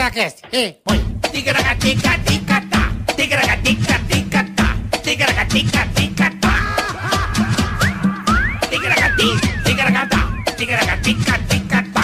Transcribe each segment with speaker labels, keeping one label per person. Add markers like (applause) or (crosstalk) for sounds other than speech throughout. Speaker 1: Cast. Ei, põe. Tigaragatica-tica-tá. Tigaragatica-tica-tá. Tigaragatica-tica-tá. Tigaragati, tigaragatá. Tigaragatica-tica-tá.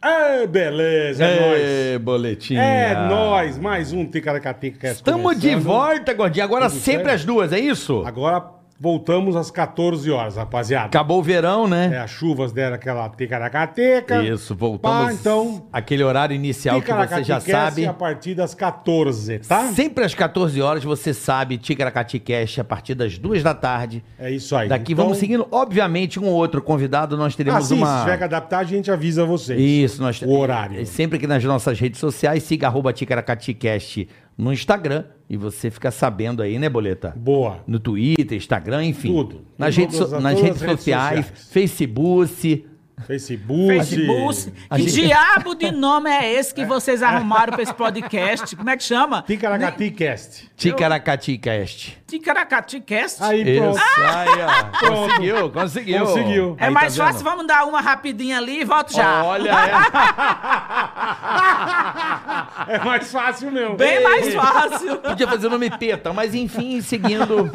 Speaker 2: É, beleza, é nóis.
Speaker 3: Ê, boletinha.
Speaker 2: É nóis, mais um Ticaracatica.
Speaker 3: Estamos Ah. de volta, Gordinho. Agora
Speaker 2: Tudo
Speaker 3: sempre
Speaker 2: certo?
Speaker 3: às duas, é isso?
Speaker 2: Agora voltamos às 14 horas, rapaziada.
Speaker 3: Acabou o verão,
Speaker 2: É,
Speaker 3: né?
Speaker 2: as chuvas deram aquela ticaracateca.
Speaker 3: Isso, voltamos.
Speaker 2: Pá, então,
Speaker 3: Aquele horário inicial que você já
Speaker 2: Ticaracatiquece
Speaker 3: sabe.
Speaker 2: a partir das 14, tá?
Speaker 3: Sempre às 14 horas você sabe Ticaracati Cash a partir das duas da tarde.
Speaker 2: É isso aí.
Speaker 3: Daqui
Speaker 2: Então,
Speaker 3: vamos seguindo. Obviamente, um ou outro convidado, nós
Speaker 2: Ah,
Speaker 3: teremos
Speaker 2: sim, se
Speaker 3: uma.
Speaker 2: tiver que adaptar, a gente avisa vocês.
Speaker 3: Isso, nós
Speaker 2: O horário.
Speaker 3: Sempre que nas nossas redes sociais, siga arroba TicaracatiCast no Instagram e você fica sabendo aí, né, Boleta?
Speaker 2: Boa.
Speaker 3: No Twitter, Instagram, enfim.
Speaker 2: Tudo.
Speaker 3: Nas,
Speaker 2: Em
Speaker 3: redes, so-
Speaker 2: todas as-
Speaker 3: nas
Speaker 2: todas
Speaker 3: redes
Speaker 2: as redes
Speaker 3: sociais,
Speaker 2: sociais.
Speaker 3: Facebook.
Speaker 2: Facebook.
Speaker 4: Facebook.
Speaker 2: Facebook.
Speaker 4: Que
Speaker 3: A gente-
Speaker 4: diabo de nome é esse que vocês arrumaram pra esse podcast? Como é que chama?
Speaker 2: Ticaracaticast.
Speaker 3: TicaracatiCast.
Speaker 4: Ticaracaticast?
Speaker 2: Aí, pronto.
Speaker 3: Isso. Aí, ó.
Speaker 2: Ah! Pronto.
Speaker 3: Conseguiu, conseguiu.
Speaker 2: Conseguiu.
Speaker 4: É
Speaker 3: Aí,
Speaker 4: mais
Speaker 3: tá vendo?
Speaker 4: fácil, vamos dar uma rapidinha ali e volto já.
Speaker 3: Olha, é.
Speaker 2: É mais fácil mesmo.
Speaker 4: Bem
Speaker 3: (laughs)
Speaker 4: mais fácil.
Speaker 3: podia fazer o nome Peta, mas enfim,
Speaker 2: (laughs)
Speaker 3: seguindo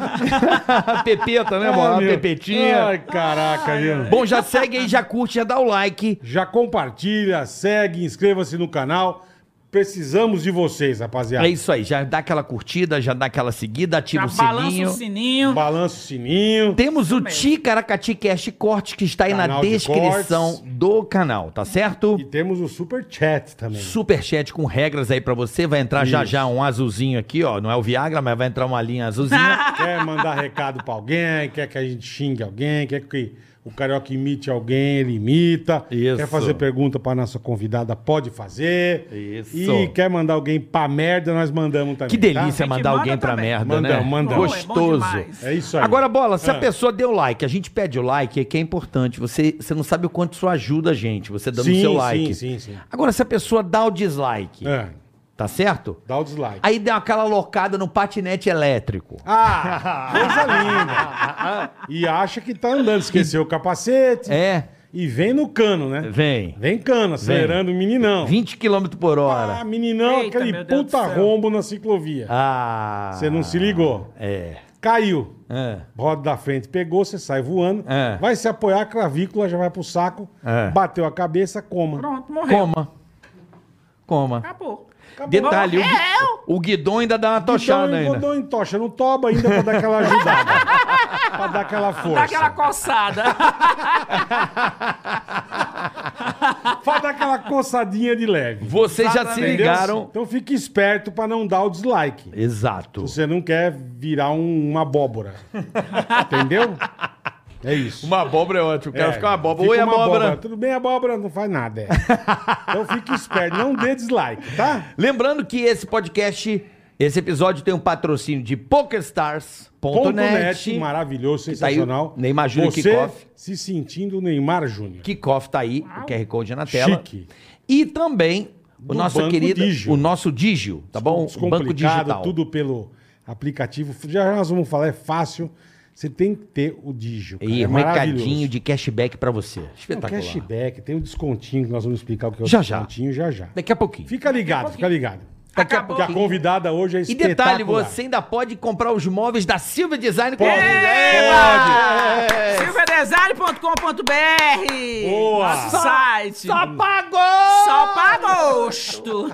Speaker 3: a Pepeta, né,
Speaker 2: Ah,
Speaker 3: mano? A
Speaker 2: meu. Ah.
Speaker 3: Pepetinha.
Speaker 2: Ai, caraca, viu?
Speaker 3: Bom, já segue aí, já curte, já dá o like.
Speaker 2: Já compartilha, segue, inscreva-se no canal. Precisamos de vocês, rapaziada.
Speaker 3: É isso aí, já dá aquela curtida, já dá aquela seguida, ativa
Speaker 4: Já
Speaker 3: o
Speaker 4: balança
Speaker 3: sininho.
Speaker 4: o sininho.
Speaker 2: Balança o sininho.
Speaker 3: Temos o
Speaker 4: mesmo.
Speaker 3: Ticaracati Cast Corte que está aí na
Speaker 2: Canal de
Speaker 3: descrição
Speaker 2: cortes.
Speaker 3: do canal, tá certo?
Speaker 2: E temos o super chat também.
Speaker 3: Superchat com regras aí pra você, vai entrar já
Speaker 2: Isso.
Speaker 3: já um azulzinho aqui, ó, não é o Viagra, mas vai entrar uma
Speaker 2: (laughs)
Speaker 3: linha azulzinha.
Speaker 2: Quer mandar recado pra alguém, quer que a gente xingue alguém, quer que o carioca imite alguém, ele imita.
Speaker 3: Isso.
Speaker 2: Quer fazer pergunta pra nossa convidada, pode fazer.
Speaker 3: Isso.
Speaker 2: E quer mandar alguém pra merda, nós mandamos também. tá?
Speaker 3: que delícia
Speaker 4: gente
Speaker 3: mandar
Speaker 4: manda
Speaker 3: alguém pra
Speaker 4: também.
Speaker 3: merda,
Speaker 2: Manda,
Speaker 3: né?
Speaker 2: manda.
Speaker 4: Bom, é bom
Speaker 3: Gostoso.
Speaker 4: demais.
Speaker 2: Tá? É isso aí.
Speaker 3: Agora, Bola, se
Speaker 2: Ah.
Speaker 3: a pessoa deu like, a gente pede o like, que é importante. Você, você não sabe o quanto isso ajuda a gente, você dando o
Speaker 2: Sim,
Speaker 3: seu
Speaker 2: sim,
Speaker 3: like.
Speaker 2: sim, sim.
Speaker 3: Agora, se a pessoa dá o dislike,
Speaker 2: É,
Speaker 3: tá certo?
Speaker 2: dá o dislike.
Speaker 3: Aí deu aquela locada no patinete elétrico.
Speaker 2: Ah, coisa linda. E acha que tá andando, esqueceu o capacete.
Speaker 3: É,
Speaker 2: E vem no cano, né?
Speaker 3: vem.
Speaker 2: Vem cano, acelerando o meninão.
Speaker 3: 20 km por
Speaker 2: Ah,
Speaker 3: hora.
Speaker 2: meninão,
Speaker 4: Eita,
Speaker 2: aquele
Speaker 4: meu Deus
Speaker 2: puta
Speaker 4: do céu.
Speaker 2: rombo na ciclovia.
Speaker 3: Ah.
Speaker 2: Você não se ligou.
Speaker 3: É.
Speaker 2: Caiu.
Speaker 3: é.
Speaker 2: Roda da frente pegou, você sai voando.
Speaker 3: É.
Speaker 2: Vai se apoiar, a clavícula já vai pro saco.
Speaker 3: É.
Speaker 2: Bateu a cabeça, coma.
Speaker 4: Pronto, morreu.
Speaker 3: Coma. Coma.
Speaker 4: Acabou. É,
Speaker 3: Detalhe, Tá o, gui-
Speaker 4: Morreu.
Speaker 3: o guidão ainda dá uma tochada
Speaker 2: Então,
Speaker 3: ainda.
Speaker 2: Dou em tocha no toba ainda pra dar aquela
Speaker 4: (laughs)
Speaker 2: ajudada. pra dar aquela força.
Speaker 4: Dá aquela coçada.
Speaker 2: Pra dar aquela coçadinha de leve.
Speaker 3: Vocês já se
Speaker 2: Entendeu?
Speaker 3: ligaram.
Speaker 2: Então fique esperto pra não dar o dislike.
Speaker 3: Exato.
Speaker 2: Você não quer virar um- uma
Speaker 3: (laughs)
Speaker 2: abóbora. Entendeu? É isso.
Speaker 3: Uma abóbora é ótimo. O cara
Speaker 2: É,
Speaker 3: fica uma abóbora.
Speaker 2: fica
Speaker 3: Oi,
Speaker 2: uma
Speaker 3: abóbora.
Speaker 2: Tudo bem, abóbora? Não faz nada. é. Então fique esperto, não dê dislike, tá?
Speaker 3: Lembrando que esse podcast, esse episódio tem um patrocínio de
Speaker 2: Ponto
Speaker 3: PokerStars.net.
Speaker 2: net, maravilhoso,
Speaker 3: tá aí o
Speaker 2: sensacional.
Speaker 3: Neymar Júnior
Speaker 2: Você
Speaker 3: Kickoff.
Speaker 2: se sentindo Neymar Júnior.
Speaker 3: Kickoff tá aí, o QR Code na tela.
Speaker 2: Chique.
Speaker 3: E também o
Speaker 2: Do
Speaker 3: nosso
Speaker 2: Banco
Speaker 3: querido,
Speaker 2: Digio.
Speaker 3: o nosso Digio, tá bom? O Banco Digital.
Speaker 2: tudo pelo aplicativo. Já nós vamos falar, é fácil. Você tem que ter o Digio, cara.
Speaker 3: E
Speaker 2: é
Speaker 3: um recadinho
Speaker 2: maravilhoso.
Speaker 3: de cashback pra você.
Speaker 2: Não,
Speaker 3: Espetacular.
Speaker 2: cashback, tem um descontinho que nós vamos explicar o que é o
Speaker 3: Já, já.
Speaker 2: descontinho já já.
Speaker 3: Daqui a pouquinho.
Speaker 2: Fica ligado, fica ligado.
Speaker 3: Daqui a
Speaker 4: Acabou.
Speaker 2: Que a
Speaker 3: pouquinho.
Speaker 2: convidada hoje é
Speaker 3: E detalhe,
Speaker 2: espetacular.
Speaker 3: você ainda pode comprar os móveis da Silva Design com
Speaker 2: Pode.
Speaker 3: É.
Speaker 4: Silvadesign.com.br
Speaker 2: Boa.
Speaker 4: Nosso site.
Speaker 3: Só pagou!
Speaker 4: Só pra gosto.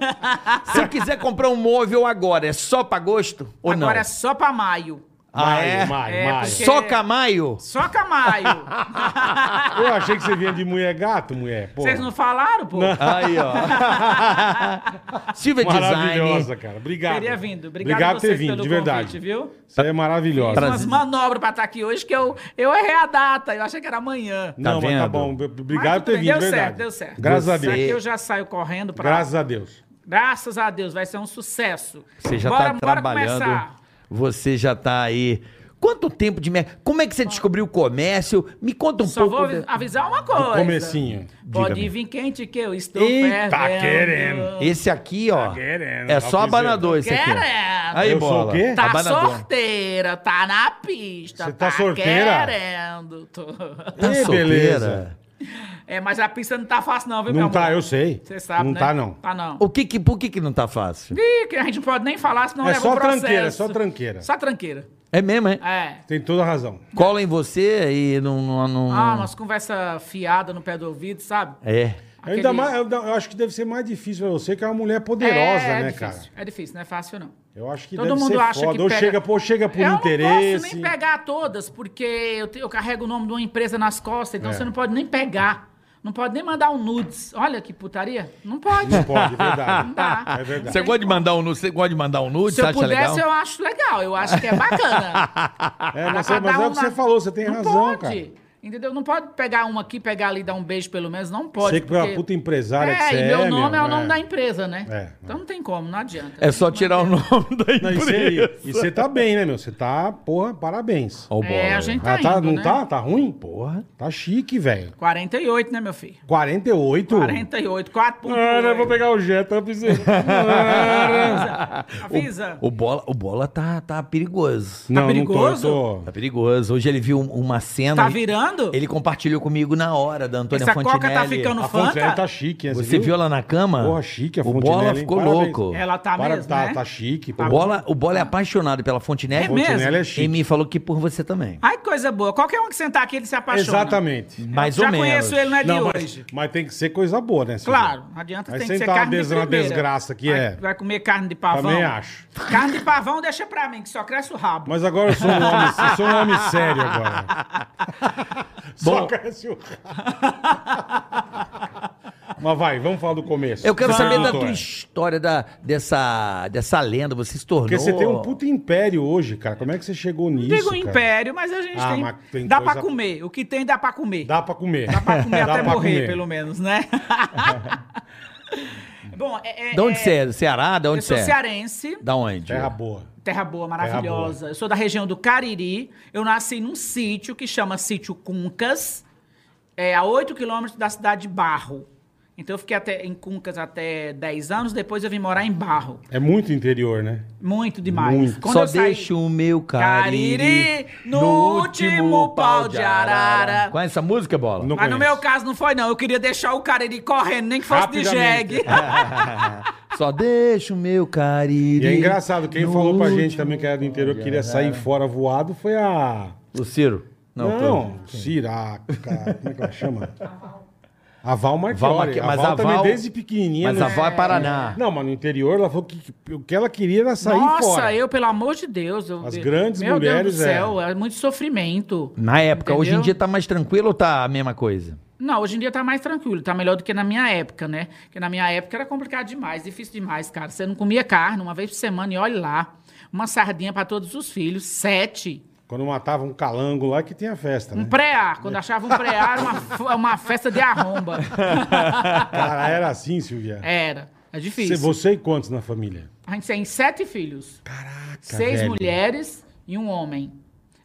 Speaker 3: Se eu quiser comprar um móvel agora, é só pra gosto ou não?
Speaker 4: Agora é só pra maio.
Speaker 3: Ah,
Speaker 2: Maio,
Speaker 3: é?
Speaker 2: maio,
Speaker 4: É,
Speaker 2: maio.
Speaker 4: porque-
Speaker 3: Só Camaio?
Speaker 4: Só é pra maio.
Speaker 3: (laughs)
Speaker 2: Eu achei que você vinha de mulher gato, mulher. Pô,
Speaker 4: Vocês não falaram, pô?
Speaker 3: Aí,
Speaker 2: (laughs)
Speaker 3: ó. Silva
Speaker 2: maravilhosa,
Speaker 3: Design.
Speaker 2: cara. Obrigado.
Speaker 4: Teria vindo. Obrigado,
Speaker 2: Obrigado
Speaker 4: a
Speaker 2: por ter
Speaker 4: vocês
Speaker 2: vindo,
Speaker 4: pelo
Speaker 2: de verdade.
Speaker 4: convite, viu?
Speaker 2: Você é
Speaker 4: Fiz
Speaker 2: maravilhosa.
Speaker 4: umas manobras pra estar aqui hoje que eu, eu errei a data. Eu achei que era amanhã.
Speaker 2: Não,
Speaker 3: Tá
Speaker 2: mas tá
Speaker 3: vendo?
Speaker 2: bom. Obrigado
Speaker 4: Mas
Speaker 2: por
Speaker 4: tudo
Speaker 2: ter
Speaker 4: bem,
Speaker 2: vindo, de
Speaker 4: deu
Speaker 2: verdade.
Speaker 4: certo, deu certo. é
Speaker 2: Graças a
Speaker 3: Você-
Speaker 2: Deus.
Speaker 4: Aqui eu já saio correndo pra...
Speaker 2: Graças a Deus.
Speaker 4: Graças a Deus, vai ser um sucesso.
Speaker 3: Você já tá trabalhando.
Speaker 4: começar.
Speaker 3: Você já tá aí. Quanto tempo de mercado? Como é que você descobriu o comércio? Me conta um
Speaker 4: Só
Speaker 3: pouco.
Speaker 4: vou
Speaker 3: de-
Speaker 4: avisar uma coisa.
Speaker 2: comecinho.
Speaker 4: Pode
Speaker 3: Diga-me.
Speaker 4: vir quente que eu estou
Speaker 2: Eita,
Speaker 4: fervendo.
Speaker 2: querendo.
Speaker 3: Esse aqui, ó.
Speaker 2: querendo,
Speaker 3: é
Speaker 2: tá
Speaker 3: só
Speaker 2: dizendo.
Speaker 3: abanador esse aqui.
Speaker 4: Querendo.
Speaker 3: Aí,
Speaker 2: Eu sou
Speaker 3: bola.
Speaker 2: o quê?
Speaker 4: Tá
Speaker 3: Abanador.
Speaker 4: sorteira, tá na pista.
Speaker 2: Você tá sorteira?
Speaker 4: querendo. Tô- (laughs)
Speaker 3: Tá
Speaker 2: Ih,
Speaker 3: solteira.
Speaker 4: É, mas a pista não tá fácil não, viu, meu
Speaker 2: Não tá,
Speaker 4: amor?
Speaker 2: eu sei.
Speaker 4: Você sabe,
Speaker 2: Não
Speaker 4: né?
Speaker 2: tá, não.
Speaker 4: Tá não.
Speaker 3: O que que, por que que não tá fácil?
Speaker 4: Ih, que a gente não pode nem falar, senão
Speaker 2: É
Speaker 4: leva
Speaker 2: só
Speaker 4: um processo.
Speaker 2: tranqueira, é só tranqueira.
Speaker 4: Só tranqueira.
Speaker 3: É mesmo, é?
Speaker 4: É.
Speaker 2: Tem toda a razão.
Speaker 3: Cola em você e não... não,
Speaker 2: Hum.
Speaker 3: não-
Speaker 4: Ah, umas conversa fiada no pé do ouvido, sabe?
Speaker 3: É.
Speaker 2: Eu Ainda
Speaker 4: Aquele-
Speaker 2: mais, eu, eu acho que deve ser mais difícil pra você, que é uma mulher
Speaker 4: É,
Speaker 2: poderosa,
Speaker 4: é
Speaker 2: né,
Speaker 4: difícil.
Speaker 2: cara?
Speaker 4: É difícil, não é fácil não.
Speaker 2: Eu acho que
Speaker 4: Todo
Speaker 2: deve
Speaker 4: mundo
Speaker 2: ser
Speaker 4: acha
Speaker 2: foda.
Speaker 4: que
Speaker 2: Ou
Speaker 4: pega...
Speaker 2: chega, pô, chega por
Speaker 4: eu não
Speaker 2: interesse.
Speaker 4: posso nem pegar todas, porque eu, te- eu carrego o nome de uma empresa nas costas, então
Speaker 2: É.
Speaker 4: você não pode nem pegar. Não pode nem mandar um nudes. Olha que putaria. Não pode.
Speaker 2: Não pode, é
Speaker 4: Não
Speaker 2: verdade.
Speaker 4: dá.
Speaker 2: É verdade.
Speaker 3: Você gosta de mandar um nude? Você gosta de mandar um nude?
Speaker 4: Se
Speaker 3: Você
Speaker 4: eu
Speaker 3: acha
Speaker 4: pudesse,
Speaker 3: legal?
Speaker 4: eu acho legal. Eu acho que
Speaker 2: (laughs)
Speaker 4: é bacana.
Speaker 2: É, mas,
Speaker 4: Pra
Speaker 2: é- mas é
Speaker 4: dar
Speaker 2: o que
Speaker 4: uma-
Speaker 2: você falou, você tem
Speaker 4: não
Speaker 2: razão,
Speaker 4: pode,
Speaker 2: cara.
Speaker 4: Entendeu? Não pode pegar uma aqui, pegar ali, dar um beijo pelo menos. Não pode.
Speaker 2: Sei que é uma puta empresária que
Speaker 4: É,
Speaker 2: você
Speaker 4: e
Speaker 2: é,
Speaker 4: meu nome é
Speaker 2: meu,
Speaker 4: o nome da empresa, né?
Speaker 2: É.
Speaker 4: Então não tem como, não adianta.
Speaker 3: É só tirar o nome da
Speaker 2: Não, e
Speaker 3: empresa.
Speaker 2: você- e você tá bem, né, meu? Você tá, porra, parabéns.
Speaker 3: Ó o
Speaker 4: É, a
Speaker 3: bola.
Speaker 4: gente tá,
Speaker 2: Ah, tá,
Speaker 4: indo,
Speaker 2: não
Speaker 4: né?
Speaker 2: tá? Tá ruim? Porra, tá chique, velho.
Speaker 4: 48, né, meu filho?
Speaker 2: 48?
Speaker 4: 48, 4.8.
Speaker 2: Ah, eu vou pegar o Jetta, eu
Speaker 4: (laughs)
Speaker 2: preciso.
Speaker 4: Avisa, avisa.
Speaker 3: (laughs) O bola, o bola tá, tá perigoso.
Speaker 2: Não, não tô, eu
Speaker 4: perigoso?
Speaker 2: tô.
Speaker 3: Tá perigoso. Hoje ele viu uma cena.
Speaker 4: Tá
Speaker 3: ele-
Speaker 4: virando?
Speaker 3: Ele compartilhou comigo na hora da Antônia
Speaker 4: Essa
Speaker 3: Fontinelli.
Speaker 4: coca tá ficando
Speaker 2: A
Speaker 4: fanta?
Speaker 2: Fontenelle tá chique, né?
Speaker 3: Você viu ela na cama?
Speaker 2: Porra, chique a
Speaker 3: O
Speaker 2: Fontenelle,
Speaker 3: bola
Speaker 2: hein?
Speaker 3: ficou
Speaker 2: Parabéns.
Speaker 3: louco.
Speaker 4: Ela tá
Speaker 2: Para,
Speaker 4: mesmo,
Speaker 2: tá,
Speaker 4: né?
Speaker 2: tá chique.
Speaker 3: O
Speaker 2: pô.
Speaker 3: bola, o bola é apaixonado pela Fontinelli.
Speaker 4: É
Speaker 2: O Fontenelle
Speaker 4: mesmo?
Speaker 2: é
Speaker 3: E
Speaker 2: chique.
Speaker 3: me falou que por você também.
Speaker 4: Ai, que coisa boa. Qualquer um que sentar aqui, ele se apaixona.
Speaker 2: Exatamente.
Speaker 3: Mais
Speaker 4: Já
Speaker 3: ou menos.
Speaker 4: conheço ele, não é de
Speaker 2: Não, mas,
Speaker 4: hoje.
Speaker 2: mas tem que ser coisa boa, né? Silvio?
Speaker 4: Claro, não adianta,
Speaker 2: Aí
Speaker 4: tem que ser
Speaker 2: sentar
Speaker 4: carne
Speaker 2: uma des-
Speaker 4: de
Speaker 2: uma
Speaker 4: primeira.
Speaker 2: desgraça que
Speaker 4: vai,
Speaker 2: é.
Speaker 4: Vai comer carne de pavão?
Speaker 2: Também acho.
Speaker 4: Carne de pavão deixa pra mim, que só cresce o rabo.
Speaker 2: Mas agora eu sou um homem, eu sou um homem sério agora. Só
Speaker 4: (laughs)
Speaker 3: Bom.
Speaker 2: cresce o (laughs) Mas vai, vamos falar do começo.
Speaker 3: Eu quero
Speaker 2: Você
Speaker 3: saber da
Speaker 2: perguntou,
Speaker 3: tua
Speaker 2: é.
Speaker 3: história, da, dessa, dessa lenda. Você se tornou...
Speaker 2: Porque você tem um puto império hoje, cara. Como é que você chegou nisso?
Speaker 4: Não digo
Speaker 2: cara?
Speaker 4: império, mas a gente
Speaker 2: Ah,
Speaker 4: tem...
Speaker 2: mas tem
Speaker 4: Dá
Speaker 2: coisa-
Speaker 4: pra comer. O que tem, dá pra comer.
Speaker 2: Dá pra comer.
Speaker 4: Dá pra
Speaker 2: (laughs)
Speaker 4: comer
Speaker 2: Dá
Speaker 4: até
Speaker 2: pra
Speaker 4: morrer,
Speaker 2: comer.
Speaker 4: pelo menos, né? (laughs) Bom, é... é-
Speaker 3: De onde
Speaker 4: é-
Speaker 3: você é? Do Ceará? De onde
Speaker 4: Eu
Speaker 3: você
Speaker 4: sou
Speaker 3: é?
Speaker 4: cearense.
Speaker 3: Da onde?
Speaker 2: Terra boa.
Speaker 4: Terra boa,
Speaker 2: Terra
Speaker 4: maravilhosa. Eu sou da região do Cariri. Eu nasci num sítio que chama Sítio Cuncas, é, a 8 quilômetros da cidade de Barro. Então eu fiquei até, em Cuncas até 10 anos, depois eu vim morar em Barro.
Speaker 2: É muito interior, né?
Speaker 4: Muito demais.
Speaker 2: Muito.
Speaker 4: Quando
Speaker 3: Só
Speaker 4: eu saí-
Speaker 3: deixa o meu cariri,
Speaker 4: Cariri no último pau de arara.
Speaker 3: Conhece essa música, Bola?
Speaker 2: Não
Speaker 4: Mas no
Speaker 2: conheço.
Speaker 4: meu caso não foi, não. Eu queria deixar o Cariri correndo, nem que fosse de
Speaker 2: Rapidamente. É.
Speaker 4: jegue.
Speaker 3: (laughs) Só deixa o meu cariri
Speaker 2: E é engraçado, quem
Speaker 3: no
Speaker 2: falou pra gente tá-
Speaker 3: último
Speaker 2: também que era do interior que queria
Speaker 3: pau de
Speaker 4: é.
Speaker 2: sair
Speaker 3: arara.
Speaker 2: fora voado foi a.
Speaker 3: O Ciro?
Speaker 2: Não,
Speaker 3: tô-
Speaker 2: Siraca. Como é que ela
Speaker 4: (laughs)
Speaker 2: chama? A Val
Speaker 3: Val
Speaker 2: Marchiori.
Speaker 3: Marque-
Speaker 2: A
Speaker 3: mas
Speaker 2: Val
Speaker 3: a
Speaker 2: também
Speaker 3: Val-
Speaker 2: desde pequenininha.
Speaker 3: Mas
Speaker 2: no-
Speaker 3: a Val é Paraná.
Speaker 2: Não, mas no interior ela falou que que o que ela queria era sair
Speaker 4: (laughs) Nossa,
Speaker 2: fora.
Speaker 4: eu, pelo amor de Deus. eu-
Speaker 2: As grandes
Speaker 4: Meu
Speaker 2: mulheres,
Speaker 4: Deus do céu, é, muito sofrimento.
Speaker 3: Na época, hoje em
Speaker 4: Entendeu?
Speaker 3: dia tá mais tranquilo ou tá a mesma coisa?
Speaker 4: Não, hoje em dia tá mais tranquilo, tá melhor do que na minha época, né? Porque na minha época era complicado demais, difícil demais, cara. Você não comia carne uma vez por semana e olha lá. Uma sardinha pra todos os filhos, sete.
Speaker 2: Quando matava um calango lá que tinha
Speaker 3: Tá
Speaker 2: festa, né?
Speaker 4: Um pré-ar. Quando achava um pré-ar, era uma, f- uma festa de
Speaker 3: (laughs)
Speaker 4: arromba.
Speaker 2: Cara, era assim, Silvia.
Speaker 4: Era. É
Speaker 2: Você,
Speaker 4: difícil.
Speaker 2: você e quantos na família?
Speaker 4: A gente tem sete filhos.
Speaker 2: Caraca,
Speaker 4: seis
Speaker 2: velho.
Speaker 4: mulheres e um homem.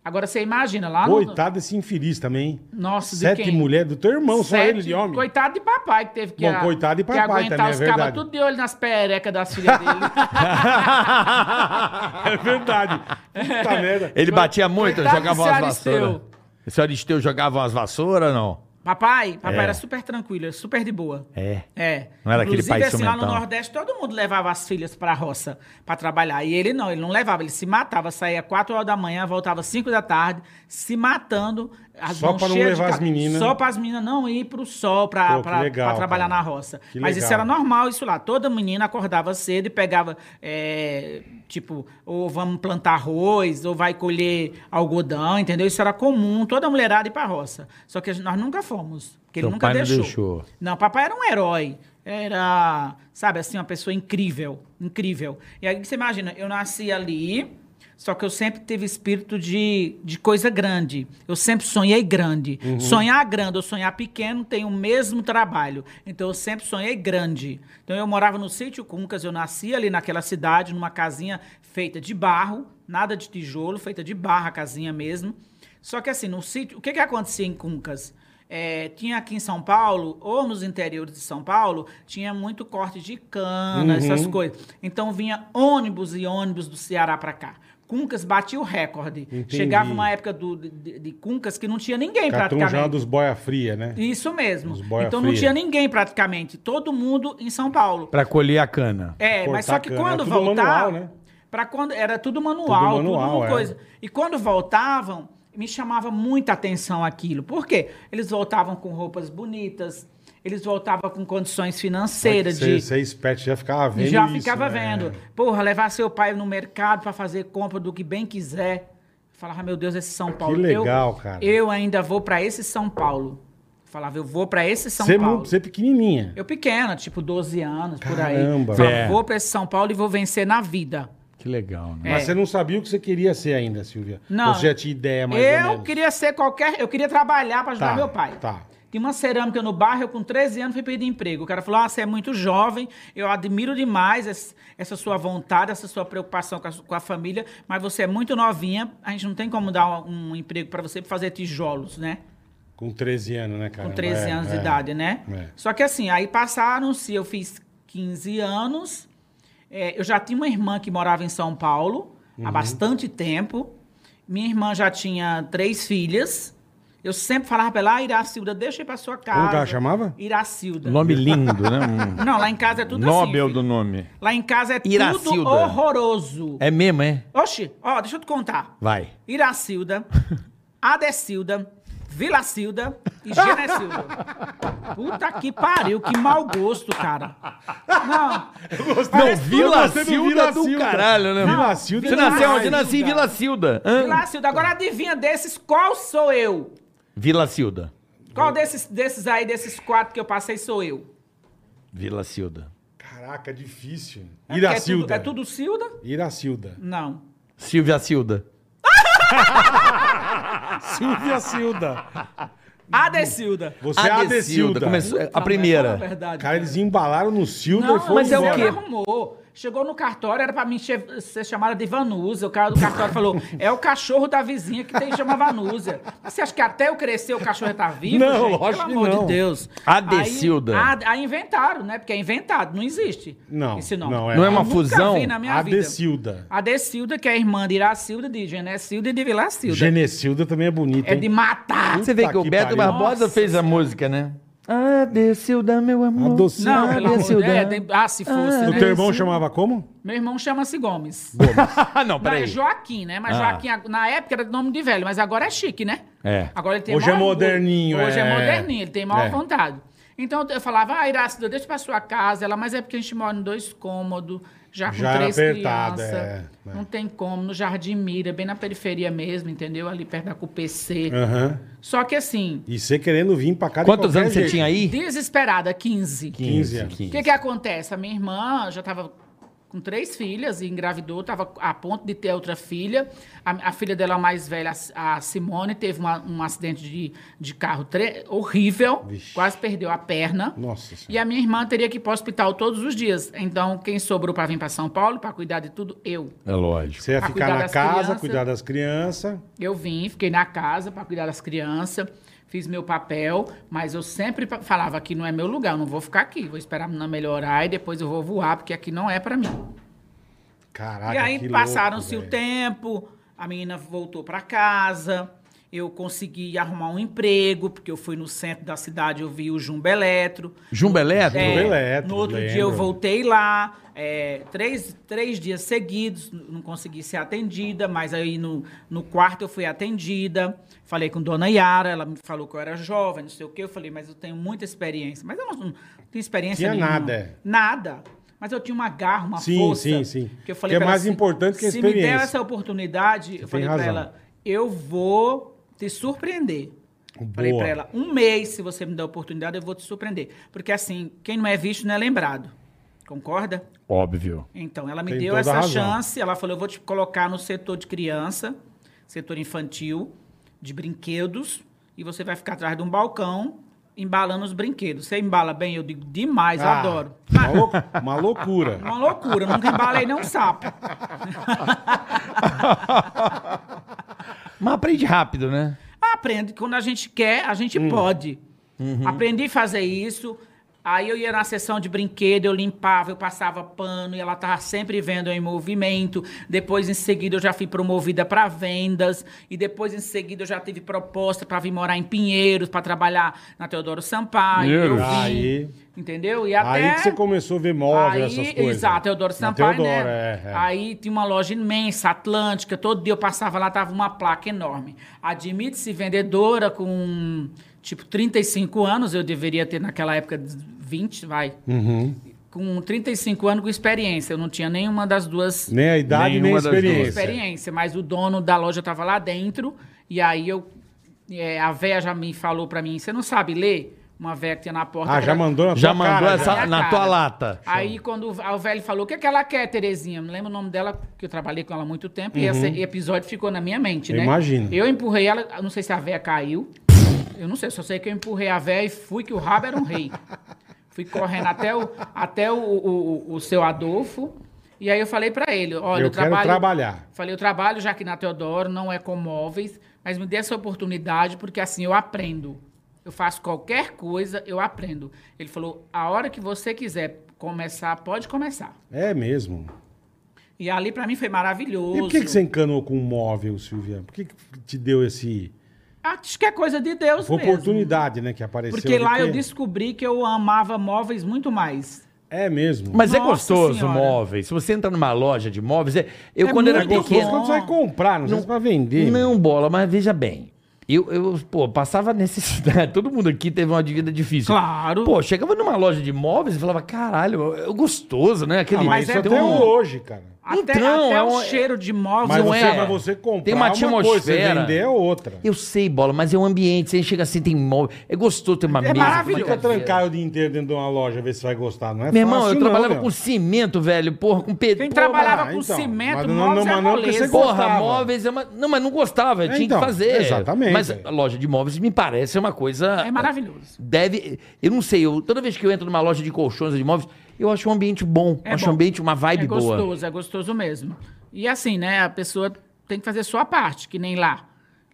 Speaker 4: Agora você imagina lá
Speaker 2: Coitado desse infeliz também. hein?
Speaker 4: no... Ah, Nossa, de
Speaker 2: Sete
Speaker 4: quem?
Speaker 2: mulheres do teu irmão, só
Speaker 4: Sete-
Speaker 2: ele de homem.
Speaker 4: Coitado de papai que teve que,
Speaker 2: Bom, coitado de
Speaker 4: que
Speaker 2: papai
Speaker 4: aguentar
Speaker 2: também, é
Speaker 4: os
Speaker 2: verdade.
Speaker 4: tudo de olho nas perecas das filhas
Speaker 2: (laughs)
Speaker 4: dele.
Speaker 2: (laughs) É
Speaker 4: (laughs)
Speaker 2: verdade. Puta merda.
Speaker 3: Ele batia muito,
Speaker 4: Coitado
Speaker 3: jogava
Speaker 4: do
Speaker 3: umas
Speaker 4: senhor
Speaker 3: vassouras.
Speaker 4: Aristeu.
Speaker 3: O senhor Aristeu jogava umas vassouras, não?
Speaker 4: papai, papai
Speaker 3: É.
Speaker 4: era super tranquilo, super de boa.
Speaker 3: É.
Speaker 4: É.
Speaker 3: Não era aquele pai
Speaker 4: assim, lá no
Speaker 3: ciumentão.
Speaker 4: Nordeste, todo mundo levava as filhas pra roça pra trabalhar. E ele não, ele não levava, ele se matava, saía 4 horas da manhã, voltava 5 da tarde, se matando. as
Speaker 2: Só
Speaker 4: mãos
Speaker 2: pra não
Speaker 4: cheias de
Speaker 2: levar
Speaker 4: ca-
Speaker 2: as meninas.
Speaker 4: Só para as meninas não ir pro sol pra,
Speaker 2: Pô, que
Speaker 4: pra- pra
Speaker 2: legal,
Speaker 4: trabalhar
Speaker 2: cara.
Speaker 4: na roça.
Speaker 2: Que
Speaker 4: Mas
Speaker 2: legal.
Speaker 4: isso era normal, isso lá. Toda menina acordava cedo e pegava, é, tipo, ou vamos plantar arroz, ou vai colher algodão, entendeu? Isso era comum, toda mulherada ir pra roça. Só que a gente- nós nunca fomos. Porque ele
Speaker 3: Seu
Speaker 4: nunca
Speaker 3: pai não
Speaker 4: deixou.
Speaker 3: deixou.
Speaker 4: Não, papai era um herói. Era, sabe, assim, uma pessoa incrível. Incrível. E aí você imagina, eu nasci ali, Só que eu sempre tive espírito de, de coisa grande. Eu sempre sonhei grande. Sonhar grande ou sonhar pequeno tem o mesmo trabalho. Então eu sempre sonhei grande. Então eu morava no sítio Cuncas, eu nasci ali naquela cidade, numa casinha feita de barro, nada de tijolo, feita de barro a casinha mesmo. Só que assim, no sítio, o que que acontecia em Cuncas? É, tinha aqui em São Paulo, ou nos interiores de São Paulo, tinha muito corte de cana,
Speaker 2: Uhum.
Speaker 4: essas coisas. Então vinha ônibus e ônibus do Ceará para cá. Cuncas batia o recorde.
Speaker 2: Entendi.
Speaker 4: Chegava uma época do, de, de- de Cuncas que não tinha ninguém
Speaker 2: Catunjada
Speaker 4: praticamente.
Speaker 2: é dos boia fria, né?
Speaker 4: Isso mesmo.
Speaker 2: Os boia
Speaker 4: Então não
Speaker 2: fria.
Speaker 4: tinha ninguém praticamente. Todo mundo em São Paulo.
Speaker 3: Pra colher a cana.
Speaker 4: É,
Speaker 2: Cortar
Speaker 4: mas só que
Speaker 2: cana.
Speaker 4: quando
Speaker 2: Era tudo
Speaker 4: voltar,
Speaker 2: manual, né?
Speaker 4: para quando era tudo manual, tudo,
Speaker 2: manual,
Speaker 4: uma
Speaker 2: é.
Speaker 4: coisa. E quando voltavam, me chamava muita atenção aquilo. Por quê? Eles voltavam com roupas bonitas, eles voltavam com condições financeiras de
Speaker 2: Você esperto, já ficava vendo
Speaker 4: já
Speaker 2: isso,
Speaker 4: ficava
Speaker 2: né?
Speaker 4: vendo. Porra, levar seu pai no mercado pra fazer compra do que bem quiser. Falava, meu Deus, esse São Paulo. eu-
Speaker 2: legal, cara.
Speaker 4: Eu ainda vou pra esse São Paulo. Falava, eu vou pra esse São
Speaker 2: Você,
Speaker 4: Paulo.
Speaker 2: mu- você é pequenininha.
Speaker 4: Eu pequena, tipo 12 anos, por aí.
Speaker 2: Caramba, É.
Speaker 4: Falava,
Speaker 3: velho.
Speaker 4: vou pra esse São Paulo e vou vencer na vida.
Speaker 3: Que legal, né?
Speaker 2: Mas
Speaker 4: É.
Speaker 2: você não sabia o que você queria ser ainda, Silvia.
Speaker 4: Não.
Speaker 2: Você já tinha ideia É, mais ou
Speaker 4: eu
Speaker 2: menos.
Speaker 4: queria ser qualquer. Eu queria trabalhar pra ajudar
Speaker 2: Tá,
Speaker 4: meu pai.
Speaker 2: tá.
Speaker 4: Tinha uma cerâmica no bairro, eu com 13 anos fui pedir emprego. O cara falou: Ah, você é muito jovem, eu admiro demais es- essa sua vontade, essa sua preocupação com a, su- com a família, mas você é muito novinha, a gente não tem como dar um, um emprego pra você pra fazer tijolos, né?
Speaker 2: Com 13 anos, né, cara?
Speaker 4: com 13 anos de idade, né?
Speaker 2: É.
Speaker 4: Só que assim, aí passaram-se, eu fiz 15 anos, é, eu já tinha uma irmã que morava em São Paulo
Speaker 2: Uhum.
Speaker 4: há bastante tempo, minha irmã já tinha três filhas, eu sempre falava pra ela, ah, Iracilda, deixa eu ir pra sua casa.
Speaker 2: que ela chamava?
Speaker 4: Iracilda.
Speaker 3: É. Nome lindo, (laughs) né?
Speaker 4: Não, lá em casa é
Speaker 3: Um
Speaker 4: tudo
Speaker 3: Nobel
Speaker 4: assim.
Speaker 3: do
Speaker 4: filho.
Speaker 3: nome.
Speaker 4: Lá em casa é tudo
Speaker 3: Iracilda.
Speaker 4: horroroso.
Speaker 3: É mesmo, é?
Speaker 4: Oxi, ó, deixa eu te contar.
Speaker 3: Vai.
Speaker 4: Iracilda, Adecilda, Vilacilda e Genecilda. Puta que pariu, que mau gosto, cara. Não,
Speaker 3: Não, Vila
Speaker 2: Vilacilda
Speaker 3: Cilda do caralho, né? mano?
Speaker 2: Vila Cilda é
Speaker 3: Você nasceu
Speaker 4: demais.
Speaker 3: onde? Nasci em Vila Cilda. Hã?
Speaker 4: Vilacilda, agora adivinha desses, qual sou eu?
Speaker 3: Vila Cilda.
Speaker 4: Qual desses, desses aí, desses quatro que eu passei, sou eu?
Speaker 3: Vila Cilda.
Speaker 2: Caraca, difícil.
Speaker 4: É
Speaker 2: Iracilda.
Speaker 4: porque É tudo, é tudo Cilda?
Speaker 2: Iracilda.
Speaker 4: Não.
Speaker 3: Silvia Cilda.
Speaker 2: Silvia Cilda.
Speaker 4: Adecilda.
Speaker 2: Você é a Adecilda.
Speaker 3: Começou, é,
Speaker 4: Não,
Speaker 3: a
Speaker 4: mas fala
Speaker 3: primeira.
Speaker 4: verdade,
Speaker 2: Cara, eles embalaram no Silvia e
Speaker 4: Não,
Speaker 2: foram
Speaker 4: mas é o
Speaker 2: embora.
Speaker 4: que arrumou. Chegou no cartório, era pra mim che- ser chamada de Vanusa. O cara do cartório falou: é o cachorro da vizinha que tem chama Vanusa. Mas você acha que até eu crescer o cachorro já tá vivo?
Speaker 2: Não,
Speaker 4: gente?
Speaker 2: lógico que
Speaker 4: Pelo amor
Speaker 2: não.
Speaker 4: de Deus.
Speaker 3: Adecilda.
Speaker 4: Aí, a- aí inventaram, né? Porque é inventado, não existe.
Speaker 2: Não,
Speaker 4: Esse nome.
Speaker 2: não é.
Speaker 3: Não é
Speaker 4: Eu
Speaker 3: uma
Speaker 4: nunca
Speaker 3: fusão?
Speaker 4: vi na minha vida.
Speaker 2: Adecilda.
Speaker 4: Adecilda, que é irmã de Iracilda, de Genecilda e de Vilacilda.
Speaker 2: Genecilda também é bonita,
Speaker 4: É de matar.
Speaker 2: Puta
Speaker 3: Você vê que o
Speaker 2: que pariu.
Speaker 3: Beto Barbosa
Speaker 4: Nossa
Speaker 3: fez a música, né? Ah, Decilda, meu amor.
Speaker 2: Adocilda.
Speaker 4: Não, pelo amor de Deus.
Speaker 3: Adecilda.
Speaker 4: É, tem- Ah, se fosse,
Speaker 3: Ah,
Speaker 4: né?
Speaker 2: O teu irmão chamava como?
Speaker 4: Meu irmão chama-se Gomes.
Speaker 3: Ah, (laughs) não,
Speaker 4: Não, é
Speaker 3: peraí.
Speaker 4: Joaquim, né? Mas
Speaker 3: Ah.
Speaker 4: Joaquim, ag- na época, era nome de velho, mas agora é chique, né?
Speaker 3: É.
Speaker 4: Agora ele tem
Speaker 2: Hoje é
Speaker 4: maior orgulho.
Speaker 2: moderninho,
Speaker 4: Hoje é...
Speaker 2: é.
Speaker 4: moderninho, ele tem maior
Speaker 2: É.
Speaker 4: vontade. Então eu falava, ah, Iracida, deixa pra sua casa. Ela, mas é porque a gente mora em dois cômodos, já com
Speaker 2: Já era
Speaker 4: três
Speaker 2: apertado,
Speaker 4: crianças.
Speaker 2: é, é.
Speaker 4: Não tem como, no Jardim Mira, bem na periferia mesmo, entendeu? Ali perto da CUPC.
Speaker 2: Aham.
Speaker 4: Só que assim,
Speaker 2: E você querendo vir pra cá de
Speaker 3: Quantos
Speaker 2: qualquer
Speaker 3: anos você
Speaker 2: jeito.
Speaker 3: tinha aí?
Speaker 4: desesperada, 15.
Speaker 2: 15 anos.
Speaker 4: O que que acontece? A minha irmã já estava com três filhas e engravidou, estava a ponto de ter outra filha. A, a filha dela mais velha, a Si- a Simone, teve uma- um acidente de, de carro tre- horrível,
Speaker 2: Vixe.
Speaker 4: quase perdeu a perna.
Speaker 2: Nossa Senhora.
Speaker 4: E a minha irmã teria que ir para o hospital todos os dias. Então, quem sobrou para vir para São Paulo, para cuidar de tudo, eu.
Speaker 3: É lógico.
Speaker 2: Você ia
Speaker 4: Pra
Speaker 2: ficar
Speaker 4: cuidar
Speaker 2: na
Speaker 4: das
Speaker 2: casa,
Speaker 4: crianças.
Speaker 2: cuidar das crianças.
Speaker 4: Eu vim, fiquei na casa para cuidar das crianças, fiz meu papel, mas eu sempre pa- falava que não é meu lugar, eu não vou ficar aqui, vou esperar a menina melhorar e depois eu vou voar, porque aqui não é para mim.
Speaker 2: Caraca,
Speaker 4: e aí
Speaker 2: que
Speaker 4: passaram-se
Speaker 2: louco,
Speaker 4: o
Speaker 2: velho.
Speaker 4: tempo, a menina voltou para casa, eu consegui arrumar um emprego, porque eu fui no centro da cidade, eu vi o Jumbo Eletro.
Speaker 3: Jumbo Eletro?
Speaker 4: É,
Speaker 2: Jumbo Eletro,
Speaker 4: no outro
Speaker 2: lembro.
Speaker 4: dia eu voltei lá, é, três, três dias seguidos, n- não consegui ser atendida, mas aí no, no quarto eu fui atendida. Falei com Dona Yara, ela me falou que eu era jovem, não sei o quê. Eu falei, mas eu tenho muita experiência. Mas eu não, não tenho experiência
Speaker 2: Tinha
Speaker 4: nenhuma.
Speaker 2: nada, é.
Speaker 4: Nada. Mas eu tinha uma garra, uma
Speaker 2: Sim,
Speaker 4: força.
Speaker 2: sim, sim.
Speaker 4: Que eu falei
Speaker 2: Que é
Speaker 4: pra ela
Speaker 2: mais
Speaker 4: assim,
Speaker 2: importante que a
Speaker 4: Se me
Speaker 2: experiência.
Speaker 4: der essa oportunidade, eu falei
Speaker 2: tem
Speaker 4: pra
Speaker 2: razão.
Speaker 4: ela, eu vou te surpreender. Falei
Speaker 2: Boa.
Speaker 4: pra ela, um mês, se você me der a oportunidade, eu vou te surpreender. Porque assim, quem não é visto não é lembrado. Concorda?
Speaker 5: Óbvio.
Speaker 4: Então, ela me
Speaker 2: Tem
Speaker 4: deu
Speaker 2: toda
Speaker 4: essa
Speaker 2: a razão.
Speaker 4: chance. Ela falou: eu vou te colocar no setor de criança, setor infantil, de brinquedos, e você vai ficar atrás de um balcão embalando os brinquedos. Você embala bem? Eu digo: demais,
Speaker 2: Ah,
Speaker 4: adoro.
Speaker 2: Uma, lou- uma loucura.
Speaker 4: (laughs) Uma loucura, nunca embalei nem
Speaker 2: (laughs)
Speaker 4: um sapo.
Speaker 3: (laughs) Mas aprende rápido, né?
Speaker 4: Aprende, quando a gente quer, a gente
Speaker 2: Uhum.
Speaker 4: pode. Aprendi a fazer isso. Aí eu ia na sessão de brinquedo, eu limpava, eu passava pano e ela tava sempre vendo eu em movimento. Depois, em seguida, eu já fui promovida para vendas. E depois, em seguida, eu já tive proposta para vir morar em Pinheiros, para trabalhar na Teodoro Sampaio. Eu
Speaker 5: Pinheiros.
Speaker 4: vim,
Speaker 2: Aí.
Speaker 4: Entendeu? E
Speaker 2: Aí
Speaker 4: até...
Speaker 2: que você começou a ver móvel, essas coisas.
Speaker 4: Exato, Teodoro
Speaker 2: Na
Speaker 4: Sampaio,
Speaker 2: Teodoro,
Speaker 4: né?
Speaker 2: é, é.
Speaker 4: Aí tinha uma loja imensa, Atlântica, todo dia eu passava lá, tava uma placa enorme. Admite-se vendedora com, tipo, 35 anos, eu deveria ter naquela época 20, vai.
Speaker 2: Uhum.
Speaker 4: Com 35 anos com experiência, eu não tinha nenhuma das duas
Speaker 2: Nem a idade, nem a
Speaker 5: Nenhuma das
Speaker 2: experiência.
Speaker 4: experiência, mas o dono da loja estava lá dentro e aí eu é, a véia já me falou pra mim, você não sabe ler? Uma véia que tinha na porta.
Speaker 2: Ah,
Speaker 4: que
Speaker 2: já
Speaker 4: era-
Speaker 2: mandou na
Speaker 3: Já
Speaker 2: tua
Speaker 3: mandou
Speaker 2: cara,
Speaker 3: essa
Speaker 2: já.
Speaker 4: Minha
Speaker 3: na
Speaker 4: cara.
Speaker 3: tua lata.
Speaker 4: Aí, quando o- o velho falou, o que, é que ela quer, Terezinha? Não lembro o nome dela, que eu trabalhei com ela há muito tempo, e esse episódio ficou na minha mente,
Speaker 2: Eu
Speaker 4: né?
Speaker 2: imagino.
Speaker 4: Eu empurrei ela, eu não sei se a véia caiu, eu não sei, só sei que eu empurrei a véia e fui que o rabo era um rei. fui correndo até o, até o, o, o- o seu Adolfo, e aí eu falei pra ele, olha,
Speaker 2: Eu
Speaker 4: eu
Speaker 2: quero
Speaker 4: trabalho...
Speaker 2: trabalhar.
Speaker 4: Falei, eu trabalho já aqui na Teodoro, não é com móveis, mas me dê essa oportunidade, porque assim eu aprendo. Eu faço qualquer coisa, eu aprendo. Ele falou, a hora que você quiser começar, pode começar.
Speaker 2: É mesmo.
Speaker 4: E ali pra mim foi
Speaker 2: E
Speaker 4: maravilhoso.
Speaker 2: por que, que você encanou com um móvel, Silvia? Por que, que te deu esse
Speaker 4: Acho que é coisa de Deus
Speaker 2: Foi
Speaker 4: mesmo.
Speaker 2: oportunidade, né, que apareceu.
Speaker 4: Porque
Speaker 2: ali,
Speaker 4: lá
Speaker 2: que-
Speaker 4: eu descobri que eu amava móveis muito mais.
Speaker 2: É mesmo.
Speaker 3: Mas é
Speaker 4: Nossa
Speaker 3: gostoso o
Speaker 4: Senhora.
Speaker 3: móvel. Se você entra numa loja de móveis, é... eu
Speaker 4: É
Speaker 3: quando era
Speaker 4: muito
Speaker 2: é gostoso
Speaker 3: pequeno,
Speaker 2: quando você vai comprar, não, sei se pra vender.
Speaker 3: Não, bola, mas veja bem. Eu, eu, pô, passava necessidade. (laughs) Todo mundo aqui teve uma vida difícil.
Speaker 4: Claro.
Speaker 3: Pô, chegava numa loja de móveis e falava, caralho, é gostoso, né? Aquele,
Speaker 2: Ah, mas
Speaker 4: mas
Speaker 2: isso
Speaker 4: é
Speaker 2: até
Speaker 4: bom.
Speaker 2: hoje, cara.
Speaker 4: Até,
Speaker 3: Então,
Speaker 4: até
Speaker 3: é
Speaker 4: o
Speaker 3: um-
Speaker 4: cheiro de móveis.
Speaker 2: Mas
Speaker 3: não
Speaker 2: você,
Speaker 3: é.
Speaker 2: mas você comprar
Speaker 3: Tem uma
Speaker 2: uma coisa, você
Speaker 3: atmosfera.
Speaker 2: vender é outra.
Speaker 3: Eu sei, bola, mas é um ambiente. Você chega assim, tem móvel. É gostoso, tem uma mesa.
Speaker 4: maravilhoso.
Speaker 2: Fica trancado o dia inteiro dentro de uma loja, ver se vai gostar. Não é
Speaker 3: Meu irmão,
Speaker 2: fácil,
Speaker 3: eu
Speaker 2: não,
Speaker 3: trabalhava
Speaker 2: meu.
Speaker 3: com cimento, velho. Porra, com pedra.
Speaker 4: Quem trabalhava
Speaker 2: ah,
Speaker 4: com
Speaker 2: então, mas
Speaker 4: cimento,
Speaker 2: não-
Speaker 4: móveis
Speaker 2: não-
Speaker 4: é
Speaker 2: mas não porque
Speaker 4: moleza.
Speaker 2: você
Speaker 3: Porra,
Speaker 2: gostava.
Speaker 3: móveis é uma. Não, mas não gostava, eu
Speaker 2: É,
Speaker 3: tinha
Speaker 2: então,
Speaker 3: que fazer.
Speaker 2: exatamente.
Speaker 3: Mas a loja de móveis me parece uma coisa.
Speaker 4: É maravilhoso.
Speaker 3: Deve. Eu não sei, eu, toda vez que eu entro numa loja de colchões ou de móveis, eu acho um ambiente bom.
Speaker 4: É
Speaker 3: acho
Speaker 4: bom.
Speaker 3: um ambiente, uma vibe
Speaker 4: é
Speaker 3: boa.
Speaker 4: gostoso, é gostoso mesmo. E assim, né, a pessoa tem que fazer sua parte, que nem lá.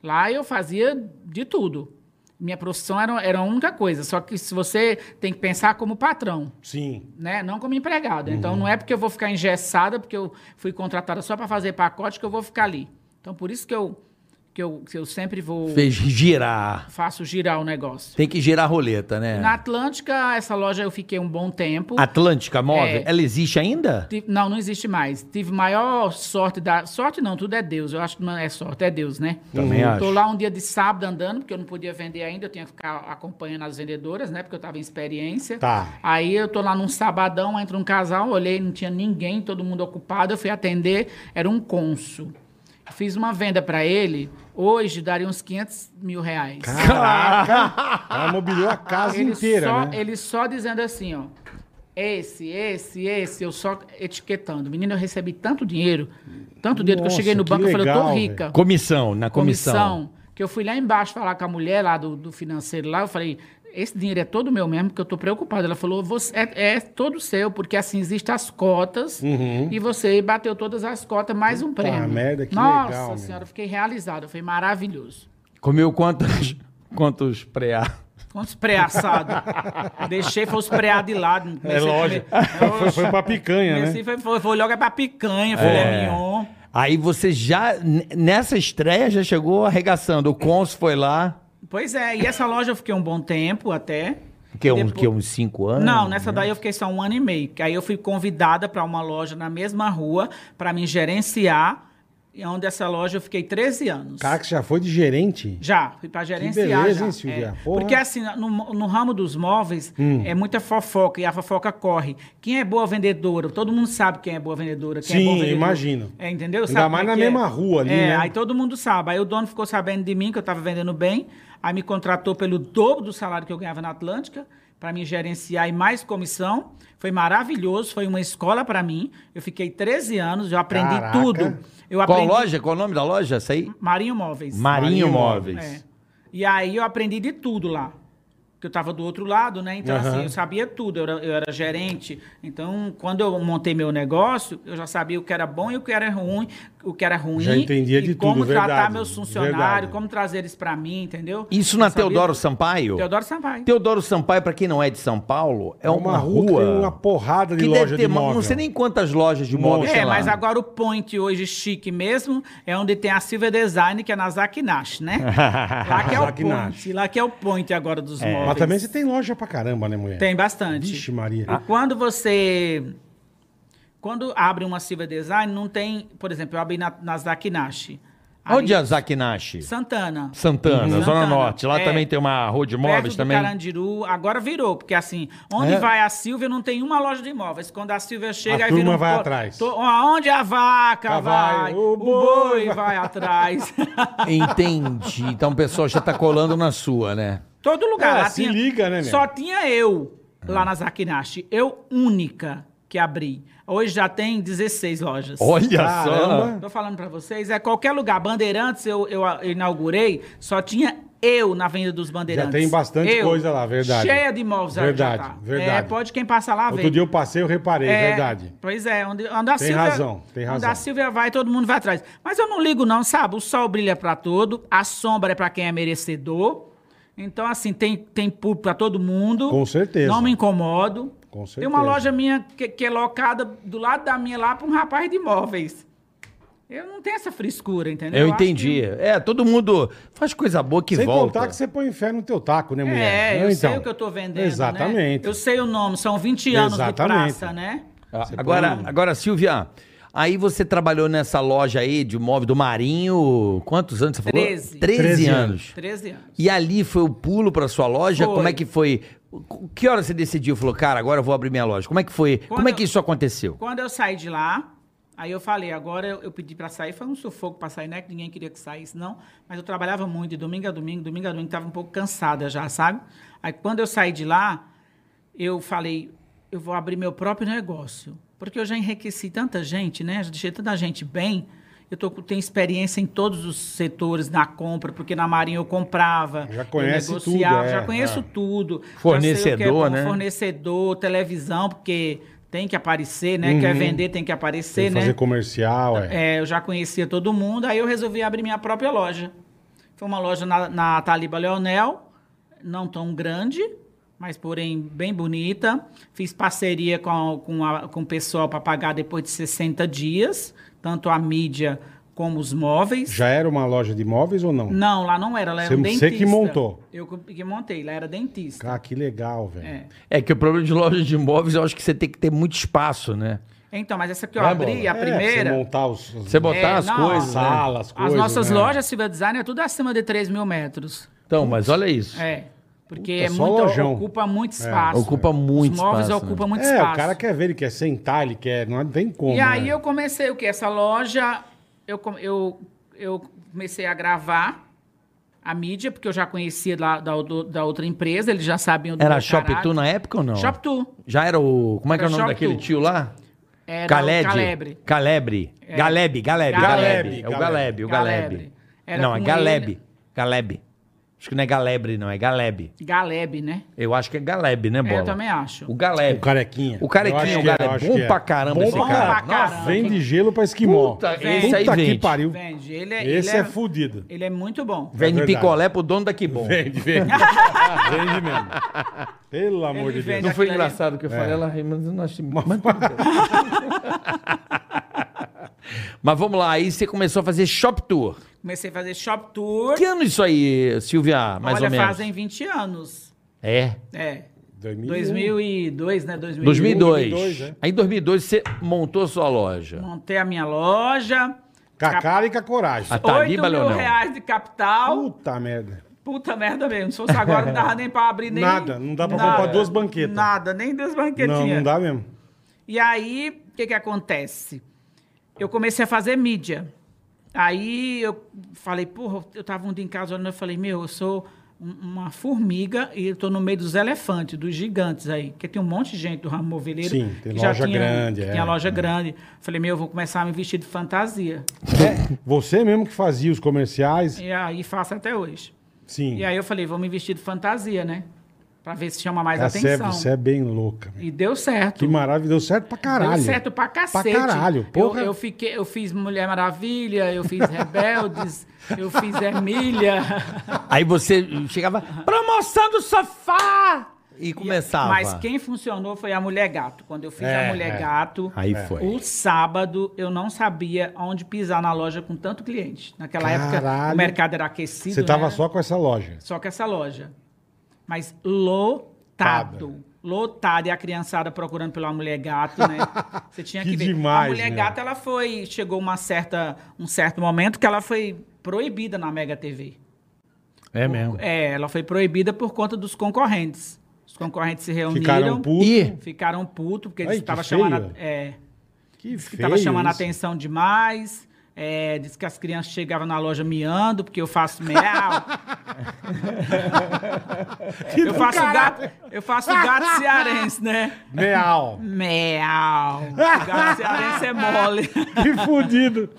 Speaker 4: Lá eu fazia de tudo. Minha profissão era, era a única coisa, só que se você tem que pensar como patrão,
Speaker 2: Sim.
Speaker 4: né, não como empregado.
Speaker 3: Uhum.
Speaker 4: Então não é porque eu vou ficar engessada, porque eu fui contratada só para fazer pacote que eu vou ficar ali. Então por isso que eu que eu, que eu sempre vou
Speaker 3: Fez girar.
Speaker 4: faço girar o negócio.
Speaker 3: Tem que girar a roleta, né?
Speaker 4: Na Atlântica, essa loja eu fiquei um bom tempo.
Speaker 3: Atlântica Móvel,
Speaker 4: É.
Speaker 3: ela existe ainda?
Speaker 4: Tive- Não, não existe mais. Tive maior sorte da. Sorte não, tudo é Deus. Eu acho que não é sorte, é Deus, né?
Speaker 3: Também acho.
Speaker 4: Tô lá um dia de sábado andando, porque eu não podia vender ainda, eu tinha que ficar acompanhando as vendedoras, né? Porque eu tava em experiência.
Speaker 2: Tá.
Speaker 4: Aí eu tô lá num sabadão, entra um casal, olhei, não tinha ninguém, todo mundo ocupado. Eu fui atender, era um cônsul. Fiz uma venda pra ele, hoje daria uns 500 mil reais.
Speaker 2: Caraca, ela mobiliou a casa
Speaker 4: Ele
Speaker 2: inteira,
Speaker 4: só,
Speaker 2: né?
Speaker 4: ele só dizendo assim, ó. Esse, esse, esse, eu só etiquetando. Menino, eu recebi tanto dinheiro, tanto dinheiro que
Speaker 2: Nossa,
Speaker 4: eu cheguei no
Speaker 2: que
Speaker 4: banco e falei, eu tô
Speaker 2: legal,
Speaker 4: rica.
Speaker 3: Comissão, na comissão.
Speaker 4: Que eu fui lá embaixo falar com a mulher lá do, do financeiro lá, eu falei, esse dinheiro é todo meu mesmo, porque eu tô preocupado. Ela falou, você, é, é todo seu, porque assim existem as cotas e você bateu todas as cotas, mais um prêmio.
Speaker 2: Uhum. merda, que
Speaker 4: Nossa
Speaker 2: legal, meu.
Speaker 4: senhora, eu fiquei realizado, foi maravilhoso.
Speaker 3: Comeu quantos, quantos preá?
Speaker 2: (laughs)
Speaker 4: Quantos pré-assados? Deixei, foi os preá de lado.
Speaker 2: É lógico. Foi, foi pra picanha, né? É.
Speaker 4: Comecei, foi, foi, foi logo é pra picanha, filé mignon.
Speaker 3: É. Aí você já, n- nessa estreia, já chegou arregaçando. O Cons foi lá,
Speaker 4: Pois é, e essa loja eu fiquei um bom tempo até.
Speaker 3: que, um,
Speaker 4: Depois-
Speaker 3: que uns cinco anos.
Speaker 4: Não, nessa daí eu fiquei só um ano e meio. que Aí eu fui convidada para uma loja na mesma rua para me gerenciar, e onde essa loja eu fiquei 13 anos.
Speaker 2: Caraca, você já foi de gerente?
Speaker 4: Já, fui pra gerenciar.
Speaker 2: beleza,
Speaker 4: já.
Speaker 2: hein, Silvia?
Speaker 4: É.
Speaker 2: Porra. Hum.
Speaker 4: Porque assim, no, no ramo dos móveis, é muita fofoca e a fofoca corre. Quem é boa vendedora? Todo mundo sabe quem é boa vendedora. Quem é
Speaker 2: Sim,
Speaker 4: bom vendedor.
Speaker 2: imagino.
Speaker 4: É, entendeu?
Speaker 2: Ainda
Speaker 4: Sabe
Speaker 2: mais
Speaker 4: como é
Speaker 2: na
Speaker 4: que é.
Speaker 2: mesma rua ali,
Speaker 4: É,
Speaker 2: né?
Speaker 4: aí todo mundo sabe. Aí o dono ficou sabendo de mim, que eu tava vendendo bem. Aí me contratou pelo dobro do salário que eu ganhava na Atlântica. para mim gerenciar e mais comissão. Foi maravilhoso, foi uma escola para mim. Eu fiquei 13 anos, eu aprendi
Speaker 2: Caraca.
Speaker 4: tudo. Eu
Speaker 3: Qual
Speaker 4: aprendi
Speaker 3: loja? Qual o nome da loja? Essa aí?
Speaker 4: Marinho Móveis.
Speaker 3: Marinho
Speaker 2: Marinho
Speaker 3: Móveis.
Speaker 4: É. E aí eu aprendi de tudo lá. Porque eu estava do outro lado, né? Então,
Speaker 2: Aham.
Speaker 4: assim, eu sabia tudo. Eu era, eu era gerente. Então, quando eu montei meu negócio, eu já sabia o que era bom e o que era ruim. O que era ruim.
Speaker 2: Já entendia
Speaker 4: e
Speaker 2: de
Speaker 4: como
Speaker 2: tudo,
Speaker 4: tratar
Speaker 2: verdade,
Speaker 4: meus funcionários,
Speaker 2: verdade.
Speaker 4: como trazer eles para mim, entendeu?
Speaker 3: Isso na
Speaker 4: Eu sabia
Speaker 3: Teodoro
Speaker 4: tudo.
Speaker 3: Sampaio?
Speaker 4: Teodoro Sampaio.
Speaker 3: Teodoro Sampaio, pra quem não é de São Paulo, é, uma,
Speaker 2: que
Speaker 3: rua.
Speaker 2: tem uma porrada de
Speaker 3: que
Speaker 2: loja
Speaker 3: deve ter,
Speaker 2: de
Speaker 3: uma-
Speaker 2: móvel.
Speaker 3: não sei nem quantas lojas de
Speaker 2: Um
Speaker 3: móveis
Speaker 2: monte.
Speaker 4: É,
Speaker 3: tem lá.
Speaker 4: mas agora o point hoje chique mesmo é onde tem a Silver Design, que é na Zakinash, né?
Speaker 2: (laughs)
Speaker 4: Lá que é o
Speaker 2: Zakinash.
Speaker 4: point. Lá que é o point agora dos móveis.
Speaker 2: Mas também você tem loja pra caramba, né, mulher?
Speaker 4: Tem bastante.
Speaker 2: Vixe, Maria.
Speaker 4: E quando você. Quando abre uma Silva Design, não tem. Por exemplo, eu abri na, na Zakinashi.
Speaker 3: (laughs) Onde é a Zakinashi?
Speaker 4: Santana.
Speaker 3: Santana,
Speaker 4: Uhum.
Speaker 3: Zona
Speaker 4: Santana.
Speaker 3: Norte. Lá
Speaker 4: É.
Speaker 3: também tem uma rua de
Speaker 4: Perto
Speaker 3: móveis
Speaker 4: do
Speaker 3: também.
Speaker 4: Carandiru, agora virou, porque assim, onde
Speaker 2: É.
Speaker 4: vai a Silvia, não tem uma loja de imóveis. Quando a Silvia chega,
Speaker 2: A
Speaker 4: aí vira
Speaker 2: turma
Speaker 4: um
Speaker 2: vai
Speaker 4: po-
Speaker 2: atrás.
Speaker 4: To- Aonde a vaca
Speaker 2: Tá, vai,
Speaker 4: vai,
Speaker 2: o
Speaker 4: o
Speaker 2: boi
Speaker 4: boi vai atrás. (laughs)
Speaker 3: Entendi. Então o pessoal já tá colando na sua, né?
Speaker 4: Todo lugar.
Speaker 2: É,
Speaker 4: lá
Speaker 2: se
Speaker 4: tinha-
Speaker 2: liga, né, meu? É.
Speaker 4: Só tinha eu lá na Zakinashi. Eu única que abri. Hoje já tem 16 lojas.
Speaker 3: Olha
Speaker 2: Caramba.
Speaker 3: só.
Speaker 4: Tô falando pra vocês, é qualquer lugar. Bandeirantes, eu, eu a- inaugurei, só tinha eu na venda dos Bandeirantes.
Speaker 2: Já tem bastante
Speaker 4: Eu,
Speaker 2: coisa lá, verdade.
Speaker 4: Cheia de imóveis já- já
Speaker 2: Verdade,
Speaker 4: tá.
Speaker 2: verdade.
Speaker 4: É, pode quem passar lá ver.
Speaker 2: Outro dia eu passei, eu reparei,
Speaker 4: É,
Speaker 2: verdade.
Speaker 4: Pois é, onde, onde a
Speaker 2: Tem
Speaker 4: Silvia...
Speaker 2: razão, tem razão.
Speaker 4: Onde a Silvia vai, todo mundo vai atrás. Mas eu não ligo não, sabe? O sol brilha pra todo, a sombra é pra quem é merecedor. Então, assim, tem, tem público pra todo mundo.
Speaker 2: Com certeza.
Speaker 4: Não me incomodo.
Speaker 2: Com
Speaker 4: Tem uma
Speaker 2: certeza.
Speaker 4: loja minha que, que é locada do lado da minha lá pra um rapaz de imóveis. Eu não tenho essa frescura, entendeu?
Speaker 3: Eu
Speaker 4: acho que-
Speaker 3: entendi. É, todo mundo faz coisa boa que
Speaker 2: Sem
Speaker 3: volta.
Speaker 2: contar que você põe fé no teu taco, né, mulher?
Speaker 4: É,
Speaker 2: Não,
Speaker 4: eu
Speaker 2: então.
Speaker 4: sei o que eu tô vendendo, né?
Speaker 2: Exatamente.
Speaker 4: Eu sei o nome, são 20 anos
Speaker 2: Exatamente.
Speaker 4: de praça, né?
Speaker 3: Ah,
Speaker 2: Você
Speaker 3: Agora,
Speaker 2: põe-
Speaker 3: agora, Silvia, aí você trabalhou nessa loja aí de móvel do Marinho, quantos anos você falou?
Speaker 4: Treze.
Speaker 3: 13,
Speaker 2: Treze
Speaker 3: anos.
Speaker 4: 13 anos.
Speaker 3: E ali foi o pulo pra sua loja?
Speaker 4: Foi.
Speaker 3: Como é que foi? O- Que hora você decidiu? Falou, cara, agora eu vou abrir minha loja. Como é que foi? Como
Speaker 4: Quando
Speaker 3: é que
Speaker 4: eu-
Speaker 3: isso aconteceu?
Speaker 4: Quando eu saí de lá, aí eu falei, agora eu, eu pedi pra sair, foi um sufoco pra sair, né? Que ninguém queria que saísse, não. Mas eu trabalhava muito, de domingo a domingo, domingo a domingo, tava um pouco cansada já, sabe? Aí quando eu saí de lá, eu falei, eu vou abrir meu próprio negócio. Porque eu já enriqueci tanta gente, né? Já deixei tanta gente bem. Eu tô, com- tenho experiência em todos os setores na compra, porque na Marinha eu comprava,
Speaker 2: Já
Speaker 4: eu
Speaker 2: conhece tudo,
Speaker 4: negociava,
Speaker 2: é,
Speaker 4: já conheço
Speaker 2: é.
Speaker 4: tudo. já sei o que
Speaker 3: Fornecedor,
Speaker 4: é bom,
Speaker 3: né?
Speaker 4: fornecedor, televisão, porque tem que aparecer, né? Quer vender, tem que
Speaker 2: Uhum. Tem
Speaker 4: aparecer,
Speaker 2: que
Speaker 4: né?
Speaker 2: fazer comercial, é.
Speaker 4: É, eu já conhecia todo mundo, aí eu resolvi abrir minha própria loja. Foi uma loja na, na Taliba Leonel, não tão grande, mas porém bem bonita. Fiz parceria com, com, a- com o pessoal para pagar depois de 60 dias, tanto a mídia como os móveis.
Speaker 2: Já era uma loja de imóveis ou não?
Speaker 4: Não, lá não era, lá era
Speaker 2: Você-
Speaker 4: um
Speaker 2: você que
Speaker 4: dentista.
Speaker 2: montou?
Speaker 4: Eu que que montei, lá era dentista.
Speaker 2: Cara, Ah, que legal, velho.
Speaker 4: É.
Speaker 3: É que o problema de loja de imóveis, eu acho que você tem que ter muito espaço, né?
Speaker 4: Então, mas essa que eu
Speaker 3: Vai,
Speaker 4: abri,
Speaker 3: Bola.
Speaker 4: a primeira.
Speaker 2: É, Você montar os... os-
Speaker 3: Você botar
Speaker 4: É,
Speaker 3: as
Speaker 4: não.
Speaker 3: coisas, né?
Speaker 2: Sala, as coisas,
Speaker 4: As nossas
Speaker 2: né?
Speaker 4: lojas Silvia Design é tudo acima de 3 mil metros.
Speaker 3: Então, mas olha isso.
Speaker 4: É. Porque
Speaker 2: Puta,
Speaker 4: é
Speaker 2: só
Speaker 4: muito,
Speaker 2: lojão.
Speaker 4: ocupa muito espaço.
Speaker 3: Ocupa muito
Speaker 4: Os móveis
Speaker 3: espaço,
Speaker 4: ocupam
Speaker 3: né?
Speaker 4: muito
Speaker 2: É,
Speaker 4: espaço.
Speaker 2: o cara quer ver, ele quer sentar, ele quer... Não tem como,
Speaker 4: E aí
Speaker 2: né?
Speaker 4: eu comecei o quê? Essa loja, eu, com- eu, eu comecei a gravar a mídia, porque eu já conhecia lá da, do- da outra empresa, eles já sabiam do
Speaker 3: Era
Speaker 4: meu
Speaker 3: Shop
Speaker 4: caráter.
Speaker 3: Tu na época ou não?
Speaker 4: Shop Tu. É,
Speaker 3: Já era o... Como é que é o
Speaker 4: Era
Speaker 3: nome
Speaker 4: Shop
Speaker 3: daquele
Speaker 4: Tu.
Speaker 3: tio lá?
Speaker 4: Era o É.
Speaker 3: Caled.
Speaker 4: Calebre.
Speaker 3: Calebre. Galebe, Galebe, Galebe.
Speaker 2: Galebe,
Speaker 3: É o Galebe, o Galebe.
Speaker 4: Galebe. Era
Speaker 3: Não, é
Speaker 4: com
Speaker 3: Galebe.
Speaker 4: ele-
Speaker 3: Galebe. Acho que não é Galebre, não, é Galebe.
Speaker 4: Galeb, né?
Speaker 3: Eu acho que é Galebe, né,
Speaker 4: É,
Speaker 3: Bola?
Speaker 4: eu também acho.
Speaker 3: O
Speaker 2: O É.
Speaker 3: Galebe.
Speaker 2: Um carequinha.
Speaker 3: O carequinha,
Speaker 2: Eu acho
Speaker 3: o
Speaker 2: que é,
Speaker 3: Galebe.
Speaker 2: eu acho
Speaker 3: bom
Speaker 2: que é.
Speaker 3: pra caramba
Speaker 2: Bom
Speaker 3: esse
Speaker 2: pra
Speaker 3: cara.
Speaker 4: caramba.
Speaker 2: Nossa,
Speaker 4: Caramba.
Speaker 2: Vende gelo pra esquimó.
Speaker 3: Puta,
Speaker 2: Puta,
Speaker 3: esse aí
Speaker 2: que
Speaker 3: vende.
Speaker 2: pariu.
Speaker 4: Vende. Ele, é-
Speaker 2: Esse
Speaker 4: ele
Speaker 2: é fudido.
Speaker 4: Ele é muito bom.
Speaker 3: Vende
Speaker 2: verdade.
Speaker 3: picolé pro dono da Kibon.
Speaker 2: Vende, vende. vende mesmo. Pelo amor
Speaker 4: Ele
Speaker 2: de Deus.
Speaker 4: vende
Speaker 3: Não foi
Speaker 4: Aquilo ali-
Speaker 3: engraçado o que eu falei, ela riu, mas eu não achei. É. Mas, (laughs) mas vamos lá, aí você começou a fazer shop tour.
Speaker 4: Comecei a fazer shop tour.
Speaker 3: Que ano isso aí, Silvia, mais
Speaker 4: Olha,
Speaker 3: ou menos?
Speaker 4: fazem 20 anos.
Speaker 3: É,
Speaker 4: É.
Speaker 2: 2001.
Speaker 4: 2002, né? 2002.
Speaker 3: 2002.
Speaker 2: 2002, né?
Speaker 3: Aí em 2002 você montou sua loja.
Speaker 4: Montei a minha loja.
Speaker 2: Com a cara e com a coragem.
Speaker 3: A
Speaker 4: Cap-
Speaker 3: Taliba,
Speaker 4: 8 mil
Speaker 3: Leonel.
Speaker 4: reais de
Speaker 2: tá
Speaker 4: capital.
Speaker 2: Puta merda.
Speaker 4: Puta merda mesmo. Se fosse agora, não dava nem pra abrir nem...
Speaker 2: Nada, não dá pra comprar duas banquetas.
Speaker 4: Nada, nem duas banquetinhas.
Speaker 2: Não, não dá mesmo.
Speaker 4: E aí, o que que acontece? Eu comecei a fazer mídia. Aí eu falei, porra, eu tava um dia em casa olhando, eu falei, meu, eu sou um- uma formiga e eu tô no meio dos elefantes, dos gigantes aí. Porque tem um monte de gente do ramo moveleiro.
Speaker 2: Sim, tem loja grande,
Speaker 4: Que
Speaker 2: é.
Speaker 4: tinha loja grande. Falei, meu, eu vou começar a me vestir de fantasia.
Speaker 2: Você mesmo que fazia os comerciais?
Speaker 4: É. E aí faço até hoje.
Speaker 2: Sim.
Speaker 4: E aí eu falei, vou me vestir de fantasia, né? Pra ver se chama mais
Speaker 2: Cara, você, é,
Speaker 4: atenção.
Speaker 2: você é bem louca. meu.
Speaker 4: E deu certo.
Speaker 2: Que maravilha. Deu certo pra caralho.
Speaker 4: Deu certo pra cacete.
Speaker 2: Pra caralho, porra.
Speaker 4: Eu, eu fiquei, eu fiz Mulher Maravilha, eu fiz
Speaker 2: (laughs)
Speaker 4: Rebeldes, eu fiz Emília.
Speaker 3: Aí você chegava, promoção do sofá! E começava.
Speaker 4: Mas quem funcionou foi a Mulher Gato. Quando eu fiz
Speaker 2: É,
Speaker 4: a Mulher
Speaker 2: é.
Speaker 4: Gato,
Speaker 3: Aí foi.
Speaker 4: o sábado eu não sabia onde pisar na loja com tanto cliente. Naquela época
Speaker 2: Caralho.
Speaker 4: o mercado era aquecido.
Speaker 2: Você tava
Speaker 4: né?
Speaker 2: só com essa loja.
Speaker 4: Só que essa loja. Mas lotado. Lotado. E a criançada procurando pela mulher gato,
Speaker 2: (laughs)
Speaker 4: né? Você tinha que,
Speaker 2: Que
Speaker 4: ver.
Speaker 2: demais,
Speaker 4: a mulher
Speaker 2: né?
Speaker 4: gato, ela foi. Chegou uma certa, um certo momento que ela foi proibida na Mega TV.
Speaker 3: É mesmo.
Speaker 4: É, ela foi proibida por conta dos concorrentes. Os concorrentes se reuniram.
Speaker 2: Ficaram putos.
Speaker 3: E-
Speaker 4: Ficaram putos, porque eles
Speaker 2: Ai, que
Speaker 4: estavam
Speaker 2: feio.
Speaker 4: chamando. a- é,
Speaker 2: Que
Speaker 4: que
Speaker 2: feio
Speaker 4: tava chamando a
Speaker 2: isso.
Speaker 4: atenção demais. É, disse que as crianças chegavam na loja miando, porque eu
Speaker 2: (laughs)
Speaker 4: faço meau. eu, faço gato, eu faço gato cearense, né?
Speaker 2: Real.
Speaker 4: Meau. O gato cearense é mole.
Speaker 2: Que fudido.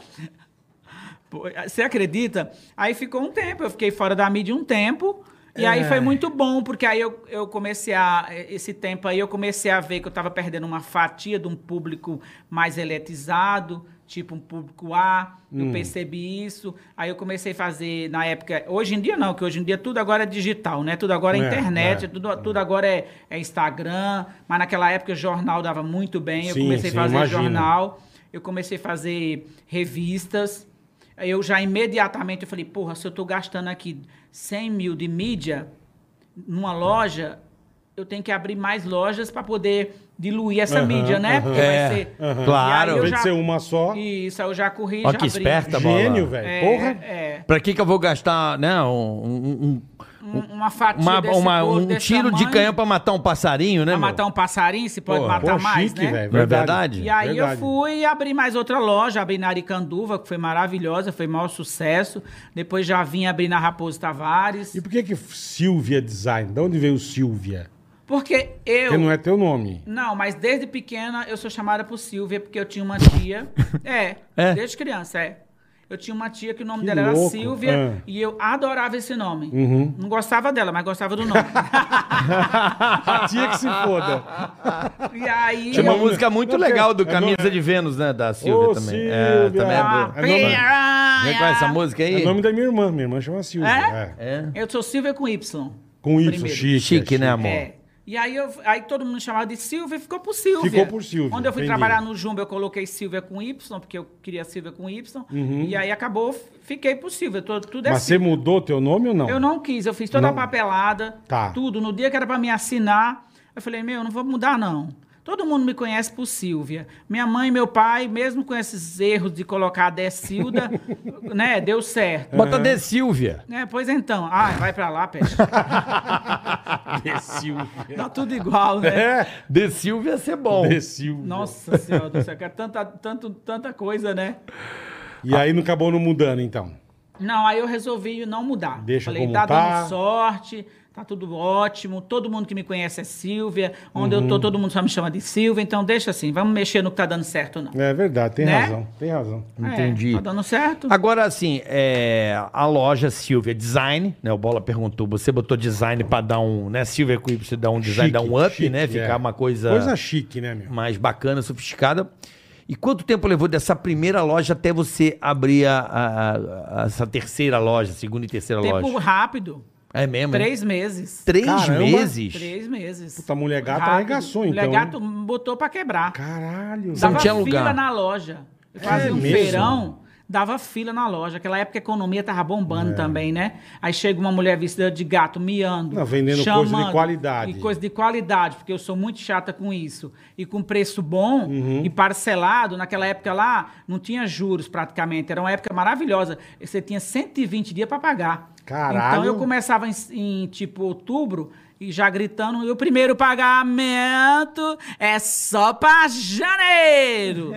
Speaker 4: Pô, Você acredita? Aí ficou um tempo, eu fiquei fora da mídia um tempo. E aí
Speaker 2: É.
Speaker 4: foi muito bom, porque aí eu, eu comecei a. Esse tempo aí eu comecei a ver que eu estava perdendo uma fatia de um público mais eletizado, tipo um público A.
Speaker 2: Hum.
Speaker 4: Eu percebi isso. Aí eu comecei a fazer, na época. Hoje em dia não, que hoje em dia tudo agora é digital, né? Tudo agora é,
Speaker 2: É,
Speaker 4: internet,
Speaker 2: é,
Speaker 4: tudo, tudo agora é, é Instagram. Mas naquela época o jornal dava muito bem. Eu
Speaker 2: Sim,
Speaker 4: comecei
Speaker 2: sim,
Speaker 4: a fazer
Speaker 2: imagino.
Speaker 4: jornal jornal, eu comecei a fazer revistas. Aí Eu já imediatamente eu falei, porra, se eu tô gastando aqui 100 mil de mídia numa loja, eu tenho que abrir mais lojas para poder diluir essa
Speaker 2: Aham,
Speaker 4: mídia, né?
Speaker 2: aham.
Speaker 4: Porque
Speaker 3: É,
Speaker 4: vai ser...
Speaker 3: aham.
Speaker 4: E aí
Speaker 3: Claro.
Speaker 4: eu
Speaker 3: Em
Speaker 2: Em vez
Speaker 4: já-
Speaker 2: de ser uma só.
Speaker 4: Isso, aí eu já corri,
Speaker 3: Ó,
Speaker 4: já
Speaker 3: que
Speaker 4: abri.
Speaker 3: esperta, bola.
Speaker 2: Gênio, velho.
Speaker 4: É,
Speaker 2: Porra.
Speaker 4: é.
Speaker 3: Pra que que eu vou gastar, né, um- um- um-
Speaker 4: Um- uma fatia
Speaker 3: uma-
Speaker 4: desse
Speaker 3: uma-
Speaker 4: couro,
Speaker 3: um
Speaker 4: desse
Speaker 3: tiro de
Speaker 4: tamanho,
Speaker 3: canhão pra matar um passarinho, né,
Speaker 4: Pra
Speaker 3: meu?
Speaker 4: matar um passarinho, se pode
Speaker 3: Porra.
Speaker 4: matar
Speaker 2: Pô,
Speaker 4: mais,
Speaker 2: chique,
Speaker 4: né?
Speaker 2: velho.
Speaker 3: Não é verdade?
Speaker 4: E aí
Speaker 2: Verdade.
Speaker 4: eu fui abrir mais outra loja, abri na Aricanduva, que foi maravilhosa, foi maior sucesso. Depois já vim abrir na Raposo Tavares.
Speaker 2: E por que que Silvia Design? De onde veio Silvia?
Speaker 4: Porque eu.
Speaker 2: Porque
Speaker 4: Não,
Speaker 2: não é teu
Speaker 4: (laughs)
Speaker 2: nome.
Speaker 4: mas desde pequena eu sou chamada por Silvia, porque eu tinha uma tia. é,
Speaker 3: É?
Speaker 4: desde criança, é. Eu tinha uma tia que o nome
Speaker 2: Que
Speaker 4: dela
Speaker 2: louco.
Speaker 4: era Silvia
Speaker 2: Ah.
Speaker 4: e eu adorava esse nome. Não gostava dela, mas gostava do nome.
Speaker 2: A tia que se
Speaker 3: (laughs)
Speaker 2: foda.
Speaker 4: e aí.
Speaker 3: Tinha uma
Speaker 2: Eu-
Speaker 3: música muito
Speaker 2: eu-
Speaker 3: legal do
Speaker 2: eu-
Speaker 3: Camisa
Speaker 2: eu-
Speaker 3: de Vênus, né, da Silvia
Speaker 2: É Ô,
Speaker 3: também.
Speaker 2: Silvia!
Speaker 3: É, também é
Speaker 4: Ah,
Speaker 3: boa.
Speaker 2: É nome-
Speaker 3: Você
Speaker 4: piranha.
Speaker 3: conhece essa música aí?
Speaker 2: É o nome da minha irmã. Minha irmã chama Silvia.
Speaker 4: É?
Speaker 2: é.
Speaker 3: É.
Speaker 4: Eu sou Silvia com Y.
Speaker 2: Com isso,
Speaker 4: Primeiro.
Speaker 2: chique.
Speaker 3: Chique,
Speaker 2: é
Speaker 3: né, amor?
Speaker 4: É. E aí, eu, aí todo mundo chamava de Silvia e ficou por Silvia.
Speaker 2: Ficou por Silvia,
Speaker 4: Quando eu fui
Speaker 2: entendi.
Speaker 4: trabalhar no Jumbo, eu coloquei Silvia com Y, porque eu queria Silvia com Y. E aí acabou, fiquei por Silvia. Tô- tudo é
Speaker 2: Uhum. Mas você
Speaker 4: Silvia.
Speaker 2: mudou teu nome ou não?
Speaker 4: Eu não quis, eu fiz toda a
Speaker 2: Não.
Speaker 4: papelada,
Speaker 2: Tá.
Speaker 4: tudo. No dia que era pra me assinar, eu falei, meu, não vou mudar, não. Todo mundo me conhece por Silvia. Minha mãe e meu pai, mesmo com esses erros de colocar
Speaker 2: (laughs)
Speaker 4: Decilda, né, deu
Speaker 2: É.
Speaker 4: certo.
Speaker 3: Bota de Silvia.
Speaker 4: É, pois então. Ai, vai pra lá, peste.
Speaker 2: (laughs) De Silvia.
Speaker 4: Tá tudo igual, né?
Speaker 2: É.
Speaker 3: De Silvia ia ser bom.
Speaker 2: De Silvia.
Speaker 4: Nossa senhora do céu, que é tanta, tanto, tanta coisa, né?
Speaker 2: E aí não acabou não mudando, então.
Speaker 4: Não, aí eu resolvi não mudar.
Speaker 2: Deixa
Speaker 4: Falei,
Speaker 2: como
Speaker 4: tá
Speaker 2: tá.
Speaker 4: dando sorte, tá tudo ótimo, todo mundo que me conhece é Silvia, onde
Speaker 2: Uhum.
Speaker 4: eu tô, todo mundo só me chama de Silvia, então deixa assim, vamos mexer no que tá dando certo, não.
Speaker 2: É verdade, tem
Speaker 4: Né?
Speaker 2: razão. Tem razão.
Speaker 4: É,
Speaker 3: Entendi.
Speaker 4: tá dando certo?
Speaker 3: Agora, assim, é, a loja Silvia Design, né? O Bola perguntou, você botou design pra dar um, né? Silvia com Y dá um design,
Speaker 2: Chique,
Speaker 3: dá um up,
Speaker 2: chique,
Speaker 3: né?
Speaker 2: é.
Speaker 3: Ficar uma coisa,
Speaker 2: Coisa chique, né, meu?
Speaker 3: mais bacana, sofisticada. E quanto tempo levou dessa primeira loja até você abrir a, a- a- essa terceira loja, segunda e terceira
Speaker 4: Tempo
Speaker 3: loja?
Speaker 4: rápido,
Speaker 3: É mesmo? hein?
Speaker 4: três meses.
Speaker 3: Três
Speaker 2: Caramba.
Speaker 3: meses?
Speaker 4: Três meses.
Speaker 2: Puta, a mulher gata
Speaker 4: Rápido.
Speaker 2: arregaçou, então,
Speaker 4: Mulher gato
Speaker 2: hein?
Speaker 4: botou pra quebrar.
Speaker 2: Caralho.
Speaker 3: Não
Speaker 4: Dava
Speaker 3: tinha
Speaker 4: fila
Speaker 3: lugar.
Speaker 4: na loja. Eu fazia um
Speaker 2: É mesmo?
Speaker 4: feirão, dava fila na loja. Aquela época a economia tava bombando
Speaker 2: É.
Speaker 4: também, né? Aí chega uma mulher vestida de gato, miando.
Speaker 2: Não, vendendo coisa de qualidade.
Speaker 4: E coisa de qualidade, porque eu sou muito chata com isso. E com preço bom
Speaker 2: Uhum.
Speaker 4: e parcelado. Naquela época lá, não tinha juros praticamente. Era uma época maravilhosa. Você tinha 120 dias para pagar.
Speaker 2: Caralho.
Speaker 4: Então eu começava em, em, tipo outubro e já gritando: e o primeiro pagamento
Speaker 2: (laughs)
Speaker 4: é só para janeiro.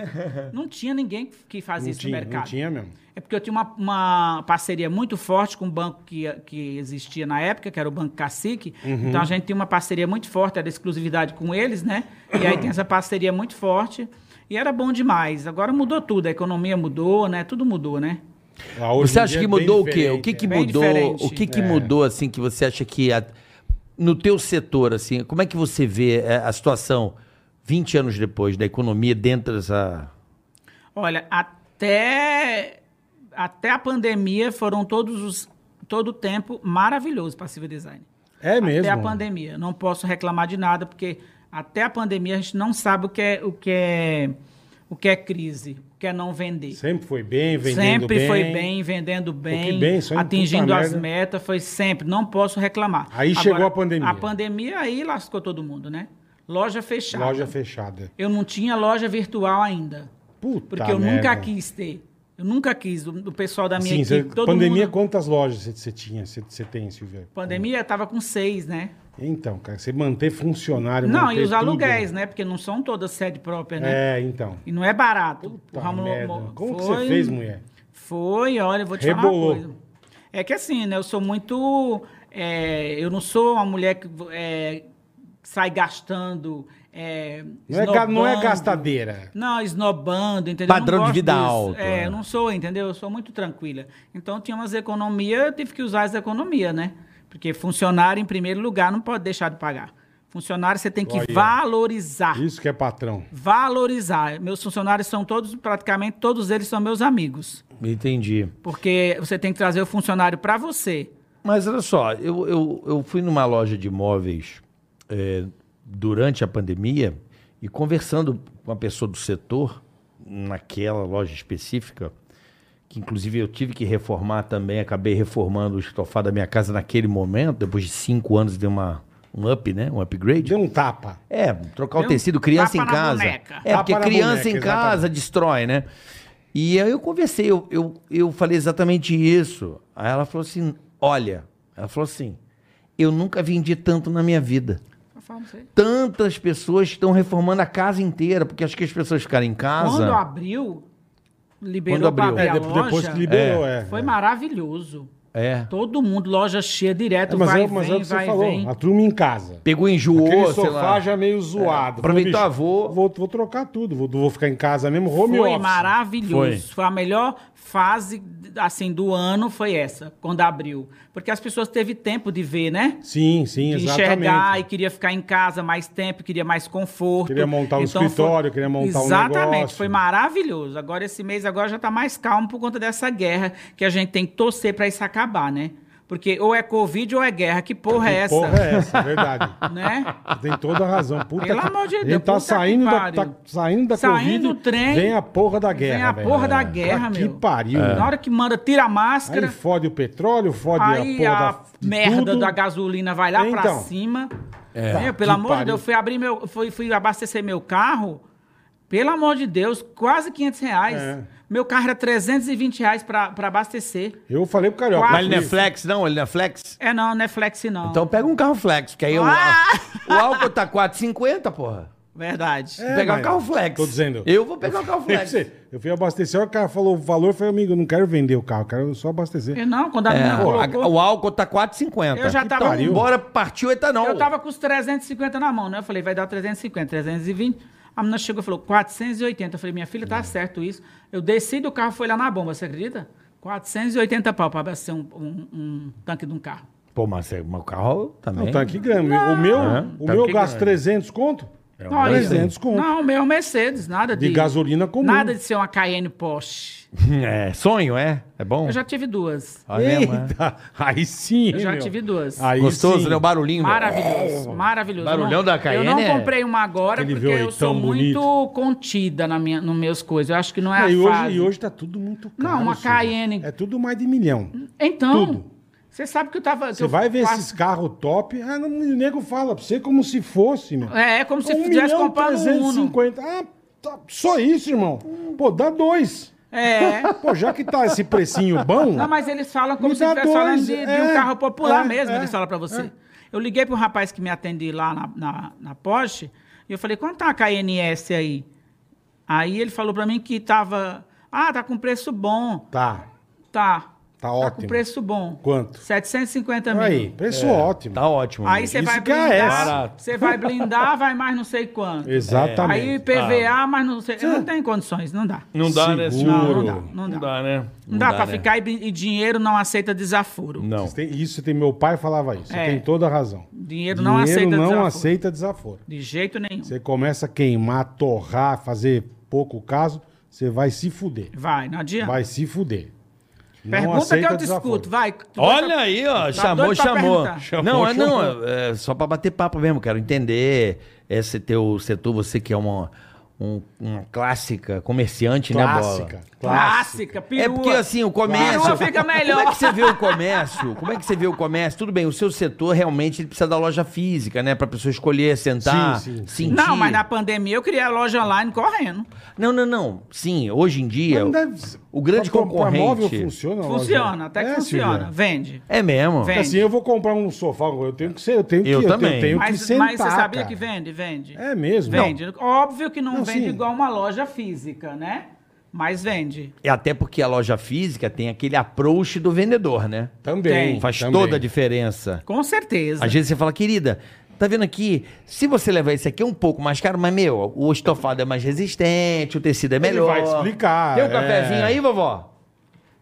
Speaker 4: não tinha ninguém que fazia
Speaker 2: Não
Speaker 4: isso
Speaker 2: tinha,
Speaker 4: assim no mercado.
Speaker 2: não tinha mesmo.
Speaker 4: É porque eu tinha uma, uma parceria muito forte com o banco que, que existia na época, que era o Banco Cacique.
Speaker 2: Uhum.
Speaker 4: Então a gente tinha uma parceria muito forte, era exclusividade com eles, né? E aí tem essa parceria muito forte. E era bom demais. Agora mudou tudo, a economia mudou, né? Tudo mudou, né?
Speaker 2: Ah, hoje
Speaker 3: Você
Speaker 2: em
Speaker 3: acha
Speaker 2: dia
Speaker 3: que
Speaker 2: é bem
Speaker 3: mudou o quê? O
Speaker 2: diferente,
Speaker 3: que que
Speaker 2: é.
Speaker 4: Bem
Speaker 3: mudou?
Speaker 4: diferente. né?
Speaker 3: O que que mudou assim que você acha que a- no teu setor assim, como é que você vê é, a situação 20 anos depois da economia dentro dessa
Speaker 4: Olha, até, até a pandemia foram todos os. Todo o tempo maravilhoso para civil design.
Speaker 2: É mesmo.
Speaker 4: Até a pandemia. Não posso reclamar de nada, porque até a pandemia a gente não sabe o que é, o que é, o que é crise, o que é não vender.
Speaker 2: Sempre foi bem, vendendo
Speaker 4: sempre
Speaker 2: bem.
Speaker 4: foi bem, vendendo bem,
Speaker 2: bem, só em
Speaker 4: atingindo
Speaker 2: puta
Speaker 4: as
Speaker 2: merda.
Speaker 4: metas, foi sempre, não posso reclamar.
Speaker 2: Aí chegou a pandemia.
Speaker 4: A pandemia aí lascou todo mundo, né? Loja fechada.
Speaker 2: Loja fechada.
Speaker 4: Eu não tinha loja virtual ainda,
Speaker 2: Puta
Speaker 4: porque eu
Speaker 2: Tá merda.
Speaker 4: nunca quis ter. Eu nunca quis, o, o pessoal da minha
Speaker 2: Sim,
Speaker 4: equipe,
Speaker 2: cê-
Speaker 4: todo
Speaker 2: pandemia,
Speaker 4: mundo...
Speaker 2: quantas lojas você- você tinha, você- você tem, Silvia?
Speaker 4: Pandemia tava com seis, né?
Speaker 2: Então, cara, você manter funcionário,
Speaker 4: Não,
Speaker 2: manter
Speaker 4: e os
Speaker 2: tudo.
Speaker 4: aluguéis, né? Porque não são todas sede própria, né?
Speaker 2: É, então.
Speaker 4: E não é barato.
Speaker 2: Puta
Speaker 4: o Rômulo
Speaker 2: merda.
Speaker 4: Mo-
Speaker 2: Como que
Speaker 4: foi-
Speaker 2: você fez, mulher?
Speaker 4: Foi, olha, eu vou te
Speaker 2: Rebolou.
Speaker 4: falar uma coisa. É que assim, né? Eu sou muito. é, eu não sou uma mulher que é, sai gastando. é,
Speaker 2: Não é, ga- não é
Speaker 4: esnobando.
Speaker 2: gastadeira.
Speaker 4: Não, esnobando, entendeu? Eu
Speaker 3: Padrão
Speaker 4: não
Speaker 3: de
Speaker 4: gosto
Speaker 3: vida
Speaker 4: disso.
Speaker 3: alto,
Speaker 4: É,
Speaker 3: né?
Speaker 4: eu não sou, entendeu? Eu sou muito tranquila. Então, tinha umas economias, eu tive que usar as economias, né? Porque funcionário, em primeiro lugar, não pode deixar de pagar. Funcionário, você tem que
Speaker 2: Olha.
Speaker 4: valorizar
Speaker 2: Isso que é patrão.
Speaker 4: valorizar. Meus funcionários são todos, praticamente todos eles são meus amigos.
Speaker 3: Entendi.
Speaker 4: Porque você tem que trazer o funcionário para você.
Speaker 3: Mas olha só, eu, eu, eu fui numa loja de imóveis é, durante a pandemia e conversando com uma pessoa do setor, naquela loja específica, que inclusive eu tive que reformar também, acabei reformando o estofado da minha casa naquele momento, depois de cinco anos de uma, um up, né? Um upgrade.
Speaker 2: Deu um tapa.
Speaker 3: É, trocar o
Speaker 4: Deu
Speaker 3: tecido, criança em
Speaker 4: tapa na
Speaker 3: casa.
Speaker 4: boneca.
Speaker 3: É,
Speaker 2: Tapa
Speaker 3: porque
Speaker 2: na
Speaker 3: criança
Speaker 2: boneca,
Speaker 3: em casa destrói, né? E aí eu conversei, eu, eu, eu falei exatamente isso. Aí ela falou assim: olha, ela falou assim, eu nunca vendi tanto na minha vida. Tantas pessoas estão reformando a casa inteira, porque acho que as pessoas ficaram em casa.
Speaker 4: Quando abriu, liberou
Speaker 3: Quando abriu.
Speaker 4: pra abrir
Speaker 2: É,
Speaker 4: a
Speaker 2: de-
Speaker 4: loja,
Speaker 2: depois que liberou, é.
Speaker 4: foi maravilhoso.
Speaker 3: É.
Speaker 4: Todo mundo, loja cheia direto,
Speaker 2: É, mas
Speaker 4: vai
Speaker 2: é,
Speaker 4: e
Speaker 2: mas é o
Speaker 4: vem,
Speaker 2: que
Speaker 4: vai
Speaker 2: você
Speaker 4: e
Speaker 2: falou.
Speaker 4: vem.
Speaker 2: A turma em casa.
Speaker 3: Pegou, enjoou,
Speaker 2: Aquele
Speaker 3: sei
Speaker 2: sofá
Speaker 3: lá. É,
Speaker 2: já meio zoado.
Speaker 3: Aproveitou,
Speaker 2: Falou,
Speaker 3: avô.
Speaker 2: Vou, vou trocar tudo, vou, vou ficar em casa mesmo, home
Speaker 4: Foi
Speaker 2: office.
Speaker 4: maravilhoso.
Speaker 3: Foi.
Speaker 4: Foi. a melhor fase assim do ano foi essa, quando abriu, porque as pessoas teve tempo de ver, né?
Speaker 2: Sim, sim,
Speaker 4: de
Speaker 2: exatamente.
Speaker 4: enxergar e queria ficar em casa mais tempo, queria mais conforto. Então,
Speaker 2: Queria montar um escritório, queria montar um
Speaker 4: Exatamente,
Speaker 2: negócio.
Speaker 4: foi maravilhoso. Agora esse mês agora já tá mais calmo por conta dessa guerra que a gente tem que torcer para isso acabar, né? Porque ou é Covid ou é guerra, que porra é
Speaker 2: Que
Speaker 4: essa?
Speaker 2: Porra é essa, verdade.
Speaker 4: Né?
Speaker 2: Você Tem toda a razão. Puta
Speaker 4: Pelo
Speaker 2: que-
Speaker 4: amor de
Speaker 2: a gente
Speaker 4: Deus,
Speaker 2: tá
Speaker 4: puta que
Speaker 2: saindo da,
Speaker 4: pariu.
Speaker 2: tá saindo da
Speaker 4: Saindo
Speaker 2: Covid.
Speaker 4: do trem,
Speaker 2: Vem a porra da
Speaker 4: vem
Speaker 2: guerra.
Speaker 4: a
Speaker 2: velho.
Speaker 4: porra da
Speaker 2: É.
Speaker 4: guerra,
Speaker 2: Puta
Speaker 4: meu.
Speaker 2: Que
Speaker 3: É.
Speaker 2: pariu.
Speaker 4: Na hora que manda, tira a
Speaker 2: Aí
Speaker 4: máscara,
Speaker 2: fode o petróleo, fode
Speaker 4: aí
Speaker 2: a porra
Speaker 4: a,
Speaker 2: da de
Speaker 4: merda
Speaker 2: tudo.
Speaker 4: da gasolina vai lá pra
Speaker 2: Então.
Speaker 4: cima.
Speaker 2: Tá,
Speaker 3: É.
Speaker 4: Meu, pelo
Speaker 2: que
Speaker 4: amor
Speaker 2: pariu.
Speaker 4: de Deus, eu fui abrir meu, fui, fui abastecer meu carro. Pelo amor de Deus, quase 500 reais.
Speaker 2: É.
Speaker 4: Meu carro era 320 reais pra, pra abastecer.
Speaker 2: Eu falei pro Carioca.
Speaker 4: Quatro.
Speaker 3: Mas ele não é flex, não? Ele não é flex?
Speaker 4: É não, não é flex não.
Speaker 3: Então pega um carro flex, porque aí o-
Speaker 4: Ah!
Speaker 3: o álcool tá 4,50, porra.
Speaker 4: Verdade.
Speaker 2: É,
Speaker 3: pegar o
Speaker 2: mas-
Speaker 3: carro flex.
Speaker 2: Tô dizendo.
Speaker 3: Eu vou pegar o
Speaker 2: (laughs)
Speaker 3: carro
Speaker 2: Eu
Speaker 3: flex.
Speaker 2: fui- Eu fui abastecer, o cara falou o valor, eu falei, amigo, eu não quero vender o carro, eu quero só abastecer.
Speaker 4: Eu não, quando a
Speaker 3: É,
Speaker 4: menina
Speaker 3: o- a-
Speaker 4: colocou,
Speaker 3: o álcool tá 4,50.
Speaker 4: eu já
Speaker 2: que
Speaker 4: tava...
Speaker 2: pariu.
Speaker 3: Embora partiu o
Speaker 2: Então,
Speaker 3: etanol.
Speaker 4: Eu tava com os 350 na mão, né? Eu falei, vai dar 350, 320. A menina chegou e falou, 480. Eu falei, minha filha,
Speaker 2: Hum.
Speaker 4: tá certo isso. Eu desci do carro, foi lá na bomba, você acredita? 480 pau pra abastecer um, um- um tanque de um carro.
Speaker 3: Pô, mas é, mas o carro
Speaker 2: Não,
Speaker 3: também.
Speaker 4: tá
Speaker 2: tá tanque grande. O meu,
Speaker 3: É,
Speaker 2: o
Speaker 3: tá
Speaker 2: meu
Speaker 3: aqui É
Speaker 2: gasto
Speaker 3: grande.
Speaker 2: 300 conto?
Speaker 4: Olha,
Speaker 2: 300 conto.
Speaker 4: Não, o meu é um Mercedes, nada
Speaker 2: De
Speaker 4: de...
Speaker 2: gasolina comum.
Speaker 4: Nada de ser uma Cayenne Porsche.
Speaker 3: (laughs) É, sonho, é? É bom?
Speaker 4: Eu já tive duas.
Speaker 3: Ah, é, mas-
Speaker 2: Eita, aí sim.
Speaker 4: Eu já
Speaker 2: meu.
Speaker 4: tive duas.
Speaker 2: Aí
Speaker 3: Gostoso,
Speaker 2: sim.
Speaker 3: né? O barulhinho. né?
Speaker 4: Maravilhoso, maravilhoso.
Speaker 3: Barulhão
Speaker 4: Eu não-
Speaker 3: da
Speaker 4: Eu
Speaker 3: Cayenne
Speaker 4: não
Speaker 3: é-
Speaker 4: comprei uma agora
Speaker 2: Oh. Aquele
Speaker 4: porque eu
Speaker 2: V8
Speaker 4: sou
Speaker 2: tão bonito.
Speaker 4: muito contida na minha, nos meus coisas. Eu acho que não é a
Speaker 2: É, e,
Speaker 4: fase.
Speaker 2: hoje, e hoje tá tudo muito caro.
Speaker 4: Não, uma
Speaker 2: Silvio.
Speaker 4: Cayenne.
Speaker 2: É tudo mais de milhão.
Speaker 4: Então,
Speaker 2: Tudo.
Speaker 4: você sabe que eu tava. que
Speaker 2: Você
Speaker 4: eu
Speaker 2: vai ver
Speaker 4: faço-
Speaker 2: esses carros top, ah, não, o nego fala pra você como se fosse, meu.
Speaker 4: É, é como se estivesse
Speaker 2: um milhão
Speaker 4: comprando um Uno.
Speaker 2: 350. Ah, tá, só isso, irmão. Pô, dá dois.
Speaker 4: É.
Speaker 2: Pô, já que tá esse precinho bom...
Speaker 4: Não, mas eles falam como
Speaker 2: Me
Speaker 4: se
Speaker 2: dá
Speaker 4: estivesse falando
Speaker 2: dois,
Speaker 4: de, de
Speaker 2: é,
Speaker 4: um carro popular
Speaker 2: é,
Speaker 4: mesmo,
Speaker 2: é,
Speaker 4: eles falam pra você.
Speaker 2: é.
Speaker 4: Eu liguei pro rapaz que me atende lá na, na, na Porsche e eu falei, quanto tá a KNS aí? Aí ele falou pra mim que tava. Ah, tá com preço bom.
Speaker 2: Tá.
Speaker 4: Tá.
Speaker 2: Tá
Speaker 4: Tá com
Speaker 2: ótimo.
Speaker 4: preço bom.
Speaker 2: Quanto?
Speaker 4: 750 mil.
Speaker 2: Aí, preço ótimo.
Speaker 3: Tá ótimo.
Speaker 4: Aí você
Speaker 2: Isso
Speaker 4: vai
Speaker 2: que é essa.
Speaker 4: blindar, você vai blindar, vai mais não sei quanto.
Speaker 2: Exatamente. Ah.
Speaker 4: Aí PVA, mas não sei. Não tem condições, não dá.
Speaker 3: Não dá, né?
Speaker 2: Seguro.
Speaker 3: senhor?
Speaker 2: Não, não dá,
Speaker 4: não dá.
Speaker 3: né?
Speaker 4: Não dá pra
Speaker 3: né?
Speaker 4: ficar e, e dinheiro não aceita desaforo.
Speaker 3: Não.
Speaker 2: Isso tem- Isso tem meu pai falava isso. Você
Speaker 4: É.
Speaker 2: tem toda a razão.
Speaker 4: Dinheiro não aceita
Speaker 2: não
Speaker 4: desaforo.
Speaker 2: aceita desaforo.
Speaker 4: De jeito nenhum.
Speaker 2: Você começa a queimar, torrar, fazer pouco caso, você vai se fuder.
Speaker 4: Vai, não adianta.
Speaker 2: Vai se fuder. Não
Speaker 4: É. Pergunta que
Speaker 2: aceita
Speaker 4: eu discuto,
Speaker 2: desaforo.
Speaker 4: vai. Tu
Speaker 3: Olha
Speaker 4: vai-
Speaker 3: aí, ó. chamou,
Speaker 4: doido pra
Speaker 3: chamou.
Speaker 4: perguntar.
Speaker 2: Chamou,
Speaker 3: Não, é,
Speaker 2: chamou.
Speaker 3: não. É, é só pra bater papo mesmo. Quero entender esse teu setor, você que é uma, um- uma clássica comerciante, né,
Speaker 2: Clássica.
Speaker 3: Bola?
Speaker 4: Clássica, perua.
Speaker 3: É porque assim, o comércio.
Speaker 4: Perua fica melhor.
Speaker 3: Como é que você vê o comércio? Como é que você vê o comércio? Tudo bem, o seu setor realmente ele precisa da loja física, né? Pra pessoa escolher, sentar,
Speaker 2: Sim, sim, sim.
Speaker 3: sentir.
Speaker 4: Não, mas na pandemia eu criei a loja online correndo.
Speaker 3: Não, não, não. Sim, hoje em dia.
Speaker 2: Não deve ser.
Speaker 3: O grande
Speaker 2: Pra- pra
Speaker 3: concorrente-
Speaker 2: móvel funciona, lógico.
Speaker 4: Funciona, até que
Speaker 2: É,
Speaker 4: funciona.
Speaker 2: Silvia.
Speaker 4: Vende.
Speaker 3: É mesmo.
Speaker 4: Vem.
Speaker 2: Porque assim, eu vou comprar um sofá, eu tenho que ser, eu tenho que,
Speaker 3: Eu também.
Speaker 2: tenho, tenho que
Speaker 4: Mas,
Speaker 2: sentar.
Speaker 4: mas você sabia
Speaker 2: cara.
Speaker 4: que vende? Vende.
Speaker 2: É mesmo?
Speaker 4: Vende. Óbvio que não,
Speaker 2: Não,
Speaker 4: vende
Speaker 2: sim.
Speaker 4: igual uma loja física, né? Mas vende.
Speaker 3: É até porque a loja física tem aquele approach do vendedor, né?
Speaker 2: Também.
Speaker 4: Tem.
Speaker 3: Faz
Speaker 2: também. é.
Speaker 3: toda a diferença.
Speaker 4: Com certeza.
Speaker 3: Às vezes você fala, querida, tá vendo aqui? Se você levar esse aqui é um pouco mais caro, mas meu, o estofado é mais resistente, o tecido é
Speaker 2: Ele
Speaker 3: melhor.
Speaker 2: vai te explicar,
Speaker 3: Tem um
Speaker 2: é.
Speaker 3: cafezinho aí, vovó?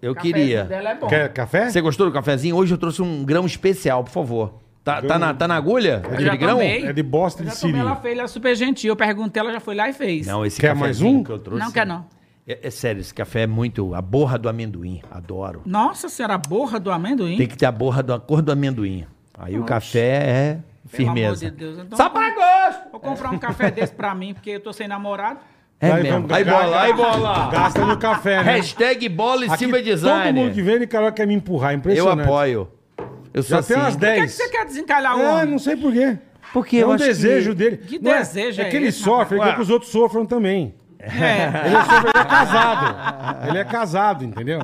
Speaker 3: Eu
Speaker 4: O cafezinho
Speaker 3: queria.
Speaker 4: dela é bom.
Speaker 2: Quer café?
Speaker 3: Você gostou do cafezinho? Hoje eu trouxe um grão especial, por favor. Tá, tá na, tá na agulha? Aquele
Speaker 4: já
Speaker 3: grão?
Speaker 4: tomei.
Speaker 2: É de bosta
Speaker 4: Eu
Speaker 2: de
Speaker 4: já tomei, ela
Speaker 2: siri.
Speaker 4: fez, ela é super gentil. Eu perguntei, ela já foi lá e fez.
Speaker 3: Não, esse
Speaker 2: Quer
Speaker 3: cafezinho
Speaker 2: mais um?
Speaker 3: que eu trouxe.
Speaker 4: não quer não.
Speaker 3: É, é sério, esse café é muito. A borra do amendoim. Adoro.
Speaker 4: Nossa senhora, a borra do amendoim.
Speaker 3: Tem que ter a borra da cor do amendoim. Aí o café é
Speaker 4: Pelo
Speaker 3: firmeza.
Speaker 4: amor de Deus. Então,
Speaker 3: Só pra gosto!
Speaker 4: Vou comprar um café desse pra mim, porque eu tô
Speaker 2: (laughs)
Speaker 4: sem namorado.
Speaker 3: É
Speaker 2: Vai,
Speaker 3: mesmo.
Speaker 2: vamos-
Speaker 3: Aí bola, aí bola!
Speaker 2: Gasta no café, né?
Speaker 3: Hashtag bola e
Speaker 2: Aqui,
Speaker 3: Silva
Speaker 2: Todo mundo que
Speaker 3: Design.
Speaker 2: vem, ele cara quer me empurrar, é
Speaker 3: Eu
Speaker 2: impressionante.
Speaker 3: apoio. Eu sou
Speaker 2: Já
Speaker 3: assim.
Speaker 2: tem umas
Speaker 4: Por é que, que
Speaker 2: 10.
Speaker 4: você quer desencalhar o
Speaker 2: É,
Speaker 4: homem?
Speaker 2: não sei porquê.
Speaker 3: Porque
Speaker 2: é
Speaker 3: eu
Speaker 2: um
Speaker 3: acho
Speaker 2: desejo
Speaker 3: que-
Speaker 2: dele.
Speaker 4: Que
Speaker 2: Não é-
Speaker 4: desejo
Speaker 2: é
Speaker 4: é
Speaker 2: que ele
Speaker 4: esse,
Speaker 2: sofre, ele
Speaker 3: rapaz?
Speaker 2: quer que os outros sofram também.
Speaker 4: É.
Speaker 2: Ele sofre, ele (laughs) é casado. (laughs) Ele é casado, entendeu?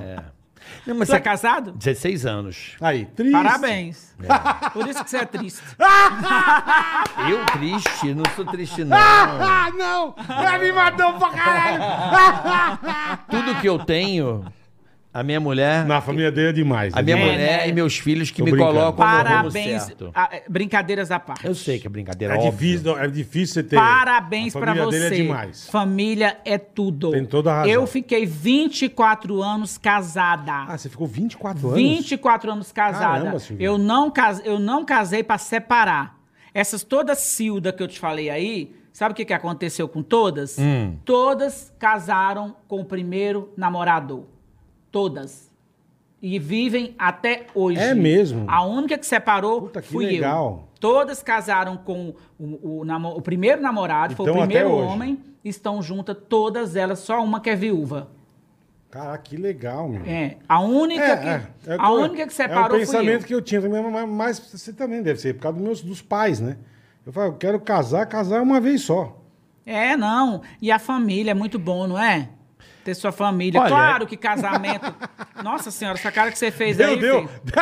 Speaker 3: Não, mas
Speaker 4: Você é
Speaker 3: você...
Speaker 4: casado?
Speaker 3: 16 anos.
Speaker 2: Aí, triste.
Speaker 4: Parabéns. Por isso que você é triste.
Speaker 3: Eu triste? Não sou
Speaker 2: (laughs)
Speaker 3: triste, não.
Speaker 2: Ah, não! É animadão pra caralho!
Speaker 3: Tudo que eu tenho, a minha mulher,
Speaker 2: Na família dele é demais.
Speaker 3: a minha
Speaker 2: é,
Speaker 4: É,
Speaker 3: mulher
Speaker 4: né?
Speaker 3: e meus filhos que
Speaker 2: Tô
Speaker 3: me
Speaker 2: brincando.
Speaker 3: colocam no rumo
Speaker 4: Parabéns.
Speaker 3: certo.
Speaker 4: Ah, é, brincadeiras à parte.
Speaker 3: Eu sei que é brincadeira,
Speaker 2: É
Speaker 3: óbvio.
Speaker 2: difícil, é difícil você ter.
Speaker 4: Parabéns
Speaker 2: A
Speaker 4: pra
Speaker 2: família
Speaker 4: você.
Speaker 2: dele é demais.
Speaker 4: Família é tudo.
Speaker 2: Tem toda a razão.
Speaker 4: Eu fiquei 24 anos casada.
Speaker 2: Ah, você ficou 24 anos?
Speaker 4: 24 anos casada.
Speaker 2: Caramba, Silvia.
Speaker 4: eu não cas... eu não casei pra separar. Essas todas Cilda que eu te falei aí, sabe o que, que aconteceu com todas?
Speaker 2: Hum.
Speaker 4: Todas casaram com o primeiro namorado. Todas. E vivem até hoje.
Speaker 2: É mesmo?
Speaker 4: A única que separou
Speaker 2: Puta, que
Speaker 4: fui
Speaker 2: legal.
Speaker 4: eu. Todas casaram com o, o namo- o primeiro namorado, foi o
Speaker 2: Então, até
Speaker 4: primeiro
Speaker 2: hoje.
Speaker 4: homem, estão juntas todas elas, só uma que é viúva.
Speaker 2: Caraca, que legal, meu.
Speaker 4: É, a única que
Speaker 2: é
Speaker 4: a
Speaker 2: o eu-
Speaker 4: única que separou
Speaker 2: É um
Speaker 4: foi eu.
Speaker 2: pensamento que eu tinha também, mas, mas você também deve ser, por causa dos meus dos pais, né? Eu falo, eu quero casar, casar uma vez só.
Speaker 4: É, não. E a família é muito bom, não é? Ter sua família.
Speaker 3: Olha-
Speaker 4: Claro que
Speaker 2: (laughs)
Speaker 4: casamento. Nossa senhora, essa cara que você fez
Speaker 2: Meu
Speaker 4: aí,
Speaker 2: Deus!
Speaker 4: filho,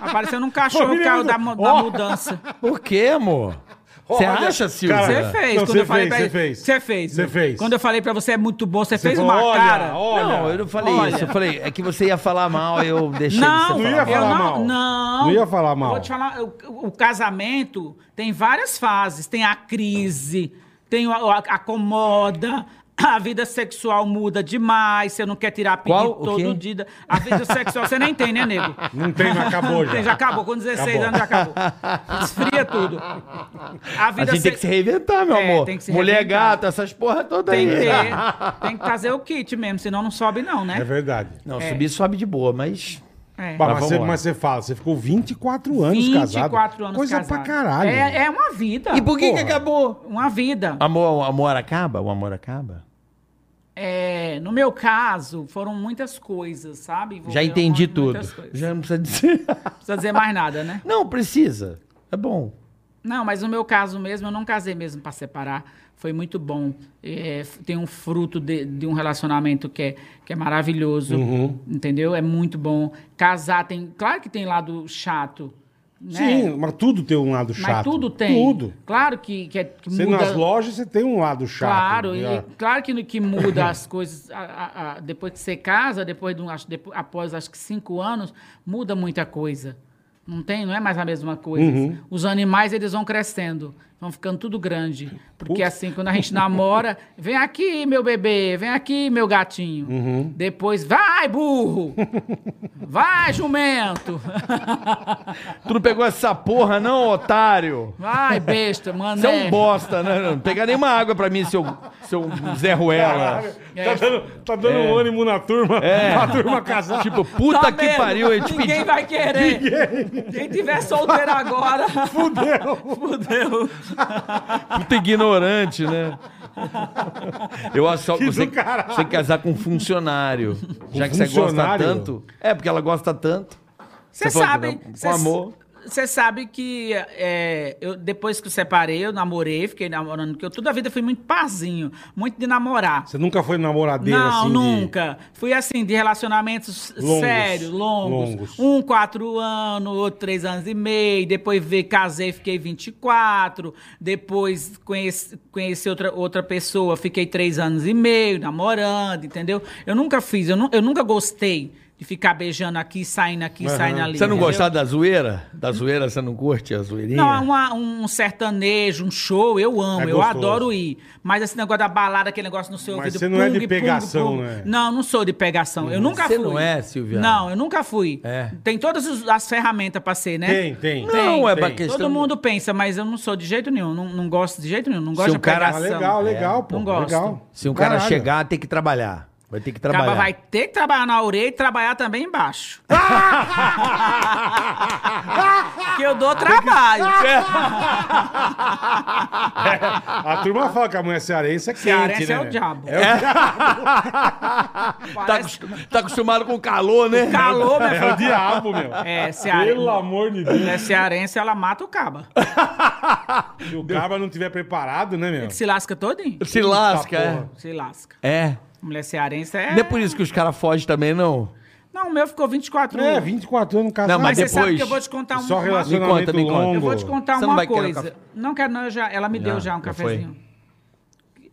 Speaker 4: Apareceu um cachorro
Speaker 2: Família
Speaker 4: carro
Speaker 2: muito-
Speaker 4: da, mu- da
Speaker 2: Ó!
Speaker 4: mudança.
Speaker 3: Por quê, amor? Você
Speaker 2: Olha,
Speaker 3: acha, Silvia?
Speaker 2: cara,
Speaker 4: Você fez,
Speaker 2: Não,
Speaker 4: quando
Speaker 2: você é
Speaker 4: eu falei
Speaker 2: fez,
Speaker 4: pra
Speaker 2: você fez.
Speaker 4: Você fez.
Speaker 2: Você fez.
Speaker 4: Quando eu falei pra você é muito bom, você, fez
Speaker 2: falou,
Speaker 4: uma
Speaker 2: olha,
Speaker 4: cara.
Speaker 2: olha.
Speaker 3: Não, eu não falei
Speaker 4: Olha.
Speaker 3: isso. Eu falei, é que você ia falar mal, eu deixei
Speaker 4: Não,
Speaker 3: você
Speaker 2: Não
Speaker 3: falar
Speaker 2: ia
Speaker 4: eu
Speaker 3: mal.
Speaker 2: falar
Speaker 4: não,
Speaker 2: mal.
Speaker 4: não.
Speaker 2: Não ia falar mal.
Speaker 4: Eu vou te falar, o, o casamento tem várias fases. Tem a crise, tem a, a, a comoda, a vida sexual muda demais, você não quer tirar apelido
Speaker 3: Qual? O quê?
Speaker 4: todo dia. A vida sexual você nem tem, né, nego?
Speaker 2: (laughs) Não (laughs) tem, não acabou já.
Speaker 4: Tem, já acabou, com 16
Speaker 2: Acabou.
Speaker 4: anos já acabou. Esfria tudo. A
Speaker 3: A
Speaker 4: vida
Speaker 3: gente tem que se reinventar, meu
Speaker 4: É,
Speaker 3: amor.
Speaker 4: tem que se
Speaker 3: Mulher
Speaker 4: reinventar.
Speaker 3: gata, essas porra toda
Speaker 2: (laughs)
Speaker 3: aí.
Speaker 4: tem que ter, tem que fazer o kit mesmo, senão não sobe não,
Speaker 2: É
Speaker 4: né?
Speaker 2: verdade.
Speaker 3: Não, subir sobe de boa, mas.
Speaker 4: É.
Speaker 2: Bah, mas,
Speaker 3: vamos
Speaker 2: você,
Speaker 3: lá.
Speaker 2: mas você fala, você ficou 24 anos casado.
Speaker 4: 24 anos
Speaker 2: Coisa
Speaker 4: casado.
Speaker 2: pra caralho.
Speaker 4: É, é uma vida.
Speaker 3: E por que, que
Speaker 2: Porra.
Speaker 3: acabou?
Speaker 4: Uma vida.
Speaker 3: Amor, o amor acaba? O amor acaba?
Speaker 4: É, no meu caso, foram muitas coisas, sabe?
Speaker 3: Já entendi tudo.
Speaker 4: Já...
Speaker 3: Já não precisa dizer. (laughs)
Speaker 4: Não precisa dizer mais nada, né?
Speaker 3: Não, precisa. É bom.
Speaker 4: Não, mas no meu caso mesmo, eu não casei mesmo para separar. Foi muito bom. É, f- tem um fruto de, de um relacionamento que é, que é
Speaker 2: Uhum.
Speaker 4: maravilhoso. Entendeu? É muito bom. Casar tem. Claro que tem lado chato. né?
Speaker 2: Sim, mas tudo tem um lado chato.
Speaker 4: Mas tudo tem.
Speaker 2: Tudo.
Speaker 4: Claro que, que, é- que
Speaker 2: Você nas lojas, você tem um lado chato.
Speaker 4: Claro,
Speaker 2: né?
Speaker 4: e claro que, que muda as (laughs) coisas a- a- a- depois que você casa, depois de um, acho, depois, após acho que cinco anos, muda muita coisa. Não tem, não é mais a mesma coisa.
Speaker 2: Uhum.
Speaker 4: Os animais eles vão crescendo, vão ficando tudo grande, porque assim quando a gente namora,
Speaker 2: (laughs)
Speaker 4: vem aqui meu bebê, vem aqui meu gatinho.
Speaker 2: Uhum.
Speaker 4: Depois vai burro, vai jumento, (laughs)
Speaker 3: Tu não pegou essa porra, não, otário?
Speaker 4: vai besta, mané.
Speaker 3: Você é um bosta, né? Não pega nenhuma água pra mim, seu, seu Zé Ruela.
Speaker 2: Caralho, Tá dando, tá dando
Speaker 3: É.
Speaker 2: ânimo (laughs) na turma. A turma casada.
Speaker 3: Tipo, puta
Speaker 4: Tá
Speaker 3: que
Speaker 4: mesmo?
Speaker 3: pariu, eu te
Speaker 4: Ninguém
Speaker 3: pedi.
Speaker 4: vai querer. Quem tiver solteiro agora,
Speaker 3: (laughs)
Speaker 2: fudeu.
Speaker 4: fudeu.
Speaker 3: Puta ignorante, né? Eu acho só que
Speaker 2: Que
Speaker 3: você,
Speaker 2: do caralho. Um
Speaker 3: você tem que casar com um funcionário. já que você gosta
Speaker 2: funcionário?
Speaker 3: tanto. É, porque ela gosta tanto.
Speaker 4: Você
Speaker 3: falou
Speaker 4: sabe.
Speaker 3: que- Com
Speaker 4: cê-
Speaker 3: amor.
Speaker 4: Você sabe que é, eu, depois que eu separei, eu namorei, fiquei namorando, porque eu toda a vida fui muito pazinho, muito de namorar.
Speaker 2: Você nunca foi namoradeira
Speaker 4: Não,
Speaker 2: assim? de-
Speaker 4: nunca. Fui assim, de relacionamentos
Speaker 2: Longos.
Speaker 4: sérios, longos.
Speaker 2: Longos.
Speaker 4: Um, quatro anos, outro, três anos e meio. Depois veio, casei, fiquei 24. Depois conheci, conheci outra, outra pessoa, fiquei três anos e meio, namorando, entendeu? Eu nunca fiz, eu, nu- eu nunca gostei de ficar beijando aqui, saindo aqui,
Speaker 2: Aham.
Speaker 4: saindo ali.
Speaker 3: Você não
Speaker 4: entendeu?
Speaker 3: gostava da zoeira? Da zoeira, você não curte a zoeirinha?
Speaker 4: Não, uma- um sertanejo, um show, eu amo,
Speaker 2: É
Speaker 4: eu
Speaker 2: gostoso.
Speaker 4: adoro ir. Mas esse negócio da balada, aquele negócio no seu
Speaker 2: Mas
Speaker 4: ouvido.
Speaker 2: você não é de pegação, né?
Speaker 4: Não, não sou de pegação. Eu nunca
Speaker 3: Você
Speaker 4: fui.
Speaker 3: não é, Silvia?
Speaker 4: Não, eu nunca fui.
Speaker 3: É.
Speaker 4: Tem todas os- as ferramentas pra ser, né?
Speaker 2: Tem, tem.
Speaker 3: Não, é
Speaker 2: tem.
Speaker 3: pra questão...
Speaker 4: Todo mundo pensa, mas eu não sou de jeito nenhum. Não, não gosto de jeito nenhum. Não gosto
Speaker 3: Se um
Speaker 4: de
Speaker 3: cara-
Speaker 2: Ah,
Speaker 4: pegação.
Speaker 2: legal, legal, pô.
Speaker 4: É, Não gosto.
Speaker 2: Legal.
Speaker 3: Se um cara
Speaker 2: Caralho.
Speaker 3: chegar, tem que trabalhar. Vai ter que
Speaker 4: Acaba-
Speaker 3: trabalhar. (laughs)
Speaker 4: vai ter que trabalhar na orelha e trabalhar também
Speaker 2: (laughs)
Speaker 4: embaixo. (laughs) que eu dou trabalho.
Speaker 3: É,
Speaker 2: A turma fala que a mulher cearense é quente,
Speaker 4: Cearense
Speaker 2: né?
Speaker 4: é o diabo.
Speaker 3: Tá,
Speaker 4: Parece
Speaker 3: acostum- tá acostumado com calor, né?
Speaker 4: calor, minha
Speaker 2: (laughs) É o diabo, meu.
Speaker 4: É, cearense.
Speaker 2: Pelo amor de Deus.
Speaker 4: É cearense, ela mata o caba.
Speaker 2: Se o cabra não tiver preparado, né, meu?
Speaker 4: Se lasca todinho.
Speaker 3: (laughs) Se lasca,
Speaker 2: Tá porra.
Speaker 4: Se lasca.
Speaker 3: é. é.
Speaker 4: Mulher cearense é.
Speaker 3: Não é por isso que os caras fogem também, não.
Speaker 4: Não, o meu ficou 24
Speaker 2: É,
Speaker 4: anos.
Speaker 2: 24 anos casado.
Speaker 3: Não, mas
Speaker 4: Mas você sabe
Speaker 3: depois-
Speaker 4: que eu vou te contar um-
Speaker 2: Só
Speaker 4: uma
Speaker 2: relacionamento
Speaker 3: Me conta, me conta.
Speaker 2: tá longo.
Speaker 4: Eu vou te contar
Speaker 3: Você não
Speaker 4: uma
Speaker 3: vai querer um
Speaker 4: coisa.
Speaker 3: café?
Speaker 4: Não quero, não. eu já- ela me deu já um
Speaker 3: já foi.
Speaker 4: cafezinho.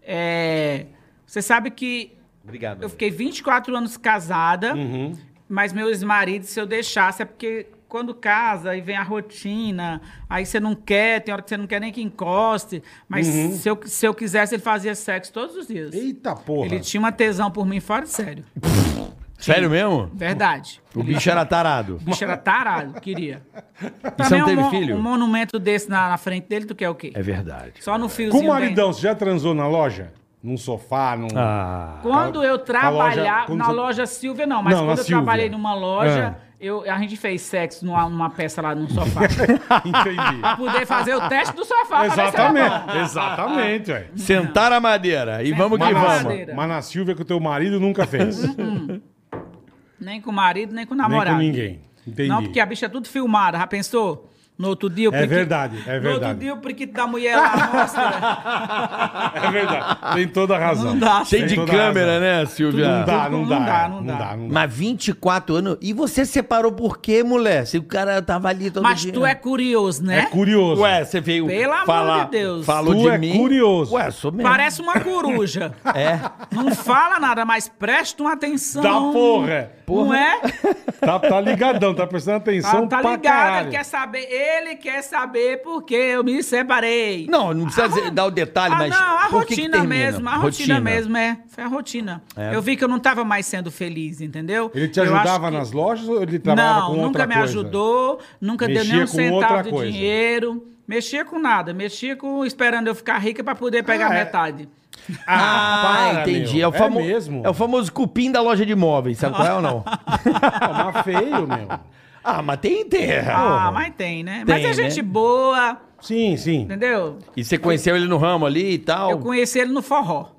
Speaker 4: É, você sabe que
Speaker 3: Obrigado.
Speaker 4: eu fiquei 24 anos casada,
Speaker 3: Uhum.
Speaker 4: mas meus maridos, se eu deixasse, é porque quando casa e vem a rotina, aí você não quer, tem hora que você não quer nem que encoste. Mas
Speaker 3: Uhum.
Speaker 4: se, eu, se eu quisesse, ele fazia sexo todos os dias.
Speaker 2: Eita porra.
Speaker 4: Ele tinha um uma tesão por mim fora de sério.
Speaker 3: Sério mesmo?
Speaker 4: Verdade.
Speaker 3: (laughs) O bicho é era tarado.
Speaker 4: O bicho era tarado, queria.
Speaker 3: não
Speaker 4: Também
Speaker 3: teve
Speaker 4: um, mo-
Speaker 3: filho?
Speaker 4: um monumento desse na, na frente dele, tu quer o quê?
Speaker 3: É verdade.
Speaker 4: Só no fiozinho.
Speaker 2: Com o maridão, você já transou na loja? Num sofá, num...
Speaker 3: Ah.
Speaker 4: Quando eu
Speaker 2: a loja-
Speaker 4: trabalhar
Speaker 2: quando
Speaker 4: na
Speaker 2: você-
Speaker 4: loja Silvia, não, mas
Speaker 2: Não, na
Speaker 4: quando eu
Speaker 2: Silvia. Ah.
Speaker 4: trabalhei numa loja, eu, a gente fez sexo numa, numa peça lá num sofá.
Speaker 2: (laughs) Entendi.
Speaker 4: pra (laughs) poder fazer o teste do sofá. pra ver se era bom.
Speaker 2: Exatamente, (laughs) exatamente, velho.
Speaker 3: Sentar a madeira e vamos que
Speaker 2: Mas,
Speaker 4: na
Speaker 3: vamos.
Speaker 4: madeira.
Speaker 2: na- mas na Silvia que o teu marido nunca fez. nem
Speaker 4: Nem com o marido, nem com o
Speaker 2: com
Speaker 4: Uhum. namorado.
Speaker 2: ninguém. Entendi.
Speaker 4: Não, porque a bicha é tudo filmada, já pensou? No outro dia o
Speaker 2: É verdade, é
Speaker 4: No outro
Speaker 2: verdade.
Speaker 4: dia o priquito da
Speaker 2: (laughs)
Speaker 4: mulher lá mostra.
Speaker 2: É verdade. Tem toda a razão.
Speaker 4: Não dá,
Speaker 3: Cheio
Speaker 2: Tem
Speaker 3: de
Speaker 2: toda
Speaker 3: câmera,
Speaker 2: razão.
Speaker 3: né,
Speaker 2: Não
Speaker 3: Silvia?
Speaker 2: dá, não dá. Não dá, não dá.
Speaker 3: Mas 24 anos. E você separou por quê, mulher? Se o cara tava ali todo
Speaker 4: Mas
Speaker 3: dia.
Speaker 4: tu é curioso,
Speaker 2: É
Speaker 4: né?
Speaker 2: curioso.
Speaker 3: Ué, você veio
Speaker 4: Pelo amor
Speaker 3: falar,
Speaker 4: de Deus.
Speaker 3: Falou
Speaker 2: Tu
Speaker 3: de
Speaker 2: é
Speaker 3: mim.
Speaker 2: curioso.
Speaker 3: Ué, sou mesmo.
Speaker 4: Parece uma coruja.
Speaker 3: É.
Speaker 4: Não fala nada, mas presta uma atenção.
Speaker 2: Da porra.
Speaker 4: Não é?
Speaker 2: Tá, tá ligadão, tá prestando atenção
Speaker 4: Tá, tá
Speaker 2: pra
Speaker 4: ligado,
Speaker 2: caralho.
Speaker 4: ele quer saber. Ele quer saber por que eu me separei.
Speaker 3: Não, não precisa dizer- dar o detalhe,
Speaker 4: Ah,
Speaker 3: mas.
Speaker 4: não, a
Speaker 3: por que que
Speaker 4: rotina
Speaker 3: termina?
Speaker 4: mesmo, a rotina, mesmo, é. Foi a rotina. Eu vi que eu não tava mais sendo feliz, entendeu?
Speaker 2: É. Ele te
Speaker 4: Eu acho
Speaker 2: ajudava
Speaker 4: que-
Speaker 2: nas lojas ou ele trabalhava
Speaker 4: não,
Speaker 2: com outra
Speaker 4: nunca me
Speaker 2: coisa?
Speaker 4: ajudou, nunca deu
Speaker 2: Mexia
Speaker 4: nem um
Speaker 2: com outra
Speaker 4: centavo de
Speaker 2: coisa.
Speaker 4: dinheiro. Mexia com nada, mexia com esperando eu ficar rica pra poder pegar
Speaker 2: Ah, é.
Speaker 4: metade.
Speaker 3: Ah,
Speaker 2: para,
Speaker 3: entendi.
Speaker 2: meu.
Speaker 3: É, o famo...
Speaker 2: É mesmo?
Speaker 3: é o famoso cupim da loja de imóveis, sabe qual é ou (laughs) não?
Speaker 2: Pô, mas Ah, tá feio, meu.
Speaker 3: ah, mas tem
Speaker 4: Ah,
Speaker 3: terra.
Speaker 4: mas tem, né?
Speaker 3: Tem,
Speaker 4: mas é
Speaker 3: né?
Speaker 4: gente boa,
Speaker 2: Sim, sim.
Speaker 4: entendeu?
Speaker 3: E você conheceu ele no ramo ali e tal?
Speaker 4: Eu conheci ele no forró.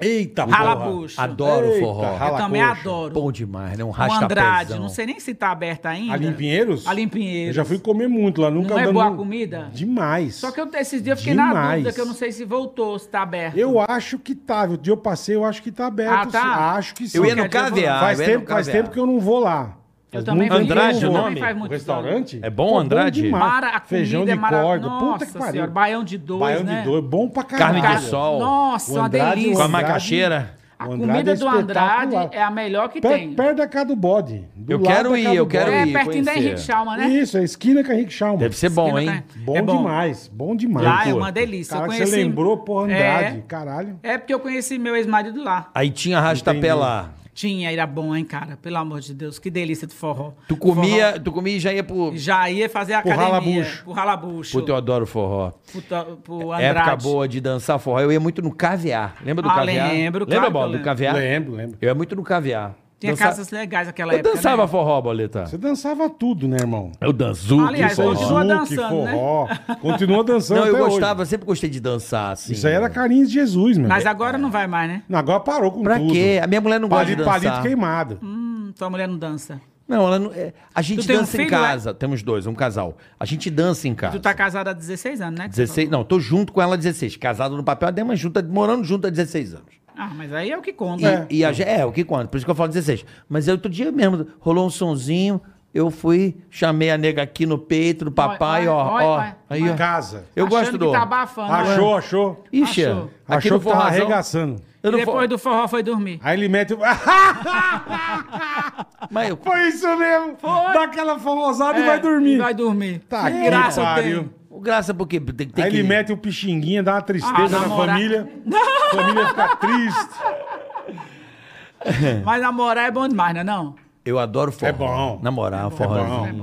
Speaker 2: Eita, porra.
Speaker 4: Ralabucho.
Speaker 3: Adoro
Speaker 2: Eita,
Speaker 3: forró.
Speaker 2: rala-
Speaker 4: Eu também
Speaker 2: coxa.
Speaker 4: adoro.
Speaker 3: Bom demais, né? Um
Speaker 4: o
Speaker 3: rastapézão.
Speaker 4: Andrade, não sei nem se tá aberto ainda.
Speaker 2: Ali em Pinheiros?
Speaker 4: Ali em
Speaker 2: Eu
Speaker 4: Pinheiros.
Speaker 2: já fui comer muito lá. Nunca
Speaker 4: Não é
Speaker 2: andando-
Speaker 4: boa a comida?
Speaker 2: Demais.
Speaker 4: Só que eu, esses dias eu fiquei na
Speaker 2: Demais.
Speaker 4: dúvida, que eu não sei se voltou, se tá aberto.
Speaker 2: Eu acho que tá. O dia eu passei, eu acho que tá aberto.
Speaker 4: Ah, tá?
Speaker 2: sim. Acho que sim.
Speaker 3: Eu ia no
Speaker 4: Qualquer dia eu vou lá.
Speaker 3: caviar.
Speaker 2: faz,
Speaker 3: Ah, eu ia
Speaker 2: tempo,
Speaker 3: no
Speaker 2: faz
Speaker 3: caviar.
Speaker 2: tempo que eu não vou lá.
Speaker 4: Eu
Speaker 2: Faz
Speaker 4: também
Speaker 2: muito-
Speaker 4: fui-
Speaker 3: Andrade
Speaker 4: eu
Speaker 3: o
Speaker 4: também
Speaker 3: nome?
Speaker 4: faz
Speaker 2: O
Speaker 4: muito
Speaker 2: restaurante?
Speaker 3: É bom, Andrade?
Speaker 2: demais.
Speaker 4: Mara, a
Speaker 2: Feijão
Speaker 4: comida
Speaker 2: de
Speaker 4: é maravilhosa.
Speaker 2: corda. Puta que
Speaker 4: Nossa
Speaker 2: pariu.
Speaker 4: senhora, baião de dois,
Speaker 2: Baião
Speaker 4: né?
Speaker 2: de dois, bom pra caralho.
Speaker 3: Carne
Speaker 4: Cara,
Speaker 3: de sol.
Speaker 4: Nossa,
Speaker 2: O
Speaker 4: uma
Speaker 2: Andrade,
Speaker 4: delícia.
Speaker 2: o
Speaker 3: Com a
Speaker 2: Andrade-
Speaker 3: macaxeira.
Speaker 4: A
Speaker 2: O
Speaker 4: comida
Speaker 2: é
Speaker 4: do Andrade
Speaker 2: espetacular.
Speaker 4: é a melhor que
Speaker 2: Per-
Speaker 4: tem.
Speaker 2: Perto da casa do bode. Do
Speaker 3: Eu
Speaker 2: lado
Speaker 3: quero
Speaker 2: da
Speaker 3: ir,
Speaker 2: casa
Speaker 3: eu
Speaker 2: do
Speaker 3: quero
Speaker 2: bode.
Speaker 4: é,
Speaker 3: ir
Speaker 4: pertinho da
Speaker 3: conhecer.
Speaker 4: Henrique Schalma, né?
Speaker 2: Isso, é esquina com a Henrique Schalman.
Speaker 3: Deve ser bom, hein?
Speaker 2: Bom,
Speaker 4: É
Speaker 2: demais, bom demais.
Speaker 4: Lá é uma delícia.
Speaker 2: Caralho,
Speaker 4: eu
Speaker 2: você
Speaker 4: conheci...
Speaker 2: lembrou, porra, Andrade.
Speaker 4: É.
Speaker 2: Caralho.
Speaker 4: É porque eu conheci meu ex-marido lá.
Speaker 3: Aí tinha arrastapé
Speaker 2: Entendi.
Speaker 3: lá.
Speaker 4: Tinha, era bom, hein, cara? Pelo amor de Deus, que delícia de forró.
Speaker 3: Tu comia, tu comia e já ia pro,
Speaker 4: Forró. Já ia fazer a
Speaker 2: Pro
Speaker 4: academia.
Speaker 2: ralabucho.
Speaker 4: Pro ralabucho.
Speaker 3: pro Teodoro Forró.
Speaker 4: Pro, to- pro Andrade.
Speaker 3: Época boa de dançar forró. Eu ia muito no caviar. Lembra do
Speaker 4: Ah,
Speaker 3: caviar?
Speaker 4: lembro,
Speaker 3: Lembra,
Speaker 4: claro
Speaker 3: Bola,
Speaker 4: que eu
Speaker 3: do
Speaker 4: lembro.
Speaker 3: caviar?
Speaker 2: Lembro, lembro.
Speaker 3: Eu ia muito no caviar.
Speaker 4: Tinha
Speaker 3: Dança-
Speaker 4: casas legais naquela
Speaker 3: Eu
Speaker 4: época.
Speaker 3: dançava
Speaker 4: né?
Speaker 3: forró, Boleta.
Speaker 2: Você dançava tudo, né, irmão?
Speaker 3: Eu danço.
Speaker 4: Aliás,
Speaker 3: forró.
Speaker 4: continua
Speaker 2: Zuki,
Speaker 4: dançando, né?
Speaker 2: forró. Continua dançando
Speaker 3: Não, eu
Speaker 2: até hoje.
Speaker 3: gostava, eu sempre gostei de dançar, assim.
Speaker 2: Isso aí é era carinho de Jesus, meu.
Speaker 4: Mas agora não vai mais, né?
Speaker 2: Não, agora parou com
Speaker 3: Pra
Speaker 2: tudo.
Speaker 3: quê? A minha mulher não gosta de
Speaker 2: Palito,
Speaker 3: dançar.
Speaker 2: palito queimado.
Speaker 4: Hum, tua mulher não dança.
Speaker 3: Não, ela não. é, A gente
Speaker 4: Tu tem um
Speaker 3: dança em
Speaker 4: filho,
Speaker 3: casa. Temos dois, um casal. A gente dança em casa.
Speaker 4: Tu tá casada há 16 anos, né?
Speaker 3: 16, não, tô junto com ela há 16. Casado no papel, até mas junto, morando junto há 16 anos.
Speaker 4: Ah, mas aí é o que conta.
Speaker 3: E,
Speaker 4: É.
Speaker 3: e a ge- é, o que conta, por isso que eu falo 16. Mas aí outro dia mesmo, rolou um sonzinho, eu fui, chamei a nega aqui no peito do papai,
Speaker 4: Olha,
Speaker 3: ó,
Speaker 4: olha,
Speaker 3: ó.
Speaker 4: olha.
Speaker 3: Aí, ó.
Speaker 2: Casa.
Speaker 3: Eu gosto
Speaker 4: Achando
Speaker 3: do.
Speaker 4: que tá abafando. né?
Speaker 2: achou, achou.
Speaker 3: Ixi,
Speaker 4: Achou.
Speaker 3: aqui no
Speaker 2: Achou que tava
Speaker 3: forrazão,
Speaker 2: arregaçando.
Speaker 3: eu
Speaker 4: E
Speaker 3: não
Speaker 4: depois
Speaker 3: vou-
Speaker 4: do forró foi dormir.
Speaker 2: Aí ele mete... o- (laughs)
Speaker 3: Mas eu-
Speaker 2: Foi isso mesmo. Dá aquela forrosada e vai dormir.
Speaker 4: E É. vai dormir.
Speaker 2: Tá
Speaker 4: que
Speaker 2: que
Speaker 4: graça
Speaker 2: pariu.
Speaker 4: tem.
Speaker 3: o graça é porque tem, tem
Speaker 2: Aí
Speaker 3: que...
Speaker 2: ele mete o pixinguinha, dá uma tristeza na
Speaker 4: Ah, namorar. (laughs)
Speaker 2: família. A família fica triste. É
Speaker 4: Mas namorar é bom demais, não é não?
Speaker 3: Eu adoro forró.
Speaker 2: É bom.
Speaker 3: Namorar,
Speaker 2: bom.
Speaker 3: forró.
Speaker 4: É bom.
Speaker 2: É,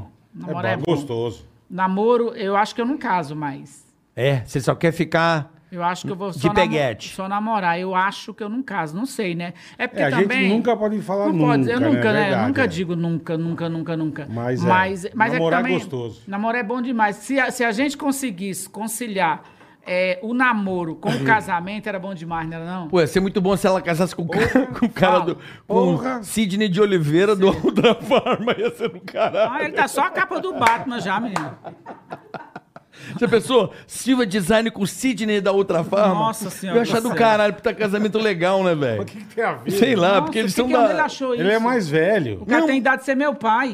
Speaker 4: Namorar é
Speaker 2: bom,
Speaker 4: bom.
Speaker 2: gostoso.
Speaker 4: Namoro, eu acho que eu não caso mais.
Speaker 3: É, você só quer ficar...
Speaker 4: Eu acho que eu vou só,
Speaker 3: De
Speaker 4: namo-
Speaker 3: peguete.
Speaker 4: só namorar. Eu acho que eu não caso, não sei, né? É porque
Speaker 2: É, a gente
Speaker 4: também...
Speaker 2: nunca pode falar
Speaker 4: não pode,
Speaker 2: nunca, né?
Speaker 4: eu nunca, né?
Speaker 2: Verdade,
Speaker 4: eu nunca
Speaker 2: é.
Speaker 4: digo nunca, nunca, nunca, nunca.
Speaker 2: Mas é,
Speaker 4: mas, mas
Speaker 2: namorar é
Speaker 4: que também,
Speaker 2: gostoso.
Speaker 4: Namorar é bom demais. Se a, se a gente conseguisse conciliar é, o namoro com
Speaker 2: Uhum.
Speaker 4: o casamento, era bom demais, não era não?
Speaker 3: Pô, ia ser muito bom se ela casasse com o cara, com o cara
Speaker 4: fala.
Speaker 3: do... Com
Speaker 2: Porra.
Speaker 3: o Sidney de Oliveira do Ultra Farma. Ia ser do caralho.
Speaker 4: Ah, ele tá só a capa do Batman já, menino.
Speaker 3: Você pensou? Silva Design com Sidney da Ultra Farma?
Speaker 4: Nossa Senhora é.
Speaker 3: Eu ia achar
Speaker 4: do
Speaker 3: do
Speaker 4: céu.
Speaker 3: caralho, puta casamento legal, né, velho?
Speaker 2: Mas o que, que tem a ver?
Speaker 3: Sei lá,
Speaker 4: Nossa,
Speaker 3: Ah, porque eles
Speaker 4: que
Speaker 3: são
Speaker 4: que Ele
Speaker 3: da...
Speaker 4: achou isso?
Speaker 2: Ele é mais velho.
Speaker 4: O cara tem idade de ser
Speaker 2: (laughs)
Speaker 4: meu pai.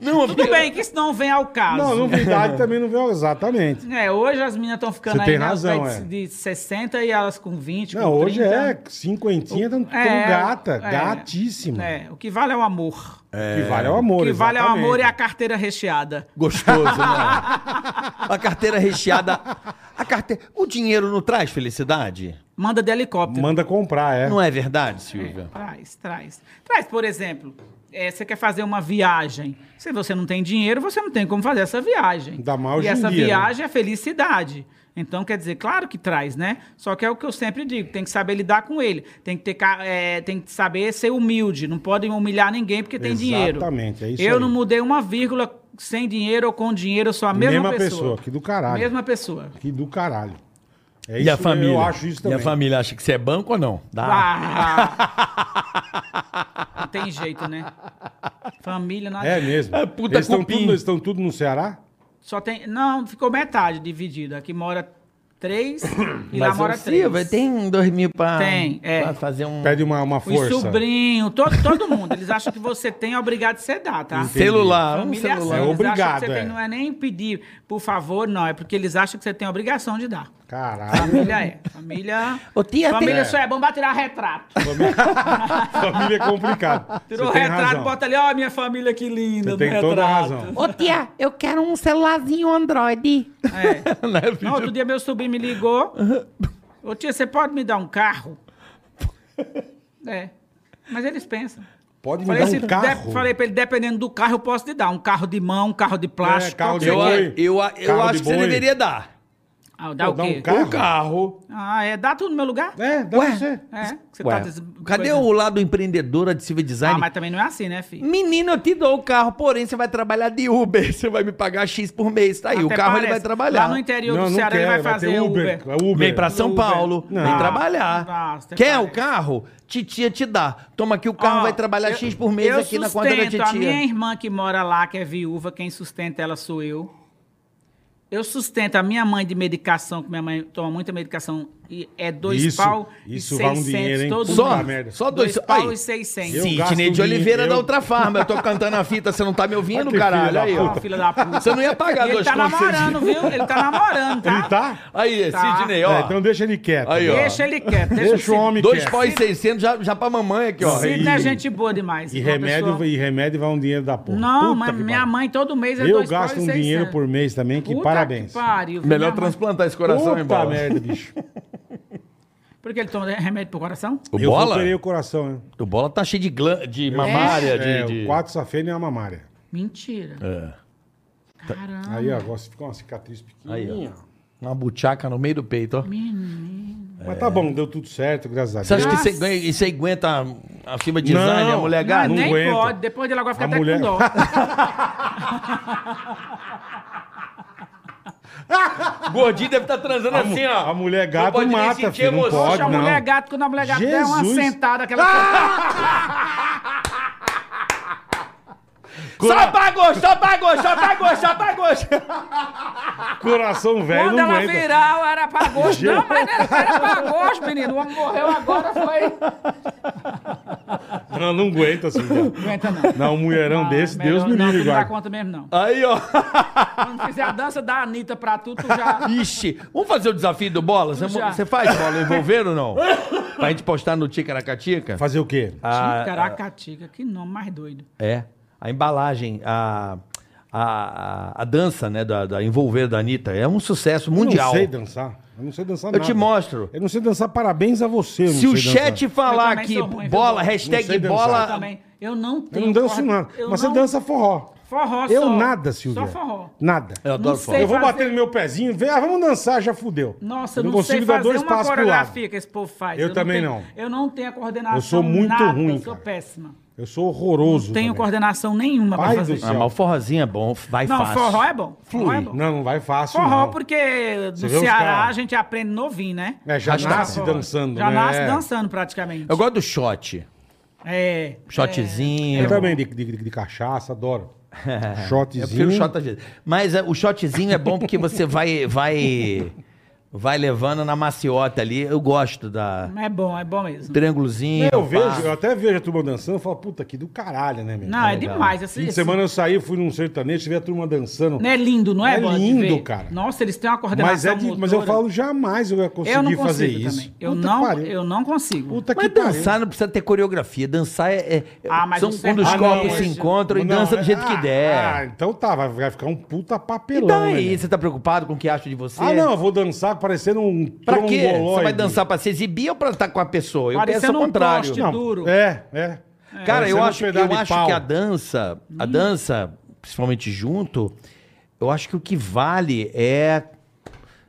Speaker 3: Não, é
Speaker 4: Tudo
Speaker 3: porque-
Speaker 4: bem que isso não vem ao caso.
Speaker 2: Não, novidade
Speaker 4: (laughs)
Speaker 2: também não veio exatamente.
Speaker 4: É, hoje as meninas estão ficando
Speaker 2: Você tem
Speaker 4: aí né,
Speaker 2: razão,
Speaker 4: de,
Speaker 2: é.
Speaker 4: de 60 e elas com 20,
Speaker 2: Não,
Speaker 4: com
Speaker 2: hoje
Speaker 4: 30.
Speaker 2: é cinquentinha, tão, tão
Speaker 4: É,
Speaker 2: gata,
Speaker 4: é.
Speaker 2: gatíssima.
Speaker 4: É, o que vale é o amor.
Speaker 2: O que vale é o amor,
Speaker 4: o que vale é o amor e a
Speaker 2: exatamente.
Speaker 4: carteira recheada.
Speaker 3: Gostoso, né?
Speaker 4: (laughs)
Speaker 3: A carteira recheada... A carteira... O dinheiro não traz felicidade?
Speaker 4: Manda de helicóptero.
Speaker 2: Manda comprar, é.
Speaker 3: Não é verdade, Silvia?
Speaker 4: Traz, traz. Traz, por exemplo, é, você quer fazer uma viagem. Se você não tem dinheiro, você não tem como fazer essa viagem.
Speaker 2: Ainda mais
Speaker 4: e
Speaker 2: hoje em
Speaker 4: essa
Speaker 2: dia, né?
Speaker 4: viagem é felicidade. Então, quer dizer, claro que traz, né? Só que é o que eu sempre digo, tem que saber lidar com ele. Tem que, ter, ca- é, tem que saber ser humilde. Não pode humilhar ninguém porque tem dinheiro.
Speaker 2: Exatamente, é isso
Speaker 4: Eu
Speaker 2: aí.
Speaker 4: não mudei uma vírgula sem dinheiro ou com dinheiro, eu sou a mesma,
Speaker 2: Mesma
Speaker 4: pessoa.
Speaker 2: pessoa, que do caralho.
Speaker 4: Mesma pessoa.
Speaker 2: Que do caralho. É
Speaker 3: e a
Speaker 2: que
Speaker 3: família?
Speaker 2: Eu acho isso
Speaker 3: E
Speaker 2: também.
Speaker 3: a família acha que você é banco ou não? Dá.
Speaker 4: Ah. não tem jeito, né? Família não
Speaker 2: É
Speaker 4: adianta.
Speaker 2: mesmo.
Speaker 3: É puta
Speaker 2: eles estão
Speaker 3: cupim.
Speaker 2: tudo, eles estão tudo no Ceará?
Speaker 4: Só tem. Não, ficou metade dividida. Aqui mora
Speaker 2: (coughs)
Speaker 4: três e lá
Speaker 3: Mas,
Speaker 4: mora
Speaker 3: ô,
Speaker 4: três.
Speaker 3: Silvia, tem um, dois mil pra,
Speaker 4: Tem, é.
Speaker 3: pra fazer um...
Speaker 2: Pede uma, uma
Speaker 4: Os
Speaker 2: força.
Speaker 4: sobrinhos, todo, todo mundo. Eles acham que você tem, é obrigado a você dar, tá?
Speaker 2: Entendi.
Speaker 3: Celular, um
Speaker 4: Família é assim,
Speaker 3: celular.
Speaker 2: É
Speaker 4: eles
Speaker 2: obrigado,
Speaker 4: acham que você
Speaker 2: é.
Speaker 4: tem, não é nem pedir, por favor, não. É porque eles acham que você tem a obrigação de dar. (laughs)
Speaker 2: Caralho.
Speaker 4: Família é. Família.
Speaker 3: Ô, tia, tem-
Speaker 4: família só é bom pra tirar retrato.
Speaker 2: família é complicado.
Speaker 4: Tirou o
Speaker 2: Você tem
Speaker 4: retrato,
Speaker 2: razão.
Speaker 4: bota ali, ó, minha família, que linda.
Speaker 2: Você
Speaker 4: no
Speaker 2: tem toda a
Speaker 4: retrato.
Speaker 2: razão.
Speaker 5: Ô tia, eu quero um celularzinho
Speaker 3: (laughs)
Speaker 5: Android.
Speaker 4: É.
Speaker 3: Né,
Speaker 4: Não, outro
Speaker 3: filho?
Speaker 4: dia meu sobrinho me ligou. Ô tia, você pode me dar um carro? É. Mas eles pensam.
Speaker 2: Pode me
Speaker 4: Falei,
Speaker 2: dar
Speaker 4: se
Speaker 2: um
Speaker 4: de-
Speaker 2: carro.
Speaker 4: assim, falei pra ele, dependendo do carro, eu posso te dar. Um carro de mão, um carro de plástico.
Speaker 2: É, carro de-
Speaker 3: Eu,
Speaker 4: qualquer-
Speaker 2: Boi.
Speaker 3: eu, eu
Speaker 2: Carro de
Speaker 3: acho que você
Speaker 2: boi.
Speaker 3: deveria dar.
Speaker 4: Ah, dá
Speaker 2: Pô,
Speaker 4: o
Speaker 2: dá
Speaker 4: quê?
Speaker 2: um Carro?
Speaker 3: Um carro.
Speaker 4: Ah, é. Dá tudo no meu lugar?
Speaker 2: É, dá
Speaker 3: Ué?
Speaker 2: pra você.
Speaker 4: É. que Você
Speaker 3: Ué,
Speaker 4: tá des-
Speaker 3: cadê
Speaker 4: coisa-
Speaker 3: o lado empreendedor de Silvia Design?
Speaker 4: Ah, mas também não é assim, né, filho?
Speaker 3: Menino, eu te dou o carro, porém você vai trabalhar de Uber. (laughs) Você vai me pagar X por mês. Tá aí, o
Speaker 4: Até
Speaker 3: carro ele
Speaker 4: parece.
Speaker 3: vai trabalhar.
Speaker 4: Lá no interior
Speaker 2: Não,
Speaker 4: do
Speaker 2: não
Speaker 4: Ceará ele vai
Speaker 2: quero, ter
Speaker 4: fazer Uber.
Speaker 2: Uber. Uber.
Speaker 3: Vem pra São
Speaker 4: Uber.
Speaker 3: Paulo, vem
Speaker 2: Não.
Speaker 3: trabalhar.
Speaker 4: Ah, até
Speaker 3: Quer
Speaker 4: parece.
Speaker 3: o carro? Titia te dá. Toma aqui o carro,
Speaker 4: Ó,
Speaker 3: vai trabalhar
Speaker 4: eu-
Speaker 3: X por mês
Speaker 4: eu
Speaker 3: aqui na conta da
Speaker 4: sustento
Speaker 3: titia.
Speaker 4: A minha irmã que mora lá, que é viúva, quem sustenta ela sou eu. Eu sustento a minha mãe de medicação, que minha mãe toma muita medicação e é dois
Speaker 2: Isso,
Speaker 4: pau
Speaker 2: isso
Speaker 4: e
Speaker 2: vale um
Speaker 4: 600
Speaker 2: dinheiro, hein?
Speaker 4: todo
Speaker 2: Puta
Speaker 4: mundo.
Speaker 3: Só,
Speaker 2: merda.
Speaker 3: só dois,
Speaker 4: Dois pau
Speaker 3: aí.
Speaker 4: e 600.
Speaker 2: Eu
Speaker 3: Sim,
Speaker 2: gasto
Speaker 3: Tinete Oliveira
Speaker 2: dinheiro-
Speaker 3: da Outra Farma. Eu tô cantando a fita, você não tá me ouvindo,
Speaker 2: Olha que filho
Speaker 3: caralho.
Speaker 2: da
Speaker 3: Aí,
Speaker 4: Ó,
Speaker 3: ó.
Speaker 4: filha da puta.
Speaker 3: Você não ia pagar
Speaker 4: Ele
Speaker 3: dois
Speaker 4: tá
Speaker 3: pau e seis-
Speaker 4: namorando, viu? Ele tá namorando, tá?
Speaker 2: Ele tá?
Speaker 3: Aí,
Speaker 4: Tá.
Speaker 3: Sidney, ó.
Speaker 2: É, então deixa ele quieto.
Speaker 3: Aí, ó.
Speaker 4: Deixa ele quieto. Deixa,
Speaker 2: Deixa o
Speaker 4: Sidney.
Speaker 2: homem
Speaker 3: Dois
Speaker 2: quieto.
Speaker 3: pau e 600 já, já pra mamãe aqui, ó.
Speaker 2: Sim.
Speaker 4: Sidney é
Speaker 2: E-
Speaker 4: gente boa demais.
Speaker 2: E
Speaker 4: uma
Speaker 2: remédio,
Speaker 4: pessoa-
Speaker 2: e remédio vai um dinheiro da porra.
Speaker 4: Não,
Speaker 2: Puta
Speaker 4: mas
Speaker 2: que
Speaker 4: minha
Speaker 2: pariu.
Speaker 4: mãe todo mês é
Speaker 2: Eu
Speaker 4: dois pau
Speaker 2: gasto
Speaker 4: e
Speaker 2: um
Speaker 4: 600.
Speaker 2: dinheiro por mês também, que
Speaker 4: Puta
Speaker 2: parabéns.
Speaker 4: que pariu. viu?
Speaker 3: Melhor
Speaker 4: Minha mãe-
Speaker 3: transplantar esse coração
Speaker 2: Puta
Speaker 3: em bola.
Speaker 2: merda, bicho.
Speaker 4: Porque ele toma remédio pro coração?
Speaker 3: (laughs) O
Speaker 2: Eu
Speaker 3: bola?
Speaker 2: operei o coração, né?
Speaker 3: O bola tá cheio de, glan... de mamária, de.
Speaker 2: É,
Speaker 3: de-
Speaker 2: o quatro safena é uma mamária.
Speaker 4: Mentira.
Speaker 3: É.
Speaker 4: Caramba.
Speaker 2: Aí, ó, agora ficou uma cicatriz pequenininha.
Speaker 3: Uma buchaca no meio do peito, ó.
Speaker 2: Mas tá bom, deu tudo certo, graças a Deus.
Speaker 3: É. Você acha que
Speaker 4: Nossa.
Speaker 3: você, ganha, e você aguenta acima de
Speaker 2: Não.
Speaker 3: Zane, a mulher
Speaker 4: Não,
Speaker 3: gata?
Speaker 2: não
Speaker 4: Ah, nem
Speaker 2: aguento.
Speaker 4: pode. Depois dele agora fica
Speaker 2: A
Speaker 4: até
Speaker 2: mulher- (laughs)
Speaker 4: com dó.
Speaker 3: Gordinho
Speaker 4: tá
Speaker 3: deve estar transando
Speaker 2: A mu-
Speaker 3: assim, ó.
Speaker 2: a mulher gata
Speaker 3: pode nem
Speaker 2: mata,
Speaker 3: sentir
Speaker 2: filho, não
Speaker 3: emoção.
Speaker 2: pode.
Speaker 4: Poxa, a
Speaker 2: não.
Speaker 4: mulher gata, quando a mulher gata der uma
Speaker 2: Jesus. Ah,
Speaker 4: sentada, aquela.
Speaker 3: Só pra gosto, só pra gosto, só pra gosto, só pra gosto.
Speaker 2: Coração velho
Speaker 4: Quando
Speaker 2: é, não
Speaker 4: ela
Speaker 2: aguenta.
Speaker 4: virar, era pra gosto. Não, mas não era- era pra gosto, menino. O homem morreu agora, foi.
Speaker 2: Não, não aguenta assim,
Speaker 4: Não
Speaker 2: cara.
Speaker 4: aguenta, não.
Speaker 2: Não, um mulherão
Speaker 4: Ah,
Speaker 2: desse,
Speaker 4: melhor-
Speaker 2: Deus me
Speaker 4: não,
Speaker 2: livre,
Speaker 4: tu Não dá
Speaker 2: guarda.
Speaker 4: conta mesmo, não.
Speaker 3: Aí, ó.
Speaker 4: Quando fizer a dança da Anitta pra tu, tu já.
Speaker 2: (laughs)
Speaker 3: Ixi, vamos fazer o desafio do bola? Você,
Speaker 4: Já.
Speaker 3: você faz bola envolver ou não? Pra gente postar no Ticaracatica?
Speaker 2: (laughs) Fazer o quê?
Speaker 3: Ah,
Speaker 4: Ticaracatica, que nome mais doido.
Speaker 3: É. A embalagem, a, a, a- a dança, né, da, da envolver da Anitta é um sucesso mundial.
Speaker 2: Eu não sei dançar. Eu não sei dançar
Speaker 3: Eu
Speaker 2: nada.
Speaker 3: te mostro.
Speaker 2: Eu não sei dançar parabéns a você. eu não
Speaker 3: Se o
Speaker 2: sei
Speaker 3: chat
Speaker 2: dançar.
Speaker 3: falar
Speaker 4: Eu também
Speaker 3: que
Speaker 4: sou ruim, viu,
Speaker 3: bola,
Speaker 4: Bola?
Speaker 2: Não sei dançar.
Speaker 3: hashtag
Speaker 4: Eu
Speaker 3: bola.
Speaker 4: também. Eu não
Speaker 2: Ah. Eu
Speaker 4: tenho.
Speaker 2: não danço
Speaker 4: corda-
Speaker 2: nada.
Speaker 4: eu
Speaker 2: Mas
Speaker 4: não-
Speaker 2: você dança forró.
Speaker 4: Forró
Speaker 2: Eu
Speaker 4: só.
Speaker 2: nada, Silvia.
Speaker 4: Só forró.
Speaker 2: Nada.
Speaker 3: Eu adoro
Speaker 4: sei.
Speaker 3: forró.
Speaker 2: Eu vou
Speaker 4: fazer-
Speaker 2: bater no meu pezinho, vem, ah, vamos dançar, já fudeu.
Speaker 4: Nossa, eu não, sei fazer uma
Speaker 2: pro lado.
Speaker 4: coreografia que esse povo faz.
Speaker 2: Eu também
Speaker 4: tenho-
Speaker 2: não.
Speaker 4: Eu não tenho a coordenação
Speaker 2: Eu sou muito
Speaker 4: nada,
Speaker 2: ruim,
Speaker 4: Eu sou
Speaker 2: cara.
Speaker 4: péssima.
Speaker 2: Eu sou
Speaker 4: Não
Speaker 2: horroroso.
Speaker 4: tenho
Speaker 2: também.
Speaker 4: coordenação nenhuma
Speaker 2: Ai,
Speaker 4: pra fazer
Speaker 2: do
Speaker 4: isso.
Speaker 2: céu.
Speaker 3: Ah, mas o forrozinho é bom, vai
Speaker 4: Não,
Speaker 3: fácil.
Speaker 4: forró é bom. Forró é bom.
Speaker 2: Não, não vai fácil.
Speaker 4: Forró,
Speaker 2: não.
Speaker 4: porque no
Speaker 2: Você vê os
Speaker 4: Ceará
Speaker 2: cara-
Speaker 4: a gente aprende novinho, né?
Speaker 2: É, já
Speaker 3: Arrastar
Speaker 2: nasce
Speaker 4: Forró.
Speaker 2: dançando,
Speaker 4: Já
Speaker 2: né?
Speaker 4: nasce
Speaker 2: É.
Speaker 4: dançando praticamente.
Speaker 3: Eu gosto do shot.
Speaker 4: É.
Speaker 3: Shotzinho.
Speaker 2: É, Eu também, de, de, de cachaça,
Speaker 3: (laughs)
Speaker 2: adoro. Shotzinho.
Speaker 3: Eu prefiro É shot às vezes. Mas é, o shotzinho é bom porque você vai, vai, vai levando na maciota ali. Eu gosto da
Speaker 4: É bom, é bom mesmo.
Speaker 3: triângulozinho.
Speaker 2: Eu
Speaker 3: pá.
Speaker 2: vejo, eu até vejo a turma dançando e falo, puta, que do caralho, né, meu?
Speaker 4: Não, é,
Speaker 3: legal.
Speaker 4: demais.
Speaker 2: Fim
Speaker 4: Assim,
Speaker 2: de semana eu saí, fui num sertanejo, vi a turma dançando.
Speaker 4: Não é lindo, não é?
Speaker 2: É
Speaker 4: Bola, de
Speaker 2: lindo,
Speaker 4: ver?
Speaker 2: cara.
Speaker 4: Nossa, eles têm uma coordenação
Speaker 2: mas, é de- mas eu
Speaker 4: motora.
Speaker 2: falo, jamais eu ia conseguir
Speaker 4: eu não consigo
Speaker 2: fazer
Speaker 4: também.
Speaker 2: isso.
Speaker 4: Eu,
Speaker 2: Puta que
Speaker 4: não,
Speaker 2: pariu.
Speaker 4: eu não consigo.
Speaker 2: Puta que tá
Speaker 3: Mas
Speaker 2: pariu.
Speaker 3: dançar não precisa ter coreografia. Dançar é. é-
Speaker 4: Ah, mas
Speaker 3: são
Speaker 4: o
Speaker 3: quando os
Speaker 4: sertanejo-
Speaker 3: corpos
Speaker 4: Ah,
Speaker 3: se
Speaker 4: não, mas-
Speaker 3: encontram e
Speaker 2: Não,
Speaker 3: dança do
Speaker 2: mas-
Speaker 3: jeito que
Speaker 2: ah, Ah,
Speaker 3: der.
Speaker 2: então tá, vai, vai ficar um puta
Speaker 3: E
Speaker 2: papelão.
Speaker 3: daí?
Speaker 2: né?
Speaker 3: Você tá preocupado com o que acham de você?
Speaker 2: Ah, não, eu vou dançar parecendo um
Speaker 3: assim, é. Pra quê? Você
Speaker 2: tromboloide.
Speaker 3: vai dançar pra se exibir ou pra estar com a pessoa? Eu
Speaker 4: Parecendo
Speaker 3: penso ao
Speaker 4: um
Speaker 3: contrário.
Speaker 4: poste.
Speaker 2: Não,
Speaker 4: duro.
Speaker 2: É, é.
Speaker 3: Cara,
Speaker 2: Parecendo
Speaker 3: eu
Speaker 2: um
Speaker 3: acho,
Speaker 2: pedaço
Speaker 3: eu
Speaker 2: de
Speaker 3: acho
Speaker 2: pau.
Speaker 3: que a dança, a dança, principalmente junto, eu acho que o que vale é.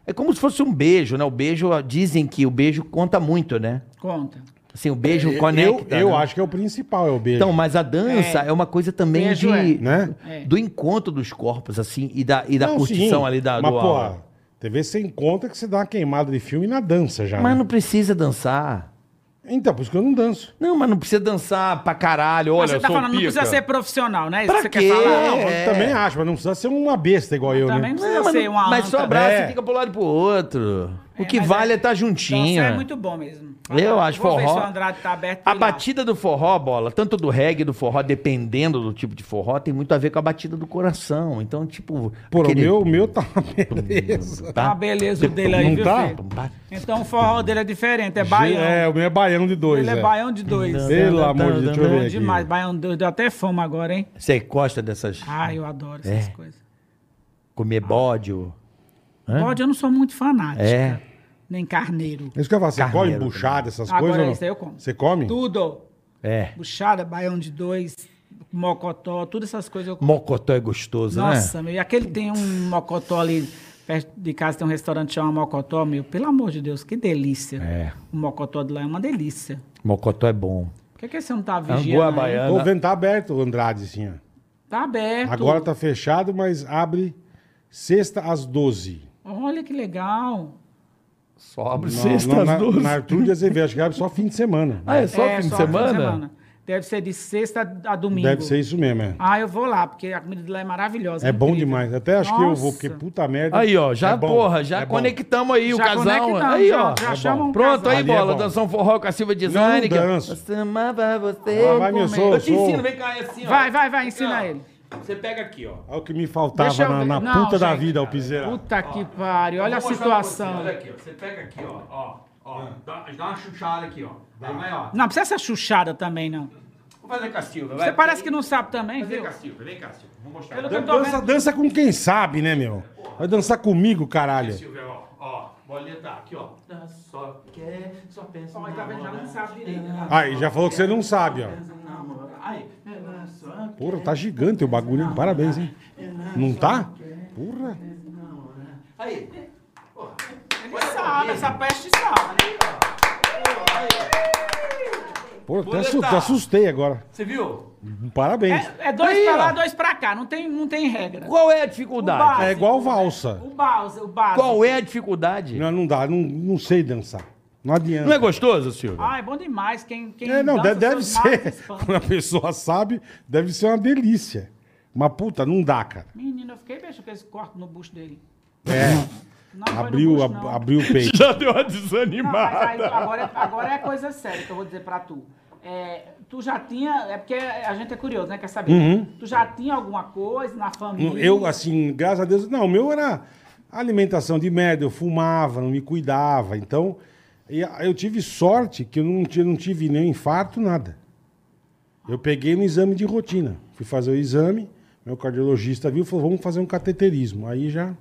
Speaker 3: É como se fosse um beijo, né? O beijo, dizem que o beijo conta muito, né?
Speaker 4: Conta.
Speaker 3: Assim, o beijo conecta.
Speaker 2: É, eu eu
Speaker 3: né?
Speaker 2: acho que é o principal, é o beijo.
Speaker 3: Então, mas a dança é, uma coisa também
Speaker 4: Beijo
Speaker 3: de,
Speaker 4: é.
Speaker 2: Né?
Speaker 4: É.
Speaker 3: do encontro dos corpos, assim, e da, e da
Speaker 2: Não,
Speaker 3: curtição
Speaker 2: sim,
Speaker 3: ali da
Speaker 2: Mas,
Speaker 3: do
Speaker 2: pô,
Speaker 3: aula.
Speaker 2: TV você encontra que você dá uma queimada de filme na dança já.
Speaker 3: Mas
Speaker 2: né?
Speaker 3: não precisa dançar.
Speaker 2: Então, por isso que eu não danço.
Speaker 3: Não, mas não precisa dançar pra caralho. Olha,
Speaker 4: Mas você tá
Speaker 3: eu sou
Speaker 4: falando, não
Speaker 3: pica.
Speaker 4: precisa ser profissional, né? Isso
Speaker 3: Pra
Speaker 4: que você
Speaker 3: quê?
Speaker 4: quer falar.
Speaker 2: Não,
Speaker 3: É.
Speaker 2: Ah, eu também acho, mas não precisa ser uma besta igual eu,
Speaker 4: Também
Speaker 2: né?
Speaker 4: não é precisa
Speaker 3: mas,
Speaker 4: ser uma
Speaker 3: mas só
Speaker 4: anta.
Speaker 3: abraça
Speaker 2: É.
Speaker 3: e fica pro lado e pro outro. O
Speaker 4: É,
Speaker 3: que
Speaker 4: mas
Speaker 3: vale é
Speaker 4: é-
Speaker 3: estar juntinho.
Speaker 4: Dançar é muito bom mesmo.
Speaker 3: Eu acho
Speaker 4: Vou ver
Speaker 3: forró.
Speaker 4: se o Andrade tá aberto pra
Speaker 3: A
Speaker 4: ir lá.
Speaker 3: batida do forró, bola, tanto do reggae, do forró, dependendo do tipo de forró, tem muito a ver com a batida do coração. Então, tipo.
Speaker 2: Pô, o
Speaker 3: aquele-
Speaker 2: meu, o meu tá uma beleza.
Speaker 3: Tá?
Speaker 4: Tá uma beleza o dele aí,
Speaker 2: Não
Speaker 4: viu,
Speaker 2: tá?
Speaker 4: filho? Então o forró dele é diferente, é baião.
Speaker 2: É, o meu é baião de dois.
Speaker 4: Ele é
Speaker 2: é.
Speaker 4: baião de dois.
Speaker 2: Pelo amor de Deus, deixa eu
Speaker 4: Bom
Speaker 2: ver
Speaker 4: demais,
Speaker 2: aqui.
Speaker 4: baião de dois. Deu até fome agora, hein?
Speaker 3: Você gosta dessas.
Speaker 4: Ah, eu adoro essas
Speaker 3: É.
Speaker 4: coisas.
Speaker 3: Comer bode? ou- Hã?
Speaker 4: Bode eu não sou muito fanática.
Speaker 3: É.
Speaker 4: Nem carneiro.
Speaker 2: É Isso que eu falo, você
Speaker 3: Carneiro
Speaker 2: come buchada, essas
Speaker 4: Agora é
Speaker 2: coisas? ou não?
Speaker 4: isso aí eu como.
Speaker 2: Você come?
Speaker 4: Tudo.
Speaker 3: É.
Speaker 4: Buchada, baião de dois, mocotó, todas essas coisas eu como.
Speaker 3: Mocotó é gostoso, né?
Speaker 4: Nossa, meu. E aquele tem um mocotó ali perto de casa, tem um restaurante chamado Mocotó, meu. Pelo amor de Deus, que delícia.
Speaker 3: É.
Speaker 4: O mocotó de lá é uma delícia.
Speaker 3: Mocotó é bom.
Speaker 4: Por que, que você não
Speaker 2: É
Speaker 4: tá vigiando?
Speaker 3: Angua
Speaker 4: aí?
Speaker 2: Tô
Speaker 3: baiana.
Speaker 2: vendo, tá aberto o Andrade, assim, ó.
Speaker 4: Tá aberto.
Speaker 2: Agora tá fechado, mas abre sexta às 12.
Speaker 4: Olha que legal.
Speaker 3: Sobre
Speaker 2: Não,
Speaker 3: sexta
Speaker 2: não,
Speaker 3: às
Speaker 2: na,
Speaker 3: duas.
Speaker 2: na Arthur de Azevedo, acho que abre É só fim de semana.
Speaker 3: Ah, é só fim de semana?
Speaker 4: semana. Deve ser de sexta a domingo.
Speaker 2: Deve ser isso mesmo, é.
Speaker 4: Ah, eu vou lá, porque a comida de lá é maravilhosa.
Speaker 2: É bom
Speaker 4: incrível.
Speaker 2: demais. Até acho que eu vou,
Speaker 4: Nossa.
Speaker 2: porque puta merda.
Speaker 3: Aí, ó, já,
Speaker 2: É bom,
Speaker 3: porra, já
Speaker 2: é bom.
Speaker 3: conectamos aí o
Speaker 4: Já
Speaker 3: casal.
Speaker 4: conectamos,
Speaker 3: Aí,
Speaker 4: já-
Speaker 3: ó.
Speaker 4: já
Speaker 2: Tá
Speaker 3: É bom.
Speaker 4: chama um
Speaker 3: Pronto,
Speaker 4: casal.
Speaker 3: aí,
Speaker 2: Ali é
Speaker 3: bola.
Speaker 2: bom.
Speaker 3: dançar um forró com a Silva Design.
Speaker 2: Não
Speaker 3: que-
Speaker 2: danço.
Speaker 3: Você amava você.
Speaker 2: Ah, vai, meu,
Speaker 3: comer.
Speaker 2: sou-
Speaker 3: Eu te
Speaker 2: sou.
Speaker 3: ensino, vem cá, é assim, ó.
Speaker 4: Vai, vai, vai, ensina ele.
Speaker 3: Você pega aqui, ó.
Speaker 2: Olha o que me faltava
Speaker 4: Deixa eu
Speaker 2: na,
Speaker 4: ver.
Speaker 2: na
Speaker 4: Não,
Speaker 2: puta da
Speaker 4: gente,
Speaker 2: vida, o piseira.
Speaker 4: Puta que pariu, olha a
Speaker 6: Eu vou mostrar pra você,
Speaker 4: situação.
Speaker 6: Olha Ah. aqui, ó. Você pega aqui, ó. Ó, ó. Dá, dá uma chuchada aqui, ó. Aí vai, ó.
Speaker 4: Não, precisa ser chuchada também, não.
Speaker 6: Vou fazer com a Silva, vai.
Speaker 4: Você parece que não sabe também,
Speaker 6: Vem
Speaker 4: viu?
Speaker 6: com a Silva, vem com a Silva. Vou mostrar.
Speaker 4: Pelo que eu tô
Speaker 2: Dança,
Speaker 4: vendo.
Speaker 2: dança com quem sabe, né, meu? Vai dançar comigo, caralho.
Speaker 6: Silvia, ó, ó, bolinha tá aqui, ó. Só quer, só pensa. Ó, mas tá vendo? Já não sabe direito.
Speaker 2: Aí, já falou que você não sabe, ó.
Speaker 6: né? Ai, ela só
Speaker 2: Porra, tá gigante o bagulho, hein? Parabéns, hein? Não tá? Porra.
Speaker 6: Aí,
Speaker 4: Ele sabe, essa peste sabe. né?
Speaker 2: Porra, até
Speaker 6: Boletar.
Speaker 2: assu- até assustei agora.
Speaker 6: você viu?
Speaker 2: Parabéns.
Speaker 4: É, é dois
Speaker 3: Aí,
Speaker 4: pra lá,
Speaker 3: ó.
Speaker 4: dois pra cá, não tem, não tem regra.
Speaker 3: Qual é a
Speaker 4: O bar.
Speaker 3: dificuldade?
Speaker 2: É igual valsa.
Speaker 4: O básico, o básico.
Speaker 3: Qual é a dificuldade? Não,
Speaker 2: Não, não dá, não, não sei dançar. Não adianta.
Speaker 3: é gostoso, Silvio?
Speaker 4: Ah, é bom demais. Quem, quem
Speaker 2: É, não,
Speaker 4: dança
Speaker 2: deve, deve
Speaker 4: seus
Speaker 2: (laughs)
Speaker 4: males
Speaker 2: ser.
Speaker 4: espanta.
Speaker 2: Quando a pessoa sabe, deve ser uma delícia. Mas puta, não dá, cara.
Speaker 4: Menino, eu fiquei beijo com esse corte no busto dele.
Speaker 2: É,
Speaker 4: Não foi no
Speaker 2: abriu,
Speaker 4: busto,
Speaker 2: ab-
Speaker 4: não.
Speaker 2: abriu o peito.
Speaker 3: Já deu uma
Speaker 4: Não, mas aí,
Speaker 3: desanimada.
Speaker 4: agora, agora é coisa séria que eu vou dizer pra tu. É, tu já tinha. É porque a gente é curioso, né? Quer saber? Tu já tinha alguma coisa na
Speaker 2: Uhum. Não,
Speaker 4: família?
Speaker 2: Eu, assim, graças a Deus, não, o meu era alimentação de merda, eu fumava, não me cuidava. Então, e a- eu tive sorte que eu não, ti- não tive nem infarto, nada. Eu peguei no exame de rotina. Fui fazer o exame, meu cardiologista viu e falou: vamos fazer um cateterismo. Aí já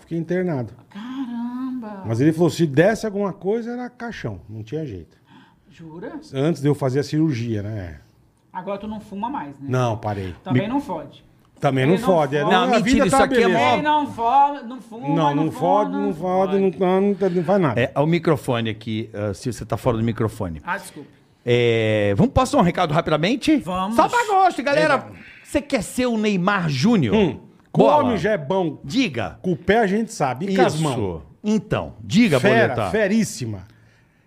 Speaker 2: fiquei internado.
Speaker 4: Caramba!
Speaker 2: Mas ele falou: se desse alguma coisa, era caixão, não tinha jeito.
Speaker 4: Jura?
Speaker 2: Antes de eu fazer a cirurgia, né?
Speaker 4: Agora tu não fuma mais, né?
Speaker 2: Não, parei.
Speaker 4: Também
Speaker 2: Me-
Speaker 4: não fode.
Speaker 2: Também não
Speaker 4: Ele não
Speaker 2: fode. é,
Speaker 4: fode.
Speaker 2: a
Speaker 3: Não, mentira,
Speaker 2: vida tá
Speaker 3: isso aqui é
Speaker 2: beleza.
Speaker 3: mó
Speaker 4: Quem não fode, não fuma.
Speaker 2: Não, não fode, não fode, não, não, não, não faz nada.
Speaker 3: É, o microfone aqui, ah, se você tá fora do microfone.
Speaker 4: Ah, desculpa.
Speaker 3: É, vamos passar um recado rapidamente?
Speaker 4: Vamos.
Speaker 3: Só pra gosto, galera. Você quer ser o Neymar Júnior? Bola.
Speaker 2: Come já é bom.
Speaker 3: Diga.
Speaker 2: Com o pé a gente sabe. E com as mãos.
Speaker 3: Isso. Então, diga,
Speaker 2: Fera,
Speaker 3: Boleta.
Speaker 2: feríssima.